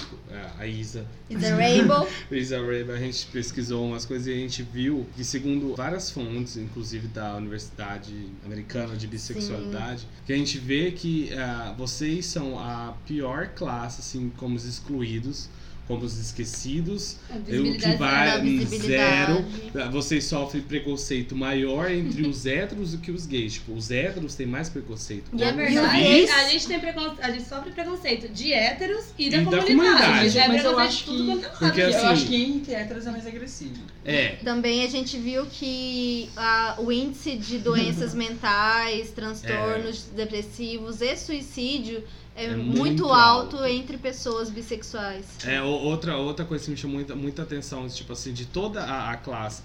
Speaker 1: a- A Isa.
Speaker 2: Is a rainbow.
Speaker 1: Isa Rainbow, é, a gente pesquisou umas coisas e a gente viu que, segundo várias fontes, inclusive da Universidade Americana de Bissexualidade, que a gente vê que ah, vocês são a pior classe, assim, como os excluídos, como os esquecidos.
Speaker 5: A visibilidade tá
Speaker 1: vai-
Speaker 5: será
Speaker 2: da
Speaker 5: dada.
Speaker 2: visibilidade.
Speaker 1: Vocês sofrem preconceito maior entre os héteros do que os gays. Tipo, os héteros têm mais preconceito.
Speaker 2: E
Speaker 5: Na
Speaker 2: é
Speaker 1: Os
Speaker 5: verdade,
Speaker 1: gays-
Speaker 5: a gente, tem preconce... a gente sofre preconceito de héteros e da
Speaker 1: E da
Speaker 5: comunidade.
Speaker 1: comunidade.
Speaker 5: É
Speaker 6: Mas eu
Speaker 5: preconceito
Speaker 6: acho
Speaker 5: de tudo
Speaker 6: que-
Speaker 5: quanto é lado.
Speaker 1: Porque
Speaker 6: Eu
Speaker 1: assim-
Speaker 6: acho que entre héteros é mais agressivo.
Speaker 1: É.
Speaker 2: Também a gente viu que ah, o índice de doenças mentais, transtornos depressivos e suicídio é,
Speaker 1: É
Speaker 2: muito,
Speaker 1: muito
Speaker 2: alto,
Speaker 1: alto.
Speaker 2: entre pessoas bissexuais.
Speaker 1: É, o- outra, outra coisa que me chamou muita, muita atenção, tipo assim, de toda a, a classe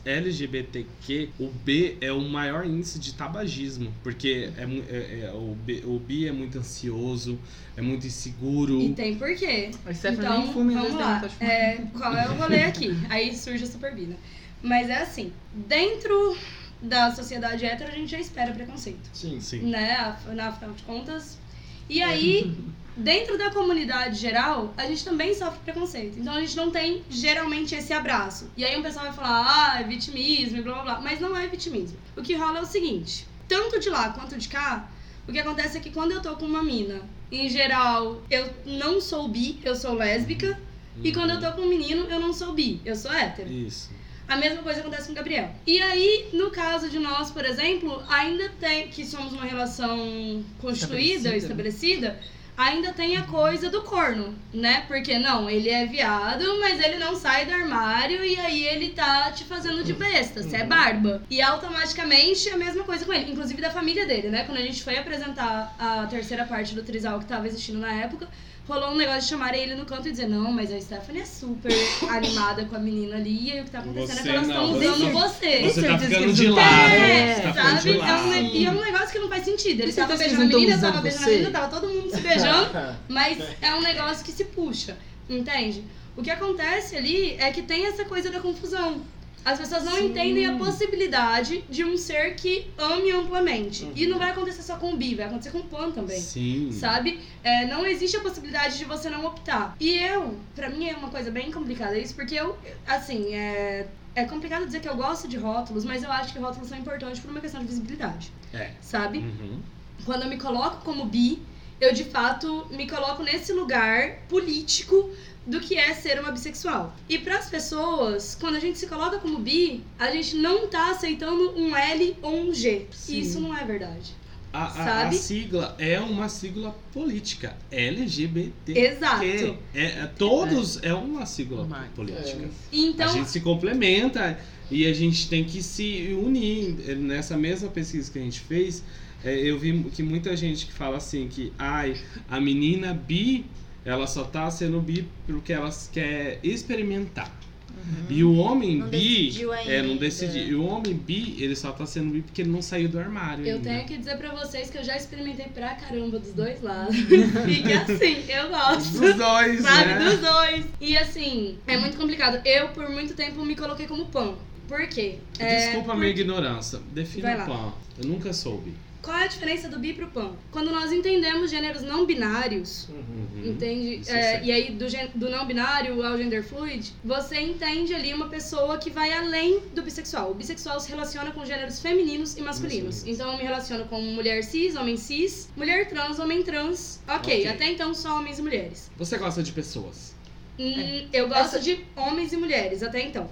Speaker 1: LGBTQ, o B é o maior índice de tabagismo. Porque é, mu- é- é- o, B, o bi é muito ansioso, é muito inseguro.
Speaker 5: E tem porquê.
Speaker 6: A Stephanie
Speaker 5: Então,
Speaker 6: é nem né, fuma,
Speaker 5: vamos lá. É, qual é o rolê aqui? Aí surge a superbina. Mas é assim, dentro da sociedade hétero, a gente já espera preconceito,
Speaker 4: Sim.
Speaker 1: Sim.
Speaker 5: né? Af- na- Afinal de contas. E aí, dentro da comunidade geral, a gente também sofre preconceito. Então a gente não tem, geralmente, esse abraço. E aí um pessoal vai falar, ah, é vitimismo e blá blá blá. Mas não é vitimismo. O que rola é o seguinte, tanto de lá quanto de cá, o que acontece é que quando eu tô com uma mina, em geral, eu não sou bi, eu sou lésbica. E quando eu tô com um menino, eu não sou bi, eu sou hétero.
Speaker 1: Uhum. Isso.
Speaker 5: A mesma coisa acontece com o Gabriel. E aí, no caso de nós, por exemplo, ainda tem que somos uma relação constituída, estabelecida, ainda tem a coisa do corno, né? Porque não, ele é viado, mas ele não sai do armário e aí ele tá te fazendo de besta, você é barba. E automaticamente é a mesma coisa com ele, inclusive da família dele, né? Quando a gente foi apresentar a terceira parte do trisal que tava existindo na época, rolou um negócio de chamar ele no canto e dizer, não, mas a Stephanie é super animada com a menina ali, e aí o que tá acontecendo é
Speaker 1: Você
Speaker 5: que elas
Speaker 1: não,
Speaker 5: estão
Speaker 1: você-
Speaker 5: usando
Speaker 1: Você
Speaker 5: você.
Speaker 1: tá
Speaker 6: certeza que
Speaker 1: ficando de
Speaker 6: isso-
Speaker 1: lado.
Speaker 5: É,
Speaker 1: você tá ficando
Speaker 5: sabe?
Speaker 1: de
Speaker 5: É um,
Speaker 1: lado.
Speaker 5: ne- e é um negócio que não faz sentido. Ele
Speaker 6: Você
Speaker 5: tava
Speaker 6: tá
Speaker 5: beijando a
Speaker 6: pensando
Speaker 5: menina,
Speaker 6: em
Speaker 5: tava
Speaker 6: usar
Speaker 5: beijando a
Speaker 6: você?
Speaker 5: menina, tava todo mundo se beijando, mas é um negócio que se puxa, entende? O que acontece ali é que tem essa coisa da confusão. As pessoas não entendem a possibilidade de um ser que ame amplamente. E não vai acontecer só com o bi, vai acontecer com o pan também
Speaker 1: Uhum. Sim.
Speaker 5: sabe? É, não existe a possibilidade de você não optar. E eu, pra mim é uma coisa bem complicada isso, porque eu, assim, é, é complicado dizer que eu gosto de rótulos, mas eu acho que rótulos são importantes por uma questão de visibilidade,
Speaker 1: É.
Speaker 5: sabe?
Speaker 1: Uhum.
Speaker 5: Quando eu me coloco como bi, eu de fato me coloco nesse lugar político do que é ser uma bissexual. E pras pessoas, quando a gente se coloca como bi, a gente não tá aceitando um L ou um G. E isso não é verdade.
Speaker 1: A, a- a
Speaker 5: Sabe?
Speaker 1: sigla é uma sigla política. LGBT.
Speaker 5: Exato.
Speaker 1: Que é, é- todos é uma sigla
Speaker 6: Mas-
Speaker 1: política.
Speaker 5: Então,
Speaker 1: A gente se complementa e a gente tem que se unir. Nessa mesma pesquisa que a gente fez, é, eu vi que muita gente que fala assim que ai, a menina bi, ela só tá sendo bi porque ela quer experimentar.
Speaker 5: Hum,
Speaker 9: E o homem
Speaker 2: Não
Speaker 9: bi.
Speaker 2: decidiu
Speaker 9: É, não
Speaker 2: ainda.
Speaker 9: decidi. E o homem bi, ele só tá sendo bi porque ele não saiu do armário.
Speaker 5: Eu
Speaker 9: ainda.
Speaker 5: tenho que dizer pra vocês que eu já experimentei pra caramba dos dois lados. e que assim, eu gosto.
Speaker 9: Dos dois,
Speaker 5: Sabe,
Speaker 9: né?
Speaker 5: dos dois. E assim, é muito complicado. Eu, por muito tempo, me coloquei como pão. Por quê? É,
Speaker 9: Desculpa a minha ignorância. Defina
Speaker 5: Vai lá.
Speaker 9: o pão. Eu nunca soube.
Speaker 5: Qual é a diferença do bi pro pão? Quando nós entendemos gêneros não binários,
Speaker 9: Uhum.
Speaker 5: Entende?
Speaker 9: Isso
Speaker 5: É,
Speaker 9: é certo.
Speaker 5: e aí, do, gen- do não binário ao gender fluid, você entende ali uma pessoa que vai além do bissexual. O bissexual se relaciona com gêneros femininos e masculinos.
Speaker 9: Masculinos.
Speaker 5: Então, eu me relaciono com mulher cis, homem cis, mulher trans, homem trans. Ok,
Speaker 9: Ok.
Speaker 5: até então só homens e mulheres.
Speaker 9: Você gosta de pessoas.
Speaker 5: Hum,
Speaker 9: É.
Speaker 5: Eu gosto de homens e mulheres, até então.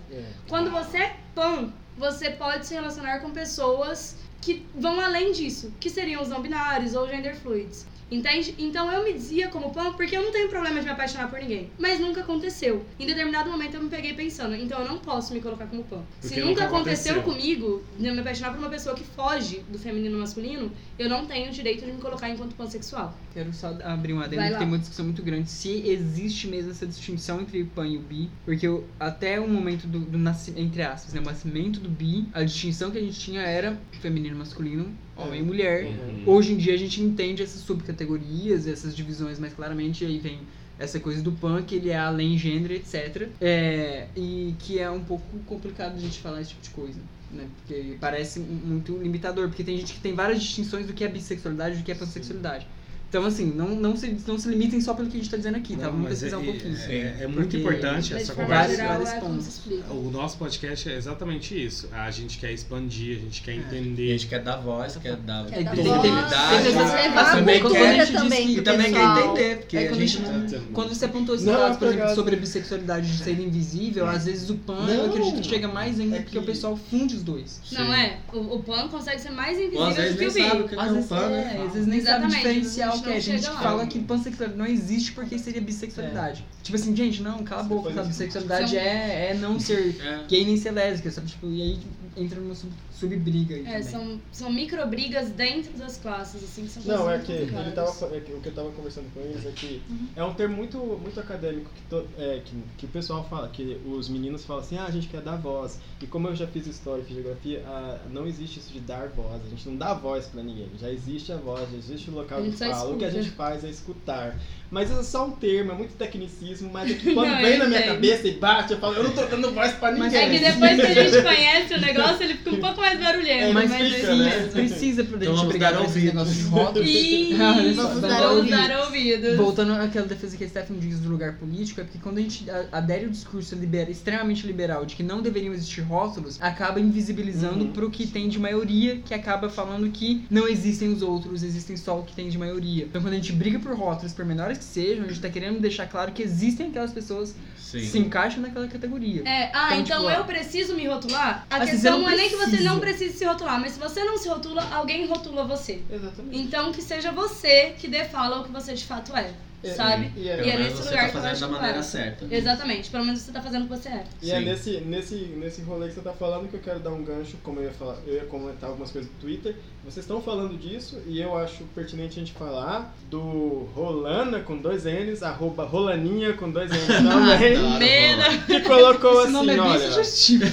Speaker 5: Quando você é pan, você pode se relacionar com pessoas que vão além disso, que seriam os não binários ou gender fluids. Entende? Então eu me dizia como pan porque eu não tenho problema de me apaixonar por ninguém. Mas nunca aconteceu. Em determinado momento eu me peguei pensando, então eu não posso me colocar como pan. Se
Speaker 9: Porque
Speaker 5: nunca,
Speaker 9: nunca
Speaker 5: aconteceu,
Speaker 9: aconteceu.
Speaker 5: comigo de eu me apaixonar por uma pessoa que foge do feminino masculino, eu não tenho o direito de me colocar enquanto pansexual.
Speaker 6: Quero só abrir um adendo,
Speaker 5: Vai
Speaker 6: que
Speaker 5: lá.
Speaker 6: tem uma discussão muito grande. Se existe mesmo essa distinção entre pan e o bi, porque eu- até o momento do, do nascimento, entre aspas, né, o nascimento do bi, a distinção que a gente tinha era feminino e masculino, homem e mulher.
Speaker 9: Uhum.
Speaker 6: Hoje em dia a gente entende essas subcategorias, essas divisões mais claramente, e aí vem essa coisa do pan, que ele é além gênero, etc. É, e que é um pouco complicado a gente falar esse tipo de coisa. Né? Porque parece muito limitador, porque tem gente que tem várias distinções do que é bissexualidade e do que é pansexualidade. Então, assim, não, não, se, não se limitem só pelo que a gente tá dizendo aqui, tá?
Speaker 9: Não,
Speaker 6: Vamos
Speaker 9: mas
Speaker 6: pesquisar
Speaker 9: é-
Speaker 6: um pouquinho.
Speaker 9: É, é muito
Speaker 6: Porque-
Speaker 9: importante
Speaker 5: Mas
Speaker 9: essa
Speaker 5: de forma
Speaker 9: conversa.
Speaker 5: geral
Speaker 6: vários
Speaker 5: é como
Speaker 6: pontos.
Speaker 5: se explica.
Speaker 9: O nosso podcast é exatamente isso. A gente quer expandir, a gente
Speaker 6: É.
Speaker 9: quer
Speaker 8: E a
Speaker 9: entender.
Speaker 8: gente quer dar voz, quer dar
Speaker 2: Quer dar
Speaker 6: tem- É, tá tem-
Speaker 8: visibilidade.
Speaker 2: tem-
Speaker 8: mas
Speaker 2: tem- levar a
Speaker 8: também
Speaker 2: cultura
Speaker 8: quer-
Speaker 2: também
Speaker 8: E também quer
Speaker 2: pessoal.
Speaker 8: entender, porque
Speaker 6: É
Speaker 8: a
Speaker 6: quando
Speaker 8: gente.
Speaker 6: a gente- Quando você apontou esses
Speaker 4: Não,
Speaker 6: dados,
Speaker 4: tá
Speaker 6: por exemplo,
Speaker 4: ligado.
Speaker 6: sobre a bissexualidade de ser invisível, às vezes o pan, eu
Speaker 4: Não.
Speaker 6: acredito que chega mais ainda,
Speaker 4: É
Speaker 6: porque o
Speaker 4: que-
Speaker 6: pessoal funde os dois.
Speaker 5: Não é? O, o pan consegue ser mais
Speaker 8: Ou às
Speaker 5: invisível
Speaker 8: vezes
Speaker 5: do que
Speaker 8: nem
Speaker 5: o bi.
Speaker 8: sabe o que que é
Speaker 6: Às
Speaker 8: um
Speaker 6: vezes,
Speaker 8: pan,
Speaker 6: é,
Speaker 8: né?
Speaker 6: às vezes nem sabe
Speaker 5: Exatamente,
Speaker 6: diferenciar o
Speaker 5: às vezes
Speaker 6: que é.
Speaker 5: não
Speaker 6: Gente
Speaker 5: chega
Speaker 6: que
Speaker 5: lá.
Speaker 6: fala que pansexualidade não existe porque seria bissexualidade.
Speaker 4: É.
Speaker 6: Tipo assim, gente, não, cala a boca, sabe? Bissexualidade
Speaker 5: São-
Speaker 6: é, é não ser
Speaker 8: É.
Speaker 6: gay nem ser lésbica, sabe? Tipo, e aí entra numa sub- subbriga aí
Speaker 5: É,
Speaker 6: também.
Speaker 5: são, são microbrigas dentro das classes, assim, que são
Speaker 4: Não, é
Speaker 5: coisas
Speaker 4: que,
Speaker 5: muito
Speaker 4: ele tava,
Speaker 5: claras.
Speaker 4: fa- é que o que eu tava conversando com eles é que
Speaker 5: Uhum.
Speaker 4: é um termo muito, muito acadêmico que, to- é, que, que o pessoal fala, que os meninos falam assim, ah, a gente quer dar voz. E como eu já fiz história e fiz geografia, ah, não existe isso de dar voz, a gente não dá voz pra ninguém. Já existe a voz, já existe o local
Speaker 5: A
Speaker 4: de
Speaker 5: gente só
Speaker 4: fala, o que a
Speaker 5: escuta.
Speaker 4: gente faz é escutar. Mas isso é só um termo, é muito tecnicismo, mas é que quando
Speaker 5: Não,
Speaker 4: vem
Speaker 5: eu
Speaker 4: na minha
Speaker 5: entendo.
Speaker 4: cabeça e bate, eu falo, eu não tô dando voz pra ninguém.
Speaker 6: Mas
Speaker 5: É que depois que a gente conhece o negócio, ele fica um pouco mais barulhento.
Speaker 4: É,
Speaker 5: mas
Speaker 4: mas
Speaker 5: é
Speaker 4: fica,
Speaker 5: isso
Speaker 4: né?
Speaker 5: mesmo.
Speaker 6: Precisa pra
Speaker 8: Então
Speaker 6: gente
Speaker 8: vamos
Speaker 6: brigar
Speaker 8: dar
Speaker 6: com esses
Speaker 8: ouvidos.
Speaker 6: negócios de rótulo.
Speaker 5: Ih,
Speaker 6: Olha só,
Speaker 5: vamos
Speaker 6: dá
Speaker 5: dar
Speaker 6: ouvidos.
Speaker 5: ouvidos.
Speaker 6: Voltando àquela defesa que a Stephanie diz do lugar político, é porque quando a gente a- adere ao discurso libera- extremamente liberal de que não deveriam existir rótulos, acaba invisibilizando
Speaker 4: Uhum.
Speaker 6: pro que tem de maioria, que acaba falando que não existem os outros, existem só o que tem de maioria. Então quando a gente briga por rótulos, por menores que sejam, a gente tá querendo deixar claro que existem aquelas pessoas que se encaixam naquela categoria.
Speaker 5: É, ah,
Speaker 6: Então,
Speaker 5: então
Speaker 6: tipo,
Speaker 5: eu preciso me rotular? A
Speaker 6: assim,
Speaker 5: questão
Speaker 6: você
Speaker 5: não
Speaker 6: não
Speaker 5: é nem que você
Speaker 6: precisa.
Speaker 5: não precise se rotular, mas se você não se rotula, alguém rotula você.
Speaker 4: Exatamente.
Speaker 5: Então que seja você que dê fala o que você de fato é,
Speaker 4: É,
Speaker 5: sabe?
Speaker 4: E é,
Speaker 5: E é
Speaker 8: Pelo menos
Speaker 5: nesse
Speaker 8: você
Speaker 5: lugar
Speaker 8: tá
Speaker 5: que eu
Speaker 8: fazendo
Speaker 5: acho
Speaker 8: da
Speaker 5: que
Speaker 8: maneira
Speaker 5: vai.
Speaker 8: certa.
Speaker 5: Exatamente, pelo menos você tá fazendo o que você é.
Speaker 4: E é
Speaker 8: Sim.
Speaker 4: nesse, nesse, nesse rolê que você tá falando que eu quero dar um gancho, como eu ia falar, eu ia comentar algumas coisas do Twitter. Vocês estão falando disso e eu acho pertinente a gente falar do Rolana com dois N's, arroba Rolaninha com dois N's também,
Speaker 5: Mena!
Speaker 4: que
Speaker 5: Então,
Speaker 4: colocou
Speaker 6: Esse
Speaker 4: assim,
Speaker 6: nome é bem
Speaker 4: olha,
Speaker 6: sugestivo.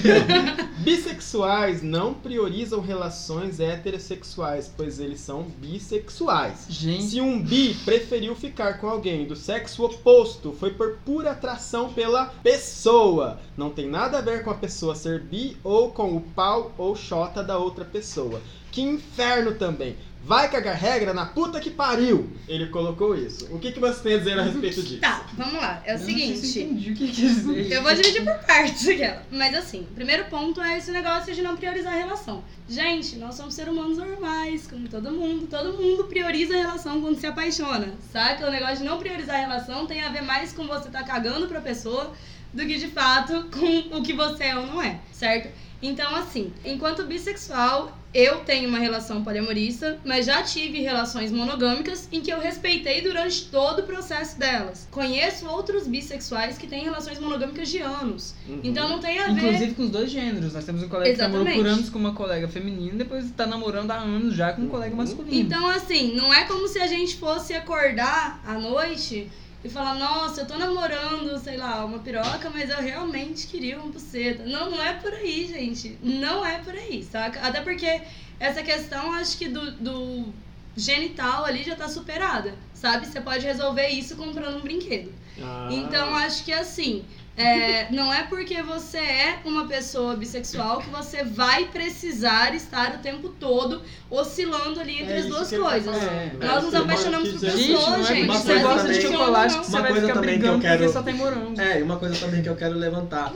Speaker 4: bissexuais não priorizam relações heterossexuais, pois eles são bissexuais.
Speaker 6: Gente,
Speaker 4: Se um bi preferiu ficar com alguém do sexo oposto, foi por pura atração pela pessoa. Não tem nada a ver com a pessoa ser bi ou com o pau ou xota da outra pessoa. Que inferno também. Vai cagar regra na puta que pariu. Ele colocou isso. O que, que você tem a dizer a respeito disso?
Speaker 5: Tá, vamos lá. É
Speaker 6: eu
Speaker 5: o
Speaker 6: não sei se eu
Speaker 5: seguinte.
Speaker 6: entendi o que quer dizer.
Speaker 5: Eu vou dividir por partes aquela. Mas assim, o primeiro ponto é esse negócio de não priorizar a relação. Gente, nós somos seres humanos normais, como todo mundo. Todo mundo prioriza a relação quando se apaixona. Saca? O negócio de não priorizar a relação tem a ver mais com você tá cagando pra pessoa do que de fato com o que você é ou não é, certo? Então, assim, enquanto bissexual, eu tenho uma relação poliamorista, mas já tive relações monogâmicas em que eu respeitei durante todo o processo delas. Conheço outros bissexuais que têm relações monogâmicas de anos.
Speaker 4: Uhum.
Speaker 5: Então não tem a ver.
Speaker 6: Inclusive com os dois gêneros. Nós temos um colega que namorou por
Speaker 5: Exatamente.
Speaker 6: anos com uma colega feminina, depois tá namorando há anos já com um colega masculino.
Speaker 5: Então, assim, não é como se a gente fosse acordar à noite e falar, nossa, eu tô namorando, sei lá, uma piroca, mas eu realmente queria uma buceta. Não, não é por aí, gente. Não é por aí, saca? Até porque essa questão, acho que do, do genital ali já tá superada, sabe? Você pode resolver isso comprando um brinquedo.
Speaker 4: Ah,
Speaker 5: Então acho que assim, é, não é porque você é uma pessoa bissexual que você vai precisar estar o tempo todo oscilando ali entre
Speaker 4: é
Speaker 5: as
Speaker 4: isso
Speaker 5: duas
Speaker 4: que ele tá
Speaker 5: coisas.
Speaker 4: falando.
Speaker 5: Nós nos
Speaker 4: Tem
Speaker 5: apaixonamos
Speaker 4: uma-
Speaker 5: por
Speaker 4: que-
Speaker 5: pessoas,
Speaker 6: Gente, não é
Speaker 5: gente.
Speaker 6: porque
Speaker 5: Não
Speaker 6: você
Speaker 5: é
Speaker 6: gosta de
Speaker 5: porque funciona,
Speaker 6: chocolate
Speaker 5: não.
Speaker 6: que você
Speaker 3: Uma
Speaker 6: vai
Speaker 3: coisa
Speaker 6: ficar
Speaker 3: também que eu
Speaker 6: brigando porque
Speaker 3: quero-
Speaker 6: só tem morango.
Speaker 3: É, e uma coisa também que eu quero levantar.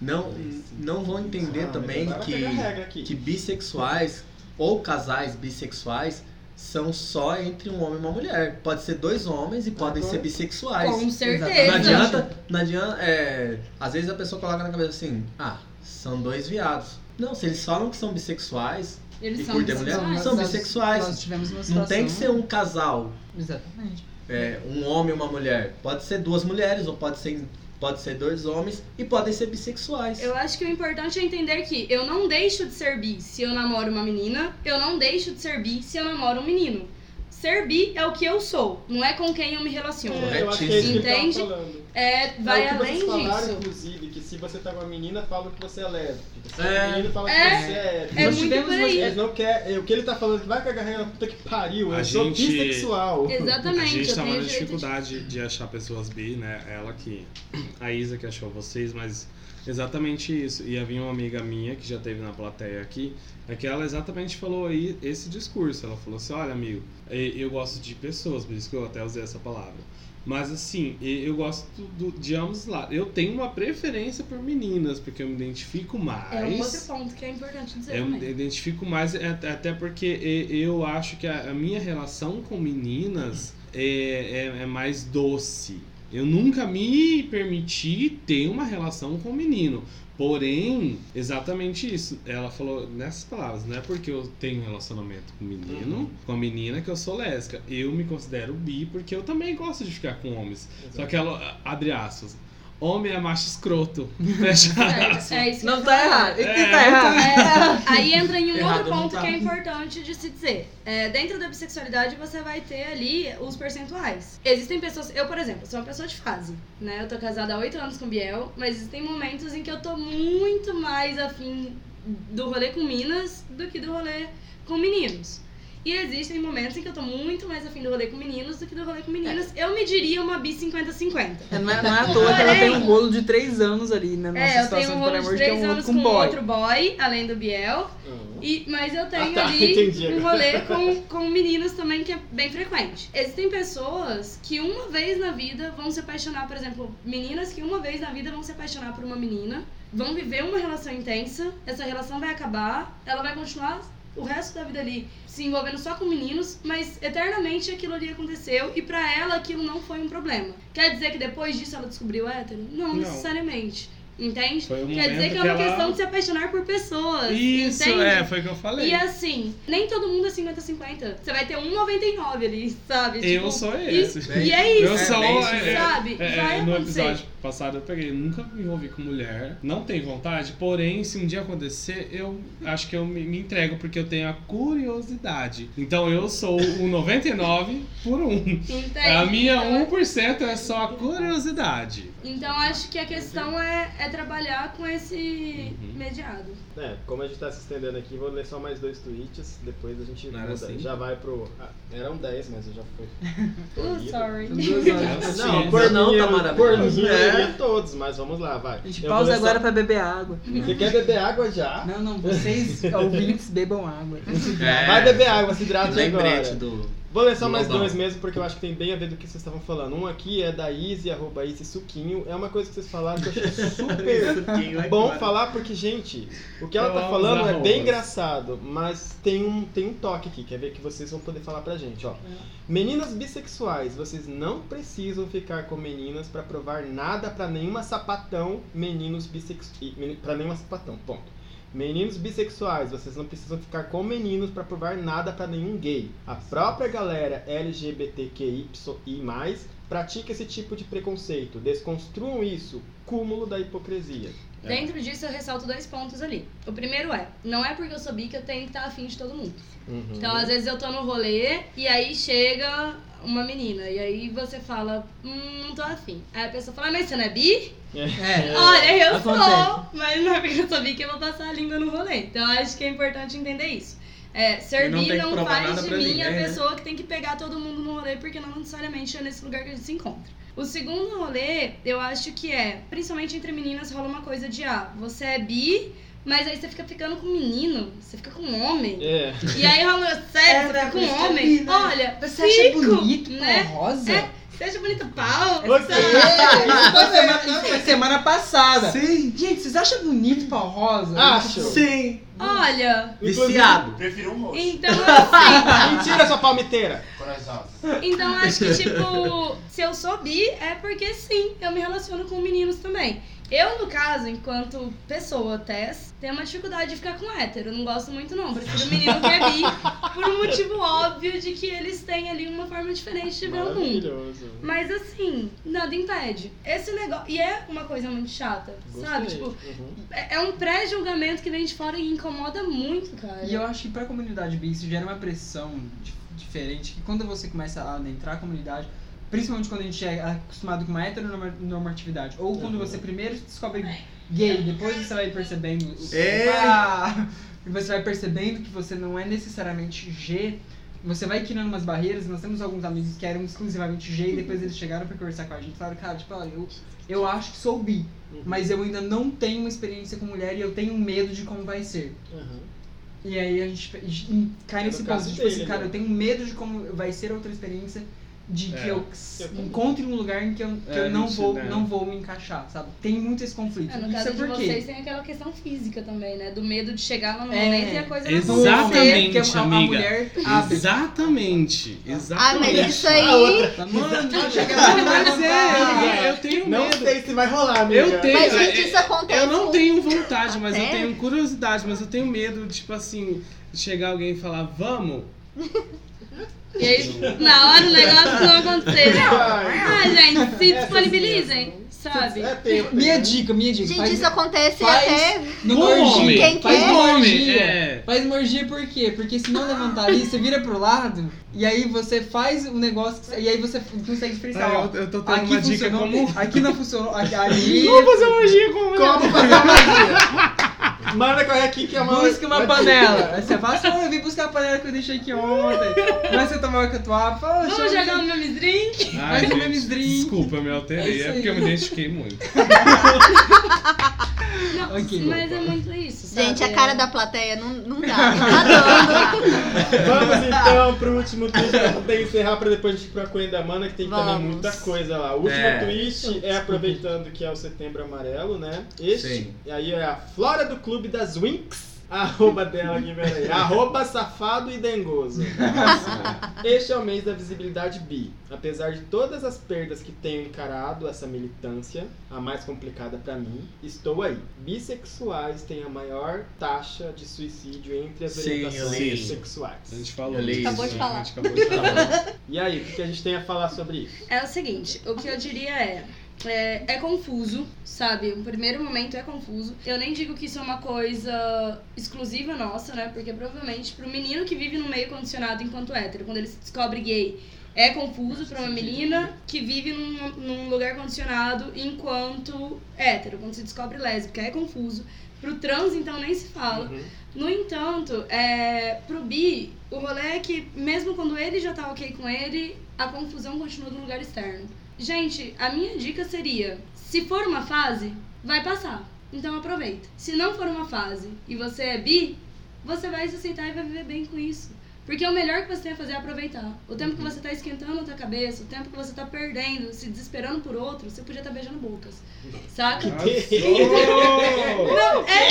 Speaker 3: Não, não vão entender
Speaker 4: Ah, mas
Speaker 3: também
Speaker 4: agora
Speaker 3: que,
Speaker 4: pega a regra aqui.
Speaker 3: que bissexuais ou casais bissexuais são só entre um homem e uma mulher. Pode ser dois homens e podem
Speaker 4: Agora-
Speaker 3: ser bissexuais.
Speaker 5: Tá Com
Speaker 3: Não
Speaker 5: certeza.
Speaker 6: Exatamente.
Speaker 3: adianta, não adianta. é, às vezes a pessoa coloca na cabeça assim, ah, são dois viados. Não, se eles falam que são bissexuais,
Speaker 5: Eles
Speaker 3: E
Speaker 5: são
Speaker 3: curtem a mulher?
Speaker 5: bissexuais.
Speaker 3: São bissexuais.
Speaker 6: Nós tivemos uma
Speaker 3: não
Speaker 6: situação.
Speaker 3: tem que ser um casal,
Speaker 6: Exatamente.
Speaker 3: é, um homem e uma mulher. Pode ser duas mulheres, ou pode ser, pode ser dois homens, e podem ser bissexuais.
Speaker 5: Eu acho que o importante é entender que eu não deixo de ser bi se eu namoro uma menina, eu não deixo de ser bi se eu namoro um menino. Ser bi é o que eu sou, não é com quem eu me relaciono.
Speaker 4: É, eu acho que é isso que ele tava
Speaker 5: Entende?
Speaker 4: falando.
Speaker 5: É, vai
Speaker 4: é o que
Speaker 5: além
Speaker 4: vocês falaram,
Speaker 5: disso.
Speaker 4: inclusive, que se você tá com uma menina, fala que você é lésbica. Se
Speaker 3: É.
Speaker 4: é um menino, fala
Speaker 5: É.
Speaker 4: que você é hétero.
Speaker 6: Nós
Speaker 5: É muito
Speaker 6: tivemos
Speaker 5: por
Speaker 6: uma-
Speaker 5: aí.
Speaker 4: Eles não querem. O que ele tá falando é que vai cagar regra na puta que pariu.
Speaker 1: A
Speaker 4: eu sou
Speaker 1: gente-
Speaker 5: É.
Speaker 4: bissexual.
Speaker 1: A
Speaker 5: Exatamente,
Speaker 1: gente
Speaker 5: eu
Speaker 1: tá
Speaker 5: tenho
Speaker 1: numa
Speaker 5: direito
Speaker 1: dificuldade de achar pessoas bi, né? Ela que. A Isa que achou vocês, mas exatamente isso. E havia uma amiga minha que já teve na plateia aqui, é que ela exatamente falou aí esse discurso. Ela falou assim: olha, amigo, e- eu gosto de pessoas, por isso que eu até usei essa palavra. Mas assim, e- eu gosto do- de ambos lados. Eu tenho uma preferência por meninas, porque eu me identifico mais.
Speaker 5: de- É um outro ponto que é importante dizer
Speaker 1: Eu me
Speaker 5: também.
Speaker 1: identifico mais, é, até porque e- eu acho que a a minha relação com meninas é, é, é mais doce. Eu nunca me permiti ter uma relação com um menino. Porém, exatamente isso. Ela falou nessas palavras, não é porque eu tenho um relacionamento com menino,
Speaker 5: Uhum.
Speaker 1: com a menina, que eu sou lésbica. Eu me considero bi porque eu também gosto de ficar com homens. Só que ela, abre aspas, homem é macho escroto. Fecha
Speaker 5: Certo, É isso que eu
Speaker 6: Não
Speaker 5: ia
Speaker 6: tá
Speaker 5: falar.
Speaker 6: errado. Ele que tá
Speaker 5: É,
Speaker 6: errado.
Speaker 5: aí entra em um
Speaker 3: Errado
Speaker 5: outro
Speaker 3: não
Speaker 5: ponto
Speaker 3: tá.
Speaker 5: que é importante de se dizer. É, dentro da bissexualidade, você vai ter ali os percentuais. Existem pessoas. Eu, por exemplo, sou uma pessoa de fase. Né? Eu tô casada há oito anos com o Biel, mas existem momentos em que eu tô muito mais afim do rolê com Minas do que do rolê com meninos. E existem momentos em que eu tô muito mais afim do rolê com meninos do que do rolê com meninas. Eu me diria uma bi 50-50.
Speaker 6: É, Não é, não é à toa que ela tem um rolo de três anos ali na nossa
Speaker 5: É, eu
Speaker 6: situação
Speaker 5: tenho um
Speaker 6: de
Speaker 5: rolo de
Speaker 6: poliamor, que é
Speaker 5: três
Speaker 6: um outro
Speaker 5: anos
Speaker 6: com
Speaker 5: com
Speaker 6: um boy.
Speaker 5: outro boy, além do Biel. E- mas eu tenho
Speaker 4: Ah, tá,
Speaker 5: ali
Speaker 4: entendi
Speaker 5: um
Speaker 4: agora.
Speaker 5: rolê com, com meninos também que é bem frequente. Existem pessoas que uma vez na vida vão se apaixonar, por exemplo, meninas que uma vez na vida vão se apaixonar por uma menina, vão viver uma relação intensa, essa relação vai acabar, ela vai continuar o resto da vida ali se envolvendo só com meninos, mas eternamente aquilo ali aconteceu e pra ela aquilo não foi um problema. Quer dizer que depois disso ela descobriu hétero? Não,
Speaker 1: Não.
Speaker 5: necessariamente. Entende?
Speaker 1: Foi o
Speaker 5: Quer dizer
Speaker 1: momento
Speaker 5: que é
Speaker 1: que
Speaker 5: uma
Speaker 1: ela-
Speaker 5: questão de se apaixonar por pessoas.
Speaker 1: Um Isso,
Speaker 5: entende?
Speaker 1: é, foi o que eu falei.
Speaker 5: E assim, nem todo mundo é 50-50. Você vai ter um 99 ali, sabe?
Speaker 1: Eu
Speaker 5: Tipo,
Speaker 1: sou
Speaker 5: e-
Speaker 1: esse.
Speaker 5: E é isso,
Speaker 1: Eu sou.
Speaker 3: bem isso
Speaker 1: é,
Speaker 5: sabe?
Speaker 1: é,
Speaker 5: vai
Speaker 1: no
Speaker 5: acontecer.
Speaker 1: episódio passado eu peguei, nunca me envolvi com mulher, não tenho vontade, porém, se um dia acontecer, eu acho que eu me, me entrego, porque eu tenho a curiosidade. Então eu sou um 99 por 1.
Speaker 5: Entende?
Speaker 1: É A minha
Speaker 5: Então,
Speaker 1: 1% é só a curiosidade.
Speaker 5: Então acho que a questão é, é trabalhar com esse
Speaker 1: Uhum.
Speaker 5: mediado.
Speaker 4: É, como a gente tá se estendendo aqui, vou ler só mais dois tweets, depois a gente
Speaker 1: Não
Speaker 4: muda.
Speaker 1: era assim?
Speaker 4: Já vai pro. Ah, eram 10, mas eu já fui. tô
Speaker 5: Uh,
Speaker 4: lido.
Speaker 5: sorry.
Speaker 6: Duas horas.
Speaker 4: Não,
Speaker 3: Ainda não tá
Speaker 4: corninho,
Speaker 3: maravilhoso.
Speaker 4: corninho eu
Speaker 3: É.
Speaker 4: lia todos, mas vamos lá, vai.
Speaker 6: A gente
Speaker 4: Eu
Speaker 6: pausa
Speaker 4: vou ler só-
Speaker 6: agora pra beber água.
Speaker 4: Você quer beber água já?
Speaker 6: Não, não, vocês ouvintes bebam água.
Speaker 3: É.
Speaker 4: Vai beber água, se hidrata
Speaker 3: Lembrete
Speaker 4: agora.
Speaker 3: do.
Speaker 4: Vou ler só mais
Speaker 3: Global.
Speaker 4: dois mesmo, porque eu acho que tem bem a ver do que vocês estavam falando. Um aqui é da Easy, arroba Easy Suquinho. É uma coisa que vocês falaram que eu achei super É bom falar, porque, gente, o que ela
Speaker 1: Eu
Speaker 4: tá
Speaker 1: amo
Speaker 4: falando
Speaker 1: usar
Speaker 4: é bem
Speaker 1: roupas.
Speaker 4: engraçado, mas tem um, tem um toque aqui, quer ver que vocês vão poder falar pra gente, ó. Meninas bissexuais, vocês não precisam ficar com meninas pra provar nada pra nenhuma sapatão, meninos bissexuais. Pra nenhuma sapatão, ponto. Meninos bissexuais, vocês não precisam ficar com meninos pra provar nada pra nenhum gay. A própria galera LGBTQI+, Pratica esse tipo de preconceito, desconstruam isso, cúmulo da hipocrisia.
Speaker 9: É.
Speaker 5: Dentro disso, eu ressalto dois pontos ali. O primeiro é, não é porque eu sou bi que eu tenho que estar afim de todo mundo.
Speaker 4: Uhum.
Speaker 5: Então, às vezes eu tô no rolê e aí chega uma menina e aí você fala, hum, não tô afim. Aí a pessoa fala, mas você não é bi?
Speaker 6: É.
Speaker 5: Olha, eu sou,
Speaker 6: acontece.
Speaker 5: mas não é porque eu sou bi que eu vou passar a língua no rolê. Então, acho que é importante entender isso. É,
Speaker 3: E
Speaker 5: ser
Speaker 3: não
Speaker 5: bi
Speaker 3: tem que
Speaker 5: não,
Speaker 3: provar nada
Speaker 5: faz de
Speaker 3: pra
Speaker 5: mim a
Speaker 3: ninguém, né?
Speaker 5: pessoa que tem que pegar todo mundo no rolê, porque não necessariamente é nesse lugar que a gente se encontra. O segundo rolê, eu acho que é, principalmente entre meninas, rola uma coisa de, ah, você é bi, mas aí você fica ficando com menino, você fica com homem.
Speaker 4: É.
Speaker 5: E aí rola, sério,
Speaker 6: É,
Speaker 5: você
Speaker 6: né,
Speaker 5: fica com
Speaker 6: por isso que é
Speaker 5: homem?
Speaker 6: bi, né?
Speaker 5: Olha,
Speaker 6: Você acha
Speaker 5: fico,
Speaker 6: bonito,
Speaker 5: né?
Speaker 6: cor rosa?
Speaker 5: É. Você acha bonito pau?
Speaker 4: Você-
Speaker 6: Isso foi semana, isso foi semana passada.
Speaker 8: Sim.
Speaker 6: Gente, vocês acham bonito pau rosa? Ah,
Speaker 4: Acho.
Speaker 8: Sim.
Speaker 5: Olha,
Speaker 8: Viciado.
Speaker 7: Prefiro um roxo.
Speaker 5: então assim,
Speaker 4: Mentira, sua palmiteira!
Speaker 7: Corajosa.
Speaker 5: Então acho que, tipo, se eu sou bi, é porque sim, eu me relaciono com meninos também. Eu, no caso, enquanto pessoa, Tess, tenho uma dificuldade de ficar com hétero. Não gosto muito, não. Prefiro menino que é bi, por um motivo óbvio de que eles têm ali uma forma diferente de ver o mundo.
Speaker 4: Maravilhoso.
Speaker 5: Mas assim, nada impede. Esse negócio. E é uma coisa muito chata, sabe?
Speaker 4: Gostei.
Speaker 5: Tipo,
Speaker 4: Uhum.
Speaker 5: é é um pré-julgamento que vem de fora e incomoda muito, cara.
Speaker 6: E eu acho que pra comunidade bi isso gera uma pressão di- diferente, que quando você começa a adentrar a comunidade, principalmente quando a gente é acostumado com uma heteronormatividade, ou quando você primeiro descobre gay, depois você vai percebendo o
Speaker 8: Ei!
Speaker 6: Ah! e você vai percebendo que você não é necessariamente G, você vai criando umas barreiras, nós temos alguns amigos que eram exclusivamente G e depois eles chegaram pra conversar com a gente e falaram, cara, tipo, olha, eu, eu acho que sou bi,
Speaker 4: Uhum.
Speaker 6: mas eu ainda não tenho uma experiência com mulher e eu tenho medo de como vai ser.
Speaker 4: Uhum.
Speaker 6: E aí a gente a gente cai
Speaker 4: É
Speaker 6: nesse
Speaker 4: no
Speaker 6: ponto,
Speaker 4: caso
Speaker 6: tipo
Speaker 4: dele,
Speaker 6: assim, cara,
Speaker 4: né?
Speaker 6: eu tenho medo de como vai ser a outra experiência de que
Speaker 9: É,
Speaker 6: eu, s-
Speaker 4: eu também.
Speaker 6: encontre um lugar em que eu, que
Speaker 9: É,
Speaker 6: eu não,
Speaker 9: isso,
Speaker 6: vou,
Speaker 9: né?
Speaker 6: não vou me encaixar, sabe? Tem muito esse conflito.
Speaker 5: É, no
Speaker 6: Isso
Speaker 5: caso
Speaker 6: é
Speaker 5: de
Speaker 6: por quê?
Speaker 5: vocês tem aquela questão física também, né? Do medo de chegar lá no
Speaker 6: É,
Speaker 5: momento e a coisa não
Speaker 6: Porque é
Speaker 9: Exatamente,
Speaker 6: a, a
Speaker 9: amiga.
Speaker 6: mulher abre.
Speaker 9: Exatamente,
Speaker 2: Ah,
Speaker 9: exatamente.
Speaker 1: é
Speaker 2: mas isso
Speaker 4: A
Speaker 2: aí.
Speaker 6: tá?
Speaker 4: outra.
Speaker 9: Mano,
Speaker 6: Não, chega
Speaker 9: não, mas
Speaker 6: lá,
Speaker 9: é, eu tenho
Speaker 4: Não
Speaker 9: medo.
Speaker 4: sei se vai rolar, amiga.
Speaker 9: Eu tenho.
Speaker 2: Mas,
Speaker 9: é-
Speaker 2: gente, isso acontece.
Speaker 9: Eu não
Speaker 2: com-
Speaker 9: tenho vontade, mas eu
Speaker 2: Sério?
Speaker 9: tenho curiosidade, mas eu tenho medo, tipo assim, chegar alguém e falar, vamos.
Speaker 5: E aí, na hora o negócio não acontecer.
Speaker 4: Vai.
Speaker 5: Ah, gente, se
Speaker 4: Essas
Speaker 5: disponibilizem, sabe?
Speaker 4: É tempo.
Speaker 6: Minha dica, minha dica.
Speaker 2: Gente,
Speaker 6: faz,
Speaker 2: isso acontece
Speaker 6: faz-
Speaker 2: até.
Speaker 1: é
Speaker 6: no
Speaker 1: um
Speaker 9: Com
Speaker 6: orgia.
Speaker 9: homem.
Speaker 2: Quem
Speaker 6: Faz
Speaker 2: quer?
Speaker 6: no
Speaker 9: Com homem,
Speaker 6: orgia.
Speaker 9: é.
Speaker 6: Faz no orgia por quê? Porque se não levantar ali, você vira pro lado e aí você faz o negócio que você- e aí você consegue freestyle. ó.
Speaker 9: Ah, eu, eu tô tendo
Speaker 6: Aqui
Speaker 9: uma dica
Speaker 6: funcionou,
Speaker 9: como.
Speaker 6: aqui não funcionou, aqui, ali...
Speaker 4: Como fazer a magia? Manda correr aqui que é uma.
Speaker 6: Busca uma panela. Aí você fala assim, "Ah, eu vim buscar a panela que eu deixei aqui ontem. Vai você tomar uma catuaba. Fala,
Speaker 5: Vamos
Speaker 6: chama-
Speaker 5: jogar um meme drink?
Speaker 9: Ai,
Speaker 6: Faz um
Speaker 9: gente,
Speaker 6: memes drink.
Speaker 9: Desculpa, eu me alterei,
Speaker 6: É isso
Speaker 9: é
Speaker 6: aí.
Speaker 9: porque eu me identifiquei muito.
Speaker 5: Não,
Speaker 6: Ok.
Speaker 5: mas é muito isso, sabe?
Speaker 2: Gente, a cara da plateia não, não dá. Tá dando.
Speaker 4: Vamos então pro último tweet pra poder encerrar pra depois a gente ir pra Coelho da Mana, que tem também
Speaker 2: Vamos.
Speaker 4: muita coisa lá. O último
Speaker 9: É.
Speaker 4: tweet é aproveitando que é o setembro amarelo, né? Este.
Speaker 8: Sim.
Speaker 4: E aí é a Flora do Clube das Winx. Arroba dela, Guimarães. Arroba safado e dengoso. Este é o mês da visibilidade bi. Apesar de todas as perdas que tenho encarado, essa militância, a mais complicada pra mim, estou aí. Bissexuais têm a maior taxa de suicídio entre as
Speaker 8: Sim, eu
Speaker 4: orientações
Speaker 9: li isso.
Speaker 4: sexuais.
Speaker 9: A gente falou.
Speaker 8: Eu li
Speaker 9: disso,
Speaker 5: Acabou de
Speaker 9: né?
Speaker 5: falar.
Speaker 9: A gente acabou de falar.
Speaker 4: E aí, o que que a gente tem a falar sobre isso?
Speaker 5: É o seguinte, o que eu diria é. É, é confuso, sabe? O primeiro momento é confuso. Eu nem digo que isso é uma coisa exclusiva nossa, né? Porque provavelmente pro menino que vive no meio condicionado enquanto hétero, quando ele se descobre gay, é confuso pra uma menina que vive num, num lugar condicionado enquanto hétero. Quando se descobre lésbica, é confuso. Pro trans, então, nem se fala. No entanto, é, pro Bi, o rolê é que, mesmo quando ele já tá ok com ele, a confusão continua no lugar externo. Gente, a minha dica seria: se for uma fase, vai passar. Então aproveita. Se não for uma fase e você é bi, você vai se aceitar e vai viver bem com isso. Porque o melhor que você tem a fazer é aproveitar. O tempo que você tá esquentando a tua cabeça, o tempo que você tá perdendo, se desesperando por outro, você podia estar beijando bocas. Saca? Não, é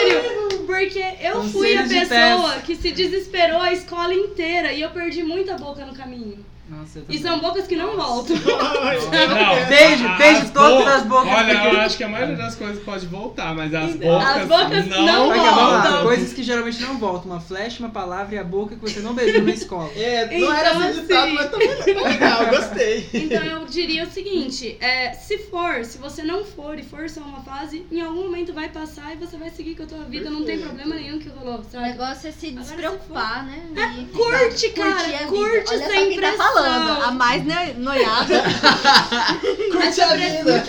Speaker 5: sério! Porque eu fui a
Speaker 6: Conselho de
Speaker 5: pessoa que se desesperou a escola inteira e eu perdi muita boca no caminho.
Speaker 6: Nossa, eu
Speaker 5: E
Speaker 6: também.
Speaker 5: são bocas que não voltam.
Speaker 1: Não,
Speaker 6: Beijo,
Speaker 1: a-
Speaker 6: beijo
Speaker 1: as
Speaker 6: todas
Speaker 1: bo-
Speaker 6: as bocas.
Speaker 1: Olha, eu acho que a maioria das coisas pode voltar, mas as bocas,
Speaker 5: As bocas não
Speaker 6: Vai acabar lá,
Speaker 5: voltam.
Speaker 6: é Coisas que geralmente não voltam. Uma flecha, uma palavra e a boca que você não beijou na escola.
Speaker 4: É, não
Speaker 5: Então,
Speaker 4: era assim
Speaker 5: assim-
Speaker 4: ditado, mas também tá legal, gostei.
Speaker 5: Então eu diria o seguinte: é, se for, se você não for e for só uma fase, em algum momento vai passar e você vai seguir com a tua vida, não tem problema nenhum que rolou,
Speaker 2: O
Speaker 5: sabe?
Speaker 2: negócio é se
Speaker 5: Agora se
Speaker 2: despreocupar, né? E ficar-
Speaker 5: Curte,
Speaker 2: curtir a
Speaker 5: cara,
Speaker 2: vida.
Speaker 5: curte
Speaker 2: Olha só
Speaker 5: sem
Speaker 2: quem tá
Speaker 5: pressão.
Speaker 2: falando. A mais né, noiada.
Speaker 4: Curte a vida.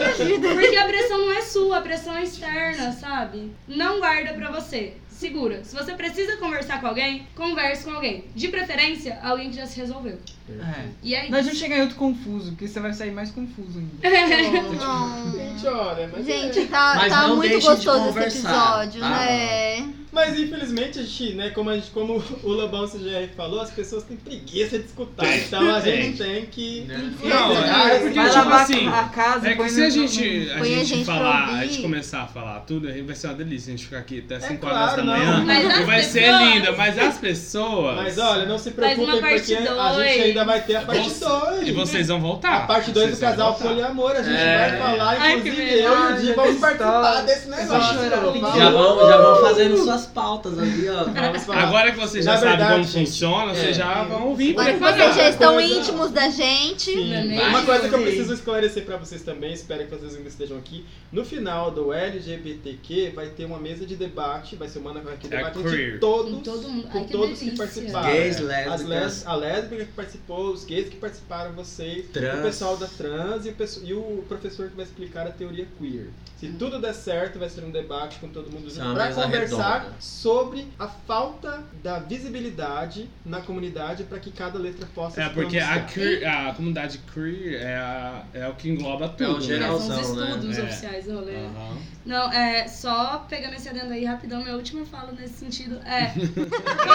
Speaker 5: Porque a pressão não é sua, a pressão é externa, sabe? Não guarda pra você. Segura. Se você precisa conversar com alguém, converse com alguém. De preferência, alguém que já se resolveu.
Speaker 6: É.
Speaker 5: E é
Speaker 6: Não
Speaker 5: isso.
Speaker 6: adianta chegar em outro confuso, porque você vai sair mais confuso ainda.
Speaker 5: É.
Speaker 4: Gente,
Speaker 2: Não.
Speaker 4: olha, mas... é
Speaker 2: Gente, tá,
Speaker 8: Mas
Speaker 2: tá
Speaker 8: não
Speaker 2: muito
Speaker 8: deixem de
Speaker 2: gostoso esse
Speaker 8: conversar,
Speaker 2: episódio,
Speaker 8: tá?
Speaker 2: né?
Speaker 4: Mas infelizmente a gente, né, como, a gente, como o Lobão CGR falou, as pessoas têm preguiça de escutar. Então a gente tem que.
Speaker 1: Não, é porque,
Speaker 6: vai
Speaker 1: tipo
Speaker 6: lavar
Speaker 1: assim,
Speaker 6: a casa e
Speaker 1: É
Speaker 6: põe
Speaker 1: que se a
Speaker 6: no-
Speaker 1: gente, a
Speaker 2: Põe a
Speaker 1: gente,
Speaker 2: gente pra
Speaker 1: falar, a
Speaker 2: ouvir.
Speaker 1: gente começar a falar tudo, aí vai ser uma delícia a gente ficar aqui até 5
Speaker 4: É claro,
Speaker 1: horas da
Speaker 4: não.
Speaker 1: manhã.
Speaker 5: Mas
Speaker 1: e
Speaker 5: as
Speaker 1: vai ser
Speaker 5: pessoas-
Speaker 1: linda, mas as pessoas.
Speaker 4: Mas olha, não se preocupem
Speaker 5: Faz uma
Speaker 4: porque
Speaker 5: parte
Speaker 4: a gente
Speaker 5: dois.
Speaker 4: ainda vai ter a parte
Speaker 1: Você-
Speaker 4: 2.
Speaker 1: E vocês vão voltar.
Speaker 4: né? A parte 2 do
Speaker 1: Vocês vão
Speaker 4: casal
Speaker 1: voltar.
Speaker 4: poliamor, a gente
Speaker 8: É.
Speaker 4: vai falar,
Speaker 5: Ai,
Speaker 4: inclusive
Speaker 5: que
Speaker 4: eu e o
Speaker 6: verdade,
Speaker 4: Di vamos
Speaker 6: essa
Speaker 4: participar
Speaker 6: história.
Speaker 4: desse
Speaker 6: Eu vou
Speaker 4: negócio.
Speaker 6: chorar, tem que
Speaker 4: vamos-
Speaker 3: Já vão, já vão fazendo suas pautas ali, ó.
Speaker 4: vamos falar.
Speaker 1: Agora que vocês já
Speaker 4: Na
Speaker 1: sabem
Speaker 4: verdade,
Speaker 1: como
Speaker 4: gente, é.
Speaker 1: funciona, vocês já vão ouvir.
Speaker 2: Agora que
Speaker 1: preparado.
Speaker 2: vocês já estão
Speaker 4: coisa-
Speaker 2: íntimos da gente.
Speaker 4: Sim.
Speaker 5: Não é mesmo?
Speaker 4: Uma coisa que eu
Speaker 3: Sim.
Speaker 4: preciso esclarecer pra vocês também, espero que vocês ainda estejam aqui. No final do LGBTQ vai ter uma mesa de debate, vai ser uma que vai aqui
Speaker 1: É
Speaker 4: debater
Speaker 1: queer.
Speaker 4: de todos,
Speaker 5: Com todo mundo.
Speaker 4: com
Speaker 5: Ai, que
Speaker 4: todos que
Speaker 5: delícia.
Speaker 4: participaram.
Speaker 3: Gays,
Speaker 4: As les,
Speaker 3: lésbicas.
Speaker 4: a lésbica que participou, os gays que participaram, vocês, o
Speaker 3: Trans.
Speaker 4: pessoal da trans e o, pesso- e o professor que vai explicar a teoria queer. Se tudo der certo, vai ser um debate com todo mundo
Speaker 8: Isso é uma
Speaker 4: para
Speaker 8: mesa
Speaker 4: conversar
Speaker 8: redonda.
Speaker 4: sobre a falta da visibilidade na comunidade para que cada letra possa
Speaker 1: É,
Speaker 4: se
Speaker 1: porque a,
Speaker 4: pronunciar.
Speaker 1: queer- a comunidade queer é, a- é o que engloba tudo.
Speaker 8: o
Speaker 5: É,
Speaker 1: né?
Speaker 8: geral.
Speaker 5: são os
Speaker 8: Geralzão, né? Ah.
Speaker 5: estudos
Speaker 1: É.
Speaker 5: oficiais do rolê.
Speaker 1: Aham.
Speaker 5: Não, é, só pegando esse adendo aí rapidão, minha última fala nesse sentido é.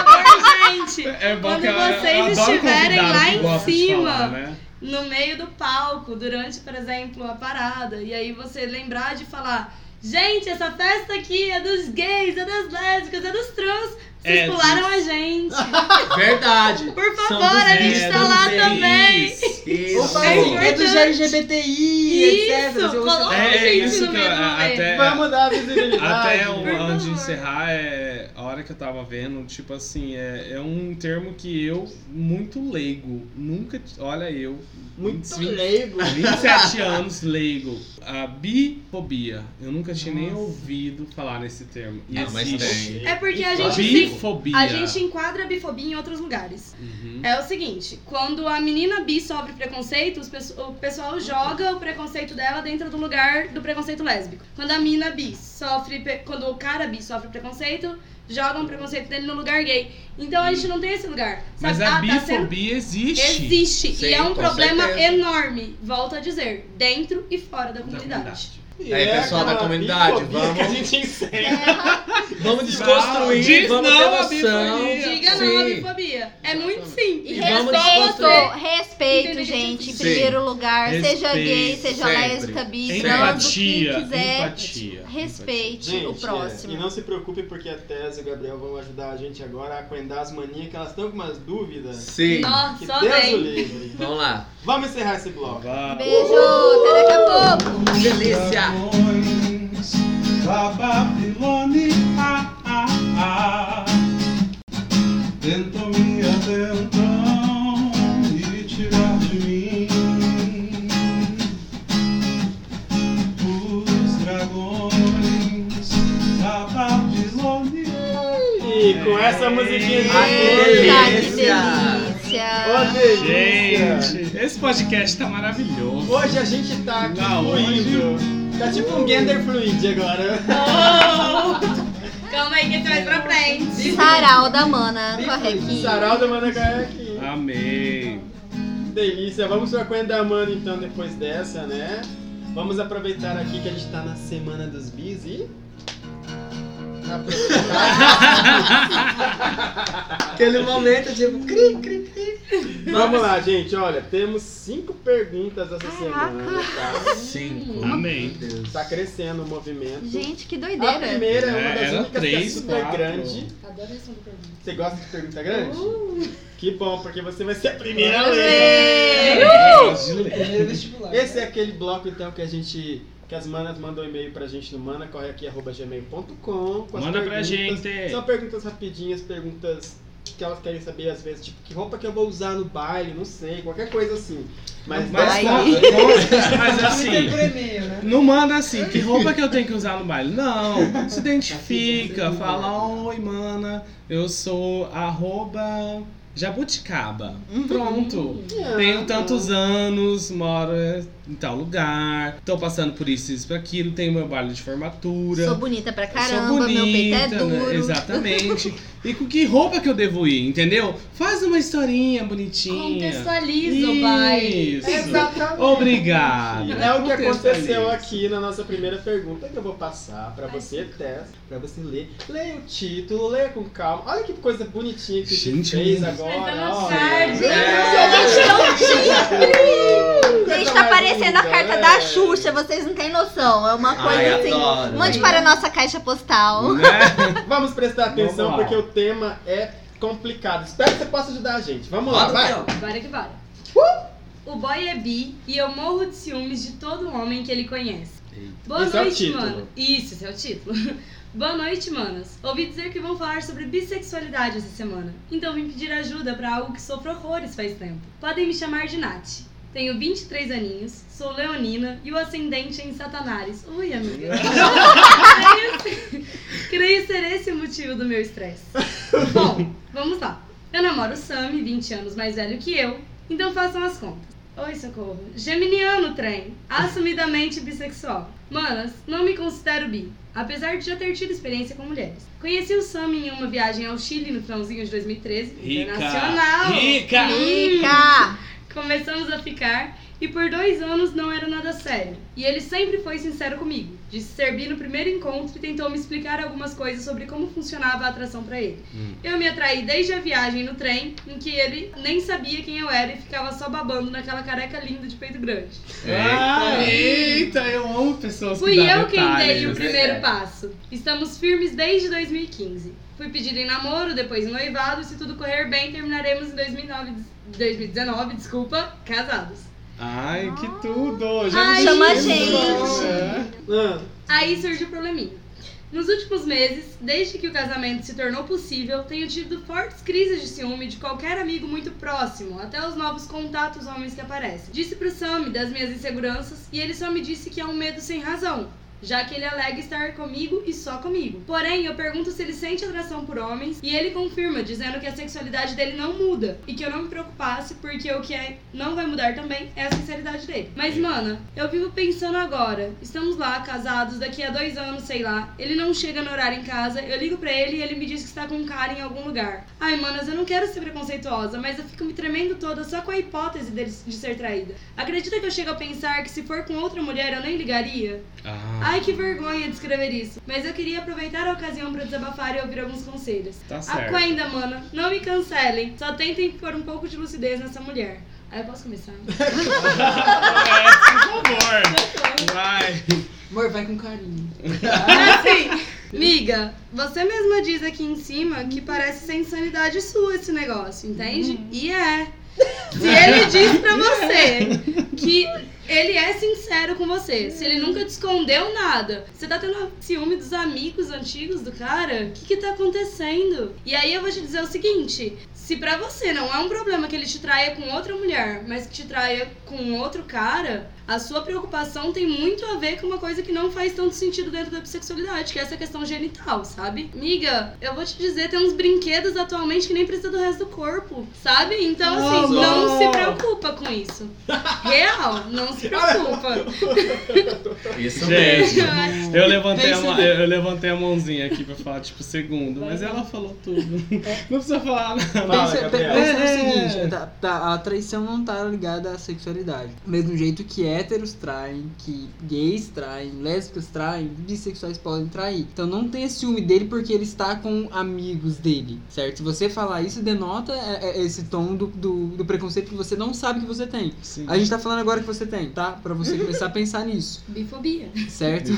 Speaker 5: gente!
Speaker 1: É bom
Speaker 5: Quando
Speaker 1: que ela-
Speaker 5: vocês
Speaker 1: eu adoro
Speaker 5: estiverem
Speaker 1: convidado
Speaker 5: lá
Speaker 1: que
Speaker 5: em
Speaker 1: gosta de
Speaker 5: cima.
Speaker 1: falar, né?
Speaker 5: no meio do palco, durante, por exemplo, a parada, e aí você lembrar de falar: gente, essa festa aqui é dos gays, é das lésbicas, é dos trans. Vocês
Speaker 1: É,
Speaker 5: pularam a gente.
Speaker 8: Verdade.
Speaker 5: Por
Speaker 8: São
Speaker 5: favor,
Speaker 8: dos
Speaker 5: a gente
Speaker 8: gays
Speaker 5: tá lá
Speaker 8: também.
Speaker 5: também.
Speaker 1: É, Isso.
Speaker 8: Isso.
Speaker 6: Opa, assim, é dos
Speaker 5: importante.
Speaker 6: LGBTI, etc.
Speaker 5: Isso,
Speaker 6: se você- "Ah,
Speaker 5: coloca
Speaker 1: É,
Speaker 5: a
Speaker 1: é
Speaker 5: gente
Speaker 1: isso
Speaker 5: no
Speaker 1: que
Speaker 5: meio
Speaker 1: eu-
Speaker 5: do rolê.
Speaker 1: até-
Speaker 4: Vamos dar visibilidade.
Speaker 1: Até
Speaker 3: um.
Speaker 1: o,
Speaker 5: Por favor.
Speaker 1: antes de encerrar, é, a hora que eu tava vendo, tipo assim, é, é um termo que eu, muito leigo, nunca. Olha, eu.
Speaker 4: Muito
Speaker 1: 20,
Speaker 4: leigo.
Speaker 1: 27 anos leigo. A bifobia. Eu nunca tinha nem ouvido falar nesse termo. E
Speaker 8: Ah, mas
Speaker 1: existe.
Speaker 8: tem.
Speaker 5: É porque a gente, se-
Speaker 1: Bifobia.
Speaker 5: a gente enquadra a bifobia em outros lugares.
Speaker 1: Uhum.
Speaker 5: É o seguinte, quando a menina bi sofre preconceito, os pesso- o pessoal joga o preconceito dela dentro do lugar do preconceito lésbico. Quando a mina bi sofre, pe- quando o cara bi sofre preconceito, jogam o preconceito dele no lugar gay. Então a gente não tem esse lugar.
Speaker 1: Mas
Speaker 5: Sabe?
Speaker 1: a
Speaker 5: Ah, tá sendo-
Speaker 1: bifobia existe.
Speaker 5: Existe,
Speaker 8: Sim,
Speaker 5: e é um
Speaker 8: com
Speaker 5: problema
Speaker 8: certeza.
Speaker 5: enorme, volto a dizer, dentro e fora da
Speaker 1: Da
Speaker 5: comunidade.
Speaker 4: E
Speaker 8: Aí,
Speaker 4: é
Speaker 8: pessoal da
Speaker 4: aquela
Speaker 8: comunidade,
Speaker 4: bifobia
Speaker 8: vamos-
Speaker 4: que a gente encerra.
Speaker 2: né?
Speaker 8: Vamos desconstruir,
Speaker 1: Diz
Speaker 8: vamos
Speaker 1: não à
Speaker 8: ter noção.
Speaker 1: bifobia.
Speaker 5: Diga não à
Speaker 8: Sim.
Speaker 5: bifobia. É muito
Speaker 2: E
Speaker 5: simples.
Speaker 8: E vamos
Speaker 2: respeito,
Speaker 8: desconstruir.
Speaker 2: respeito,
Speaker 5: Entendeu?
Speaker 2: gente, em
Speaker 8: Sim.
Speaker 2: primeiro lugar. Seja
Speaker 1: Respeito
Speaker 2: gay, seja
Speaker 8: sempre.
Speaker 2: lésbica, bi, trans, o que
Speaker 1: Empatia.
Speaker 2: quiser.
Speaker 1: Empatia.
Speaker 2: Respeite o
Speaker 4: Gente,
Speaker 2: próximo.
Speaker 4: é, e não se preocupe porque a Tese e o Gabriel vão ajudar a gente agora a coendar as maninhas que elas estão com umas dúvidas.
Speaker 8: Sim.
Speaker 5: Nossa,
Speaker 4: Que
Speaker 5: só
Speaker 4: Deus o
Speaker 5: vem.
Speaker 4: livre.
Speaker 8: Vamos lá.
Speaker 4: Vamos encerrar esse bloco.
Speaker 1: Vá.
Speaker 2: Beijo, até daqui a pouco.
Speaker 8: Delícia.
Speaker 9: Dragões da Babilônia tentam me atentam e tirar de mim os dragões da Babilônia.
Speaker 4: E com essa musiquinha de
Speaker 2: Eita, que
Speaker 4: fundo, Ô,
Speaker 2: delícia.
Speaker 4: delícia.
Speaker 1: Gente, esse podcast tá maravilhoso.
Speaker 4: Hoje a gente tá aqui
Speaker 1: Não,
Speaker 4: fluindo. Tá tipo um gender fluid agora.
Speaker 5: Calma aí que a gente vai pra frente.
Speaker 2: Sarau da mana com a Requinha.
Speaker 4: Sarau da Manacaia é aqui.
Speaker 1: Ah. Amei.
Speaker 4: Delícia. Vamos pra Coen da Mana então depois dessa, né? Vamos aproveitar aqui que a gente tá na semana dos bis e.
Speaker 3: Aquele momento, tipo, cri, cri, cri.
Speaker 4: Vamos lá, gente. Olha, temos cinco perguntas essa semana, tá?
Speaker 3: Cinco.
Speaker 1: Amém.
Speaker 3: Meu Deus.
Speaker 4: Tá crescendo o movimento.
Speaker 2: Gente, que
Speaker 4: a
Speaker 2: doideira.
Speaker 4: primeira é uma
Speaker 1: É,
Speaker 4: das
Speaker 1: era
Speaker 4: únicas que é
Speaker 1: três,
Speaker 4: super
Speaker 1: quatro.
Speaker 4: grande.
Speaker 5: Adoro responder perguntas.
Speaker 4: Você gosta de pergunta grande? Que bom, porque você vai ser a primeira a ler.
Speaker 5: É.
Speaker 2: Amei.
Speaker 6: Primeiro vestibular.
Speaker 4: Esse é aquele bloco, então, que a gente... Que as manas mandam e-mail pra gente no manacorreaqui.gmail.com com as
Speaker 1: Manda pra
Speaker 4: perguntas.
Speaker 1: gente.
Speaker 4: São perguntas rapidinhas, perguntas que elas querem saber às vezes, tipo, que roupa que eu vou usar no baile, não sei, qualquer coisa assim. Mas,
Speaker 1: Mas,
Speaker 2: Ai.
Speaker 1: conta, conta, mas assim,
Speaker 6: Twitter e-mail, né?
Speaker 1: não manda assim, que roupa que eu tenho que usar no baile? Não, se identifica, fala, oi, mana, eu sou arroba jabuticaba.
Speaker 2: Uhum.
Speaker 1: Pronto. Tenho tantos anos, moro em tal lugar, tô passando por isso e isso, por aquilo, tenho meu baile de formatura.
Speaker 2: Sou bonita pra
Speaker 1: Eu sou
Speaker 2: caramba, meu peito é
Speaker 1: bonita,
Speaker 2: duro.
Speaker 1: né? Exatamente. e com que roupa que eu devo ir, entendeu? Faz uma historinha bonitinha.
Speaker 5: Contextualiza o baile. É,
Speaker 1: Isso. Obrigado.
Speaker 4: É o que aconteceu aqui na nossa primeira pergunta que eu vou passar pra você, Tess, pra você ler. Leia o título, leia com calma. Olha que coisa bonitinha que
Speaker 1: Gente, é
Speaker 4: a gente fez
Speaker 1: mas
Speaker 4: agora.
Speaker 2: é
Speaker 5: tá na
Speaker 4: olha.
Speaker 5: tarde.
Speaker 3: É.
Speaker 4: Coisa
Speaker 2: Gente, tá
Speaker 4: mais
Speaker 2: parecendo a
Speaker 4: linda,
Speaker 2: carta
Speaker 4: né?
Speaker 2: da Xuxa, vocês não têm noção. É uma coisa
Speaker 3: Ai,
Speaker 2: assim.
Speaker 3: adoro.
Speaker 2: Mande para a nossa caixa postal.
Speaker 1: Né?
Speaker 4: Vamos prestar atenção
Speaker 1: Vamos lá.
Speaker 4: porque o tema é complicado. Espero que você possa ajudar a gente. Vamos lá,
Speaker 3: Bota
Speaker 4: vai.
Speaker 3: aqui,
Speaker 5: Bora que bora. O boy é bi e eu morro de ciúmes de todo homem que ele conhece. Boa
Speaker 4: Esse é o
Speaker 5: noite,
Speaker 4: título.
Speaker 5: mano. Isso, esse é o título. Boa noite, manas. Ouvi dizer que vão falar sobre bissexualidade essa semana. Então vim pedir ajuda pra algo que sofro horrores faz tempo. Podem me chamar de Nath. Tenho 23 aninhos, sou leonina e o ascendente é em Satanás. Ui, amiga. Creio- Creio ser esse o motivo do meu estresse. Bom, vamos lá. Eu namoro o Sami, 20 anos mais velho que eu, então façam as contas. Oi, socorro. Geminiano trem, assumidamente bissexual. Manas, não me considero bi, apesar de já ter tido experiência com mulheres. Conheci o Sami em uma viagem ao Chile no finalzinho de 2013,
Speaker 1: Rica.
Speaker 5: internacional.
Speaker 1: Rica.
Speaker 2: Rica!
Speaker 5: Começamos a ficar e por dois anos não era nada sério. E ele sempre foi sincero comigo. Disse ser bi no primeiro encontro e tentou me explicar algumas coisas sobre como funcionava a atração pra ele. Eu me atraí desde a viagem no trem, em que ele nem sabia quem eu era e ficava só babando naquela careca linda de peito grande.
Speaker 1: Ah, eita, um eu amo pessoas
Speaker 5: Fui
Speaker 1: que dão
Speaker 5: eu quem dei o
Speaker 1: detalhes.
Speaker 5: primeiro passo. Estamos firmes desde 2015. Fui pedido em namoro, depois em noivado. Se tudo correr bem, terminaremos em 2009, 2019, desculpa, casados.
Speaker 1: Ai, que tudo. Já
Speaker 5: Ai,
Speaker 2: Chama a
Speaker 5: Jesus.
Speaker 2: gente.
Speaker 4: Ah,
Speaker 5: Aí surgiu o probleminha. Nos últimos meses, desde que o casamento se tornou possível, tenho tido fortes crises de ciúme de qualquer amigo muito próximo, até os novos contatos homens que aparecem. Disse pro Sammy das minhas inseguranças e ele só me disse que é um medo sem razão. Já que ele alega estar comigo e só comigo. Porém, eu pergunto se ele sente atração por homens e ele confirma, dizendo que a sexualidade dele não muda e que eu não me preocupasse, porque o que é, não vai mudar também é a sinceridade dele. Mas, mana, eu vivo pensando agora. Estamos lá, casados, daqui a dois anos, sei lá. Ele não chega no horário em casa, eu ligo pra ele e ele me diz que está com um cara em algum lugar. Ai, manas, eu não quero ser preconceituosa, mas eu fico me tremendo toda só com a hipótese dele de ser traída. Acredita que eu chego a pensar que se for com outra mulher eu nem ligaria?
Speaker 1: Ah,
Speaker 5: Ai, que vergonha de escrever isso. Mas eu queria aproveitar a ocasião pra desabafar e ouvir alguns conselhos.
Speaker 1: tá certo.
Speaker 5: Aquenda, mana, não me cancelem. Só tentem pôr um pouco de lucidez nessa mulher. Aí eu posso começar?
Speaker 1: É, por favor. Vai.
Speaker 6: Amor, vai com carinho.
Speaker 5: assim, miga, você mesma diz aqui em cima que parece ser insanidade sua esse negócio, entende? E é. Se ele diz pra você que ele é sincero com você, se ele nunca te escondeu nada, você tá tendo ciúme dos amigos antigos do cara, o que que tá acontecendo? E aí eu vou te dizer o seguinte, se pra você não é um problema que ele te traia com outra mulher, mas que te traia com outro cara, a sua preocupação tem muito a ver com uma coisa que não faz tanto sentido dentro da bissexualidade, que é essa questão genital, sabe? Miga, eu vou te dizer, tem uns brinquedos atualmente que nem precisa do resto do corpo, sabe? Então, assim, não se preocupa com isso. Real, não se preocupa.
Speaker 3: Isso mesmo.
Speaker 1: Gente, eu levantei, a, mão- eu levantei a mãozinha aqui pra falar, tipo, segundo, mas ela falou tudo. Não precisa falar nada.
Speaker 4: fala,
Speaker 6: pensa,
Speaker 4: Gabriel.
Speaker 6: pensa
Speaker 1: É.
Speaker 6: no seguinte, tá- tá- a traição não tá ligada à sexualidade. Do mesmo jeito que é héteros traem, que gays traem, lésbicas traem, bissexuais podem trair. Então não tenha ciúme dele porque ele está com amigos dele, certo? Se você falar isso, denota é, é, esse tom do, do, do preconceito que você não sabe que você tem.
Speaker 1: Sim.
Speaker 6: A gente tá falando agora que você tem, tá? Pra você começar a pensar nisso,
Speaker 5: Bifobia.
Speaker 6: certo?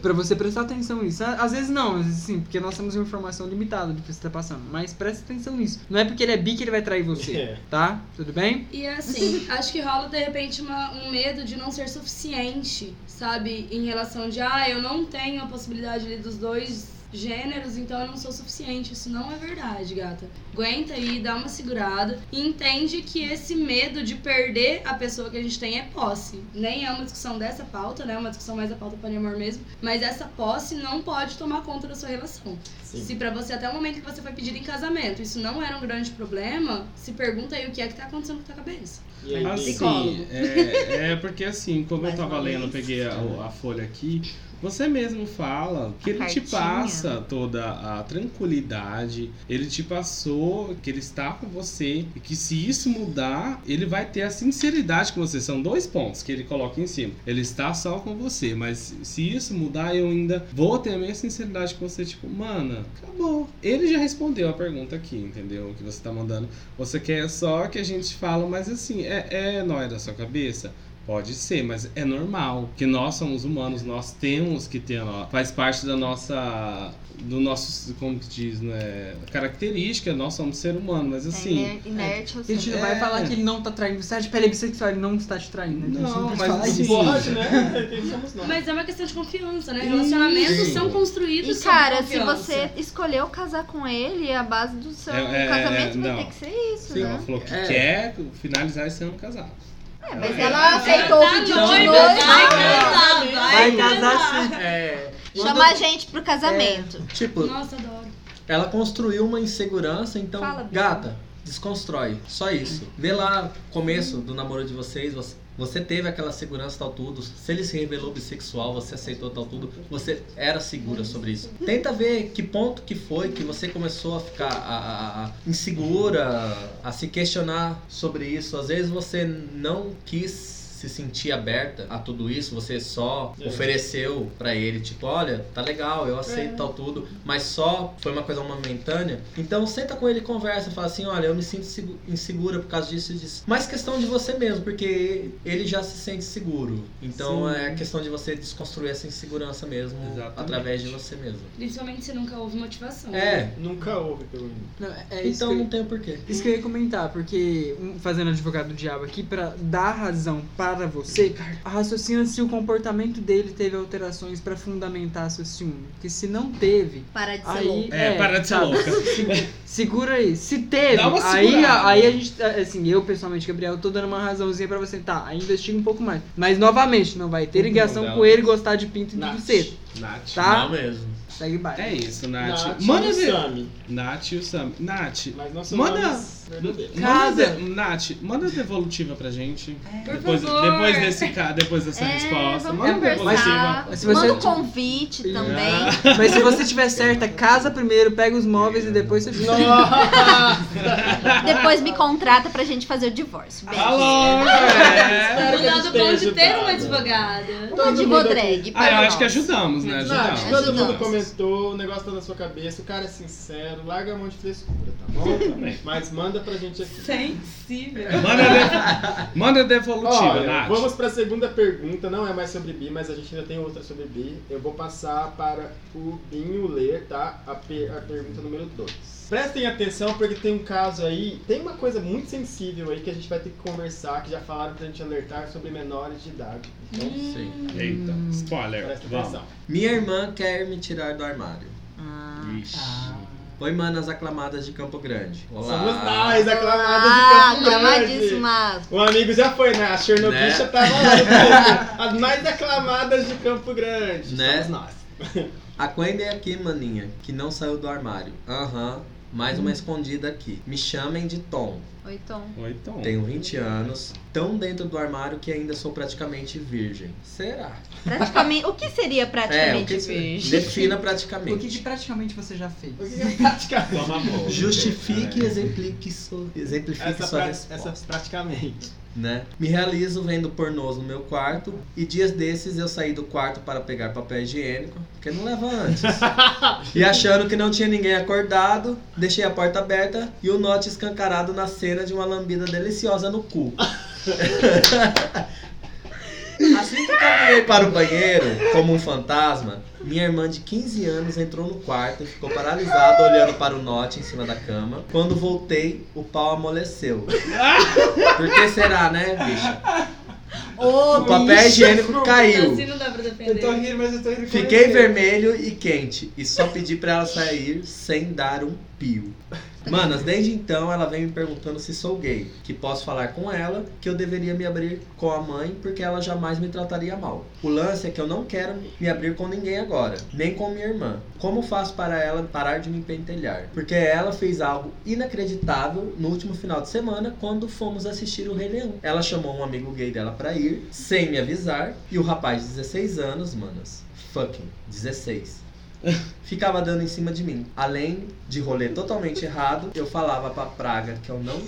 Speaker 6: Pra você prestar atenção nisso. Á- Às vezes não, às vezes sim, porque nós temos uma informação limitada do que você tá passando. Mas presta atenção nisso. Não é porque ele é bi que ele vai trair você,
Speaker 4: É.
Speaker 6: tá? Tudo bem?
Speaker 5: E assim, acho que rola de repente uma- um medo de não ser suficiente, sabe? Em relação de, ah, eu não tenho a possibilidade ali dos dois gêneros, então eu não sou suficiente. Isso não é verdade, gata. Aguenta aí, dá uma segurada e entende que esse medo de perder a pessoa que a gente tem é posse. Nem é uma discussão dessa pauta, né? É uma discussão mais da pauta poliamor mesmo, mas essa posse não pode tomar conta da sua relação.
Speaker 4: Sim.
Speaker 5: Se pra você, até o momento que você foi pedido em casamento, isso não era um grande problema, se pergunta aí o que é que tá acontecendo com a tua cabeça.
Speaker 4: E aí,
Speaker 5: Assim.
Speaker 4: Bia?
Speaker 5: psicólogo.
Speaker 1: É, é porque assim, como
Speaker 2: Mais
Speaker 1: eu tava
Speaker 2: uma
Speaker 1: lendo, eu
Speaker 2: vez.
Speaker 1: peguei a, a folha aqui, você mesmo fala que
Speaker 2: A
Speaker 1: ele te
Speaker 2: cartinha.
Speaker 1: passa toda a tranquilidade, ele te passou que ele está com você, e que se isso mudar, ele vai ter a sinceridade com você. São dois pontos que ele coloca em cima. Ele está só com você, mas se isso mudar, eu ainda vou ter a minha sinceridade com você. Tipo, mana, acabou. Ele já respondeu a pergunta aqui, entendeu? Que você tá mandando. Você quer só que a gente fala, mas assim, é, é nóia da sua cabeça? Pode ser, mas é normal. Que nós somos humanos, nós temos que ter. Ó, faz parte da nossa. Do nosso. Como que diz, né? Característica, nós somos ser humano, mas assim.
Speaker 2: É iner- inerte ao
Speaker 6: A gente
Speaker 2: centro.
Speaker 6: não vai
Speaker 1: É.
Speaker 6: falar que ele não tá traindo. Você é de pele bissexual, ele não está te traindo. né? A gente
Speaker 1: Não,
Speaker 6: pode
Speaker 1: mas
Speaker 6: falar
Speaker 1: assim-
Speaker 6: isso.
Speaker 4: Pode, né? Quem somos nós?
Speaker 5: Mas é uma questão de confiança, né? Relacionamentos
Speaker 1: Sim.
Speaker 5: são construídos
Speaker 2: E
Speaker 5: sobre
Speaker 2: cara, se
Speaker 5: confiança.
Speaker 2: você escolheu casar com ele, a base do seu
Speaker 1: É, é,
Speaker 2: casamento
Speaker 1: é,
Speaker 2: vai
Speaker 1: não.
Speaker 2: ter que ser isso,
Speaker 1: Ela
Speaker 2: né?
Speaker 1: falou que
Speaker 6: É.
Speaker 1: quer finalizar esse ano casado.
Speaker 2: É, mas
Speaker 1: É.
Speaker 2: ela
Speaker 5: Ela
Speaker 2: aceitou o
Speaker 5: tá
Speaker 2: vídeo de
Speaker 5: noiva,
Speaker 2: noiva.
Speaker 5: Vai casar, vai,
Speaker 6: Vai casar sim.
Speaker 3: É,
Speaker 2: Chamar a gente pro casamento.
Speaker 3: tipo,
Speaker 5: Nossa, adoro.
Speaker 3: ela construiu uma insegurança, então,
Speaker 2: Fala, Bia.
Speaker 3: gata, desconstrói. Só isso. Vê lá o começo do namoro de vocês, você, você teve aquela segurança tal tudo. Se ele se revelou bissexual, você aceitou tal tudo, você era segura sobre isso. Tenta ver que ponto que foi que você começou a ficar a- a- a- insegura, a se questionar sobre isso. Às vezes você não quis se sentir aberta a tudo isso, você só
Speaker 4: É.
Speaker 3: ofereceu pra ele, tipo, olha, tá legal, eu
Speaker 6: É.
Speaker 3: aceito tal tudo, mas só foi uma coisa momentânea. Então senta com ele e conversa, fala assim, olha, eu me sinto segu- insegura por causa disso e disso. Mas questão de você mesmo, porque ele já se sente seguro. Então
Speaker 1: Sim.
Speaker 3: é questão de você desconstruir essa insegurança mesmo
Speaker 1: Exatamente.
Speaker 3: através de você mesmo.
Speaker 5: Principalmente se nunca houve motivação.
Speaker 3: É,
Speaker 4: Nunca houve, pelo menos.
Speaker 6: Não, é isso
Speaker 3: então
Speaker 6: que eu-
Speaker 3: não tem o porquê.
Speaker 6: Isso que eu ia comentar, porque um, fazendo advogado do diabo aqui, pra dar razão para você, raciocina se o comportamento dele teve alterações pra fundamentar seu ciúme. Porque se não teve,
Speaker 2: Parar de ser
Speaker 6: aí.
Speaker 2: louco.
Speaker 1: É, para de ser
Speaker 6: sabe?
Speaker 1: louca.
Speaker 6: Segura aí. Se teve,
Speaker 1: Dá uma
Speaker 6: aí,
Speaker 1: segurada.
Speaker 6: aí a gente. tá- Assim, eu pessoalmente, Gabriel, tô dando uma razãozinha pra você. Tá, aí investiga um pouco mais. Mas novamente, não vai ter ligação
Speaker 4: dá.
Speaker 6: com ele gostar de pinto e de
Speaker 4: Nath.
Speaker 6: buceta,
Speaker 1: Nath.
Speaker 6: tá?
Speaker 3: Não mesmo.
Speaker 6: Segue baixo.
Speaker 1: É isso, Nath.
Speaker 4: Nath
Speaker 1: Manda
Speaker 4: e
Speaker 1: ver.
Speaker 4: Sami.
Speaker 1: Nath e o Sam. Nath.
Speaker 4: Mas não
Speaker 1: Manda.
Speaker 4: nomes verdadeiros.
Speaker 6: Casa.
Speaker 1: Manda, de- Nath, manda devolutiva pra gente.
Speaker 5: Por
Speaker 1: depois,
Speaker 5: favor.
Speaker 1: depois desse ca- depois dessa
Speaker 2: É,
Speaker 1: resposta.
Speaker 2: vamos
Speaker 1: Manda um
Speaker 9: um
Speaker 2: conversar.
Speaker 1: devolutiva.
Speaker 6: Se você-
Speaker 2: Manda um convite
Speaker 6: Ah.
Speaker 2: também.
Speaker 6: Mas se você tiver certa, casa primeiro, pega os móveis e depois você.
Speaker 4: Nossa!
Speaker 2: Depois me contrata pra gente fazer o divórcio. Bem,
Speaker 1: Alô! é.
Speaker 5: Do
Speaker 4: que a
Speaker 5: Tá lado
Speaker 4: gente
Speaker 5: bom
Speaker 4: tenha
Speaker 5: de ter
Speaker 4: ajudado.
Speaker 5: uma advogada.
Speaker 2: uma
Speaker 4: todo
Speaker 2: de
Speaker 4: mundo aqui.
Speaker 2: drag.
Speaker 1: Ah,
Speaker 2: para
Speaker 1: eu acho que
Speaker 2: nós.
Speaker 1: ajudamos, né?
Speaker 4: Nath,
Speaker 1: Ajudamos.
Speaker 4: então, todo mundo
Speaker 2: Ajudamos.
Speaker 4: comentou, o negócio tá na sua cabeça, o cara é sincero, larga a mão de frescura, tá bom? Mas manda pra gente aqui.
Speaker 5: Sensível.
Speaker 1: Manda, de- manda devolutiva,
Speaker 4: Olha,
Speaker 1: Nath.
Speaker 4: vamos pra segunda pergunta, não é mais sobre bi, mas a gente ainda tem outra sobre bi. Eu vou passar para o Binho ler, tá? A, per- a pergunta número 2. Prestem atenção porque tem um caso aí, tem uma coisa muito sensível aí que a gente vai ter que conversar, que já falaram pra gente alertar sobre menores de idade. Então,
Speaker 3: Sim.
Speaker 1: Eita, spoiler.
Speaker 4: presta
Speaker 1: Hum. Vamos.
Speaker 4: atenção.
Speaker 3: Minha irmã quer me tirar do armário.
Speaker 6: Ah,
Speaker 1: Ixi.
Speaker 6: tá.
Speaker 3: Oi, manas aclamadas de Campo Grande. Olá.
Speaker 4: Somos nós, aclamadas
Speaker 3: é
Speaker 2: Ah,
Speaker 4: de Campo Grande.
Speaker 2: aclamadíssimas.
Speaker 4: O amigo já foi, né? A Chernobyl
Speaker 3: Né?
Speaker 4: já tava lá. né? As mais aclamadas de Campo Grande.
Speaker 3: Né?
Speaker 4: Somos nós.
Speaker 3: Aquendem aqui, maninha, que não saiu do armário. Aham, mais uma escondida aqui. Me chamem de Tom.
Speaker 2: Oi, Tom.
Speaker 1: Ou então.
Speaker 3: Tenho 20 anos, tão dentro do armário que ainda sou praticamente virgem. Será? É,
Speaker 2: Praticamente, o que seria praticamente virgem?
Speaker 3: Defina
Speaker 6: O que
Speaker 3: praticamente.
Speaker 6: de praticamente você já fez?
Speaker 4: O que que é praticamente?
Speaker 1: Toma a boca.
Speaker 3: É.
Speaker 9: É.
Speaker 3: Justifique e exemplifique, sua- exemplifique
Speaker 4: Essa,
Speaker 3: sua
Speaker 4: pra,
Speaker 3: resposta.
Speaker 4: essa praticamente.
Speaker 3: né? Me realizo vendo pornôs no meu quarto e dias desses eu saí do quarto para pegar papel higiênico, porque não leva antes. e achando que não tinha ninguém acordado, deixei a porta aberta e o note escancarado na cena de uma lambida deliciosa no cu. Assim que caminhei para o banheiro, como um fantasma, minha irmã de 15 anos entrou no quarto e ficou paralisada olhando para o note em cima da cama. Quando voltei, o pau amoleceu. Por que será, né, bicha? O papel higiênico caiu.
Speaker 5: Assim não dá pra
Speaker 4: Eu tô
Speaker 5: defender.
Speaker 4: rindo, mas eu tô rindo. com
Speaker 3: Fiquei
Speaker 4: respeito.
Speaker 3: vermelho e quente e só pedi pra ela sair sem dar um pio. Manas, desde então ela vem me perguntando se sou gay, que posso falar com ela, que eu deveria me abrir com a mãe porque ela jamais me trataria mal. O lance é que eu não quero me abrir com ninguém agora, nem com minha irmã. Como faço para ela parar de me pentelhar? Porque ela fez algo inacreditável no último final de semana quando fomos assistir o Rei Leão. Ela chamou um amigo gay dela pra ir, sem me avisar, e o rapaz de 16 anos, manas, fucking 16 ficava dando em cima de mim. Além de rolê totalmente errado, eu falava pra Praga que eu não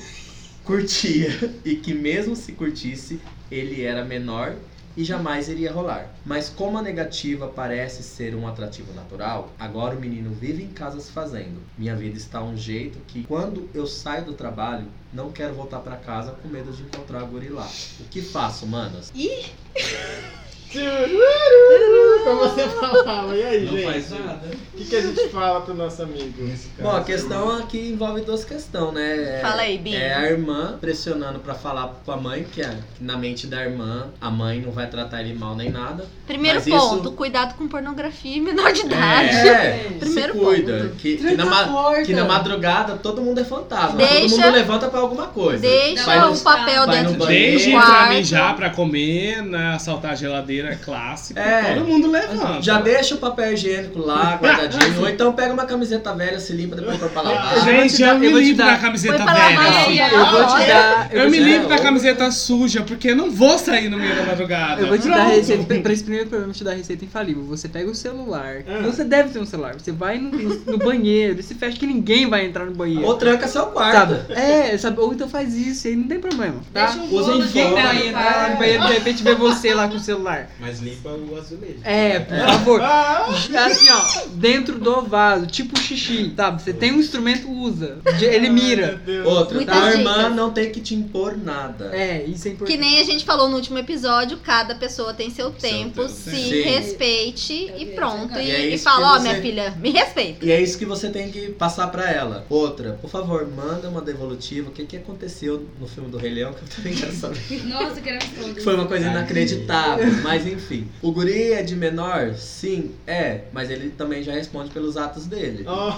Speaker 3: curtia e que mesmo se curtisse, ele era menor e jamais iria rolar. Mas como a negativa parece ser um atrativo natural, agora o menino vive em casa se fazendo. Minha vida está um jeito que quando eu saio do trabalho, não quero voltar pra casa com medo de encontrar a gorilá. O que faço, manas?
Speaker 4: Como você falava. E aí,
Speaker 7: Não faz
Speaker 4: gente?
Speaker 7: nada.
Speaker 4: O que, que a gente fala pro nosso amigo?
Speaker 3: Bom, a questão aqui envolve duas questões, né? É-
Speaker 2: Fala aí, Binho.
Speaker 3: É a irmã pressionando pra falar com a mãe, que, é- que na mente da irmã, a mãe não vai tratar ele mal nem nada.
Speaker 2: Primeiro
Speaker 3: Mas isso-
Speaker 2: ponto, cuidado com pornografia e menor de idade.
Speaker 3: É,
Speaker 2: Ah, Primeiro
Speaker 3: se cuida.
Speaker 2: ponto.
Speaker 3: Que, que na, ma- que na madrugada todo mundo é fantasma. Todo
Speaker 2: Deixa-
Speaker 3: mundo levanta pra alguma coisa. um
Speaker 2: Deixa
Speaker 3: Vai no-
Speaker 2: o
Speaker 3: vai
Speaker 2: papel
Speaker 3: no
Speaker 2: dentro do
Speaker 3: banheiro.
Speaker 9: Desde ir pra
Speaker 2: quarto.
Speaker 9: mijar, pra comer, né, assaltar a geladeira clássica,
Speaker 3: É.
Speaker 9: todo mundo levanta.
Speaker 3: Já deixa o papel higiênico lá, guardadinho. ou então pega uma camiseta velha, se limpa, depois põe pra lavar.
Speaker 6: Eu vou
Speaker 9: Gente,
Speaker 6: te
Speaker 9: eu,
Speaker 6: dar-
Speaker 9: me
Speaker 6: eu vou te
Speaker 9: livro
Speaker 6: dar-
Speaker 9: da camiseta
Speaker 2: Foi pra lavar
Speaker 9: velha.
Speaker 2: aí,
Speaker 9: assim.
Speaker 2: ó.
Speaker 4: Eu vou te dar.
Speaker 9: Eu me
Speaker 4: vou te
Speaker 9: livro
Speaker 4: dar-
Speaker 9: da camiseta suja, porque eu não vou sair no meio da madrugada.
Speaker 1: Né?
Speaker 6: Eu vou te dar a
Speaker 9: Pronto.
Speaker 6: receita, pra esse primeiro problema, eu vou te dar a receita infalível. Você pega o celular,
Speaker 4: Ah.
Speaker 6: você deve ter um celular, você vai no, no banheiro, e se fecha que ninguém vai entrar no banheiro.
Speaker 3: Ou tranca seu quarto.
Speaker 6: Sabe? É, sabe? Ou então faz isso, e aí não tem problema. Tá?
Speaker 5: Deixa um
Speaker 3: Usa
Speaker 5: bolo
Speaker 3: uniforme,
Speaker 6: Ninguém
Speaker 5: de
Speaker 6: vai entrar lá no banheiro, de repente vê você lá com o celular.
Speaker 7: Mas limpa o azulejo.
Speaker 6: É, por favor.
Speaker 4: Ah,
Speaker 6: Assim, ó, dentro do vaso, tipo xixi, sabe? Você tem um instrumento, usa. De- Ele mira.
Speaker 3: Outra,
Speaker 2: Muitas
Speaker 3: tá? A irmã
Speaker 2: dicas.
Speaker 3: não tem que te impor nada.
Speaker 6: É, isso é
Speaker 2: Que
Speaker 6: importante.
Speaker 2: nem a gente falou no último episódio, cada pessoa tem seu tempo,
Speaker 9: tempo.
Speaker 2: se
Speaker 3: Sim.
Speaker 2: respeite
Speaker 5: Eu
Speaker 2: e
Speaker 5: vi,
Speaker 2: pronto.
Speaker 5: eu
Speaker 2: E,
Speaker 3: vi. E é
Speaker 2: e
Speaker 3: isso
Speaker 2: fala, ó,
Speaker 3: que
Speaker 2: minha
Speaker 3: você-
Speaker 2: filha, me respeita.
Speaker 3: E é isso que você tem que passar pra ela. Outra, por favor, manda uma devolutiva. O que, que aconteceu no filme do Rei Leão? Que eu também quero saber.
Speaker 5: Nossa, queremos
Speaker 3: Que
Speaker 5: todos.
Speaker 3: Foi uma coisa inacreditável, mas enfim. O guri é de menor? Sim, é. Mas ele também já responde pelos atos dele.
Speaker 4: Oh.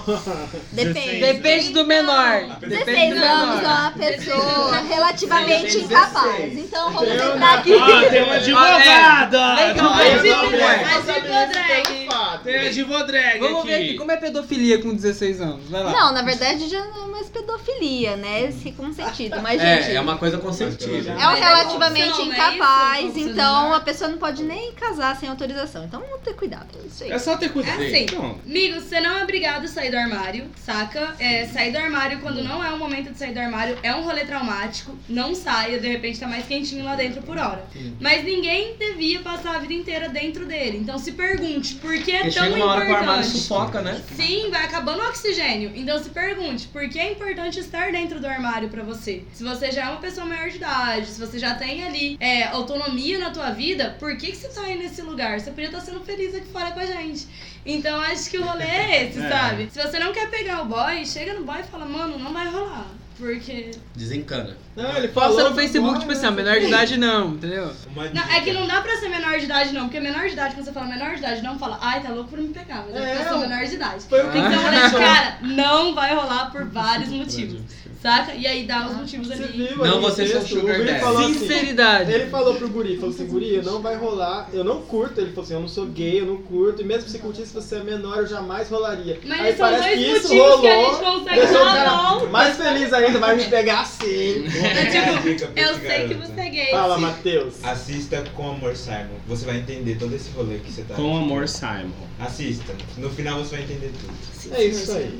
Speaker 2: Depende.
Speaker 6: Depende do menor.
Speaker 2: Então,
Speaker 6: Depende
Speaker 2: 16
Speaker 6: do
Speaker 2: anos é
Speaker 6: menor.
Speaker 2: uma pessoa relativamente
Speaker 3: Dezesseis.
Speaker 2: incapaz. Então vamos
Speaker 4: Eu
Speaker 2: entrar aqui.
Speaker 9: Ah, tem uma
Speaker 6: é. Vem
Speaker 9: advogada!
Speaker 6: cá,
Speaker 4: Aí eu
Speaker 6: vem
Speaker 4: não
Speaker 6: cá.
Speaker 4: pego.
Speaker 5: Mas é ficou drag.
Speaker 9: Tem a advodrag
Speaker 6: Vamos ver aqui,
Speaker 9: aqui.
Speaker 6: como é pedofilia com 16 anos? Vai lá.
Speaker 2: Não, na verdade já não é mais pedofilia, né? Se consentido. Mas, gente.
Speaker 3: É, é uma coisa consentida.
Speaker 2: É um
Speaker 5: Mas é
Speaker 2: relativamente
Speaker 5: corrupção, né?
Speaker 2: incapaz,
Speaker 5: Isso, corrupção né? de
Speaker 2: então
Speaker 5: mar.
Speaker 2: a pessoa não pode nem casar sem autorização. Então vamos ter cuidado. é Isso aí.
Speaker 9: É só ter cuidado.
Speaker 5: É assim.
Speaker 9: Então,
Speaker 5: Amigo, você não é obrigado a sair do armário, saca? É, sair do armário quando não é o momento de sair do armário é um rolê traumático. Não saia, de repente tá mais quentinho lá dentro por hora. Mas ninguém devia passar a vida inteira dentro dele. Então se pergunte, por que é
Speaker 3: Porque
Speaker 5: tão
Speaker 3: chega uma hora que o armário
Speaker 5: importante?
Speaker 3: sufoca, né?
Speaker 5: Sim, vai acabando o oxigênio. Então se pergunte, por que é importante estar dentro do armário pra você? Se você já é uma pessoa maior de idade, se você já tem ali é, autonomia na tua vida, por que, que você tá aí nesse lugar? Você podia estar sendo feliz aqui fora com a gente. Então acho que o rolê é esse,
Speaker 9: É.
Speaker 5: sabe? Se você não quer pegar o boy, chega no boy e fala, mano, não vai rolar. Porque.
Speaker 3: Desencana.
Speaker 4: Não, ele falou.
Speaker 6: Posta no Facebook,
Speaker 4: bora,
Speaker 6: tipo assim,
Speaker 4: né?
Speaker 6: a menor de idade não, entendeu?
Speaker 7: Uma
Speaker 5: Não, é que não dá pra ser menor de idade, não. Porque menor de idade, quando você fala menor de idade, não fala, ai, tá louco por me pegar, mas é,
Speaker 4: É,
Speaker 5: porque eu sou
Speaker 4: eu-
Speaker 5: menor de idade.
Speaker 4: Foi o que
Speaker 5: Então,
Speaker 4: você
Speaker 5: olha,
Speaker 4: achou.
Speaker 5: cara, não vai rolar por vários motivos, saca? E aí dá os motivos
Speaker 4: Ah, Você
Speaker 5: ali.
Speaker 4: viu
Speaker 3: Não,
Speaker 4: ali o
Speaker 3: vocês são
Speaker 4: texto?
Speaker 3: sugar
Speaker 4: O guri
Speaker 3: daddy.
Speaker 4: falou assim,
Speaker 6: Sinceridade.
Speaker 4: Ele falou pro guri, falou assim, guri, não vai rolar, eu não curto. Ele falou assim, eu não sou gay, eu não curto. E mesmo se curtisse, você é menor, eu jamais rolaria.
Speaker 5: Mas
Speaker 4: Aí
Speaker 5: são
Speaker 4: parece
Speaker 5: dois
Speaker 4: que isso
Speaker 5: motivos
Speaker 4: rolou.
Speaker 5: que a gente consegue
Speaker 4: deixou o
Speaker 5: falar
Speaker 4: cara
Speaker 5: não.
Speaker 4: mais feliz ainda, vai me pegar assim.
Speaker 5: É tipo,
Speaker 7: dica pra
Speaker 5: eu
Speaker 7: esse
Speaker 5: sei que
Speaker 7: garoto.
Speaker 5: você é gay.
Speaker 4: Fala, Matheus.
Speaker 7: Assista com amor, Simon. Você vai entender todo esse rolê que você tá.
Speaker 9: com amor, Simon.
Speaker 7: Assista. No final você vai entender tudo.
Speaker 4: É isso aí.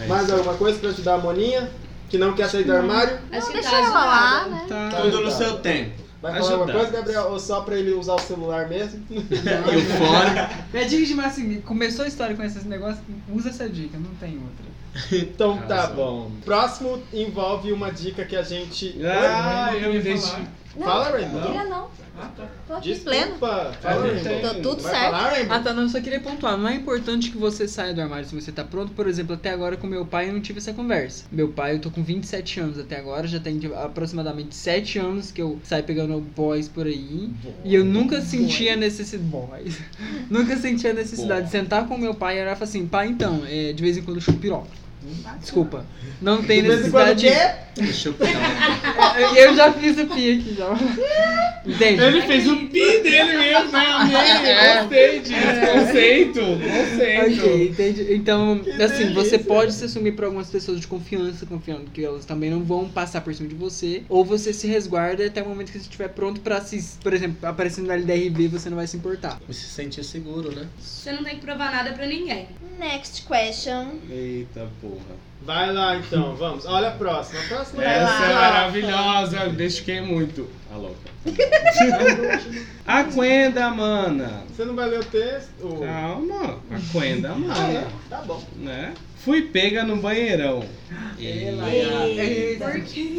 Speaker 9: É
Speaker 4: Mais
Speaker 9: isso.
Speaker 4: alguma coisa pra ajudar a Moninha? que não quer sair do armário?
Speaker 5: Acho que
Speaker 2: Deixa
Speaker 5: tá
Speaker 2: ela lá,
Speaker 5: ajudado.
Speaker 2: é né?
Speaker 1: Tá.
Speaker 8: Tudo no seu tempo.
Speaker 4: Vai falar alguma
Speaker 1: Ajudar.
Speaker 4: coisa, Gabriel? Ou só pra ele usar o celular mesmo?
Speaker 8: E o fone.
Speaker 6: Minha dica de Marcinho, assim, começou a história com esses negócios, usa essa dica, não tem outra.
Speaker 4: Então tá
Speaker 1: Arrasou.
Speaker 4: bom. Próximo envolve uma dica que a gente.
Speaker 1: Ah,
Speaker 4: Oi,
Speaker 1: eu me deixei.
Speaker 4: Fala, Rainbow.
Speaker 2: Não, Ah, tá. não. Tô aqui pleno.
Speaker 4: Desculpa. Fala,
Speaker 1: Tá,
Speaker 4: Rainbow.
Speaker 1: gente.
Speaker 2: Tô tudo
Speaker 4: Vai
Speaker 2: certo.
Speaker 4: falar, Rainbow?
Speaker 6: Ah tá, não, eu só queria pontuar, não é importante que você saia do armário se você tá pronto, por exemplo, até agora com meu pai eu não tive essa conversa. Meu pai, eu tô com 27 anos até agora, já tem de- aproximadamente 7 anos que eu saio pegando boys por aí, e eu nunca senti a necessidade... Boys. nunca senti a necessidade de sentar com meu pai e olhar e falar assim, pai então, é, de vez em quando eu chupo piroca. Desculpa, não tem
Speaker 4: De vez em quando, o
Speaker 6: necessidade...
Speaker 4: quê?
Speaker 8: Deixa eu pegar.
Speaker 6: Eu já fiz o pi aqui já. Entende?
Speaker 5: É
Speaker 1: Ele fez um o pi dele mesmo, né? Amei, gostei disso. Conceito, conceito.
Speaker 6: Ok, entendi. Então,
Speaker 4: Que
Speaker 6: assim, você
Speaker 4: delícia.
Speaker 6: pode se assumir para algumas pessoas de confiança, confiando que elas também não vão passar por cima de você, ou você se resguarda até o momento que você estiver pronto para se, por exemplo, aparecendo na LDRB, você não vai se importar.
Speaker 8: Você se sentir seguro, né?
Speaker 5: Você não tem que provar nada pra ninguém.
Speaker 2: Next question.
Speaker 1: Eita porra.
Speaker 4: Vai lá então, vamos. Olha a próxima. A próxima é
Speaker 1: Essa é
Speaker 2: lá.
Speaker 1: maravilhosa, eu deixei muito. A louca. Aquenda, mana.
Speaker 4: Você não vai ler o texto?
Speaker 1: Calma, aquenda,
Speaker 4: Ah,
Speaker 1: mana.
Speaker 4: é? Tá bom.
Speaker 1: Né? Fui pega no banheirão. é.
Speaker 6: É
Speaker 5: Por quê?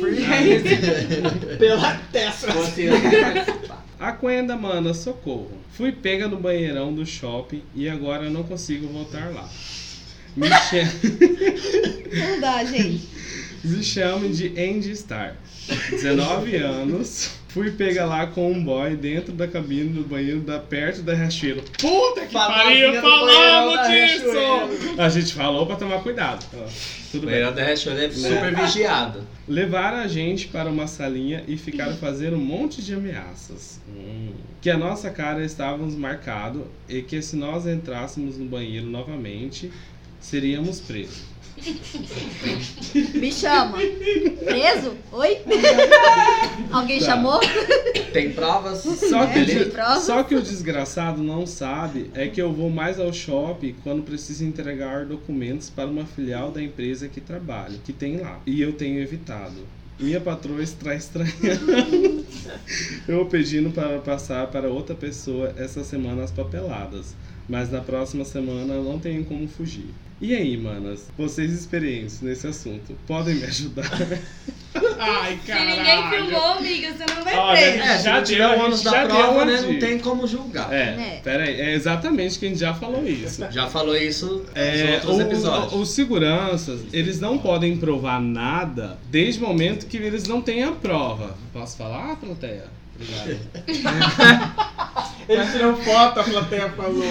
Speaker 4: Pela testa.
Speaker 1: Aquenda, mana, socorro. Fui pega no banheirão do shopping e agora não consigo voltar lá. Me, cha-
Speaker 2: Não dá, gente.
Speaker 1: me chame de Andy Star. 19 anos. Fui pega lá com um boy dentro da cabine do banheiro da perto da racheira. Puta que pariu, falamos disso! A gente falou pra tomar cuidado. Ó, Tudo bem.
Speaker 8: Leirão da Rachel
Speaker 1: Né?
Speaker 8: é super vigiado.
Speaker 1: Levaram a gente para uma salinha e ficaram fazendo um monte de ameaças. Que a nossa cara estávamos marcado e que se nós entrássemos no banheiro novamente, seríamos presos.
Speaker 2: Me chama. Preso? Oi? Alguém
Speaker 1: Tá.
Speaker 2: chamou?
Speaker 8: Tem provas?
Speaker 1: Só que, o
Speaker 2: Ele
Speaker 1: de-
Speaker 2: prova.
Speaker 1: só que o desgraçado não sabe é que eu vou mais ao shopping quando preciso entregar documentos para uma filial da empresa que trabalho, que tem lá. E eu tenho evitado. Minha patroa está estranhando. eu pedindo para passar para outra pessoa essa semana as papeladas. Mas na próxima semana eu não tenho como fugir. E aí, manas? Vocês experientes nesse assunto, podem me ajudar? Ai,
Speaker 5: Se ninguém filmou, amiga, você não vai
Speaker 1: Olha,
Speaker 5: preso.
Speaker 1: É, já
Speaker 8: se não tiver
Speaker 1: deu,
Speaker 8: o ônus
Speaker 1: a gente
Speaker 8: da
Speaker 1: já
Speaker 8: prova,
Speaker 1: deu
Speaker 8: né?
Speaker 1: a
Speaker 8: Não
Speaker 1: dica.
Speaker 8: tem como julgar.
Speaker 1: É,
Speaker 2: Né?
Speaker 1: peraí, é exatamente que a gente já falou isso.
Speaker 8: Já falou isso nos
Speaker 1: É,
Speaker 8: outros episódios.
Speaker 1: o- os seguranças, eles não podem provar nada desde o momento que eles não têm a prova. Posso falar, ah, plateia? Obrigado.
Speaker 4: Eles tiram foto, a plateia falou.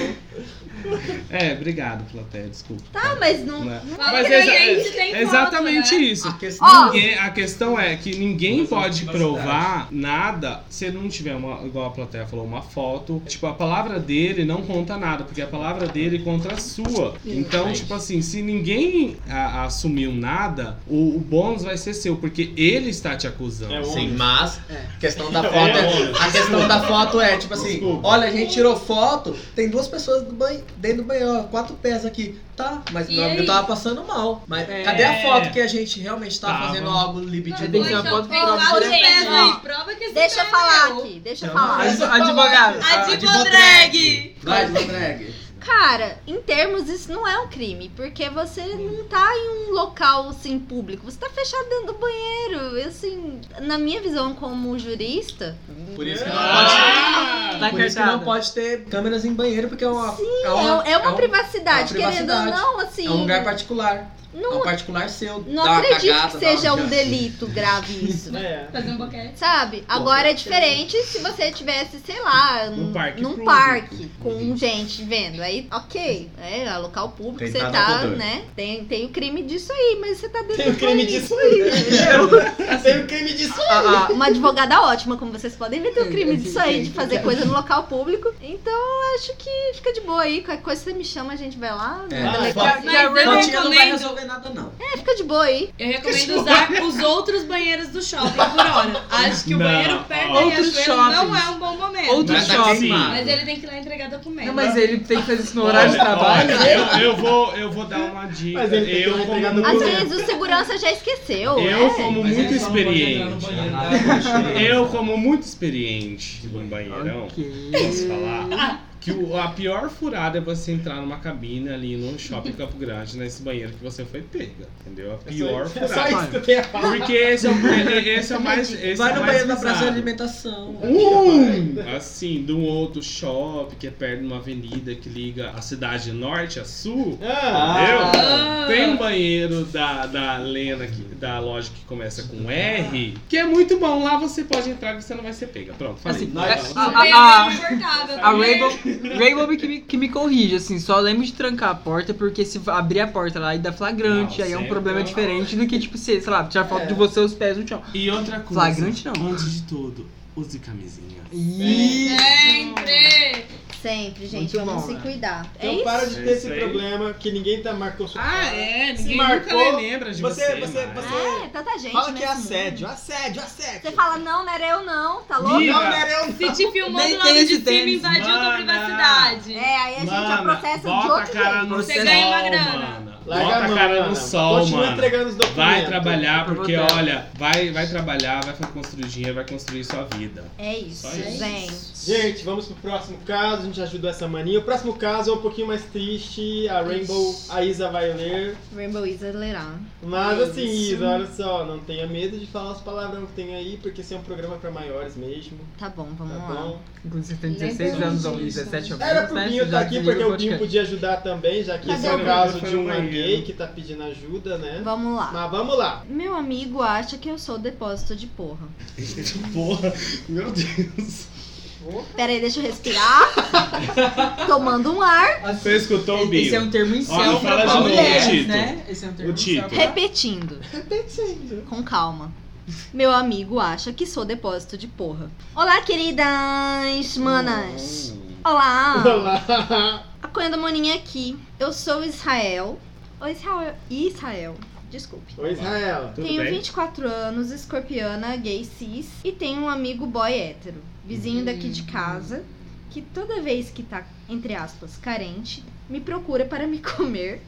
Speaker 1: É, obrigado, plateia, desculpa.
Speaker 2: Ah, mas não.
Speaker 1: Né?
Speaker 5: Fala
Speaker 1: Mas
Speaker 5: que
Speaker 1: é
Speaker 5: a
Speaker 1: exa-
Speaker 5: gente tem
Speaker 1: é exatamente
Speaker 5: foto, né?
Speaker 1: isso.
Speaker 8: A questão
Speaker 2: Ó,
Speaker 1: Ninguém- a questão é que ninguém
Speaker 8: Mas é uma
Speaker 1: pode
Speaker 8: privacidade.
Speaker 1: provar nada se não tiver, uma, igual a plateia falou, uma foto. Tipo, a palavra dele não conta nada, porque a palavra dele conta a sua. Então, tipo assim, se ninguém a- assumiu nada, o, o bônus vai ser seu, porque ele está te acusando.
Speaker 4: É,
Speaker 8: Sim, mas a questão da foto
Speaker 4: É,
Speaker 8: é, a questão da foto é tipo assim,
Speaker 1: Desculpa.
Speaker 8: olha, a gente tirou foto, tem duas pessoas do banho, dentro do banheiro, ó, quatro pés aqui. Tá, mas
Speaker 5: E
Speaker 8: meu amigo
Speaker 5: aí?
Speaker 8: tava passando mal. Mas
Speaker 6: É.
Speaker 8: cadê a foto que a gente realmente tá
Speaker 1: Tava.
Speaker 8: fazendo algo
Speaker 6: Tem que ter
Speaker 8: libidinoso?
Speaker 6: uma
Speaker 5: Então,
Speaker 6: foto
Speaker 5: tem
Speaker 6: pra
Speaker 5: lá o
Speaker 6: você.
Speaker 5: dedo
Speaker 2: Ó,
Speaker 5: aí, prova que esse
Speaker 2: Deixa eu
Speaker 5: cara é
Speaker 2: falar
Speaker 5: meu.
Speaker 2: aqui, deixa eu
Speaker 8: Não,
Speaker 2: falar.
Speaker 8: mas-
Speaker 6: Advogado.
Speaker 5: A
Speaker 8: Ah,
Speaker 5: Divodrag!
Speaker 8: Vai, Drag.
Speaker 2: Cara, em termos, isso não é um crime, porque você não tá em um local assim público, você tá fechado dentro do banheiro. E, Assim, na minha visão como jurista,
Speaker 8: Por isso que não pode,
Speaker 1: Ah!
Speaker 6: Tá
Speaker 8: por isso que não
Speaker 6: cartada.
Speaker 8: pode ter câmeras em banheiro, porque é uma.
Speaker 2: é, um- é uma
Speaker 8: um-
Speaker 2: privacidade,
Speaker 8: é uma
Speaker 2: querendo ou
Speaker 8: privacidade.
Speaker 2: não, assim.
Speaker 8: é um lugar particular. É um
Speaker 2: não
Speaker 8: particular seu.
Speaker 2: Então, não
Speaker 8: dá uma
Speaker 2: acredito
Speaker 8: cagada,
Speaker 2: que
Speaker 8: dá uma
Speaker 2: seja um
Speaker 8: mijada.
Speaker 2: delito grave isso.
Speaker 4: É.
Speaker 5: Fazer um boquete.
Speaker 2: Sabe? Agora é diferente se você tivesse, sei lá,
Speaker 1: Num
Speaker 2: num,
Speaker 1: parque
Speaker 2: num
Speaker 1: público.
Speaker 2: parque com gente vendo. Aí, ok, é, é local público,
Speaker 8: Tem
Speaker 2: você
Speaker 8: nada
Speaker 2: tá,
Speaker 8: rodando.
Speaker 2: né? Tem, tem o crime disso aí, mas você tá dentro
Speaker 4: Tem o
Speaker 2: do
Speaker 4: crime
Speaker 2: país.
Speaker 4: disso aí. um
Speaker 6: Eu, assim,
Speaker 4: sei o que me disse.
Speaker 6: A- a-
Speaker 2: Uma advogada ótima, como vocês podem ver, tem um crime
Speaker 6: Eu- eu
Speaker 2: disso aí, de
Speaker 6: fiquei-
Speaker 2: fazer coisa no local público. Então, eu acho que fica de boa aí. Qualquer coisa você me chama, a gente vai lá.
Speaker 3: É.
Speaker 2: manda
Speaker 4: Ah,
Speaker 2: legal.
Speaker 5: Mas
Speaker 8: Então,
Speaker 5: eu
Speaker 3: Plantinha não vai
Speaker 5: recomendo,
Speaker 3: resolver nada, não.
Speaker 2: É, fica de boa aí.
Speaker 5: eu recomendo usar os outros banheiros do shopping por hora. Acho que o
Speaker 1: Não,
Speaker 5: banheiro perto da
Speaker 6: outros
Speaker 5: Riachuelo não
Speaker 6: shoppings.
Speaker 5: é um bom momento.
Speaker 6: Outro
Speaker 1: Mas tá
Speaker 6: shopping.
Speaker 1: queimado.
Speaker 5: Mas ele tem que ir lá entregar documento.
Speaker 6: Não, mas ele tem que fazer isso no horário de trabalho.
Speaker 1: Olha, eu, eu vou, eu vou dar uma dica.
Speaker 4: Mas ele tem
Speaker 3: um
Speaker 4: que
Speaker 1: eu,
Speaker 4: entregar
Speaker 1: como,
Speaker 4: no
Speaker 2: Às
Speaker 4: Boa.
Speaker 2: vezes o segurança já esqueceu.
Speaker 1: eu,
Speaker 2: é.
Speaker 1: como
Speaker 7: Mas
Speaker 1: muito
Speaker 7: é só não pode entrar no
Speaker 1: experiente.
Speaker 7: banheiro,
Speaker 1: Eu, como muito experiente em banheirão,
Speaker 6: Ok.
Speaker 1: posso falar que o- a pior furada é você entrar numa cabine ali no shopping Campo Grande, nesse banheiro que você foi pega. Entendeu? A pior
Speaker 4: É só
Speaker 1: furada.
Speaker 4: isso que eu tenho a falar.
Speaker 1: Porque esse é o, é- esse é o mais. Esse
Speaker 3: Vai
Speaker 1: é
Speaker 3: no
Speaker 1: o mais
Speaker 3: banheiro da praça de
Speaker 1: visado.
Speaker 3: alimentação.
Speaker 1: Um! Assim, de um outro shopping que é perto de uma avenida que liga a cidade norte a sul.
Speaker 4: Ah,
Speaker 5: Ah.
Speaker 1: Tem um banheiro da, da Lena, que, da loja que começa com R, que é muito bom. Lá você pode entrar que você não vai ser pega. Pronto, falei.
Speaker 6: Assim,
Speaker 1: Vai
Speaker 6: é-
Speaker 1: lá.
Speaker 6: a-
Speaker 5: Bem
Speaker 6: a-
Speaker 5: confortável,
Speaker 6: A
Speaker 5: né?
Speaker 6: Rainbow, Rainbow que, me, que me corrige, assim, só lembro de trancar a porta, porque se abrir a porta lá e dá flagrante,
Speaker 1: Não,
Speaker 6: aí é um
Speaker 1: sempre
Speaker 6: problema
Speaker 1: é.
Speaker 6: diferente do que, tipo, se, sei lá, tirar foto
Speaker 4: É.
Speaker 6: de você os pés no chão.
Speaker 1: E outra coisa.
Speaker 6: Flagrante não.
Speaker 1: Antes de tudo, use camisinha.
Speaker 6: Ih,
Speaker 5: Sempre!
Speaker 2: Sempre, gente,
Speaker 6: Muito
Speaker 2: vamos
Speaker 6: bom,
Speaker 2: se
Speaker 6: né?
Speaker 2: cuidar. É
Speaker 4: Então
Speaker 2: isso.
Speaker 4: para de ter
Speaker 1: É
Speaker 4: esse
Speaker 1: isso aí.
Speaker 4: problema que ninguém tá marcando sua
Speaker 1: Ah,
Speaker 4: cara.
Speaker 1: é?
Speaker 4: Se
Speaker 1: Ninguém
Speaker 4: marcou,
Speaker 1: nunca lembra de
Speaker 4: você-
Speaker 1: você.
Speaker 4: você-
Speaker 1: mas-
Speaker 4: você-
Speaker 2: É, tanta gente.
Speaker 4: Fala que é
Speaker 2: né?
Speaker 4: assédio, assédio, assédio.
Speaker 2: Você fala, não, não era eu não, tá
Speaker 4: Não,
Speaker 2: louco?
Speaker 1: Ih,
Speaker 4: não
Speaker 1: Amiga.
Speaker 4: era eu.
Speaker 5: Se te filmando
Speaker 6: Nem
Speaker 5: lá
Speaker 6: tem
Speaker 5: de
Speaker 6: esse
Speaker 5: cima
Speaker 6: tênis.
Speaker 5: invadiu tua
Speaker 1: Mana.
Speaker 5: privacidade.
Speaker 2: É, aí a gente já
Speaker 1: Mana,
Speaker 2: processa de
Speaker 1: bota a
Speaker 2: outro
Speaker 1: cara
Speaker 2: jeito.
Speaker 1: no
Speaker 6: Você
Speaker 1: sol,
Speaker 5: ganha uma grana.
Speaker 1: mana.
Speaker 4: Larga
Speaker 1: Bota a
Speaker 4: mão,
Speaker 1: cara
Speaker 4: mano.
Speaker 1: no sol,
Speaker 4: Continua
Speaker 1: mano.
Speaker 4: entregando os documentos.
Speaker 1: Vai trabalhar, porque
Speaker 6: Aproveita.
Speaker 1: olha, vai, vai trabalhar, vai construir dinheiro, vai construir sua vida.
Speaker 2: É isso,
Speaker 1: Só isso.
Speaker 2: gente.
Speaker 4: Gente, vamos pro próximo caso, a gente ajudou essa maninha. O próximo caso é um pouquinho mais triste, a Rainbow, a Isa vai ler.
Speaker 2: Rainbow Isa lerá.
Speaker 4: Mas assim,
Speaker 2: Isso.
Speaker 4: Isa, olha só, não tenha medo de falar os palavrão que tem aí, porque esse é um programa pra maiores mesmo,
Speaker 2: Tá bom,
Speaker 4: tá
Speaker 2: vamos lá.
Speaker 4: bom?
Speaker 6: Inclusive tem 16 anos ou 17 anos,
Speaker 4: Era pro
Speaker 6: né?
Speaker 4: Binho
Speaker 6: Você
Speaker 4: estar
Speaker 6: já
Speaker 4: aqui,
Speaker 6: desliga
Speaker 4: porque
Speaker 6: o
Speaker 4: o Binho
Speaker 6: podcast.
Speaker 4: podia ajudar também, já que
Speaker 2: Mas
Speaker 4: esse é
Speaker 2: eu-
Speaker 4: o caso
Speaker 1: foi
Speaker 4: de
Speaker 1: no
Speaker 4: uma gay
Speaker 1: banheiro.
Speaker 4: que tá pedindo ajuda, né?
Speaker 2: Vamos lá.
Speaker 4: Mas vamos lá.
Speaker 2: Meu amigo acha que eu sou depósito de porra.
Speaker 1: Porra, meu Deus.
Speaker 2: Pera aí, deixa eu respirar. Tomando um ar.
Speaker 1: Você escutou o Hum,
Speaker 6: Esse é
Speaker 1: Binho?
Speaker 6: um termo incel
Speaker 1: Olha, fala
Speaker 6: pra
Speaker 1: de novo o
Speaker 6: mulheres,
Speaker 1: título.
Speaker 6: né? Esse é um termo
Speaker 1: O
Speaker 6: incel
Speaker 1: título.
Speaker 6: pra-
Speaker 2: Repetindo. Com calma. Meu amigo acha que sou depósito de porra. Olá, queridas manas. Olá.
Speaker 4: Olá.
Speaker 2: A Cunha da Moninha aqui. Eu sou Israel. Oi, Israel. Israel. Desculpe.
Speaker 4: Oi, Israel.
Speaker 1: Tudo
Speaker 2: tenho
Speaker 1: bem?
Speaker 2: 24 anos, escorpiana, gay cis e tenho um amigo boy hétero, vizinho daqui de casa, que toda vez que tá, entre aspas, carente, me procura para me comer.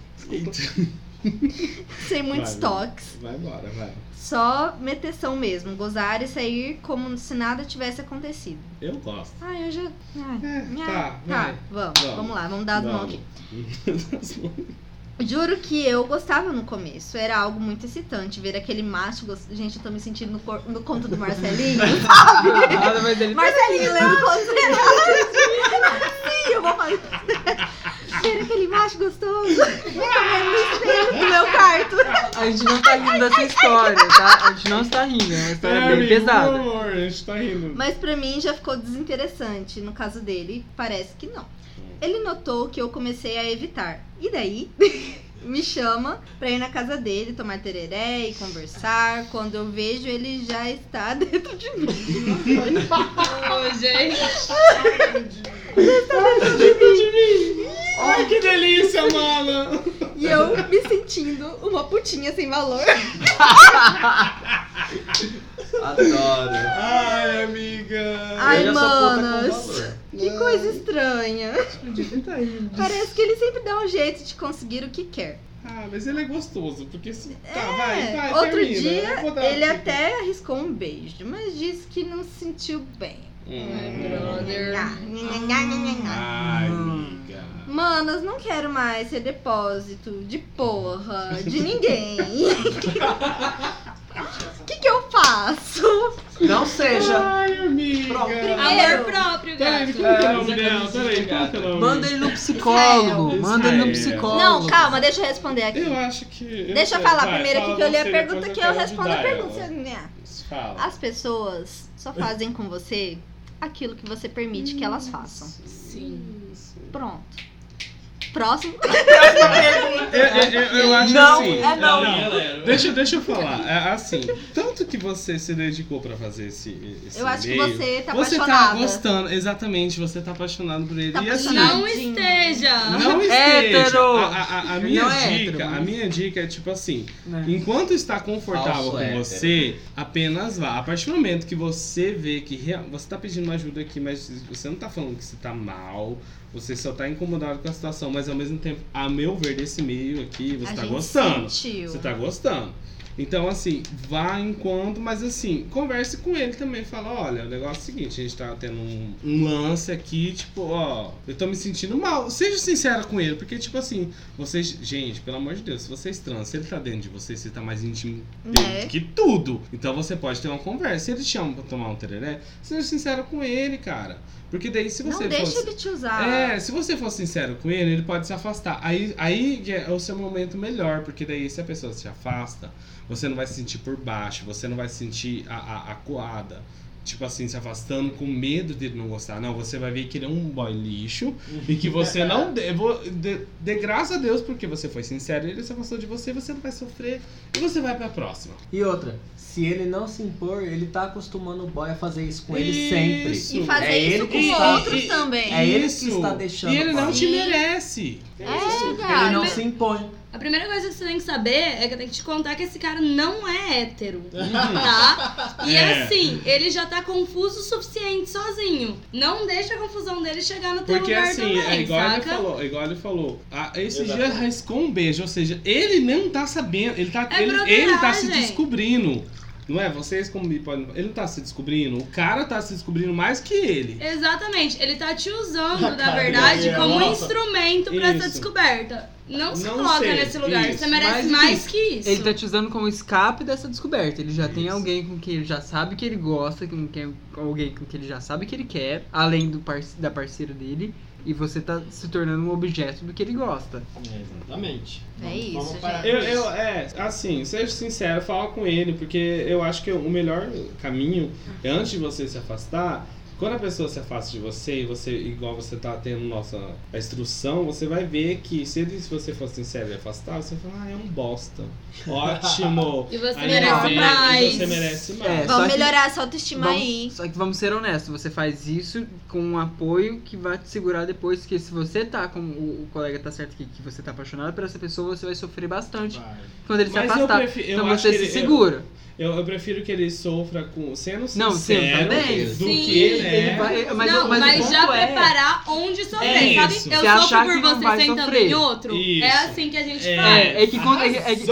Speaker 2: Sem muitos
Speaker 1: Vai,
Speaker 2: toques,
Speaker 1: Vai embora, vai.
Speaker 2: só meteção mesmo, gozar e sair como se nada tivesse acontecido.
Speaker 1: Eu gosto.
Speaker 2: Ai, eu já. Ai,
Speaker 1: É,
Speaker 2: ah,
Speaker 1: tá, vai.
Speaker 2: vamos,
Speaker 1: Vamos.
Speaker 2: vamos lá, vamos dar as mãos aqui.
Speaker 1: Vamos.
Speaker 2: Juro que eu gostava no começo. Era algo muito excitante ver aquele macho. gos- Gente, eu tô me sentindo no, cor- no conto do Marcelinho.
Speaker 6: Nada mais dele.
Speaker 2: Marcelinho, lembra o conto dele? Sim, eu vou fazer. Ver aquele macho gostoso. Comendo no espelho do meu quarto.
Speaker 6: A gente não tá rindo dessa história, tá? A gente não está rindo, é uma história bem pesada.
Speaker 1: Meu amor, a gente tá rindo.
Speaker 2: Mas pra mim já ficou desinteressante. No caso dele, parece que não. Ele notou que eu comecei a evitar. E daí? Me chama pra ir na casa dele, tomar tereré e conversar. Quando eu vejo, ele já está dentro de mim.
Speaker 5: Ô, gente.
Speaker 1: Ai, que delícia, mana.
Speaker 2: E eu me sentindo uma putinha sem valor.
Speaker 7: Adoro.
Speaker 1: Ai, amiga.
Speaker 2: Ai,
Speaker 3: Veja só conta com
Speaker 2: manas.
Speaker 3: valor.
Speaker 2: Que coisa estranha. Parece que ele sempre dá um jeito de conseguir o que quer.
Speaker 1: Ah, mas ele é gostoso, porque se... Tá, vai, vai,
Speaker 2: É. outro
Speaker 1: termina.
Speaker 2: dia,
Speaker 1: Eu vou dar-
Speaker 2: Ele até arriscou um beijo, mas disse que não se sentiu bem.
Speaker 1: Hum. Ai, amiga.
Speaker 2: Manas, não quero mais ser depósito de porra de ninguém. O que, que eu faço?
Speaker 3: Não seja.
Speaker 1: Ai, amiga.
Speaker 3: Pronto.
Speaker 5: Amor próprio,
Speaker 6: Tá,
Speaker 1: Peraí,
Speaker 5: gato.
Speaker 1: como que é o nome
Speaker 3: Obrigado.
Speaker 1: dela? Peraí, qual que é o nome?
Speaker 6: Manda ele no psicólogo,
Speaker 1: Israel.
Speaker 6: manda ele no
Speaker 1: Israel.
Speaker 6: psicólogo.
Speaker 2: Não, calma, deixa eu responder aqui.
Speaker 1: Eu acho que. eu
Speaker 2: Deixa eu
Speaker 1: sei.
Speaker 2: falar
Speaker 1: Vai,
Speaker 2: primeiro aqui
Speaker 1: fala
Speaker 2: que eu li a
Speaker 1: você,
Speaker 2: pergunta
Speaker 1: depois
Speaker 2: que eu
Speaker 1: quero
Speaker 2: respondo a
Speaker 1: ajudar
Speaker 2: pergunta.
Speaker 1: ela.
Speaker 2: né?
Speaker 1: Fala.
Speaker 2: As pessoas só fazem com você aquilo que você permite que elas façam.
Speaker 5: Sim.
Speaker 2: Pronto. Próximo.
Speaker 1: É, Eu, eu- eu- eu acho
Speaker 6: Não,
Speaker 1: assim.
Speaker 6: é
Speaker 1: Deixa, deixa eu falar. É, assim, tanto quanto que você se dedicou pra fazer esse, esse
Speaker 2: Eu acho que
Speaker 1: e-mail?
Speaker 2: você tá
Speaker 1: Você tá
Speaker 2: apaixonada.
Speaker 1: gostando, exatamente, você tá apaixonado por ele.
Speaker 2: Tá
Speaker 1: e assim,
Speaker 2: apaixonado.
Speaker 5: Não esteja!
Speaker 1: não esteja.
Speaker 6: Hétero.
Speaker 1: A, a- a- a minha
Speaker 6: Não é
Speaker 1: dica,
Speaker 6: hétero, mas-
Speaker 1: a minha dica é tipo assim,
Speaker 6: Né?
Speaker 1: enquanto está confortável
Speaker 3: Falso
Speaker 1: com
Speaker 3: hétero.
Speaker 1: você, apenas vá. A partir do momento que você vê que real- você tá pedindo uma ajuda aqui, mas você não tá falando que você tá mal, você só tá incomodado com a situação, mas ao mesmo tempo, a meu ver desse meio aqui, você
Speaker 2: a
Speaker 1: tá
Speaker 2: gente
Speaker 1: gostando.
Speaker 2: sentiu.
Speaker 1: Você tá gostando. Então, assim, vá enquanto, mas assim, converse com ele também. Fala, olha, o negócio é o seguinte, a gente tá tendo um, um lance aqui, tipo, ó, eu tô me sentindo mal. Seja sincera com ele, porque, tipo assim, vocês. Gente, pelo amor de Deus, se vocês trans, se ele tá dentro de você, você tá mais íntimo dele
Speaker 2: Né?
Speaker 1: que tudo. Então você pode ter uma conversa. Se ele te chama pra tomar um tereré, seja sincero com ele, cara. Porque daí se você
Speaker 2: Não deixa
Speaker 1: fosse-
Speaker 2: ele te
Speaker 3: Ah.
Speaker 2: usar.
Speaker 1: é, se você for sincero com ele, ele pode se afastar. Aí, aí que é o seu momento melhor, porque daí se a pessoa se afasta, você não vai se sentir por baixo, você não vai se sentir a- a- acuada. Tipo assim, se afastando com medo dele não gostar. Não, você vai ver que ele é um boy lixo e que você não. De, vo- de, de graça a Deus, porque você foi sincero, ele se afastou de você, você não vai sofrer e você vai pra próxima.
Speaker 3: E outra, se ele não se impor, ele tá acostumando o boy a fazer isso com ele
Speaker 1: Isso.
Speaker 3: sempre.
Speaker 2: E fazer
Speaker 3: É
Speaker 2: isso
Speaker 3: ele
Speaker 2: com
Speaker 3: que
Speaker 1: está-
Speaker 2: outros
Speaker 1: e-
Speaker 2: também.
Speaker 3: É ele que está deixando
Speaker 1: E ele não
Speaker 3: pra
Speaker 1: te
Speaker 5: mim.
Speaker 1: merece.
Speaker 2: É,
Speaker 3: Ele
Speaker 2: cara.
Speaker 3: não se impõe.
Speaker 5: A primeira coisa que você tem que saber é que eu tenho que te contar que esse cara não é hétero, tá? E
Speaker 1: Hum. É.
Speaker 5: assim, ele já tá confuso o suficiente sozinho. Não deixa a confusão dele chegar no teu
Speaker 1: Porque
Speaker 5: lugar
Speaker 1: assim,
Speaker 5: também,
Speaker 1: é igual ele
Speaker 5: saca?
Speaker 1: falou, é igual ele falou. Ah, esse dia
Speaker 4: Exatamente.
Speaker 1: arriscou um beijo, ou seja, ele não tá sabendo, ele tá,
Speaker 5: É
Speaker 1: ele, ele tá se
Speaker 5: broderagem.
Speaker 1: descobrindo. Não é? Vocês como me podem. Ele não tá se descobrindo, o cara tá se descobrindo mais que ele.
Speaker 5: Exatamente, ele tá te usando, na
Speaker 4: Cara,
Speaker 5: verdade,
Speaker 4: é,
Speaker 5: como um
Speaker 4: nossa.
Speaker 5: instrumento pra essa
Speaker 1: Isso.
Speaker 5: descoberta. Não se
Speaker 1: Não
Speaker 5: coloca
Speaker 1: sei,
Speaker 5: nesse lugar,
Speaker 1: isso.
Speaker 5: você merece
Speaker 6: Mas, enfim,
Speaker 5: mais que isso.
Speaker 6: Ele tá te usando como escape dessa descoberta. Ele já tem
Speaker 1: Isso.
Speaker 6: alguém com quem ele já sabe que ele gosta, com quem, alguém com quem ele já sabe que ele quer, além do parce- da parceira dele, e você tá se tornando um objeto do que ele gosta.
Speaker 4: Exatamente.
Speaker 2: É
Speaker 4: Vamos-
Speaker 2: isso,
Speaker 4: vamos parar
Speaker 2: gente.
Speaker 1: Eu,
Speaker 4: com isso.
Speaker 1: eu, é, assim, seja sincero, fala com ele, porque eu acho que o melhor caminho é antes de você se afastar. Quando a pessoa se afasta de você, e você, igual você tá tendo nossa a instrução, você vai ver que se, ele, se você for sincero e afastar, você vai falar, ah, é um bosta. Ótimo!
Speaker 5: E você
Speaker 1: Aí
Speaker 5: merece
Speaker 1: vê que
Speaker 5: mais.
Speaker 1: é, Você merece
Speaker 6: É, só
Speaker 1: mais.
Speaker 2: Vamos
Speaker 6: que-
Speaker 2: melhorar essa autoestima
Speaker 6: Vamos-
Speaker 2: aí.
Speaker 6: Só que vamos ser honestos, você faz isso com um apoio que vai te segurar depois, que se você tá, como o, o colega tá certo aqui, que você tá apaixonado por essa pessoa, você vai sofrer bastante
Speaker 4: Vai.
Speaker 6: quando ele
Speaker 1: Mas
Speaker 6: se
Speaker 1: eu
Speaker 6: afastar.
Speaker 1: prefiro- eu
Speaker 6: então
Speaker 1: acho
Speaker 6: você
Speaker 1: que
Speaker 6: se
Speaker 1: ele-
Speaker 6: segura.
Speaker 1: Eu, eu prefiro que ele sofra com sendo
Speaker 6: Não,
Speaker 1: sincero
Speaker 6: sim, também.
Speaker 1: do
Speaker 5: Sim.
Speaker 1: que ele é.
Speaker 6: Ele vai- mas,
Speaker 5: não,
Speaker 6: o- mas,
Speaker 5: mas,
Speaker 6: o ponto
Speaker 5: já
Speaker 6: é,
Speaker 5: preparar onde
Speaker 1: É
Speaker 5: sofrer, sabe?
Speaker 1: isso.
Speaker 5: Eu
Speaker 6: Se
Speaker 5: sofro
Speaker 6: achar
Speaker 5: por
Speaker 6: que não
Speaker 5: você
Speaker 6: vai
Speaker 5: sentando
Speaker 6: sofrer.
Speaker 5: em outro. É
Speaker 1: Isso.
Speaker 5: assim que a gente
Speaker 1: É.
Speaker 5: faz.
Speaker 6: É, é que quando, é, que- é que-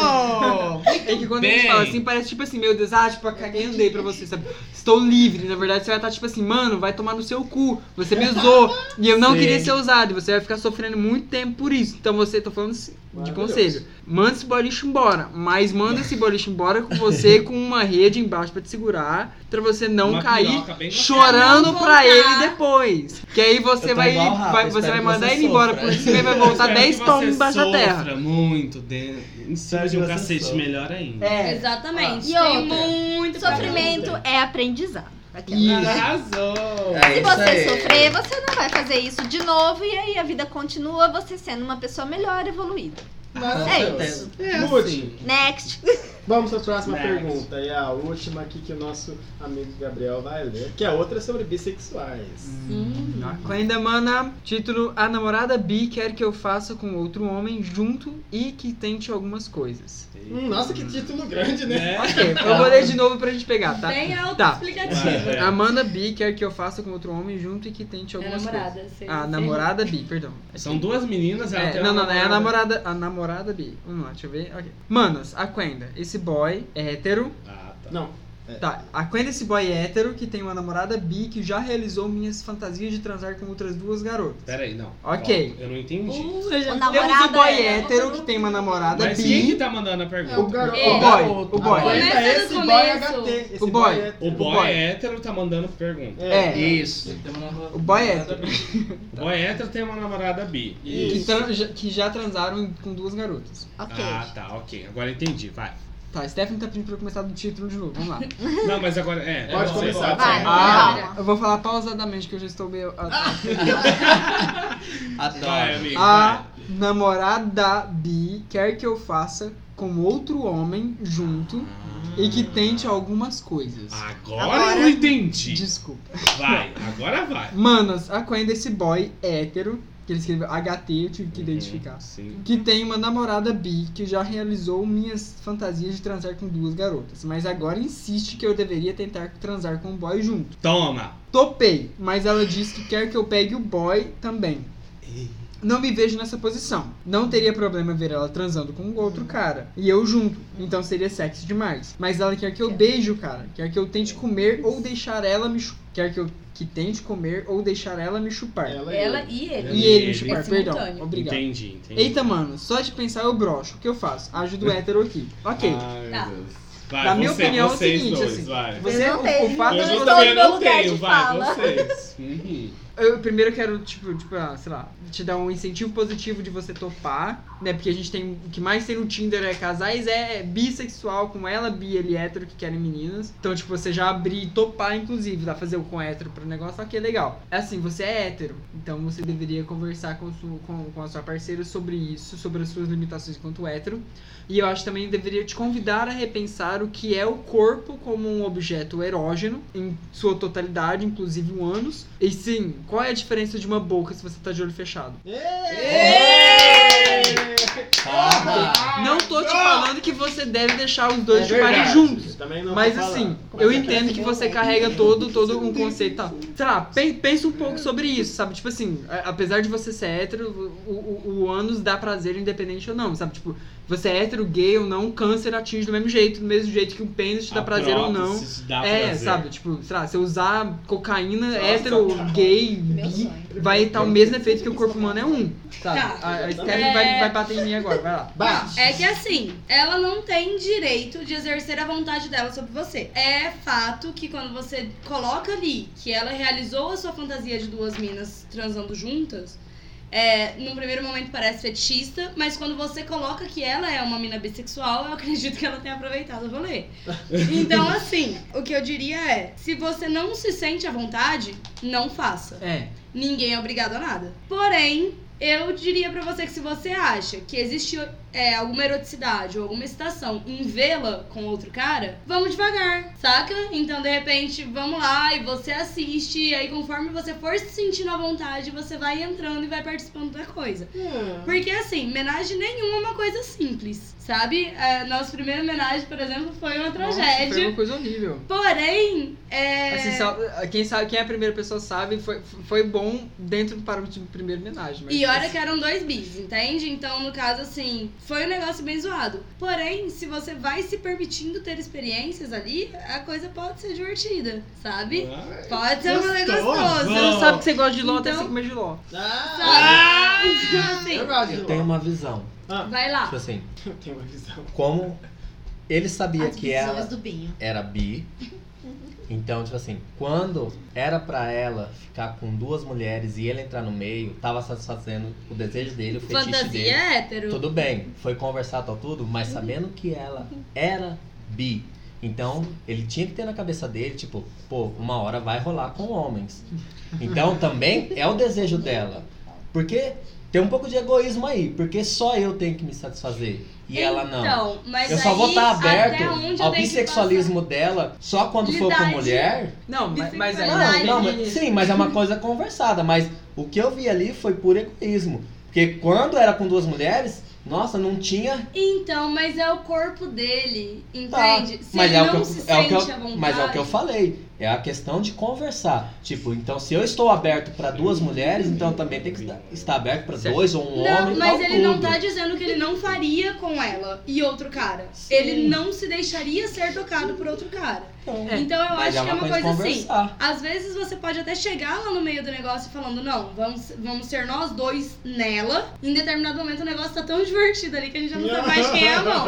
Speaker 6: é que quando a gente
Speaker 1: Bem.
Speaker 6: fala assim, parece tipo assim, meu Deus, ah, tipo, caguei e andei pra você, sabe? Estou livre. Na verdade, você vai estar tipo assim, mano, vai tomar no seu cu. Você me usou. e eu não
Speaker 3: Sim.
Speaker 6: queria ser usado. E você vai ficar sofrendo muito tempo por isso. Então você, tô falando assim, de
Speaker 4: Maravilhoso.
Speaker 6: conselho. Manda esse boliche embora. Mas manda esse boliche embora com você, com uma rede embaixo pra te segurar. Pra você não
Speaker 1: Uma
Speaker 6: cair
Speaker 1: piroca bem
Speaker 6: chorando
Speaker 5: Não
Speaker 6: pra
Speaker 5: voltar.
Speaker 6: ele depois. Que aí você
Speaker 3: Eu tô
Speaker 6: vai,
Speaker 3: igual o Rafa,
Speaker 6: vai-
Speaker 3: espero
Speaker 6: você vai
Speaker 3: que
Speaker 6: mandar
Speaker 3: você
Speaker 6: ele embora
Speaker 3: sofra.
Speaker 6: por cima e vai
Speaker 1: Eu
Speaker 6: voltar
Speaker 1: espero
Speaker 6: 10
Speaker 1: que
Speaker 6: tombos
Speaker 1: você
Speaker 6: embaixo da terra.
Speaker 1: sofra muito dentro, em cima
Speaker 4: Espero
Speaker 1: de um
Speaker 4: que você
Speaker 1: cacete
Speaker 4: sofra.
Speaker 1: melhor ainda.
Speaker 3: É.
Speaker 5: Exatamente.
Speaker 2: E
Speaker 5: Tem um
Speaker 2: outra?
Speaker 5: muito
Speaker 2: Sofrimento é aprendizado. né? Aquela.
Speaker 6: Isso.
Speaker 1: Arrasou!
Speaker 3: É
Speaker 2: Se
Speaker 3: isso
Speaker 2: você
Speaker 3: aí.
Speaker 2: sofrer, você não vai fazer isso de novo e aí a vida continua você sendo uma pessoa melhor, evoluída.
Speaker 4: Maravilhoso.
Speaker 3: É isso.
Speaker 1: É
Speaker 6: assim.
Speaker 4: Mude.
Speaker 2: Next.
Speaker 4: Vamos para a próxima
Speaker 1: Next.
Speaker 4: pergunta. E a última aqui que o nosso amigo Gabriel vai ler, que é outra sobre bissexuais.
Speaker 5: Hum.
Speaker 6: Ainda mana, título A namorada bi quer que eu faça com outro homem junto e que tente algumas coisas.
Speaker 4: Hum, nossa, que título grande, né?
Speaker 1: Né?
Speaker 6: Ok, eu vou ler de novo pra gente pegar, tá?
Speaker 5: Bem
Speaker 6: Tá.
Speaker 5: auto-explicativo.
Speaker 1: Vai, vai.
Speaker 6: Amanda bi quer que eu faça com outro homem junto e que tente
Speaker 5: É
Speaker 6: algumas coisas. Ah,
Speaker 5: namorada. sei-
Speaker 6: A
Speaker 5: sei.
Speaker 6: namorada bi, perdão.
Speaker 1: São duas meninas, ela
Speaker 6: É,
Speaker 1: tem
Speaker 6: não,
Speaker 1: uma
Speaker 6: não, não, é a namorada, a namorada bi. Vamos lá, deixa eu ver. ok. Manas, a Quenda, esse boy é hétero.
Speaker 1: Ah, tá.
Speaker 4: Não.
Speaker 6: Tá, a Quenda, esse boy é hétero que tem uma namorada bi que já realizou minhas fantasias de transar com outras duas garotas.
Speaker 1: Peraí, não.
Speaker 6: Ok.
Speaker 1: Calma, Eu não entendi.
Speaker 5: Uh, eu já- né?
Speaker 2: O
Speaker 6: Temos o
Speaker 2: namorado
Speaker 6: boy
Speaker 2: é-
Speaker 6: hétero que tem uma namorada
Speaker 1: Mas quem que
Speaker 6: bi.
Speaker 1: tá mandando a pergunta?
Speaker 4: O garoto.
Speaker 5: É.
Speaker 4: O boy.
Speaker 6: O boy.
Speaker 4: Agora tá
Speaker 5: Começa do
Speaker 4: esse boy
Speaker 5: começo.
Speaker 4: HT. Esse
Speaker 6: O boy.
Speaker 4: é-
Speaker 1: O boy,
Speaker 6: boy.
Speaker 1: hétero tá mandando pergunta.
Speaker 6: É.
Speaker 3: Isso.
Speaker 6: O boy
Speaker 3: é
Speaker 6: hétero.
Speaker 1: O boy hétero tem uma namorada bi.
Speaker 4: É,
Speaker 6: Que, tran- já- que já transaram com duas garotas.
Speaker 2: Ok.
Speaker 1: Ah, tá, ok. Agora entendi, vai.
Speaker 6: Tá, a Stephanie tá pedindo pra eu começar do título de novo, vamos lá.
Speaker 1: Não, mas agora é.
Speaker 4: Pode
Speaker 1: você
Speaker 4: começar.
Speaker 2: Vai,
Speaker 4: Ah,
Speaker 2: calma.
Speaker 6: eu vou falar pausadamente que eu já estou meio. A,
Speaker 1: Vai,
Speaker 3: Adoro.
Speaker 1: amigo.
Speaker 6: a
Speaker 1: vai.
Speaker 6: namorada bi quer que eu faça com outro homem junto e que tente algumas coisas.
Speaker 1: Agora,
Speaker 2: Agora-
Speaker 1: eu entendi.
Speaker 6: Desculpa.
Speaker 1: Vai, agora vai.
Speaker 6: Manas, acuenda esse boy hétero, que ele escreveu HT, eu tive que identificar.
Speaker 1: Uhum. Sim.
Speaker 6: Que tem uma namorada bi que já realizou minhas fantasias de transar com duas garotas, mas agora insiste que eu deveria tentar transar com um boy junto.
Speaker 1: Toma.
Speaker 6: Topei, mas ela diz que quer que eu pegue o boy também. Não me vejo nessa posição. Não teria problema ver ela transando com outro cara. E eu junto. Então seria sexy demais. Mas ela quer que eu beije o cara. Quer que eu tente comer ou deixar ela me chupar. Quer que eu que tente comer ou deixar ela me chupar.
Speaker 4: Ela, é
Speaker 5: Ela
Speaker 4: e
Speaker 5: e ele.
Speaker 6: E ele me
Speaker 1: Ele.
Speaker 6: chupar,
Speaker 5: É
Speaker 6: perdão.
Speaker 5: simultâneo.
Speaker 6: Obrigado.
Speaker 1: Entendi, entendi.
Speaker 6: Eita, mano, só de pensar eu broxo. O que eu faço? Ajudo o hétero aqui. Ok.
Speaker 4: Ah.
Speaker 10: Ai,
Speaker 5: Tá.
Speaker 10: meu Deus.
Speaker 1: vai,
Speaker 6: na minha
Speaker 1: você,
Speaker 6: opinião é o
Speaker 1: vocês
Speaker 6: seguinte,
Speaker 1: dois,
Speaker 6: assim,
Speaker 1: vai.
Speaker 6: Você,
Speaker 2: Eu não
Speaker 6: o,
Speaker 2: tenho.
Speaker 6: o fato
Speaker 2: Eu
Speaker 1: Eu
Speaker 2: não estou
Speaker 1: não
Speaker 2: no
Speaker 1: também
Speaker 2: meu
Speaker 1: não
Speaker 2: lugar
Speaker 1: tenho,
Speaker 2: de
Speaker 1: vai,
Speaker 2: fala.
Speaker 1: vocês. Uhum.
Speaker 6: Eu primeiro quero, tipo, tipo, ah, sei lá, te dar um incentivo positivo de você topar, né? Porque a gente tem. O que mais tem no Tinder é casais, é bissexual com ela, bi, ele é hétero que querem meninas. Então, tipo, você já abrir e topar, inclusive, dá fazer o com hétero pro negócio, ok, legal. É assim, você é hétero, então você deveria conversar com, su- com, com a sua parceira sobre isso, sobre as suas limitações enquanto hétero. E eu acho que também deveria te convidar a repensar o que é o corpo como um objeto erógeno, em sua totalidade, inclusive o ânus. E sim, qual é a diferença de uma boca se você tá de olho fechado? não tô te falando que você deve deixar os dois de chuparem juntos.
Speaker 4: Também não
Speaker 6: Mas
Speaker 4: tô falando.
Speaker 6: assim,
Speaker 4: Mas
Speaker 6: eu
Speaker 4: é
Speaker 6: entendo que você carrega todo, todo um conceito. e tal. Sei lá, pen- pensa um pouco sobre isso, sabe? Tipo assim, a- apesar de você ser hétero, o, o, o ânus dá prazer independente ou não, sabe? Tipo, você é hétero, gay ou não, o câncer atinge do mesmo jeito, do mesmo jeito que o pênis te dá
Speaker 1: A
Speaker 6: prazer ou não.
Speaker 1: prótese te Ah, dá
Speaker 6: é,
Speaker 1: prazer.
Speaker 6: sabe? Tipo, sei lá, se eu usar cocaína, hétero, gay,
Speaker 2: Meu
Speaker 6: bi,
Speaker 2: sonho.
Speaker 6: vai estar o mesmo efeito que o corpo humano é um. Sabe?
Speaker 5: Tá.
Speaker 6: A, a Stephanie vai, vai bater em mim agora, vai lá.
Speaker 5: Não, é que assim, ela não tem direito de exercer a vontade dela sobre você. É fato que quando você coloca ali que ela realizou a sua fantasia de duas minas transando juntas, é, num primeiro momento parece fetichista, mas quando você coloca que ela é uma mina bissexual, eu acredito que ela tenha aproveitado o rolê. Então, assim, o que eu diria é: se você não se sente à vontade, não faça.
Speaker 6: É.
Speaker 5: Ninguém é obrigado a nada. Porém, eu diria pra você que se você acha que existe é, alguma eroticidade ou alguma excitação em vê-la com outro cara, vamos devagar, saca? Então, de repente, vamos lá e você assiste, e aí conforme você for se sentindo à vontade, você vai entrando e vai participando da coisa. Porque assim, homenagem nenhuma é uma coisa simples, sabe? É, nosso primeiro homenagem, por exemplo, foi uma
Speaker 6: Nossa, foi um-
Speaker 5: tragédia.
Speaker 6: uma coisa horrível.
Speaker 5: Porém, é...
Speaker 6: Assim, só- quem, sabe, quem é a primeira pessoa sabe, foi, foi bom dentro para o tipo, primeiro homenagem. mas-
Speaker 5: E olha que eram dois bis, entende? Então, no caso, assim, foi um negócio bem zoado. Porém, se você vai se permitindo ter experiências ali, a coisa pode ser divertida,
Speaker 1: Ah.
Speaker 5: sabe? Pode ser um rolê
Speaker 6: Você
Speaker 5: gostoso.
Speaker 6: não sabe que você gosta de ló até
Speaker 5: Então-
Speaker 6: você comer de ló.
Speaker 4: Ah,
Speaker 5: Sabe? Então, assim,
Speaker 4: eu gosto de
Speaker 3: Eu
Speaker 4: ló.
Speaker 3: tenho uma visão.
Speaker 5: vai
Speaker 3: Tipo
Speaker 5: lá.
Speaker 3: assim,
Speaker 4: Eu tenho uma visão.
Speaker 3: como ele sabia
Speaker 2: As
Speaker 3: que
Speaker 2: visões
Speaker 3: ela
Speaker 2: do Binho.
Speaker 3: era bi. Então, tipo assim, quando era pra ela ficar com duas mulheres e ele entrar no meio, tava satisfazendo o desejo dele, o fetiche dele.
Speaker 5: Fantasia um hétero.
Speaker 3: Tudo bem, foi conversar tal tudo, mas sabendo que ela era bi. Então, ele tinha que ter na cabeça dele, tipo, pô, uma hora vai rolar com homens. Então, também é o desejo dela. Porque tem um pouco de egoísmo aí, porque só eu tenho que me satisfazer e ela não.
Speaker 5: Então, mas
Speaker 3: Eu só
Speaker 5: aí,
Speaker 3: vou estar
Speaker 5: até onde
Speaker 3: aberto
Speaker 5: eu
Speaker 3: ao
Speaker 5: tenho que
Speaker 3: bissexualismo dela só quando for com
Speaker 5: Lidar de-
Speaker 3: mulher.
Speaker 6: Não, mas, mas é aí.
Speaker 5: Verdade.
Speaker 3: Não, não, mas- sim, mas é uma coisa conversada. Mas o que eu vi ali foi puro egoísmo. Porque quando era com duas mulheres, nossa, não tinha.
Speaker 5: passar. Então, mas é o corpo dele,
Speaker 3: Tá.
Speaker 5: entende? Se
Speaker 3: Mas
Speaker 5: ele
Speaker 3: é o
Speaker 5: não
Speaker 3: que eu,
Speaker 5: se sente
Speaker 3: é o que
Speaker 5: à
Speaker 3: eu,
Speaker 5: vontade...
Speaker 3: mas é o que eu falei. É a questão de conversar. Tipo, então se eu estou aberto para duas mulheres, então eu também tem que estar- estar aberto para
Speaker 6: Certo.
Speaker 3: dois ou um
Speaker 5: Não,
Speaker 3: homem.
Speaker 5: mas
Speaker 3: tal
Speaker 5: ele não
Speaker 3: tudo.
Speaker 5: tá dizendo que ele não faria com ela e outro cara.
Speaker 3: Sim.
Speaker 5: Ele não se deixaria ser tocado por outro cara.
Speaker 3: Então,
Speaker 5: Então eu
Speaker 3: mas
Speaker 5: acho que é uma coisa assim.
Speaker 3: conversar.
Speaker 5: Às vezes você pode até chegar lá no meio do negócio falando, não, vamos, vamos ser nós dois nela. Em determinado momento o negócio tá tão divertido ali que a gente já não sabe mais quem é a mão.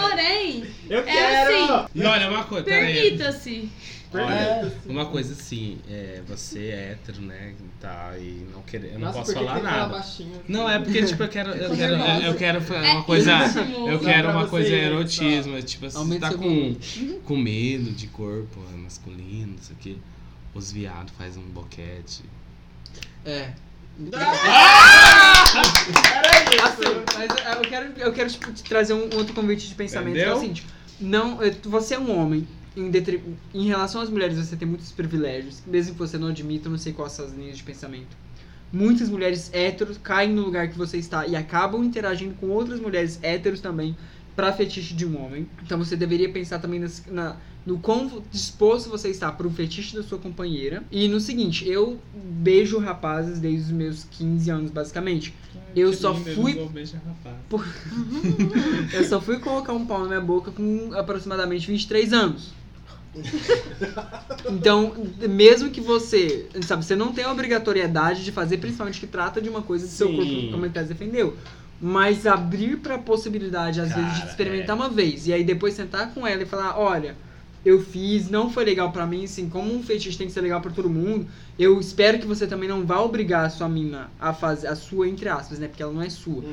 Speaker 5: Porém,
Speaker 4: Eu
Speaker 5: É
Speaker 4: quero!
Speaker 5: assim.
Speaker 1: E olha, uma coisa, peraí.
Speaker 5: permita-se.
Speaker 4: É.
Speaker 1: Olha, uma coisa assim, é, você é hétero, né? Tá, e não querer. Eu não
Speaker 4: Nossa,
Speaker 1: posso
Speaker 4: por que que
Speaker 1: falar
Speaker 4: tem que falar
Speaker 1: nada.
Speaker 4: baixinho?
Speaker 1: Não, é porque, tipo, eu quero. Eu quero, eu, eu quero falar uma
Speaker 5: É
Speaker 1: coisa.
Speaker 5: íntimo.
Speaker 1: Eu
Speaker 4: Só
Speaker 1: quero
Speaker 4: pra
Speaker 1: uma
Speaker 4: você,
Speaker 1: coisa
Speaker 4: só.
Speaker 1: erotismo, é tipo, assim, você
Speaker 6: Aumenta
Speaker 1: tá
Speaker 6: seu
Speaker 1: com, com medo de corpo é masculino, isso aqui. Os viados fazem um boquete.
Speaker 6: É.
Speaker 4: Era isso.
Speaker 6: Assim, mas eu eu quero, eu quero tipo, te trazer um outro convite de pensamento
Speaker 1: Entendeu?
Speaker 6: que é o seguinte. não, eh, você é um homem. Em, detri- em relação às mulheres, você tem muitos privilégios, mesmo que você não admita, eu não sei quais são as linhas de pensamento. Muitas mulheres héteros caem no lugar que você está e acabam interagindo com outras mulheres héteros também para fetiche de um homem. Então você deveria pensar também nas- na, no quão disposto você está para o fetiche da sua companheira. E no seguinte, eu beijo rapazes desde os meus 15 anos, basicamente. Eu só fui
Speaker 1: Vou beijar rapaz.
Speaker 2: Uhum.
Speaker 6: eu só fui colocar um pau na minha boca com aproximadamente 23 anos. Então, mesmo que você, sabe, você não tem a obrigatoriedade de fazer, principalmente que trata de uma coisa do seu
Speaker 1: Sim.
Speaker 6: corpo, como a Tess defendeu. Mas abrir pra possibilidade, às vezes, de
Speaker 11: Cara,
Speaker 6: experimentar uma vez. E aí depois sentar com ela e falar, olha, eu fiz, não foi legal pra mim, assim, como um fetiche tem que ser legal pra todo mundo, eu espero que você também não vá obrigar a sua mina a fazer, a sua, entre aspas, né, porque ela não é sua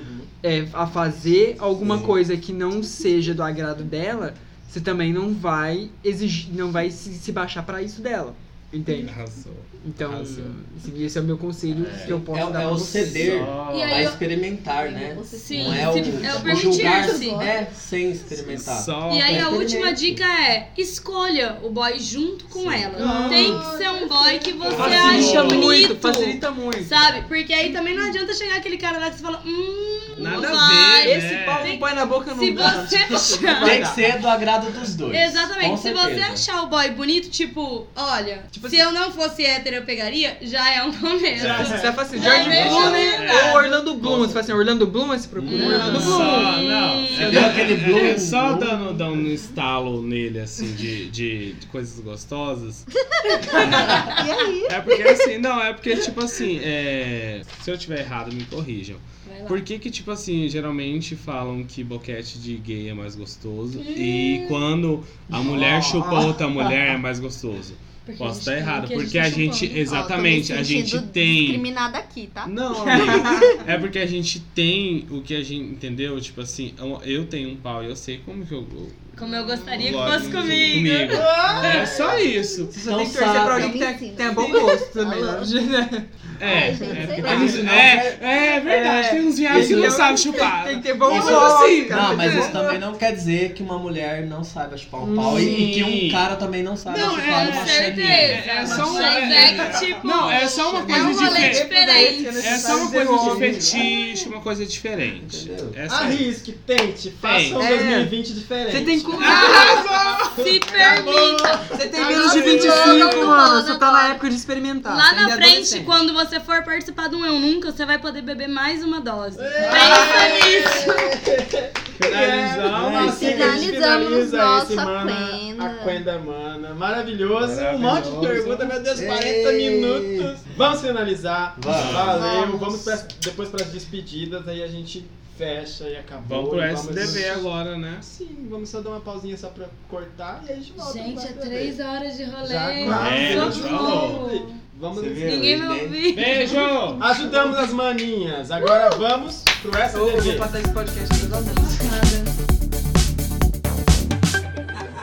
Speaker 6: é, a fazer alguma coisa que não seja do agrado dela, você também não vai exigir, não vai se, se baixar pra isso dela. Entende?
Speaker 1: Arrasou.
Speaker 6: Então,
Speaker 1: Arrasou.
Speaker 6: assim, esse é o meu conselho que eu posso
Speaker 3: Ah, É,
Speaker 6: dar
Speaker 3: é
Speaker 6: pra
Speaker 3: o
Speaker 6: você.
Speaker 3: ceder
Speaker 5: E
Speaker 3: a
Speaker 5: aí eu-
Speaker 3: experimentar, né?
Speaker 5: Sim,
Speaker 3: não é o,
Speaker 5: se- é o
Speaker 3: o
Speaker 5: permitir,
Speaker 3: julgar-se
Speaker 5: sim.
Speaker 3: é sem experimentar.
Speaker 1: Só
Speaker 5: E aí
Speaker 3: mas
Speaker 5: a última
Speaker 3: experimenta.
Speaker 5: dica é escolha o boy junto com ela.
Speaker 6: Ah.
Speaker 5: Tem que ser um boy que você
Speaker 6: Facilita
Speaker 5: acha bonito.
Speaker 6: muito, facilita muito.
Speaker 5: Sabe? Porque aí também não adianta chegar aquele cara lá que você fala, hum,
Speaker 1: Nada a
Speaker 5: não vai.
Speaker 1: ver, né?
Speaker 6: Esse pau não põe na boca não
Speaker 5: Se
Speaker 6: dá.
Speaker 5: você achar.
Speaker 3: Tem que ser do agrado dos dois. com
Speaker 5: Exatamente. Se você
Speaker 3: certeza.
Speaker 5: achar o boy bonito, tipo, olha,
Speaker 6: Tipo
Speaker 1: assim
Speaker 5: se eu não fosse hétero, eu pegaria, já é um começo.
Speaker 6: Você fala assim,
Speaker 5: Não
Speaker 6: George
Speaker 5: deixa
Speaker 6: Clooney
Speaker 5: nada.
Speaker 6: ou Orlando Bloom. Você fala assim, Orlando Bloom, aí você procura
Speaker 5: Não.
Speaker 6: Orlando Bloom.
Speaker 1: Só, não.
Speaker 5: Você
Speaker 1: É,
Speaker 3: deu
Speaker 1: é,
Speaker 3: aquele
Speaker 1: é,
Speaker 3: blow,
Speaker 1: é só
Speaker 3: blow.
Speaker 1: dando, dando um estalo nele, assim, de, de, de coisas gostosas.
Speaker 2: E aí?
Speaker 1: É porque, assim, não, é porque, tipo assim, é, se eu tiver errado, me corrijam.
Speaker 5: Vai lá.
Speaker 1: Por que que, tipo assim, geralmente falam que boquete de gay é mais gostoso e quando a mulher chupa outra mulher é mais gostoso?
Speaker 5: Porque a
Speaker 1: Posso
Speaker 5: gente
Speaker 1: estar
Speaker 5: tem um
Speaker 1: errado,
Speaker 5: que
Speaker 1: porque a gente,
Speaker 5: chupando.
Speaker 1: exatamente,
Speaker 2: Ó, tô
Speaker 1: a
Speaker 2: me
Speaker 1: gente
Speaker 2: sentindo
Speaker 1: tem...
Speaker 2: discriminada aqui, tá?
Speaker 1: Não, amigo. é porque a gente tem o que a gente entendeu, tipo assim, eu- eu tenho um pau e eu sei como que eu, eu
Speaker 5: Como eu gostaria que
Speaker 1: logo
Speaker 5: fosse
Speaker 1: junto
Speaker 5: comigo.
Speaker 1: É só isso.
Speaker 6: Você tem que torcer
Speaker 3: sabe.
Speaker 6: pra alguém
Speaker 2: Não me
Speaker 6: que tenha,
Speaker 2: ensina.
Speaker 6: tenha bom gosto também.
Speaker 2: Alô?
Speaker 6: né?
Speaker 1: É,
Speaker 2: Ai, gente,
Speaker 1: é, porque
Speaker 2: sei
Speaker 1: tem
Speaker 2: lá.
Speaker 1: uns- é, é verdade,
Speaker 6: É.
Speaker 1: tem uns viados que
Speaker 3: Entendeu?
Speaker 1: não sabem chupar.
Speaker 6: Tem que ter bom
Speaker 1: Isso,
Speaker 6: gosto. né?
Speaker 1: assim,
Speaker 6: cara.
Speaker 3: Não, mas isso também não quer dizer que uma mulher não saiba chupar um pau e, e que um cara também não saiba
Speaker 1: Não,
Speaker 3: chupar
Speaker 1: é,
Speaker 3: uma chaninha.
Speaker 5: Com certeza.
Speaker 1: É, é só um-
Speaker 5: Mas
Speaker 1: é,
Speaker 5: que,
Speaker 1: é,
Speaker 5: tipo,
Speaker 1: não, é só uma
Speaker 5: é
Speaker 1: coisa
Speaker 5: um rolê
Speaker 1: diferente.
Speaker 5: diferente. né?
Speaker 1: É só uma
Speaker 4: um
Speaker 1: coisa de fetiche, uma coisa diferente.
Speaker 3: Entendeu?
Speaker 1: É só isso.
Speaker 4: Arrisque, tente, faça um
Speaker 6: É.
Speaker 4: 2020 diferente.
Speaker 6: Você tem que...
Speaker 5: ah, Se permita.
Speaker 6: Você tem menos de
Speaker 2: Acabou.
Speaker 6: 25,
Speaker 2: Acabou,
Speaker 6: mano. Você tá na
Speaker 2: agora.
Speaker 6: época de experimentar.
Speaker 5: Lá
Speaker 6: você ainda
Speaker 5: na
Speaker 6: é
Speaker 5: frente,
Speaker 6: adolescente.
Speaker 5: quando você for participar de um Eu Nunca, você vai poder beber mais uma dose.
Speaker 4: Finalizamos.
Speaker 1: Finalizamos.
Speaker 4: assim que a gente
Speaker 2: Finalizamos
Speaker 4: finaliza esse
Speaker 2: nossa
Speaker 4: Mana,
Speaker 2: Quenda.
Speaker 4: a Quenda Mana. Maravilhoso. Um monte de
Speaker 1: Maravilhoso.
Speaker 4: perguntas, meu Deus, 40
Speaker 3: Ei.
Speaker 4: minutos. Vamos finalizar.
Speaker 3: Vamos.
Speaker 4: Valeu.
Speaker 2: Vamos.
Speaker 4: Vamos pras- depois para as despedidas, aí a gente fecha e acabou.
Speaker 1: Vamos pro
Speaker 4: E vamos-
Speaker 1: SDV agora, né?
Speaker 4: Sim, vamos só dar uma pausinha só pra cortar e aí a
Speaker 3: Ah,
Speaker 4: gente volta. pro
Speaker 5: Gente, é
Speaker 4: SDV.
Speaker 5: três horas de
Speaker 4: Já
Speaker 5: rolê.
Speaker 4: quase.
Speaker 1: É,
Speaker 5: Socorro.
Speaker 1: já rolou.
Speaker 4: Vamos
Speaker 3: Você viu?
Speaker 5: Ninguém vai ouvir.
Speaker 1: Beijo!
Speaker 4: Ajudamos as maninhas. Agora vamos pro
Speaker 6: Ô, Eu vou
Speaker 4: SDV.
Speaker 6: passar esse podcast pra todo mundo.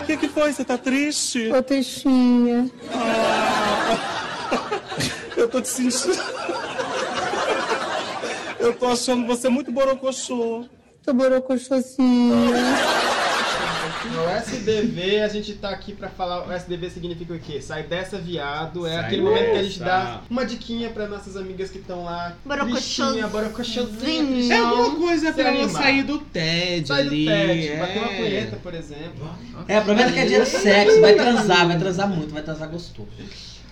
Speaker 11: O que, que foi? Você tá triste?
Speaker 12: Ô, Teixinha.
Speaker 11: Ah. Eu tô te sentindo. Eu tô achando você muito borocochô.
Speaker 12: Tô borocochosinha.
Speaker 4: No SDV, a gente tá aqui pra falar. O SDV significa o quê? Sai dessa, viado. É
Speaker 1: Sai
Speaker 4: aquele momento que a gente
Speaker 1: dessa.
Speaker 4: dá uma diquinha pra nossas amigas que estão lá.
Speaker 2: Borocochosinha.
Speaker 4: tristinha, Borocochosinha.
Speaker 1: É
Speaker 4: tristinha.
Speaker 2: Não.
Speaker 1: alguma coisa pra
Speaker 4: Se
Speaker 1: ela
Speaker 4: animar.
Speaker 1: sair do TED
Speaker 4: Sai do
Speaker 1: ali.
Speaker 4: TED,
Speaker 1: é.
Speaker 4: bater uma punheta, por exemplo.
Speaker 3: É, aproveita que é dia do sexo, vai transar, vai transar muito, vai transar gostoso.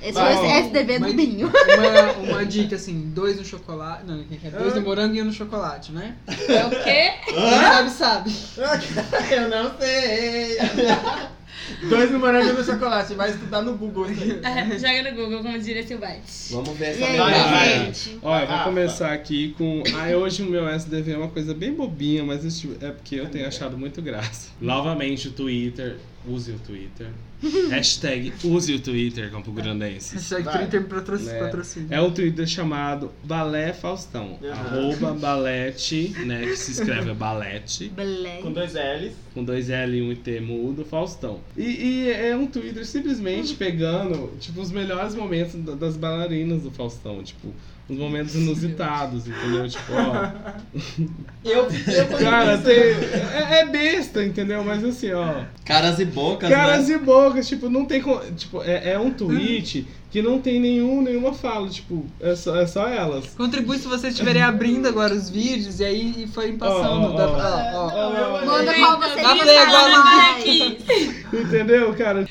Speaker 2: Esse
Speaker 4: Vai.
Speaker 2: foi o SDV
Speaker 6: Mas-
Speaker 2: do Binho.
Speaker 6: Uma, uma dica assim, dois no chocolate. Não, que que é? dois no morango e um no chocolate, né?
Speaker 5: É o quê?
Speaker 6: Quem sabe, sabe.
Speaker 4: Eu não sei. Dois no morango e um no chocolate. Vai estudar no Google isso aí.
Speaker 5: É, joga no Google, como diria Silvete.
Speaker 3: Vamos ver
Speaker 2: E
Speaker 3: essa
Speaker 2: aí,
Speaker 4: Vai,
Speaker 3: verdade.
Speaker 2: gente?
Speaker 1: Olha, vou
Speaker 4: Rafa.
Speaker 1: começar aqui com. Ah, hoje o meu SDV é uma coisa bem bobinha, mas isso é porque eu tenho achado muito graça. Novamente, o Twitter. Use o Twitter. Hashtag use o Twitter, Campo Grandenses.
Speaker 6: Hashtag
Speaker 4: Vai.
Speaker 6: Twitter me patrocina.
Speaker 1: Né?
Speaker 6: patrocina.
Speaker 1: É o Twitter chamado Balé Faustão.
Speaker 4: Aham.
Speaker 1: Arroba Balete, né? Que se escreve é Balete.
Speaker 2: Belém.
Speaker 4: Com dois L's.
Speaker 1: Com dois L e um T mudo, Faustão. E, e é um Twitter simplesmente pegando, tipo, os melhores momentos da- das bailarinas do Faustão. Tipo, uns momentos inusitados, entendeu? Tipo, ó.
Speaker 4: Eu, eu fui
Speaker 1: Cara,
Speaker 4: pensando-
Speaker 1: tem-
Speaker 4: né?
Speaker 1: é, é besta, entendeu? Mas assim, ó.
Speaker 13: Caras e bocas,
Speaker 1: Caras
Speaker 13: né?
Speaker 1: e bocas, tipo, não tem. co- Tipo, é, é um tweet que não tem nenhum, nenhuma fala, tipo, é só, é só elas.
Speaker 6: Contribui se vocês estiverem abrindo agora os vídeos e aí e forem passando.
Speaker 1: Ó, ó,
Speaker 6: dá-
Speaker 1: ó.
Speaker 6: ó, ó.
Speaker 2: Manda qual você
Speaker 6: Dá
Speaker 2: quer
Speaker 6: play
Speaker 2: falar
Speaker 6: agora,
Speaker 2: mais.
Speaker 1: Entendeu, cara?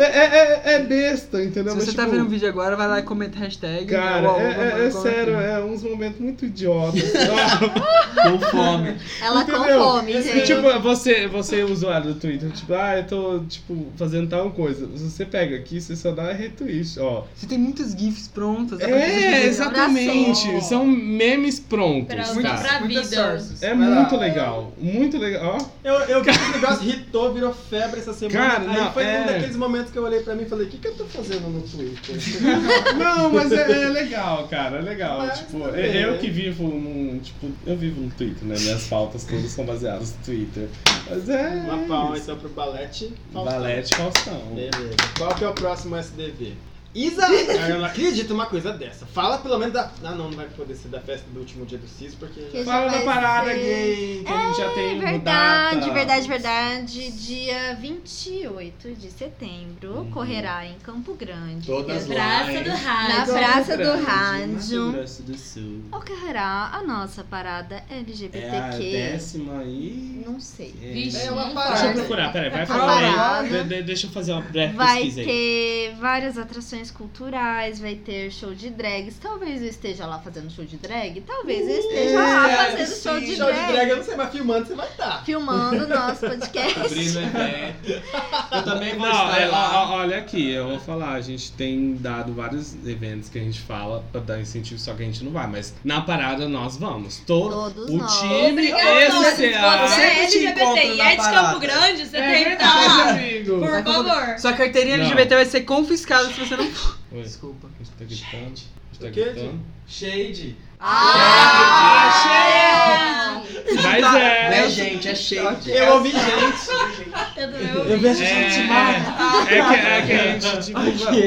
Speaker 1: É, é, é- é besta, entendeu?
Speaker 6: Se
Speaker 1: Mas,
Speaker 6: você tá
Speaker 1: tipo,
Speaker 6: vendo o vídeo agora, vai lá e comenta hashtag. né?
Speaker 1: Cara,
Speaker 6: uau,
Speaker 1: é-
Speaker 6: uau,
Speaker 1: é,
Speaker 6: uau,
Speaker 1: é
Speaker 6: uau.
Speaker 1: sério, é uns momentos muito idiotas.
Speaker 13: Com fome.
Speaker 2: Ela com
Speaker 1: Entendeu?
Speaker 2: fome,
Speaker 1: E,
Speaker 2: gente.
Speaker 1: tipo, você, você usuário do Twitter, tipo, ah, eu tô, tipo, fazendo tal coisa. Você pega aqui, você só dá retweet, ó.
Speaker 6: Você tem muitos gifs prontos. dá pra fazer
Speaker 1: É,
Speaker 6: vídeo.
Speaker 1: exatamente.
Speaker 2: Abraço.
Speaker 1: São memes prontos,
Speaker 5: Pra,
Speaker 1: cara.
Speaker 5: pra
Speaker 4: muitas
Speaker 5: vida.
Speaker 4: sources.
Speaker 1: É
Speaker 4: Vai lá.
Speaker 1: muito legal, muito legal. Ó,
Speaker 4: Eu, eu vi esse negócio, hitou, virou febre essa semana.
Speaker 1: Cara,
Speaker 4: aí
Speaker 1: não,
Speaker 4: foi
Speaker 1: é.
Speaker 4: um daqueles momentos que eu olhei pra mim e falei, o que, que eu tô fazendo no Twitter?
Speaker 1: Não, mas é, é legal, cara, é legal.
Speaker 4: Mas
Speaker 1: tipo,
Speaker 4: também,
Speaker 1: é- eu
Speaker 4: né?
Speaker 1: que vivo num. Tipo, eu vivo no Twitter, né? Minhas pautas todas são baseadas no Twitter. Mas é.
Speaker 4: Uma palma então pro Balete. Faustão.
Speaker 1: Valete Faustão.
Speaker 4: Beleza. Qual que é o próximo SDV? Isa, eu não acredito uma coisa dessa. Fala pelo menos da. Ah, não, não vai poder ser da festa do último dia do CIS, porque.
Speaker 2: Que
Speaker 1: Fala
Speaker 2: já vai
Speaker 1: da parada
Speaker 2: ser-
Speaker 1: gay, que a gente já tem uma
Speaker 2: É, Verdade,
Speaker 1: data.
Speaker 2: verdade, verdade. Dia 28 de setembro
Speaker 1: Uhum.
Speaker 2: ocorrerá em Campo Grande.
Speaker 13: Todas lá.
Speaker 5: Praça
Speaker 13: hein?
Speaker 5: do
Speaker 2: Na
Speaker 5: rádio.
Speaker 2: Praça
Speaker 1: Grande,
Speaker 2: do
Speaker 1: Mato
Speaker 2: Rádio
Speaker 1: Grosso do Sul.
Speaker 2: ocorrerá a nossa parada
Speaker 1: É a
Speaker 2: LGBTQ.
Speaker 1: décima aí.
Speaker 2: Não sei.
Speaker 5: Vixe,
Speaker 4: É uma
Speaker 5: não
Speaker 4: parada.
Speaker 5: fala.
Speaker 1: Deixa eu procurar, peraí, vai
Speaker 2: A
Speaker 1: falar aí.
Speaker 2: parada.
Speaker 1: De- de- deixa eu fazer uma breve
Speaker 2: tá Vai
Speaker 1: é? pesquisa aí.
Speaker 2: ter várias atrações culturais, vai ter show de drags. Talvez eu esteja lá fazendo show de drag, talvez eu esteja lá fazendo show de
Speaker 4: show de
Speaker 2: drag.
Speaker 4: drag, eu não sei, mas filmando você vai tá. estar.
Speaker 2: Filmando o nosso podcast.
Speaker 13: Abrindo evento. Eu também vou
Speaker 1: Não, é,
Speaker 13: estar
Speaker 1: ó,
Speaker 13: lá.
Speaker 1: ó, olha aqui, eu vou falar, a gente tem dado vários eventos que a gente fala pra dar incentivo, só que a gente não vai, mas na parada nós vamos. Todo
Speaker 2: Todos
Speaker 1: o
Speaker 2: nós.
Speaker 1: time
Speaker 5: Obrigada, Você
Speaker 1: especial.
Speaker 4: Você
Speaker 5: é
Speaker 4: que te
Speaker 5: LGBT e
Speaker 4: encontra
Speaker 5: é
Speaker 4: na
Speaker 5: de
Speaker 4: parada.
Speaker 5: Campo Grande, você
Speaker 1: É
Speaker 5: tem que estar
Speaker 1: verdade,
Speaker 5: lá.
Speaker 1: amigo.
Speaker 5: Por favor.
Speaker 6: Sua carteirinha
Speaker 1: Não.
Speaker 6: LGBT vai ser confiscada se você não.
Speaker 1: Oi,
Speaker 6: Desculpa.
Speaker 1: a gente tá gritando, a gente tá
Speaker 4: O quê,
Speaker 1: gritando.
Speaker 13: Shade.
Speaker 5: É,
Speaker 2: Ah!
Speaker 1: Mas
Speaker 13: Não
Speaker 1: é.
Speaker 13: é gente, é shade.
Speaker 4: Eu ouvi gente.
Speaker 5: Eu também ouvi.
Speaker 4: Eu vejo
Speaker 1: É,
Speaker 4: gente mal.
Speaker 1: é, que, é que a gente divulga
Speaker 6: Ok.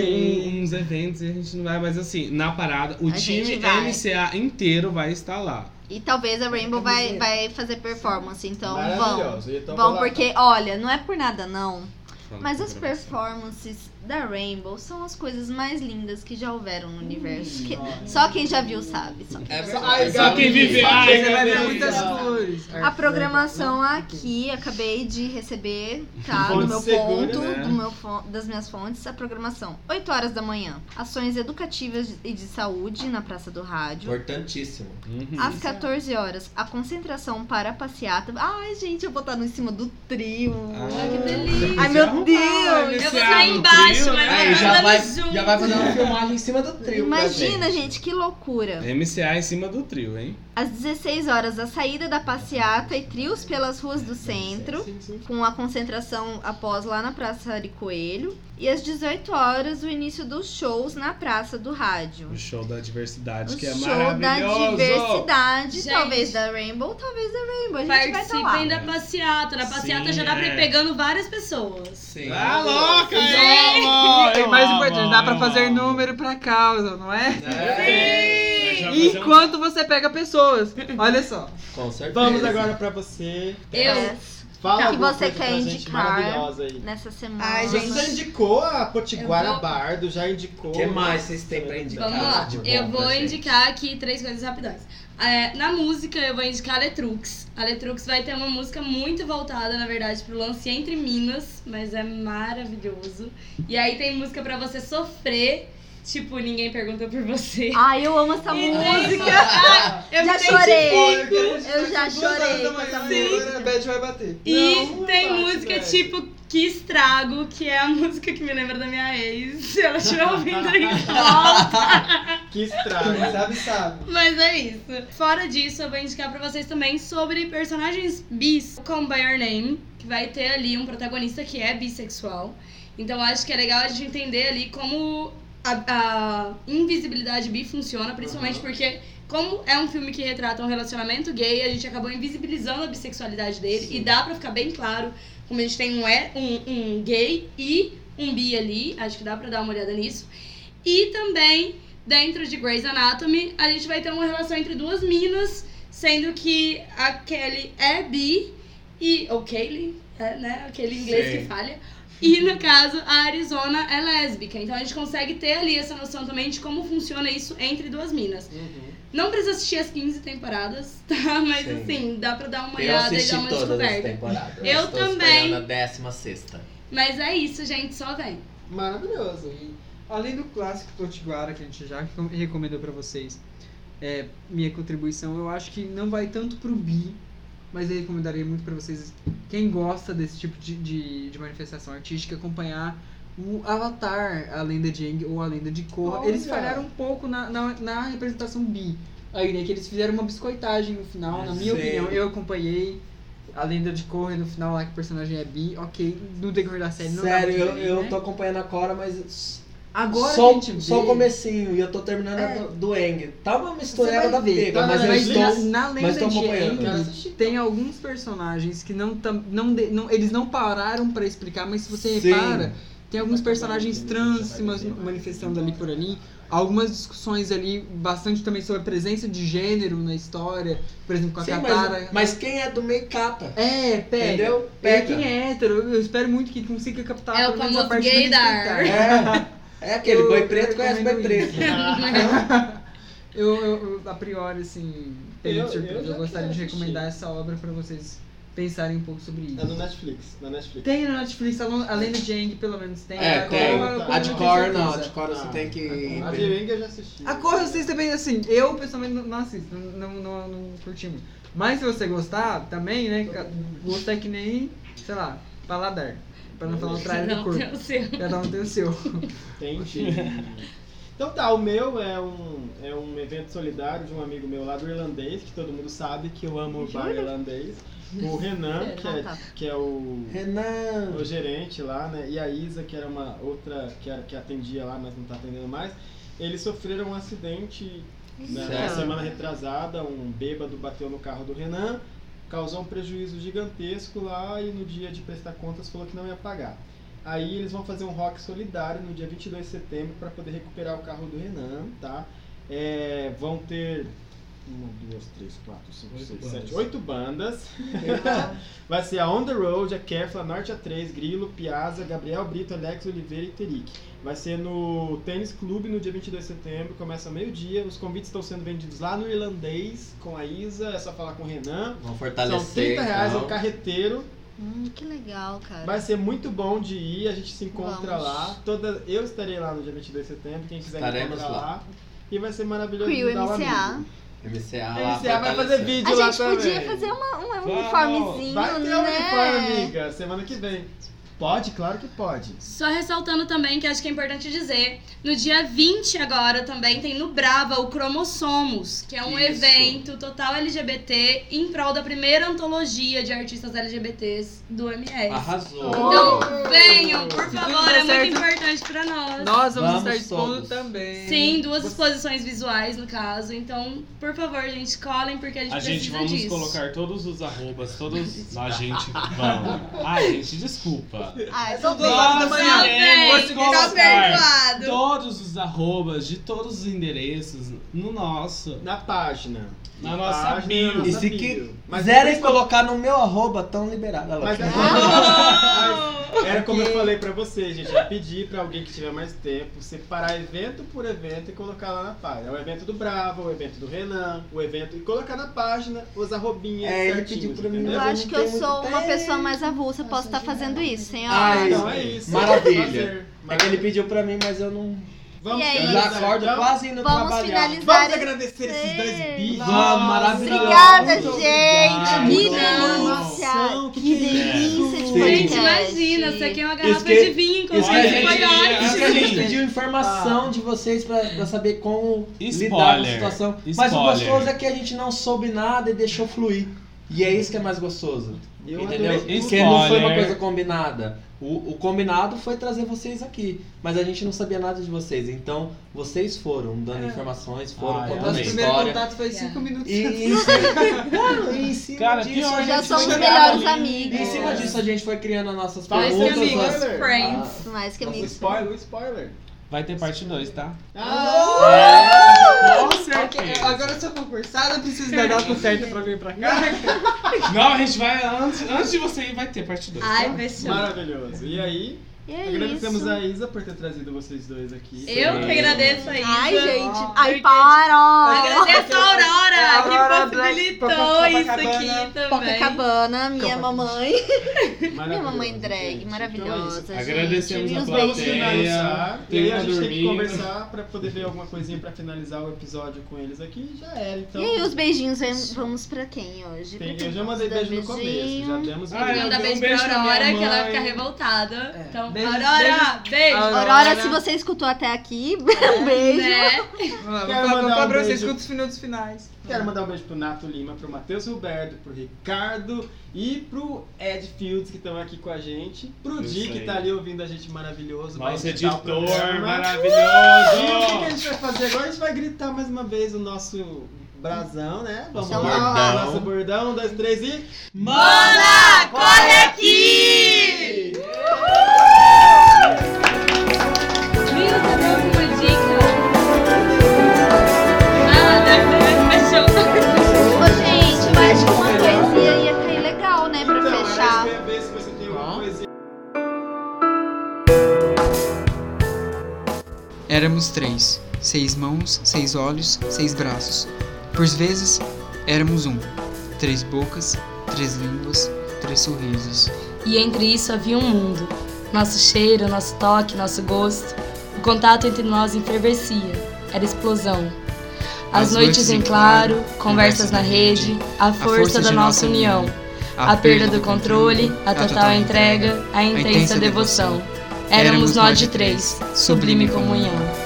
Speaker 1: um- uns eventos e a gente não vai, mas assim, na parada, o
Speaker 2: A
Speaker 1: time
Speaker 2: gente vai.
Speaker 1: MCA inteiro vai estar lá.
Speaker 2: E talvez a Rainbow vai, vai fazer performance, então vão.
Speaker 4: Maravilhoso. Então vou
Speaker 2: Vão
Speaker 4: lá.
Speaker 2: porque, olha, não é por nada não,
Speaker 1: Falando
Speaker 2: mas
Speaker 1: com
Speaker 2: as
Speaker 1: programação.
Speaker 2: performances da Rainbow são as coisas mais lindas que já houveram no universo. Que- só quem já viu sabe. Só.
Speaker 13: É
Speaker 4: Ai,
Speaker 13: verdade.
Speaker 1: Só quem vive. Ai,
Speaker 6: Você vai ver
Speaker 1: Gabi.
Speaker 6: muitas flores.
Speaker 2: A programação aqui, acabei de receber, tá?
Speaker 4: Fonte
Speaker 2: Do meu
Speaker 4: segura,
Speaker 2: ponto,
Speaker 1: né?
Speaker 2: do meu fo- das minhas fontes, a programação. 8 horas da manhã. Ações educativas e de saúde na Praça do Rádio.
Speaker 13: Importantíssimo.
Speaker 1: Uhum.
Speaker 2: Às 14 horas, a concentração para a passeata. Ai, gente, eu vou estar em cima do trio.
Speaker 5: Ai, que delícia.
Speaker 2: Ai, meu Deus!
Speaker 5: Eu vou sair embaixo,
Speaker 1: né?
Speaker 5: mas
Speaker 13: Aí
Speaker 5: vai
Speaker 13: já vai,
Speaker 5: andando junto.
Speaker 13: já vai fazer uma filmagem em cima do trio. pra
Speaker 2: Imagina, gente, que loucura.
Speaker 1: MCA em cima do trio, hein?
Speaker 2: Às 16 horas, a saída da passeata e trios pelas ruas do centro. Com a concentração após lá na Praça Ari Coelho. E às 18 horas, o início dos shows na Praça do Rádio.
Speaker 1: O show da diversidade,
Speaker 2: O
Speaker 1: que é
Speaker 2: show da
Speaker 1: maravilhoso.
Speaker 2: diversidade,
Speaker 5: Gente.
Speaker 2: talvez da Rainbow, talvez da Rainbow. A gente vai estar lá.
Speaker 5: Participem da passeata. Na passeata
Speaker 1: Sim,
Speaker 5: já dá pra
Speaker 1: é.
Speaker 5: ir pegando várias pessoas.
Speaker 13: Sim.
Speaker 1: Tá louca, eu amo,
Speaker 6: E
Speaker 1: eu
Speaker 6: o mais
Speaker 1: amo,
Speaker 6: importante, dá
Speaker 1: eu
Speaker 6: pra fazer
Speaker 1: amo.
Speaker 6: número pra causa, não é?
Speaker 1: É, já fazer um-
Speaker 6: Enquanto você pega pessoas. Olha só.
Speaker 13: Com certeza.
Speaker 4: Vamos agora pra você.
Speaker 5: Eu.
Speaker 4: Fala
Speaker 2: Tá.
Speaker 4: alguma
Speaker 2: Que você
Speaker 4: coisa
Speaker 2: quer
Speaker 4: pra gente
Speaker 2: indicar.
Speaker 4: maravilhosa aí.
Speaker 2: Nessa semana.
Speaker 4: Ai, gente. Você indicou a Potiguara
Speaker 5: Eu vou-
Speaker 4: Bardo, já indicou.
Speaker 13: O que mais vocês têm pra indicar?
Speaker 5: Vamos lá.
Speaker 13: de bom
Speaker 5: Eu vou
Speaker 13: pra gente?
Speaker 5: indicar aqui três coisas rapidões. É, na música, eu vou indicar a Letrux. A Letrux vai ter uma música muito voltada, na verdade, pro lance entre Minas, mas é maravilhoso. E aí tem música pra você sofrer, tipo, ninguém perguntou por você.
Speaker 2: Ai, eu amo essa
Speaker 5: E tem-
Speaker 2: música.
Speaker 5: Ah, eu
Speaker 2: Já
Speaker 5: me identifico.
Speaker 2: chorei. Eu já
Speaker 4: tá
Speaker 2: chorei com essa
Speaker 4: Agora a
Speaker 2: música.
Speaker 4: Beth vai bater.
Speaker 5: E
Speaker 4: Não, não
Speaker 5: tem
Speaker 4: bate,
Speaker 5: música
Speaker 4: Beth.
Speaker 5: tipo Que Estrago, que é a música que me lembra da minha ex. Se ela estiver ouvindo isso,
Speaker 4: Que estrago. Sabe, sabe.
Speaker 5: Mas é isso. Fora disso, eu vou indicar pra vocês também sobre personagens bis, como By Your Name, que vai ter ali um protagonista que é bissexual. Então acho que é legal a gente entender ali como a, a invisibilidade bi funciona, principalmente porque como é um filme que retrata um relacionamento gay, a gente acabou invisibilizando a bissexualidade dele e dá pra ficar bem claro como a gente tem um, é, um, um gay e um bi ali, acho que dá pra dar uma olhada nisso. E também dentro de Grey's Anatomy, a gente vai ter uma relação entre duas minas, sendo que a Kelly é bi e. Ou Kaylee, é, né? Aquele inglês
Speaker 14: Sim.
Speaker 5: que falha. E no caso, a Arizona é lésbica. Então a gente consegue ter ali essa noção também de como funciona isso entre duas minas. Não precisa assistir as 15 temporadas, tá? Mas
Speaker 3: Sim.
Speaker 5: assim, dá pra dar uma
Speaker 3: Eu
Speaker 5: olhada e
Speaker 3: assisti
Speaker 15: é
Speaker 5: dar uma
Speaker 3: todas as
Speaker 5: descoberta.
Speaker 3: temporadas.
Speaker 5: Eu
Speaker 3: Estou
Speaker 5: também.
Speaker 3: esperando a décima sexta.
Speaker 5: Mas é isso, gente, só vem.
Speaker 6: Maravilhoso. E além do clássico Potiguara que a gente já recom- recomendou pra vocês, é, minha contribuição, eu acho que não vai tanto pro bi, mas eu recomendaria muito pra vocês, quem gosta desse tipo de, de, de manifestação artística, acompanhar o Avatar, a lenda de Aang ou a lenda de Korra.
Speaker 4: Olha!
Speaker 6: Eles falharam um pouco na, na, na representação bi. Aí, né, que eles fizeram uma biscoitagem no final, na minha
Speaker 4: Sei.
Speaker 6: opinião, eu acompanhei. A lenda de Korra no final lá que o personagem é bi, ok, no decorrer da série não dá
Speaker 15: Sério,
Speaker 6: muito
Speaker 15: eu,
Speaker 6: pra ver,
Speaker 15: eu
Speaker 6: né?
Speaker 15: tô acompanhando a Cora, mas.
Speaker 6: Agora
Speaker 15: só,
Speaker 6: a gente vê. É.
Speaker 15: só o comecinho e eu tô terminando a do, do Eng. Tá uma misturada
Speaker 6: vai
Speaker 15: da
Speaker 6: ver,
Speaker 15: pega,
Speaker 6: tá
Speaker 15: mas
Speaker 6: na-
Speaker 15: eu estou.
Speaker 6: na,
Speaker 15: mas
Speaker 6: na lenda
Speaker 15: tô
Speaker 6: de
Speaker 15: acompanhando.
Speaker 6: Aang,
Speaker 15: Quero assistir.
Speaker 6: tem alguns personagens que não, tam- não, de- não- eles não pararam pra explicar, mas se você
Speaker 15: Sim.
Speaker 6: repara, tem alguns personagens trans se mas- manifestando ali por ali, algumas discussões ali bastante também sobre a presença de gênero na história, por exemplo, com a
Speaker 15: Sim,
Speaker 6: Katara.
Speaker 15: mas, mas quem é do meio cata?
Speaker 6: É, pega.
Speaker 15: Entendeu?
Speaker 6: É
Speaker 15: Pega.
Speaker 6: quem é hétero, eu espero muito que consiga captar
Speaker 5: É o
Speaker 6: pelo menos a
Speaker 5: famoso
Speaker 6: parte do
Speaker 5: gaydar.
Speaker 6: respeitar.
Speaker 15: É aquele
Speaker 6: Eu-
Speaker 15: boi
Speaker 6: eu
Speaker 15: preto conhece boi
Speaker 6: recomendo
Speaker 15: preto.
Speaker 6: isso. Eu, eu- eu, a priori, assim,
Speaker 4: Eu-
Speaker 6: eu,
Speaker 4: eu
Speaker 6: surpresa, eu,
Speaker 4: já
Speaker 6: gostaria de
Speaker 4: quero assistir.
Speaker 6: recomendar essa obra pra vocês pensarem um pouco sobre isso.
Speaker 4: É no Netflix. Na Netflix.
Speaker 6: Tem na Netflix, a Lon- a Lenda de Aang, pelo menos tem.
Speaker 15: É,
Speaker 6: A
Speaker 15: tem.
Speaker 6: Korra, eu
Speaker 15: A de
Speaker 6: não tenho
Speaker 15: Cora não, a
Speaker 6: certeza. Ah,
Speaker 15: de Cora você tem que.
Speaker 4: A de Ring eu já assisti.
Speaker 6: A Korra vocês também, assim, eu pessoalmente não- não assisto, não, não, não, não curti muito. Mas se você gostar, também, né, ca- gosto é que nem, sei lá, paladar. Pra não falar o tralho do
Speaker 5: Não,
Speaker 6: corpo.
Speaker 5: tem o seu.
Speaker 6: Cada um tem o seu.
Speaker 4: Entendi. Então tá, o meu é um, é um evento solidário de um amigo meu lá do irlandês, que todo mundo sabe que eu amo o bar irlandês. O Renan, que é,
Speaker 2: tá.
Speaker 4: que é o,
Speaker 15: Renan!
Speaker 4: o gerente lá, né? E a Isa, que era uma outra que, era, que atendia lá, mas não tá atendendo mais. Eles sofreram um acidente na, na
Speaker 3: Sério?
Speaker 4: semana retrasada, um bêbado bateu no carro do Renan, causou um prejuízo gigantesco lá e no dia de prestar contas falou que não ia pagar. Aí eles vão fazer um rock solidário no dia 22 de setembro para poder recuperar o carro do Renan, tá? É, vão ter uma, duas, três, quatro, cinco,
Speaker 14: Oito
Speaker 4: seis,
Speaker 14: bandas.
Speaker 4: sete, oito bandas. Vai ser a On The Road, a Kefla, Norte A3, Grilo, Piazza, Gabriel Brito, Alex Oliveira e Terik. Vai ser no Tênis Clube no dia 22 de setembro, começa meio-dia. Os convites estão sendo vendidos lá no Irlandês com a Isa, é só falar com o Renan.
Speaker 3: Vamos
Speaker 4: São 30
Speaker 3: fortalecer.
Speaker 4: reais, é
Speaker 3: então.
Speaker 4: um carreteiro.
Speaker 2: Hum, que legal, cara.
Speaker 4: Vai ser muito bom de ir, a gente se encontra
Speaker 2: Vamos.
Speaker 4: lá. Toda, eu estarei lá no dia 22 de setembro, quem quiser me
Speaker 3: Estaremos
Speaker 4: encontrar lá.
Speaker 3: lá.
Speaker 4: E vai ser maravilhoso.
Speaker 2: Crew
Speaker 4: dar um
Speaker 2: MCA.
Speaker 4: amigo.
Speaker 3: MCA
Speaker 4: A
Speaker 3: lá.
Speaker 4: MCA vai fazer
Speaker 3: fortalecer.
Speaker 4: vídeo
Speaker 2: A
Speaker 4: lá
Speaker 2: gente
Speaker 4: também.
Speaker 2: podia fazer uma, um
Speaker 1: Vamos.
Speaker 2: uniformezinho,
Speaker 4: Vai ter
Speaker 2: né?
Speaker 4: um uniforme, amiga, semana que vem. Pode, claro que pode.
Speaker 5: Só ressaltando também que acho que é importante dizer, no dia 20 agora também tem no Brava o Cromossomos, que é um
Speaker 3: Isso.
Speaker 5: evento total LGBT em prol da primeira antologia de artistas LGBTs do MS.
Speaker 3: Arrasou.
Speaker 5: Então venham, por
Speaker 6: Se tudo
Speaker 5: favor,
Speaker 6: der
Speaker 5: é muito
Speaker 6: certo,
Speaker 5: importante pra nós.
Speaker 6: Nós vamos,
Speaker 3: Vamos
Speaker 6: estar expondo
Speaker 3: todos.
Speaker 6: também.
Speaker 5: Sim, duas exposições visuais no caso. Então, por favor, gente, colhem porque a gente
Speaker 1: A
Speaker 5: precisa
Speaker 1: gente vamos
Speaker 5: disso.
Speaker 1: colocar todos os arrobas, todos. A gente vamos. Ai, gente, desculpa.
Speaker 2: Ai,
Speaker 15: São
Speaker 2: tudo
Speaker 15: duas
Speaker 2: bem.
Speaker 15: horas da manhã.
Speaker 5: Tá bem,
Speaker 1: Vou te
Speaker 5: tá
Speaker 1: colocar.
Speaker 5: perdoado.
Speaker 1: Todos os arrobas de todos os endereços no nosso.
Speaker 4: Na página.
Speaker 1: Na nossa bio.
Speaker 4: na
Speaker 1: E
Speaker 4: nossa
Speaker 3: se
Speaker 4: bio.
Speaker 3: que-
Speaker 4: Mas
Speaker 3: Quiserem colocar no meu arroba, tão liberado. Olha lá.
Speaker 15: Ah!
Speaker 4: Mas é como- mas era como eu falei pra vocês, gente. Eu pedi pra alguém que tiver mais tempo separar evento por evento e colocar lá na página. O evento do Brava, o evento do Renan, o evento. E colocar na página os arrobinhas.
Speaker 15: É, ele
Speaker 4: certinhos,
Speaker 15: pediu pra mim
Speaker 4: entendeu?
Speaker 2: Eu
Speaker 15: não
Speaker 2: acho que eu
Speaker 15: tenho
Speaker 2: sou
Speaker 15: muito
Speaker 2: uma
Speaker 15: tempo.
Speaker 2: pessoa mais avulsa, posso estar fazendo isso,
Speaker 3: Ai,
Speaker 2: senhora.
Speaker 4: Então é isso.
Speaker 3: Maravilha.
Speaker 4: Prazer.
Speaker 3: É que ele pediu pra mim, mas eu não.
Speaker 4: Vamos
Speaker 2: E aí?
Speaker 3: Eu
Speaker 4: finalizar,
Speaker 3: já acordo
Speaker 4: então?
Speaker 3: quase indo
Speaker 2: Vamos
Speaker 3: trabalhar.
Speaker 4: Vamos
Speaker 2: finalizar.
Speaker 4: agradecer esses dois
Speaker 2: Ei.
Speaker 4: bichos.
Speaker 3: Vamos, maravilhoso.
Speaker 2: Obrigada,
Speaker 4: Muito
Speaker 2: gente.
Speaker 1: obrigado.
Speaker 2: Que
Speaker 4: Nossa,
Speaker 2: delícia.
Speaker 4: que
Speaker 2: Que
Speaker 4: delícia.
Speaker 2: delícia de
Speaker 5: Gente,
Speaker 2: podcast.
Speaker 5: imagina, isso aqui é uma garrafa
Speaker 3: Esque-
Speaker 5: de vinho é com
Speaker 3: Isso que, a
Speaker 1: Olha,
Speaker 3: gente,
Speaker 1: gente,
Speaker 5: espanhóis.
Speaker 3: isso que a gente
Speaker 1: gente.
Speaker 3: pediu informação de vocês pra, pra saber como lidar com a
Speaker 1: Ah. Spoiler.
Speaker 3: situação. Mas o
Speaker 1: Spoiler.
Speaker 3: gostoso é que a gente não soube nada e deixou fluir. E é isso que é mais gostoso.
Speaker 4: Eu
Speaker 3: entendeu?
Speaker 4: adorei.
Speaker 3: Porque não foi uma
Speaker 1: Spoiler.
Speaker 3: coisa combinada. O, o combinado foi trazer vocês aqui. Mas a gente não sabia nada de vocês. Então, vocês foram dando informações, foram
Speaker 1: Ah, é.
Speaker 3: contando a
Speaker 6: Nosso primeiro
Speaker 3: história.
Speaker 6: contato foi 5
Speaker 5: Yeah.
Speaker 6: minutos.
Speaker 3: E em cima- Mano, e em cima
Speaker 1: Cara,
Speaker 3: disso,
Speaker 1: pior,
Speaker 3: a
Speaker 1: né?
Speaker 2: Já
Speaker 3: gente
Speaker 2: somos
Speaker 3: foi-
Speaker 2: melhores
Speaker 3: E
Speaker 2: amigos.
Speaker 3: em cima disso a gente foi criando as nossas
Speaker 4: Vai
Speaker 5: Nós
Speaker 4: ser
Speaker 3: perguntas.
Speaker 5: amigos,
Speaker 2: né?
Speaker 4: Spoiler.
Speaker 5: friends.
Speaker 2: Mais que
Speaker 4: Nossa,
Speaker 2: amigos.
Speaker 4: spoiler, spoiler.
Speaker 9: Vai ter parte 2, tá?
Speaker 6: Ah!
Speaker 9: Com
Speaker 6: Ok,
Speaker 9: certeza.
Speaker 6: Agora eu sou concursada, preciso da data certa pra vir pra cá.
Speaker 9: Não, a gente vai. Antes, antes de você ir, vai ter parte 2.
Speaker 1: Ah.
Speaker 5: Ai, vai ser.
Speaker 4: Maravilhoso. E aí,
Speaker 2: E é
Speaker 4: agradecemos
Speaker 2: isso.
Speaker 4: a Isa por ter trazido vocês dois aqui.
Speaker 5: Eu que agradeço a Isa.
Speaker 2: Ai, gente.
Speaker 5: porque-
Speaker 2: Ai, para!
Speaker 5: Agradeço a Aurora,
Speaker 6: A Aurora
Speaker 5: que
Speaker 6: Black,
Speaker 5: possibilitou
Speaker 6: Copa-
Speaker 5: isso aqui também.
Speaker 2: Copacabana, minha mamãe. Minha
Speaker 4: Maravilhoso,
Speaker 2: mamãe drag,
Speaker 4: gente.
Speaker 2: maravilhosa,
Speaker 4: Então
Speaker 2: gente.
Speaker 9: Agradecemos
Speaker 2: E
Speaker 9: a
Speaker 2: os
Speaker 4: Vamos
Speaker 9: plateia.
Speaker 2: beijinhos.
Speaker 4: finalizar. E
Speaker 9: Tem
Speaker 4: aí a
Speaker 9: um
Speaker 4: gente tem que
Speaker 9: dormindo.
Speaker 4: conversar pra poder ver alguma coisinha pra finalizar o episódio com eles aqui. Já era, então.
Speaker 2: E aí, os beijinhos, vem- vamos pra quem hoje? Pra
Speaker 4: Tem-
Speaker 2: quem
Speaker 4: eu já
Speaker 2: vamos
Speaker 4: mandei
Speaker 2: dar
Speaker 4: beijo no começo,
Speaker 2: beijinho?
Speaker 4: já demos
Speaker 9: Ah,
Speaker 4: beijo.
Speaker 9: eu
Speaker 5: Manda
Speaker 9: dei um
Speaker 5: beijo,
Speaker 9: beijo
Speaker 5: pra
Speaker 9: pra minha
Speaker 5: Aurora, que ela vai
Speaker 9: mãe.
Speaker 5: ficar revoltada.
Speaker 6: É.
Speaker 5: Então,
Speaker 6: Beijos,
Speaker 5: Aurora, beijo!
Speaker 6: Aurora.
Speaker 2: Aurora, se você escutou até aqui, um beijo.
Speaker 5: Né?
Speaker 6: Vamos
Speaker 4: Quero
Speaker 6: falar
Speaker 4: mandar um
Speaker 6: pra vocês
Speaker 4: beijo.
Speaker 6: quantos minutos finais.
Speaker 4: Quero mandar um beijo pro Nato Lima, pro Matheus Roberto, pro Ricardo e pro Ed Fields que estão aqui com a gente. Pro
Speaker 9: Isso
Speaker 4: Di que
Speaker 9: aí.
Speaker 4: tá ali ouvindo a gente maravilhoso. vai
Speaker 9: Nosso
Speaker 4: editar o
Speaker 9: editor
Speaker 4: programa. E Tá o que, que a
Speaker 9: maravilhoso!
Speaker 4: gente vai fazer agora? A gente vai gritar mais uma vez o nosso brasão, né? Vamos
Speaker 2: Nosso
Speaker 4: lá.
Speaker 8: bordão.
Speaker 4: Nosso bordão, um, dois, três e.
Speaker 5: Mana, corre aqui! Meu Deus, uma dica. Ah, deve ter mais cachorro.
Speaker 2: Ô, gente, eu acho que uma poesia ia cair legal, né? Pra
Speaker 4: Então,
Speaker 2: fechar.
Speaker 4: era isso que eu ia ver se você tem alguma coisa.
Speaker 6: Éramos três. Seis mãos, seis olhos, seis braços. Por vezes, éramos um. Três bocas, três línguas, três sorrisos.
Speaker 5: E entre isso havia um mundo. Nosso cheiro, nosso toque, nosso gosto. O contato entre nós enfervescia. Era explosão. As, noites em claro, conversas na rede, a força, da nossa união. A perda do controle, a total entrega, a intensa devoção. Éramos nós de três, sublime comunhão.